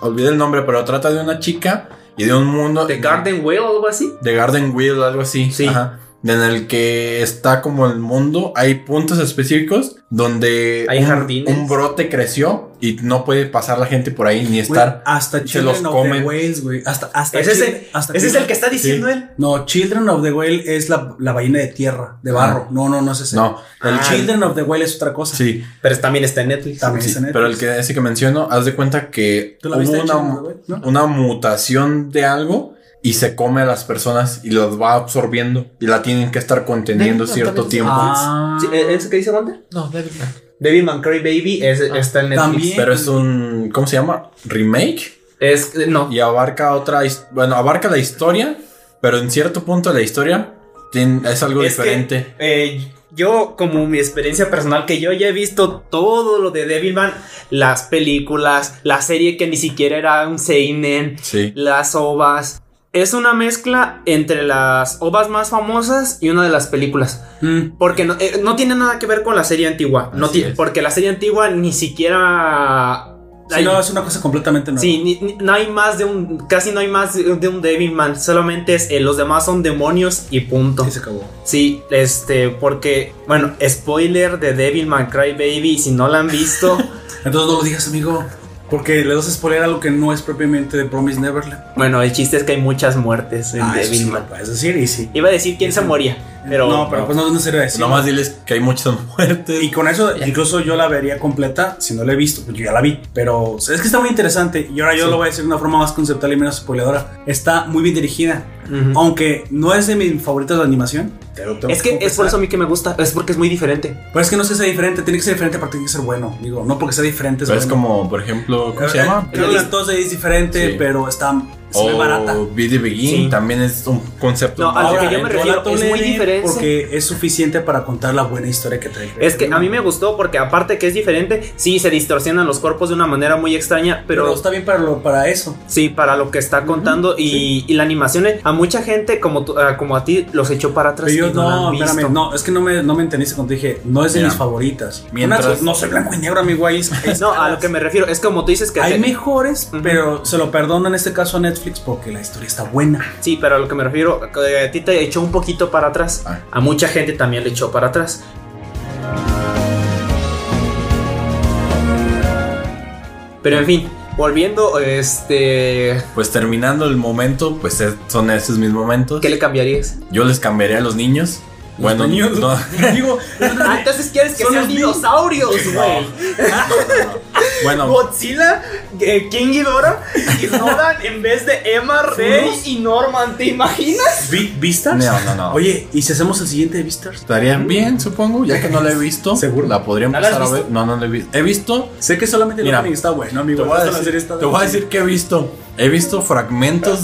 Speaker 2: Olvidé el nombre, pero trata de una chica y de un mundo.
Speaker 4: The Garden Whale o algo así.
Speaker 2: de Garden Wheel, algo así.
Speaker 4: Sí.
Speaker 2: Ajá. En el que está como el mundo, hay puntos específicos donde
Speaker 4: Hay
Speaker 2: un,
Speaker 4: jardines.
Speaker 2: un brote creció y no puede pasar la gente por ahí ni
Speaker 1: Güey,
Speaker 2: estar.
Speaker 1: hasta
Speaker 2: se
Speaker 1: Children
Speaker 2: los
Speaker 1: of the
Speaker 2: comen.
Speaker 1: Whales, güey. Hasta, hasta
Speaker 5: Ese es
Speaker 1: Children-
Speaker 5: el-
Speaker 1: hasta
Speaker 5: Ese es el
Speaker 1: Children-
Speaker 5: que está diciendo él.
Speaker 1: No, Children of the Whale es la, la ballena de tierra, de barro. No, no, no es ese.
Speaker 2: Ah. No, el
Speaker 1: El
Speaker 2: chi-
Speaker 1: Children of the Whale es otra cosa.
Speaker 2: Sí,
Speaker 5: Pero también está en Netflix.
Speaker 1: También
Speaker 2: sí,
Speaker 1: es en Netflix.
Speaker 2: pero el que ese que menciono, haz de cuenta que
Speaker 1: ¿Tú la
Speaker 2: hubo
Speaker 1: viste,
Speaker 2: una,
Speaker 1: Children of the Whale? ¿No?
Speaker 2: una mutación de algo y se come a las personas y las va absorbiendo y la tienen que estar conteniendo
Speaker 3: No,
Speaker 2: cierto
Speaker 3: también-
Speaker 2: tiempo.
Speaker 1: Ah,
Speaker 5: Sí, ¿e- ¿Ese que dice dónde?
Speaker 3: No, David.
Speaker 5: Devilman Cry Baby es- está en Netflix.
Speaker 1: Ah. También.
Speaker 2: Pero es un, ¿cómo se llama? Remake.
Speaker 5: Es, eh, no.
Speaker 2: y abarca otra, his- bueno, abarca la historia, pero en cierto punto de la historia tien- es algo
Speaker 5: Es
Speaker 2: diferente.
Speaker 5: que, eh, yo, como mi experiencia personal, que yo ya he visto todo lo de Devilman, las películas, la serie que ni siquiera era un Seinen,
Speaker 2: Sí.
Speaker 5: las ovas. Es una mezcla entre las ovas más famosas y una de las películas.
Speaker 1: Mm.
Speaker 5: Porque no, eh, no tiene nada que ver con la serie antigua. No
Speaker 2: Así
Speaker 5: tiene-
Speaker 2: es.
Speaker 5: porque la serie antigua ni siquiera.
Speaker 1: Sí,
Speaker 5: hay-
Speaker 1: no, es una cosa completamente nueva.
Speaker 5: Sí, ni- ni- no hay más de un. Casi no hay más de un- de un Devilman. Solamente es, eh, los demás son demonios y punto.
Speaker 1: Sí, se acabó.
Speaker 5: Sí, este, porque. Bueno, spoiler de Devilman Crybaby. Si no la han visto,
Speaker 1: Entonces no lo digas, amigo. Porque le das a spoiler algo que no es propiamente de Promise Neverland.
Speaker 5: bueno, el chiste es que hay muchas muertes en
Speaker 1: Ah, eso sí,
Speaker 5: Devilman.
Speaker 1: puedes decir, y sí.
Speaker 5: Iba a decir quién se moría, pero.
Speaker 1: no, pero pues no, no sería decir.
Speaker 2: Nomás diles que hay muchas muertes.
Speaker 1: Y con eso, incluso yo la vería completa si no la he visto, pues yo ya la vi. Pero o sea, es que está muy interesante. Y ahora yo lo voy a decir de una forma más conceptual y menos spoileadora. Está muy bien dirigida.
Speaker 5: Ujú.
Speaker 1: Aunque no es de mis favoritas de animación. te lo tengo
Speaker 5: Es que es
Speaker 1: confesar.
Speaker 5: por eso a mí que me gusta. Es porque es muy diferente.
Speaker 1: Pero es que no es que sea diferente. Tiene que ser diferente aparte tiene que ser bueno. Digo, no porque sea diferente.
Speaker 2: Pero es
Speaker 1: bueno.
Speaker 2: como, por ejemplo, ¿cómo se
Speaker 1: Eh,
Speaker 2: llama?
Speaker 1: Creo que entonces es diferente,
Speaker 2: Sí. Oh.
Speaker 1: pero está se ve
Speaker 2: O
Speaker 1: barata.
Speaker 2: Be The Begin
Speaker 5: Sí.
Speaker 2: también es un concepto.
Speaker 5: No, al
Speaker 2: muy
Speaker 5: que yo me
Speaker 2: diferente.
Speaker 1: yo
Speaker 5: refiero,
Speaker 1: la
Speaker 5: es muy
Speaker 1: toleré
Speaker 5: diferente.
Speaker 1: Porque es suficiente para contar la buena historia que trae.
Speaker 5: Es que a mí me gustó porque aparte que es diferente, sí se distorsionan los cuerpos de una manera muy extraña,
Speaker 1: Pero,
Speaker 5: pero,
Speaker 1: está bien para, lo, para eso.
Speaker 5: sí, para lo que está contando y, y la animación eh, a mucha gente como tú- ah, como a ti los echó para atrás.
Speaker 1: Pero yo
Speaker 5: y no, la
Speaker 1: no,
Speaker 5: han
Speaker 1: espérame,
Speaker 5: visto.
Speaker 1: no, es que no me, no me entendiste cuando dije, no es de
Speaker 2: Mira,
Speaker 1: mis favoritas.
Speaker 2: mientras-
Speaker 1: Una- no soy blanco y negro, amigo, ahí es-
Speaker 5: No, a lo que me refiero es como tú dices que
Speaker 1: Hay
Speaker 5: te-
Speaker 1: mejores,
Speaker 5: Ujú.
Speaker 1: pero se lo perdono en este caso a Netflix porque la historia está buena.
Speaker 5: sí, pero a lo que me refiero que a ti te echó un poquito para atrás,
Speaker 2: Ah.
Speaker 5: a mucha gente también le echó para atrás. Pero en fin, volviendo este
Speaker 2: Pues terminando el momento, pues es- son esos mis momentos.
Speaker 5: ¿qué le cambiarías?
Speaker 2: Yo les cambiaría a los niños. bueno,
Speaker 1: niños.
Speaker 2: no.
Speaker 1: Digo,
Speaker 5: Ah, entonces quieres que
Speaker 1: Son
Speaker 5: sean
Speaker 1: los niños.
Speaker 5: dinosaurios, güey.
Speaker 2: bueno,
Speaker 5: Godzilla, eh, King Ghidorah y Rodan en vez de Emma Rey y Norman, ¿te imaginas?
Speaker 1: Vi- ¿Vistas?
Speaker 2: No, no, no.
Speaker 1: Oye, ¿y si hacemos el siguiente de Vistas?
Speaker 2: estaría bien, supongo, ya que no la he visto.
Speaker 1: Seguro.
Speaker 2: La podría
Speaker 1: ¿No la has
Speaker 2: empezar a ver.
Speaker 1: visto?
Speaker 2: No, no la he visto. He visto
Speaker 1: Sé que solamente el
Speaker 2: Mira,
Speaker 1: opening está bueno,
Speaker 2: Te
Speaker 1: amigo.
Speaker 2: voy,
Speaker 1: el
Speaker 2: a
Speaker 1: resto de la serie
Speaker 2: decir,
Speaker 1: está
Speaker 2: te voy a decir que he visto. He visto fragmentos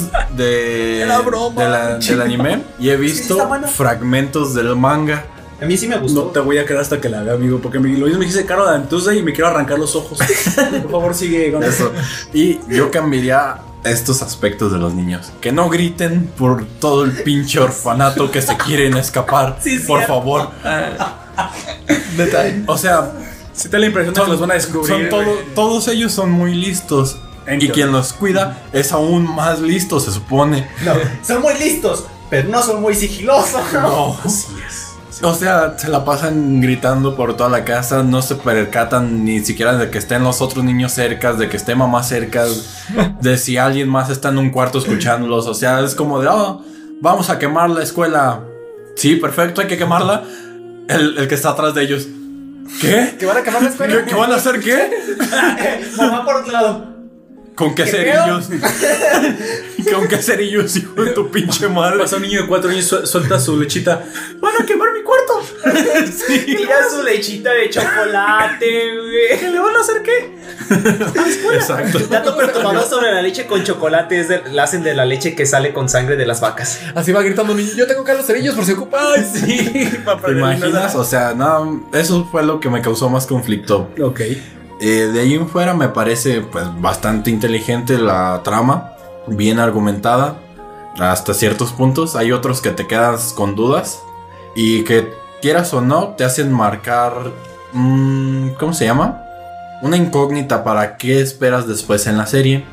Speaker 2: de,
Speaker 1: Era broma,
Speaker 2: de la- del anime y he visto
Speaker 1: está bueno.
Speaker 2: fragmentos del manga.
Speaker 5: A mí sí me
Speaker 1: No te voy a quedar hasta que la vea, amigo, porque me, lo mismo me hice caro de entonces y me quiero arrancar los ojos. Por favor, sigue con
Speaker 2: Eso. Y yo cambiaría estos aspectos de los niños. Que no griten por todo el pinche orfanato que se quieren escapar. por favor. Detalle. O sea,
Speaker 1: Si te da la impresión de que los van a descubrir.
Speaker 2: son todo-
Speaker 1: güey.
Speaker 2: todos ellos son muy listos.
Speaker 1: En
Speaker 2: y
Speaker 1: teoría.
Speaker 2: quien los cuida es aún más listo, se supone.
Speaker 4: Son muy listos, pero no son muy sigilosos.
Speaker 2: No.
Speaker 1: Así es.
Speaker 2: O sea, se la pasan gritando por toda la casa, no se percatan ni siquiera de que estén los otros niños cerca, de que esté mamá cerca, de si alguien más está en un cuarto escuchándolos. O sea, es como de, oh, vamos a quemar la escuela. Sí, perfecto, hay que quemarla. El, el que está atrás de ellos. ¿Qué?
Speaker 4: ¿Que van a quemar la
Speaker 2: ¿Qué, qué van a hacer qué?
Speaker 4: Mamá por otro lado.
Speaker 2: ¿Con qué,
Speaker 4: ¿Qué
Speaker 2: cerillos? ¿Con qué cerillos, hijo de tu pinche madre?
Speaker 1: Pasa un niño de cuatro años su- suelta su lechita. ¡Van a quemar mi cuarto!
Speaker 5: Tira su lechita de chocolate, güey.
Speaker 1: ¿Le van a hacer qué?
Speaker 5: Ah,
Speaker 2: Exacto.
Speaker 5: Dato perturbador sobre la leche con chocolate es de- la hacen de la leche que sale con sangre de las vacas.
Speaker 3: Así va gritando un niño, yo tengo Carlos Cerillos por si ocupa. Ay, sí.
Speaker 2: ¿Te imaginas? O sea, no, eso fue lo que me causó más conflicto.
Speaker 1: Ok.
Speaker 2: Eh, de ahí en fuera me parece pues bastante inteligente la trama, bien argumentada hasta ciertos puntos. Hay otros que te quedas con dudas y que quieras o no te hacen marcar, mm, ¿cómo se llama? Una incógnita para qué esperas después en la serie.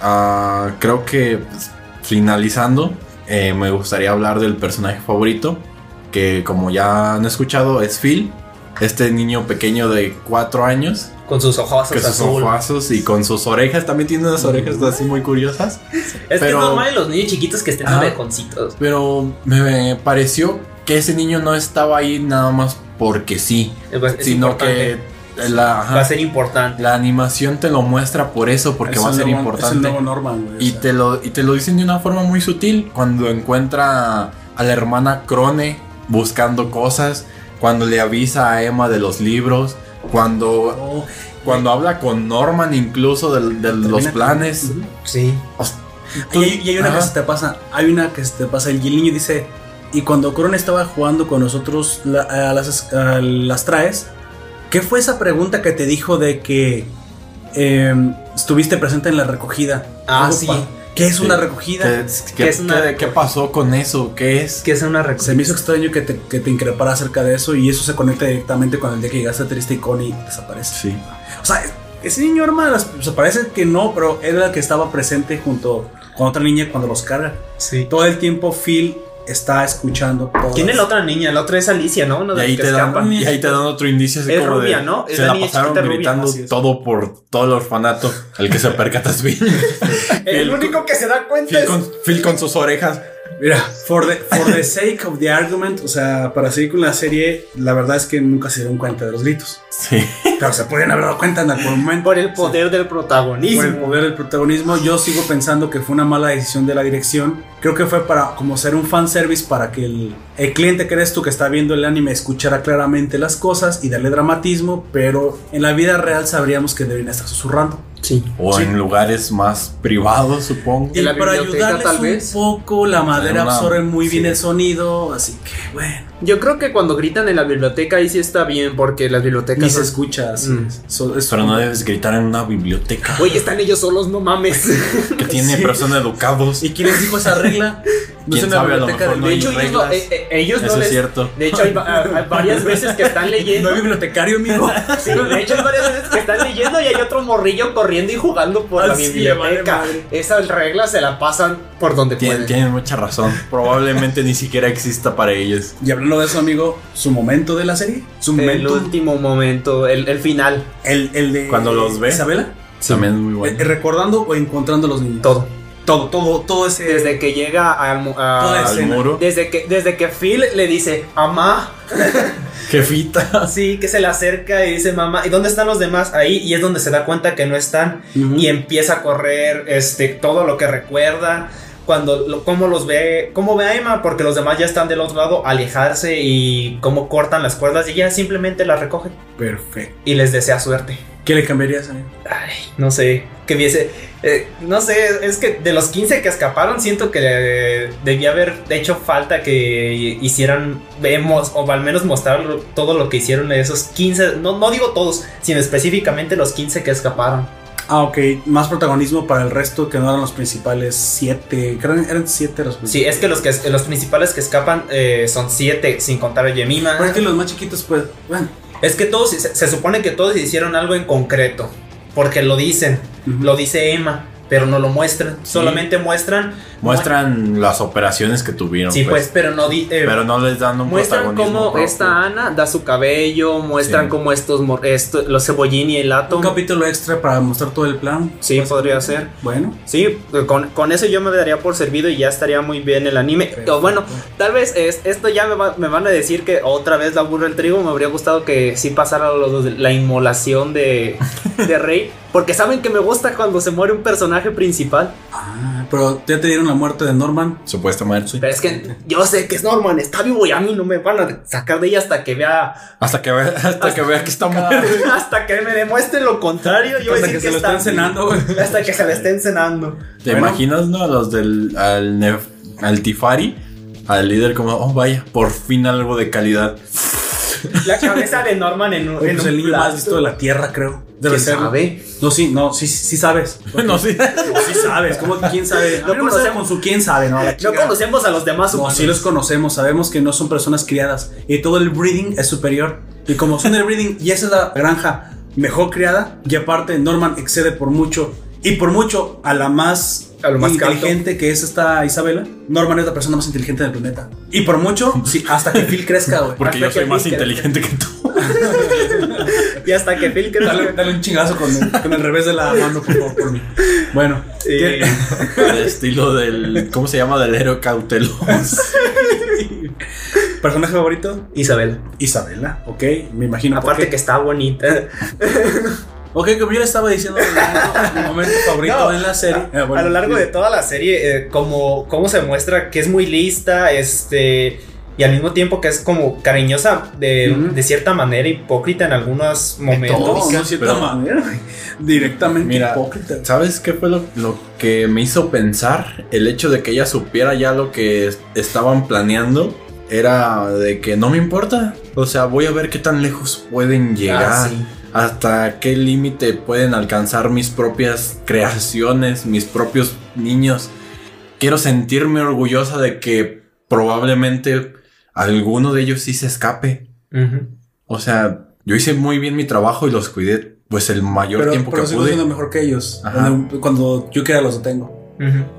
Speaker 2: Ah, creo que pues, finalizando eh, me gustaría hablar del personaje favorito que como ya han escuchado es Phil. Este niño pequeño de 4 años
Speaker 5: Con sus ojos
Speaker 2: que sus
Speaker 5: azul.
Speaker 2: ojazos y con sus orejas también tiene unas orejas así muy curiosas.
Speaker 5: Es que es
Speaker 2: pero-
Speaker 5: normal en los niños chiquitos que estén
Speaker 2: Ajá.
Speaker 5: orejoncitos.
Speaker 2: Pero me pareció que ese niño no estaba ahí nada más porque sí,
Speaker 5: Es- es
Speaker 2: sino
Speaker 5: importante.
Speaker 2: que la, ajá,
Speaker 5: va a ser importante.
Speaker 2: la animación te lo muestra por eso, porque
Speaker 1: Es
Speaker 2: va a
Speaker 1: el
Speaker 2: ser
Speaker 1: nuevo- Es el
Speaker 2: importante.
Speaker 1: nuevo Norman, güey. o
Speaker 2: y,
Speaker 1: sea.
Speaker 2: te lo, y te lo dicen de una forma muy sutil cuando encuentra a la hermana Crone buscando cosas, cuando le avisa a Emma de los libros, cuando,
Speaker 1: Oh,
Speaker 2: cuando habla con Norman incluso del- de, los
Speaker 1: termina-
Speaker 2: planes.
Speaker 1: Ujú.
Speaker 5: Sí.
Speaker 1: Y, hay- y hay una
Speaker 2: Ajá.
Speaker 1: que se te pasa, hay una que se te pasa. Y el niño dice, y cuando Coron estaba jugando con nosotros la- a las, a las traes, ¿qué fue esa pregunta que te dijo de que em, estuviste presente en la recogida?
Speaker 4: Ah,
Speaker 1: Algo
Speaker 4: sí.
Speaker 1: pa- ¿Qué es una
Speaker 2: Sí.
Speaker 1: recogida?
Speaker 2: ¿Qué, qué-
Speaker 4: es una
Speaker 2: qué- qué pasó con eso? ¿Qué es?
Speaker 4: Que es una rec-
Speaker 1: Se me hizo extraño que te, que te increpara acerca de eso y eso se conecta directamente con el día que llegaste triste y Connie desaparece.
Speaker 2: Sí.
Speaker 1: O sea, ese niño arma, las- o sea, parece que no, pero era el que estaba presente junto con otra niña cuando los carga.
Speaker 5: Sí.
Speaker 1: Todo el tiempo Phil está escuchando todo.
Speaker 4: ¿Quién es la otra niña? La otra es Alicia, ¿no? Una
Speaker 2: Y
Speaker 4: de
Speaker 2: ahí,
Speaker 4: las que
Speaker 2: te dan,
Speaker 4: escapan.
Speaker 2: y ahí te dan otro indicio. así
Speaker 4: Es
Speaker 2: como de-
Speaker 4: rubia, ¿no? Es
Speaker 2: Se
Speaker 4: la
Speaker 2: la
Speaker 4: niña
Speaker 2: pasaron
Speaker 4: chiquita rubia,
Speaker 2: gritando
Speaker 4: así es.
Speaker 2: todo por todo el orfanato. El que se percata es Phil.
Speaker 5: El único que se da cuenta
Speaker 2: Phil
Speaker 5: es.
Speaker 2: con, Phil con sus orejas.
Speaker 1: Mira, for the, for the sake of the argument, o sea, para seguir con la serie, la verdad es que nunca se dieron cuenta de los gritos.
Speaker 2: Sí.
Speaker 1: Pero se podían haber dado cuenta en algún momento.
Speaker 4: Por el poder del
Speaker 1: Por el
Speaker 4: protagonismo.
Speaker 1: poder del protagonismo, yo sigo pensando que fue una mala decisión de la dirección. Creo que fue para como ser un fanservice para que el, el cliente que eres tú que está viendo el anime escuchara claramente las cosas y darle dramatismo, pero en la vida real sabríamos que deberían estar susurrando.
Speaker 4: Sí.
Speaker 2: O
Speaker 1: Sí.
Speaker 2: en lugares más privados, supongo.
Speaker 1: Y
Speaker 4: la
Speaker 1: para
Speaker 4: biblioteca,
Speaker 1: ayudarles
Speaker 4: tal
Speaker 1: un
Speaker 4: vez.
Speaker 1: poco, la madera
Speaker 2: una-
Speaker 1: absorbe muy bien
Speaker 2: sí.
Speaker 1: el sonido, así que bueno.
Speaker 4: Yo creo que cuando gritan en la biblioteca ahí sí está bien porque las
Speaker 1: Ni
Speaker 4: bibliotecas...
Speaker 1: se escucha. así
Speaker 4: Mm.
Speaker 1: es. So- es-
Speaker 2: Pero no debes gritar en una biblioteca
Speaker 4: Oye, están ellos solos, no mames.
Speaker 2: que tiene
Speaker 1: sí.
Speaker 2: personas educados.
Speaker 1: ¿Y quién les dijo esa regla? No
Speaker 2: ¿Quién
Speaker 1: es una
Speaker 2: sabe? A lo
Speaker 1: biblioteca
Speaker 2: mejor
Speaker 1: del
Speaker 2: no hay
Speaker 4: De hecho, ellos no,
Speaker 2: reglas.
Speaker 4: eh, eh, ellos no
Speaker 2: Eso es
Speaker 4: les-
Speaker 2: cierto.
Speaker 4: De hecho, hay, va- hay varias veces que están
Speaker 1: No
Speaker 4: leyendo.
Speaker 1: hay bibliotecario, amigo.
Speaker 4: Sí, de hecho, hay varias veces que están leyendo y hay otro morrillo corriendo y jugando por la
Speaker 1: Ah, sí,
Speaker 4: biblioteca.
Speaker 1: vale madre.
Speaker 4: Esas reglas se la pasan por donde
Speaker 2: Tienen,
Speaker 4: pueden.
Speaker 2: tienen mucha razón. Probablemente ni siquiera exista para ellos.
Speaker 1: Y hablando de eso, amigo, su momento de la serie, su
Speaker 4: El
Speaker 1: momento,
Speaker 4: último momento, el, el final,
Speaker 1: el, el de
Speaker 2: Cuando los ve.
Speaker 1: Isabela,
Speaker 2: También es muy
Speaker 1: eh,
Speaker 2: bueno.
Speaker 1: recordando o encontrando a los niños.
Speaker 4: todo.
Speaker 1: todo, todo, todo ese.
Speaker 4: Desde que llega al mu- a-
Speaker 1: Toda
Speaker 2: Al
Speaker 1: escena.
Speaker 2: muro.
Speaker 4: desde que desde que Phil le dice mamá, eh,
Speaker 1: Ah,
Speaker 2: Jefita.
Speaker 5: Sí, que se le acerca y dice mamá, ¿y dónde están los demás? Ahí, y es donde se da cuenta que no están.
Speaker 1: Ujú.
Speaker 5: Y empieza a correr este, todo lo que recuerda. Cuando, lo- cómo los ve, cómo ve a Emma, porque los demás ya están del otro lado, alejarse y cómo cortan las cuerdas. Y ella simplemente las recoge
Speaker 1: Perfecto.
Speaker 5: y les desea suerte.
Speaker 1: ¿Qué le cambiarías, amigo?
Speaker 5: Ay, no sé, que viese. eh, no sé, es que de los 15 que escaparon, siento que eh, debía haber hecho falta que hicieran, vemos, o al menos mostrar lo- todo lo que hicieron esos 15. No, no digo todos, sino específicamente los 15 que escaparon.
Speaker 1: Ah, ok. Más protagonismo para el resto que no eran los principales siete. Eran, eran siete los
Speaker 5: Sí, es que los, que, los principales que escapan eh, son 7, sin contar a Yemima.
Speaker 1: Pero es que los más chiquitos, pues, bueno.
Speaker 5: Es que todos, se, se supone que todos hicieron algo en concreto, porque lo dicen,
Speaker 1: Ujú.
Speaker 5: lo dice Emma, pero no lo muestran, solamente muestran.
Speaker 2: Muestran las operaciones que tuvieron.
Speaker 5: Sí,
Speaker 2: pues,
Speaker 5: pues, pero no di, eh,
Speaker 2: Pero no les dan un
Speaker 4: muestran
Speaker 2: protagonismo.
Speaker 4: cómo
Speaker 2: propio.
Speaker 4: esta Ana da su cabello, muestran
Speaker 2: Sí.
Speaker 4: cómo estos, mor- esto- los cebollín y el
Speaker 1: Un
Speaker 4: átomo.
Speaker 1: capítulo extra para mostrar todo el plan.
Speaker 4: Sí, podría ser.
Speaker 1: Bueno.
Speaker 4: Sí, con, con eso yo me daría por servido y ya estaría muy bien el anime. Eh, O bueno, tal vez es- esto ya me, va- me van a decir que otra vez la burra el trigo. Me habría gustado que sí pasara lo de la inmolación de, de Rey. Porque saben que me gusta cuando se muere un personaje principal.
Speaker 1: Ah, pero ya te dieron la muerte de Norman.
Speaker 2: Supuestamente. sí.
Speaker 4: Pero es que yo sé que es Norman, está vivo y a mí no me van a sacar de ella hasta que vea,
Speaker 2: Hasta que vea, hasta que vea que está muerto.
Speaker 4: hasta que me demuestre lo contrario. Yo voy a
Speaker 1: Hasta que
Speaker 4: decir
Speaker 1: se lo
Speaker 4: está
Speaker 1: están cenando, güey.
Speaker 4: vivo. Hasta que se la estén cenando.
Speaker 2: ¿Te
Speaker 1: Bueno.
Speaker 2: imaginas, no? A los del. Al, Nef- al Tifari. Al líder, como, oh, vaya, por fin algo de calidad.
Speaker 5: La cabeza de Norman en un,
Speaker 1: Oye,
Speaker 5: en
Speaker 1: pues
Speaker 5: un
Speaker 1: el niño
Speaker 5: plato.
Speaker 1: más listo de la tierra, creo. Debe
Speaker 4: ¿Quién
Speaker 1: ser.
Speaker 4: sabe?
Speaker 1: No, sí, no, sí, sí sí sabes.
Speaker 2: No, sí.
Speaker 1: No, sí sabes. ¿Cómo que quién sabe?
Speaker 4: No
Speaker 1: No, conocemos
Speaker 4: conocemos.
Speaker 1: con su quién sabe, ¿no? La
Speaker 4: No
Speaker 1: chingada.
Speaker 4: conocemos a los demás
Speaker 1: No,
Speaker 4: humanos.
Speaker 1: sí los conocemos. Sabemos que no son personas criadas. Y todo el breeding es superior. Y como son el breeding, y esa es la granja mejor criada. Y aparte, Norman excede por mucho. Y por mucho a la más,
Speaker 4: A lo más
Speaker 1: inteligente que es esta Isabela. Norman es la persona más inteligente del planeta. Y por mucho, sí, hasta que Phil crezca, güey.
Speaker 2: Porque yo
Speaker 4: Hasta que
Speaker 2: soy más
Speaker 4: Phil crezca.
Speaker 2: inteligente que tú.
Speaker 4: Y hasta que Phil crezca.
Speaker 1: Dale, dale un chingazo con el, con el revés de la mano, por favor, por mí. Eh. Bueno,
Speaker 4: Eh,
Speaker 1: ¿qué-
Speaker 2: Al estilo del. ¿Cómo se llama? Del héroe cauteloso.
Speaker 1: ¿Personaje favorito?
Speaker 4: Isabel.
Speaker 1: Isabela, ok, me imagino. por
Speaker 4: Aparte
Speaker 1: qué.
Speaker 4: que está bonita.
Speaker 1: Ok, como yo le estaba diciendo, mi momento- mi momento favorito
Speaker 5: No,
Speaker 1: en la serie. Eh, bueno,
Speaker 5: a lo largo de toda la serie, eh, como, como se muestra que es muy lista, este, y al mismo tiempo que es como cariñosa de,
Speaker 1: Ujú.
Speaker 5: de cierta manera, hipócrita en algunos momentos.
Speaker 1: No, no, de cierta
Speaker 2: pero-
Speaker 1: manera, güey. Directamente
Speaker 2: Mira,
Speaker 1: hipócrita.
Speaker 2: ¿Sabes qué fue lo, lo que me hizo pensar? El hecho de que ella supiera ya lo que es- estaban planeando era de que no me importa. O sea, voy a ver qué tan lejos pueden llegar.
Speaker 5: Ah,
Speaker 2: Hasta qué límite pueden alcanzar mis propias creaciones, mis propios niños. Quiero sentirme orgullosa de que probablemente alguno de ellos sí se escape. O sea, yo hice muy bien mi trabajo y los cuidé pues el mayor
Speaker 1: Pero,
Speaker 2: tiempo
Speaker 1: pero
Speaker 2: que
Speaker 1: sigo
Speaker 2: pude.
Speaker 1: siendo mejor que ellos.
Speaker 2: Ajá.
Speaker 1: Cuando, cuando yo quiera los detengo.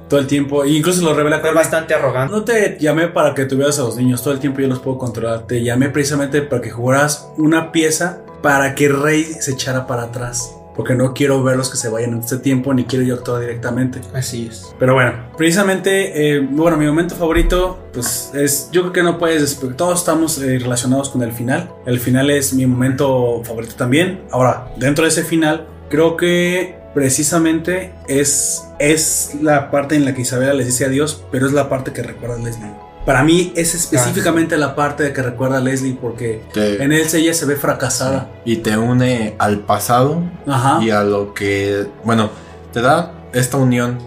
Speaker 1: Todo el tiempo. E incluso lo revela
Speaker 5: Fue
Speaker 1: con
Speaker 5: bastante arrogante.
Speaker 1: No te llamé para que tuvieras a los niños, todo el tiempo yo los puedo controlar. Te llamé precisamente para que jugaras una pieza para que Rey se echara para atrás. Porque no quiero verlos que se vayan en este tiempo, ni quiero yo actuar directamente.
Speaker 5: Así es.
Speaker 1: Pero bueno, precisamente, eh, bueno, mi momento favorito, pues es, yo creo que no puedes, despe- todos estamos eh, relacionados con el final. El final es mi momento favorito también. Ahora, dentro de ese final, creo que precisamente es, es la parte en la que Isabela les dice adiós, pero es la parte que recuerda a Leslie. Para mí es específicamente la parte de que recuerda a Leslie porque
Speaker 2: Te-
Speaker 1: en él ella se ve fracasada.
Speaker 2: y te une al pasado
Speaker 1: Ajá.
Speaker 2: y a lo que, bueno, te da esta unión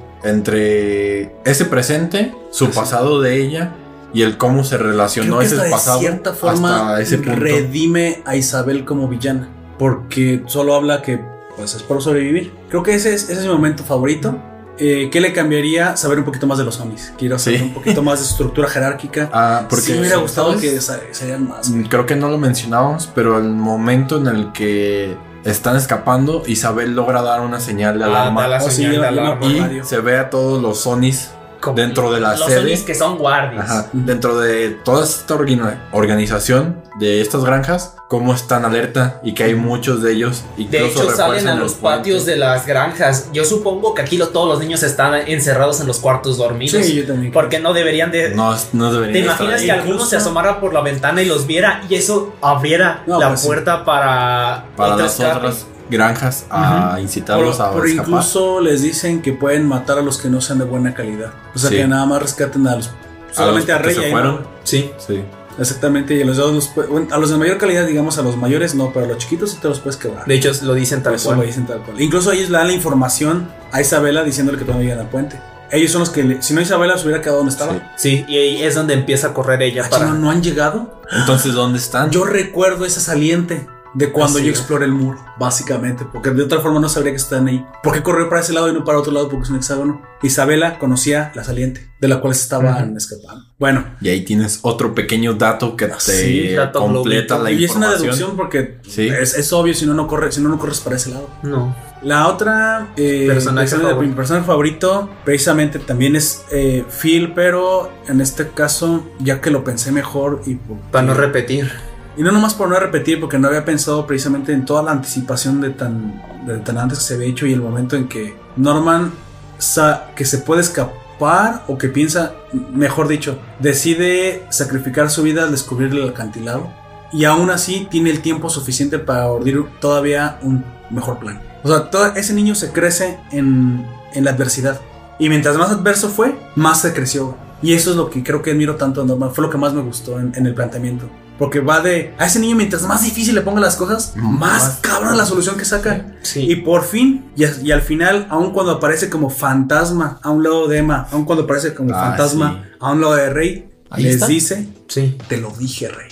Speaker 2: entre ese presente, su pasado de ella y el cómo se
Speaker 1: Creo
Speaker 2: relacionó
Speaker 1: que
Speaker 2: ese
Speaker 1: hasta de
Speaker 2: pasado
Speaker 1: cierta forma
Speaker 2: hasta ese punto.
Speaker 1: redime a Isabel como villana porque solo habla que pues es por sobrevivir creo que ese es, ese es mi momento favorito Eh, ¿qué le cambiaría? saber un poquito más de los zombies quiero saber
Speaker 2: Sí.
Speaker 1: un poquito más de su estructura jerárquica
Speaker 2: Ah, porque
Speaker 1: porque me hubiera gustado
Speaker 2: ¿sabes?
Speaker 1: que sa- salieran más
Speaker 2: Mm, Creo que no lo mencionábamos, pero el momento en el que están escapando, Isabel logra dar una señal de alarma.
Speaker 5: Ah, da la
Speaker 1: Oh, sí,
Speaker 5: señal
Speaker 1: yo-
Speaker 5: de
Speaker 1: yo me
Speaker 5: alarma.
Speaker 1: acuerdo.
Speaker 2: y
Speaker 1: Mario.
Speaker 2: se ve a todos los Sonis dentro de la
Speaker 4: Los
Speaker 2: sede.
Speaker 4: zombies que son guardias.
Speaker 2: Ajá. Dentro de toda esta orgina- organización de estas granjas, cómo están alerta y que hay muchos de ellos.
Speaker 4: De
Speaker 2: incluso
Speaker 4: hecho, salen a
Speaker 2: refuerzan
Speaker 4: los
Speaker 2: puentes.
Speaker 4: patios de las granjas. Yo supongo que aquí lo- todos los niños están encerrados en los cuartos dormidos.
Speaker 1: sí yo también
Speaker 4: Porque no deberían de.
Speaker 2: No, no deberían
Speaker 4: ¿Te
Speaker 2: estar
Speaker 4: imaginas
Speaker 2: ahí.
Speaker 4: que alguno se asomara por la ventana y los viera y eso abriera
Speaker 1: No,
Speaker 4: la
Speaker 1: pues sí.
Speaker 4: puerta para,
Speaker 2: Para
Speaker 4: otro
Speaker 2: las
Speaker 4: escape?
Speaker 2: otras granjas a incitarlos
Speaker 1: Pero-
Speaker 2: a
Speaker 1: pero
Speaker 2: escapar.
Speaker 1: incluso les dicen que pueden matar a los que no sean de buena calidad o sea
Speaker 2: Sí.
Speaker 1: que nada más rescaten a los solamente a,
Speaker 2: que
Speaker 1: Rey y
Speaker 2: se
Speaker 1: ahí
Speaker 2: fueron.
Speaker 4: Sí.
Speaker 2: Sí.
Speaker 1: Exactamente, y a los, dos los pu- bueno, a los de mayor calidad, digamos, a los mayores no, pero a los chiquitos sí te los puedes quebrar.
Speaker 4: De hecho, lo dicen tal
Speaker 2: Pues
Speaker 1: Eso lo
Speaker 4: cual.
Speaker 1: dicen tal cual. Incluso ellos le dan la información a Isabela diciéndole que todavía llegan al puente. Ellos son los que, le- si no Isabela se hubiera quedado donde estaba.
Speaker 2: Sí.
Speaker 4: Sí, y ahí es donde empieza a correr ella.
Speaker 1: Ah,
Speaker 4: para-
Speaker 1: chino, ¿no han llegado?
Speaker 2: Entonces, ¿dónde están?
Speaker 1: Yo recuerdo esa saliente de cuando
Speaker 4: Así
Speaker 1: yo
Speaker 4: es.
Speaker 1: exploré el muro, básicamente, porque de otra forma no sabría que están ahí. ¿Por qué correr para ese lado y no para otro lado porque es un hexágono? Isabela conocía la saliente de la cual se estaban escapando. Bueno,
Speaker 2: Y ahí tienes otro pequeño dato que te
Speaker 1: Sí,
Speaker 4: dato
Speaker 2: completa la
Speaker 1: y es una
Speaker 2: información.
Speaker 1: deducción porque
Speaker 2: Sí.
Speaker 1: es, es obvio si no no corre, si no no corres para ese lado.
Speaker 4: No.
Speaker 1: La otra eh,
Speaker 4: Personaje
Speaker 1: persona,
Speaker 4: favorito.
Speaker 1: mi personaje favorito precisamente también es eh, Phil, pero en este caso ya que lo pensé mejor y por-
Speaker 4: Para no repetir.
Speaker 1: y no nomás por no repetir porque no había pensado precisamente en toda la anticipación de tan de tan antes que se había hecho y el momento en que Norman sa- que se puede escapar o que piensa, mejor dicho, decide sacrificar su vida al descubrir el acantilado y aún así tiene el tiempo suficiente para ordir todavía un mejor plan. O sea, todo ese niño se crece en, en la adversidad. Y mientras más adverso fue, más se creció. Y eso es lo que creo que admiro tanto a Norman. Fue lo que más me gustó en, en el planteamiento. Porque va de... A ese niño mientras más difícil le ponga las cosas,
Speaker 2: Mm,
Speaker 1: más
Speaker 2: más-
Speaker 1: cabrón la solución que saca. Y
Speaker 4: Sí.
Speaker 1: por fin, y, a- y al final, aun cuando aparece como fantasma a un lado de Emma, aun cuando aparece como
Speaker 2: Ah,
Speaker 1: fantasma
Speaker 2: sí.
Speaker 1: a un lado de Rey,
Speaker 2: Ahí
Speaker 1: les
Speaker 2: está.
Speaker 1: dice,
Speaker 4: Sí.
Speaker 1: te lo dije, Rey.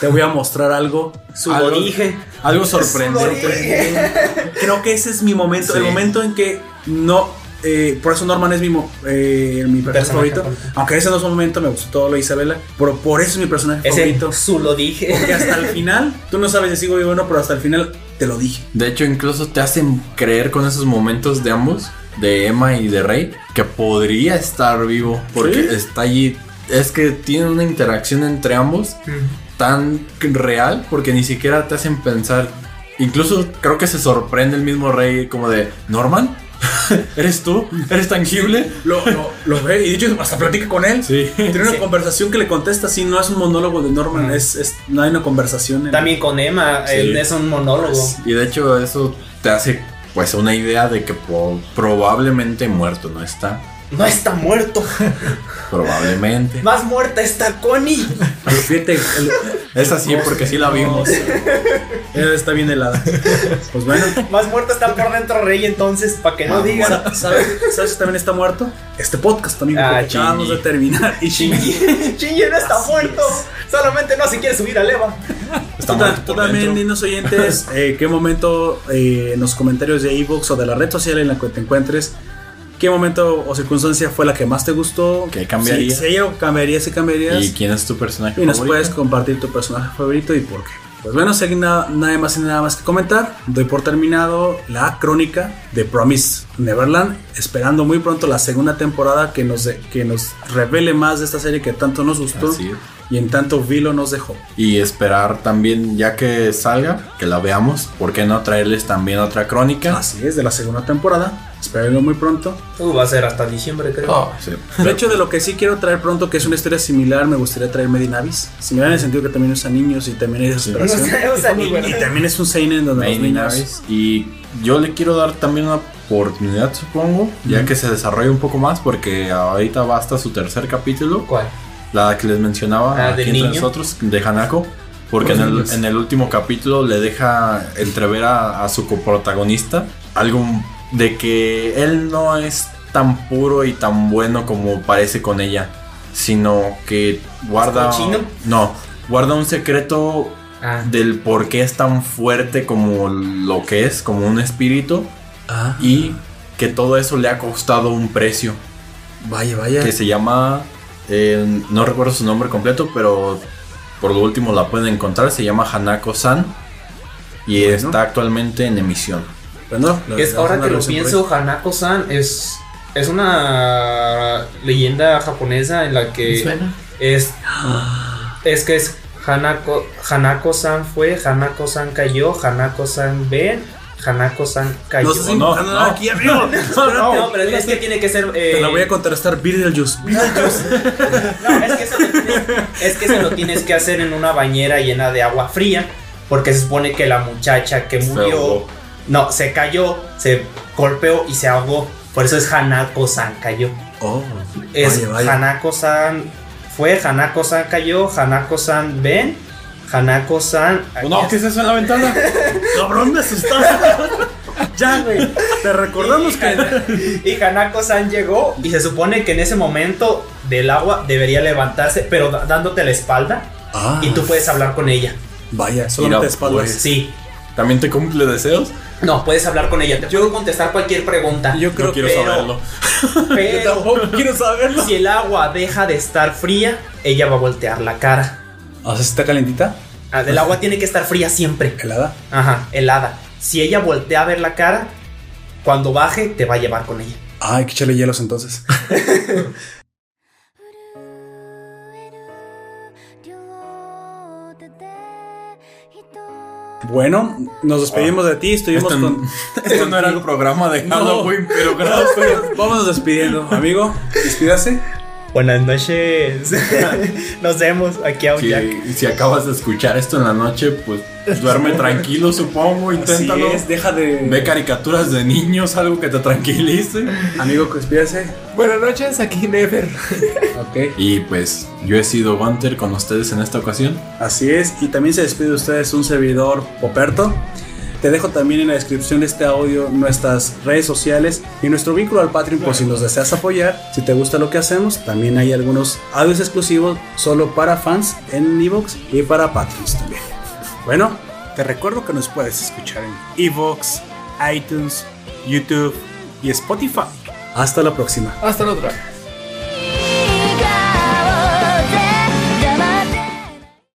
Speaker 1: Te voy a mostrar algo.
Speaker 4: Su
Speaker 2: Algo-
Speaker 4: origen.
Speaker 2: Algo sorprendente.
Speaker 1: Creo que ese es mi momento, el
Speaker 2: Sí.
Speaker 1: momento en que no... eh, por eso Norman es mi, mo- eh, mi personaje
Speaker 4: Personaje
Speaker 1: favorito.
Speaker 4: favorito.
Speaker 1: Aunque ese no es un momento, me gustó todo lo de Isabela. Pero por eso es mi personaje
Speaker 4: Ese
Speaker 1: favorito.
Speaker 4: su lo dije.
Speaker 1: Porque hasta el final, tú no sabes si sigo vivo o no, pero hasta el final te lo dije.
Speaker 2: De hecho, incluso te hacen creer con esos momentos de ambos, de Emma y de Rey, que podría estar vivo. Porque
Speaker 1: Sí.
Speaker 2: está allí. Es que tiene una interacción entre ambos tan real porque ni siquiera te hacen pensar. Incluso creo que se sorprende el mismo Rey como de Norman. ¿Eres tú? ¿Eres tangible?
Speaker 1: Lo, lo, lo ve y de hecho hasta platica con él.
Speaker 2: Sí.
Speaker 1: Tiene una conversación que le contesta, sí, no es un monólogo de Norman, es, es- no hay una conversación. en-
Speaker 4: También con Emma.
Speaker 2: Sí.
Speaker 4: él es un monólogo.
Speaker 2: Y de pues, hecho eso te hace pues una idea de que po- probablemente muerto no está.
Speaker 5: No está muerto.
Speaker 2: Probablemente.
Speaker 5: Más muerta está Connie.
Speaker 1: Pero Fíjate, el-
Speaker 2: Es así porque sí la vimos.
Speaker 1: eh, está bien helada. Pues bueno.
Speaker 5: Más muerta está por dentro Rey, entonces, para que no digan.
Speaker 1: Sa- ¿Sabes sabes que también está muerto? Este podcast, amigo,
Speaker 5: Ah,
Speaker 1: porque acabamos de
Speaker 5: Shinji.
Speaker 1: terminar. Y Shinji.
Speaker 5: Chingy no está muerto. Solamente no se quiere subir al Eva.
Speaker 1: Tú, ta- tú también, dinos oyentes, eh, qué momento eh, en los comentarios de Evox o de la red social en la que te encuentres, qué momento o circunstancia fue la que más te gustó.
Speaker 2: ¿Qué cambiaría?
Speaker 1: Si, si hay algo que cambiarías, si cambiarías.
Speaker 2: ¿Y
Speaker 1: Y,
Speaker 2: quién es tu personaje
Speaker 1: nos
Speaker 2: favorito?
Speaker 1: puedes compartir tu personaje favorito y por qué. Pues bueno, si hay na- nada más y nada más que comentar, doy por terminado la crónica de Promise Neverland, esperando muy pronto la segunda temporada que nos, de- que nos revele más de esta serie que tanto nos gustó
Speaker 2: Así es.
Speaker 1: y en tanto Vilo nos dejó.
Speaker 2: Y esperar también, ya que salga, que la veamos. ¿Por qué no traerles también otra crónica?
Speaker 1: Así es, de la segunda temporada. Espérenlo muy pronto.
Speaker 5: Uh, va a ser hasta diciembre, creo.
Speaker 3: Oh,
Speaker 1: Ah,
Speaker 2: Sí.
Speaker 1: De hecho, de lo que sí quiero traer pronto, que es una historia similar, me gustaría traer Medinavis. Similar en el sentido que también usa niños y también hay
Speaker 5: No
Speaker 1: desesperación.
Speaker 5: sé, o sea, ni-
Speaker 1: Y también es un seinen donde los
Speaker 2: Maiden
Speaker 1: niños.
Speaker 2: Abyss. Y yo le quiero dar también una oportunidad, supongo, ya que se desarrolle un poco más, porque ahorita va hasta su tercer capítulo,
Speaker 5: ¿Cuál?
Speaker 2: la que les mencionaba
Speaker 5: Ah,
Speaker 2: aquí
Speaker 5: del
Speaker 2: entre
Speaker 5: niño.
Speaker 2: nosotros, de Hanako. Porque en el, en el último capítulo le deja entrever a, a su coprotagonista algo de que él no es tan puro y tan bueno como parece con ella, sino que guarda.
Speaker 5: cochino?
Speaker 2: No, guarda un secreto
Speaker 5: Ah.
Speaker 2: del por qué es tan fuerte como lo que es, como un espíritu,
Speaker 1: Ah,
Speaker 2: y que todo eso le ha costado un precio,
Speaker 1: vaya, vaya.
Speaker 2: que se llama, eh, no recuerdo su nombre completo, pero por lo último la pueden encontrar, se llama Hanako-san, y está actualmente en emisión.
Speaker 1: Pero no, la-
Speaker 5: Es,
Speaker 1: la-
Speaker 5: ahora
Speaker 1: la
Speaker 5: que lo
Speaker 1: versión por
Speaker 5: pienso, Hanako-san es, es una leyenda japonesa en la
Speaker 3: ¿me
Speaker 5: que
Speaker 3: suena?
Speaker 5: es, es que es Hanako, Hanako-san fue, Hanako-san cayó, Hanako-san ven, Hanako-san
Speaker 1: ahí.
Speaker 5: cayó.
Speaker 1: No estás
Speaker 2: no,
Speaker 1: inventando nada
Speaker 2: no.
Speaker 1: aquí, amigo.
Speaker 5: No,
Speaker 1: Espérate.
Speaker 5: pero es, es que tiene que ser. eh,
Speaker 1: Te la voy a contrastar Beetlejuice.
Speaker 5: No, es que, eso lo tienes, es que eso lo tienes que hacer en una bañera llena de agua fría. Porque se supone que la muchacha que
Speaker 2: Se
Speaker 5: murió.
Speaker 2: ahogó.
Speaker 5: No, se cayó, se golpeó y se ahogó. Por eso es Hanako-san cayó.
Speaker 1: Oh,
Speaker 5: Es
Speaker 1: vaya, vaya.
Speaker 5: Hanako-san fue, Hanako-san cayó, Hanako-san ven, Hanako-san. aquí
Speaker 2: Pues No, ¿qué es eso en la ventana?
Speaker 1: Cabrón, me asustaste. ya, güey. Te recordamos
Speaker 5: Y
Speaker 1: que.
Speaker 5: Hana- Y Hanako-san llegó y se supone que en ese momento del agua debería levantarse, pero da- dándote la espalda
Speaker 1: Ah,
Speaker 5: y tú puedes hablar con ella.
Speaker 1: Vaya, solamente
Speaker 2: Mira,
Speaker 1: espaldas.
Speaker 2: pues.
Speaker 5: Sí.
Speaker 2: ¿También te cumple deseos?
Speaker 5: No, puedes hablar con ella. Te puedo contestar cualquier pregunta.
Speaker 1: Yo creo
Speaker 2: no quiero
Speaker 1: que.
Speaker 5: pero-
Speaker 2: saberlo.
Speaker 5: Pero
Speaker 1: Tampoco quiero saberlo.
Speaker 5: si el agua deja de estar fría, ella va a voltear la cara.
Speaker 1: O sea, está calentita,
Speaker 5: Ah, El agua tiene que estar fría siempre.
Speaker 1: helada.
Speaker 5: Ajá, helada. Si ella voltea a ver la cara, cuando baje, te va a llevar con ella.
Speaker 1: Ah, hay que echarle hielos entonces. Bueno, nos despedimos de ti, estuvimos
Speaker 2: Esto,
Speaker 1: con.
Speaker 2: esto no era el programa de
Speaker 1: No.
Speaker 2: Halloween, pero gracias.
Speaker 1: Vámonos despidiendo, amigo. Despídase.
Speaker 5: Buenas noches. Nos vemos aquí
Speaker 1: Oh,
Speaker 5: a
Speaker 2: Si, si acabas de escuchar esto en la noche, pues duerme tranquilo, supongo,
Speaker 1: Así
Speaker 2: inténtalo.
Speaker 1: es, deja de.
Speaker 2: Ve caricaturas de niños, algo que te tranquilice.
Speaker 1: Amigo, despídase.
Speaker 3: Buenas noches, aquí Never.
Speaker 1: Ok.
Speaker 2: Y pues yo he sido Gunter con ustedes en esta ocasión.
Speaker 1: Así es, y también se despide de ustedes un servidor Poperto. Te dejo también en la descripción de este audio nuestras redes sociales y nuestro vínculo al Patreon por si nos deseas apoyar. Si te gusta lo que hacemos, también hay algunos audios exclusivos solo para fans en Evox y para Patreons también. Bueno, te recuerdo que nos puedes escuchar en Evox, iTunes, YouTube y Spotify. Hasta la próxima.
Speaker 3: Hasta la otra.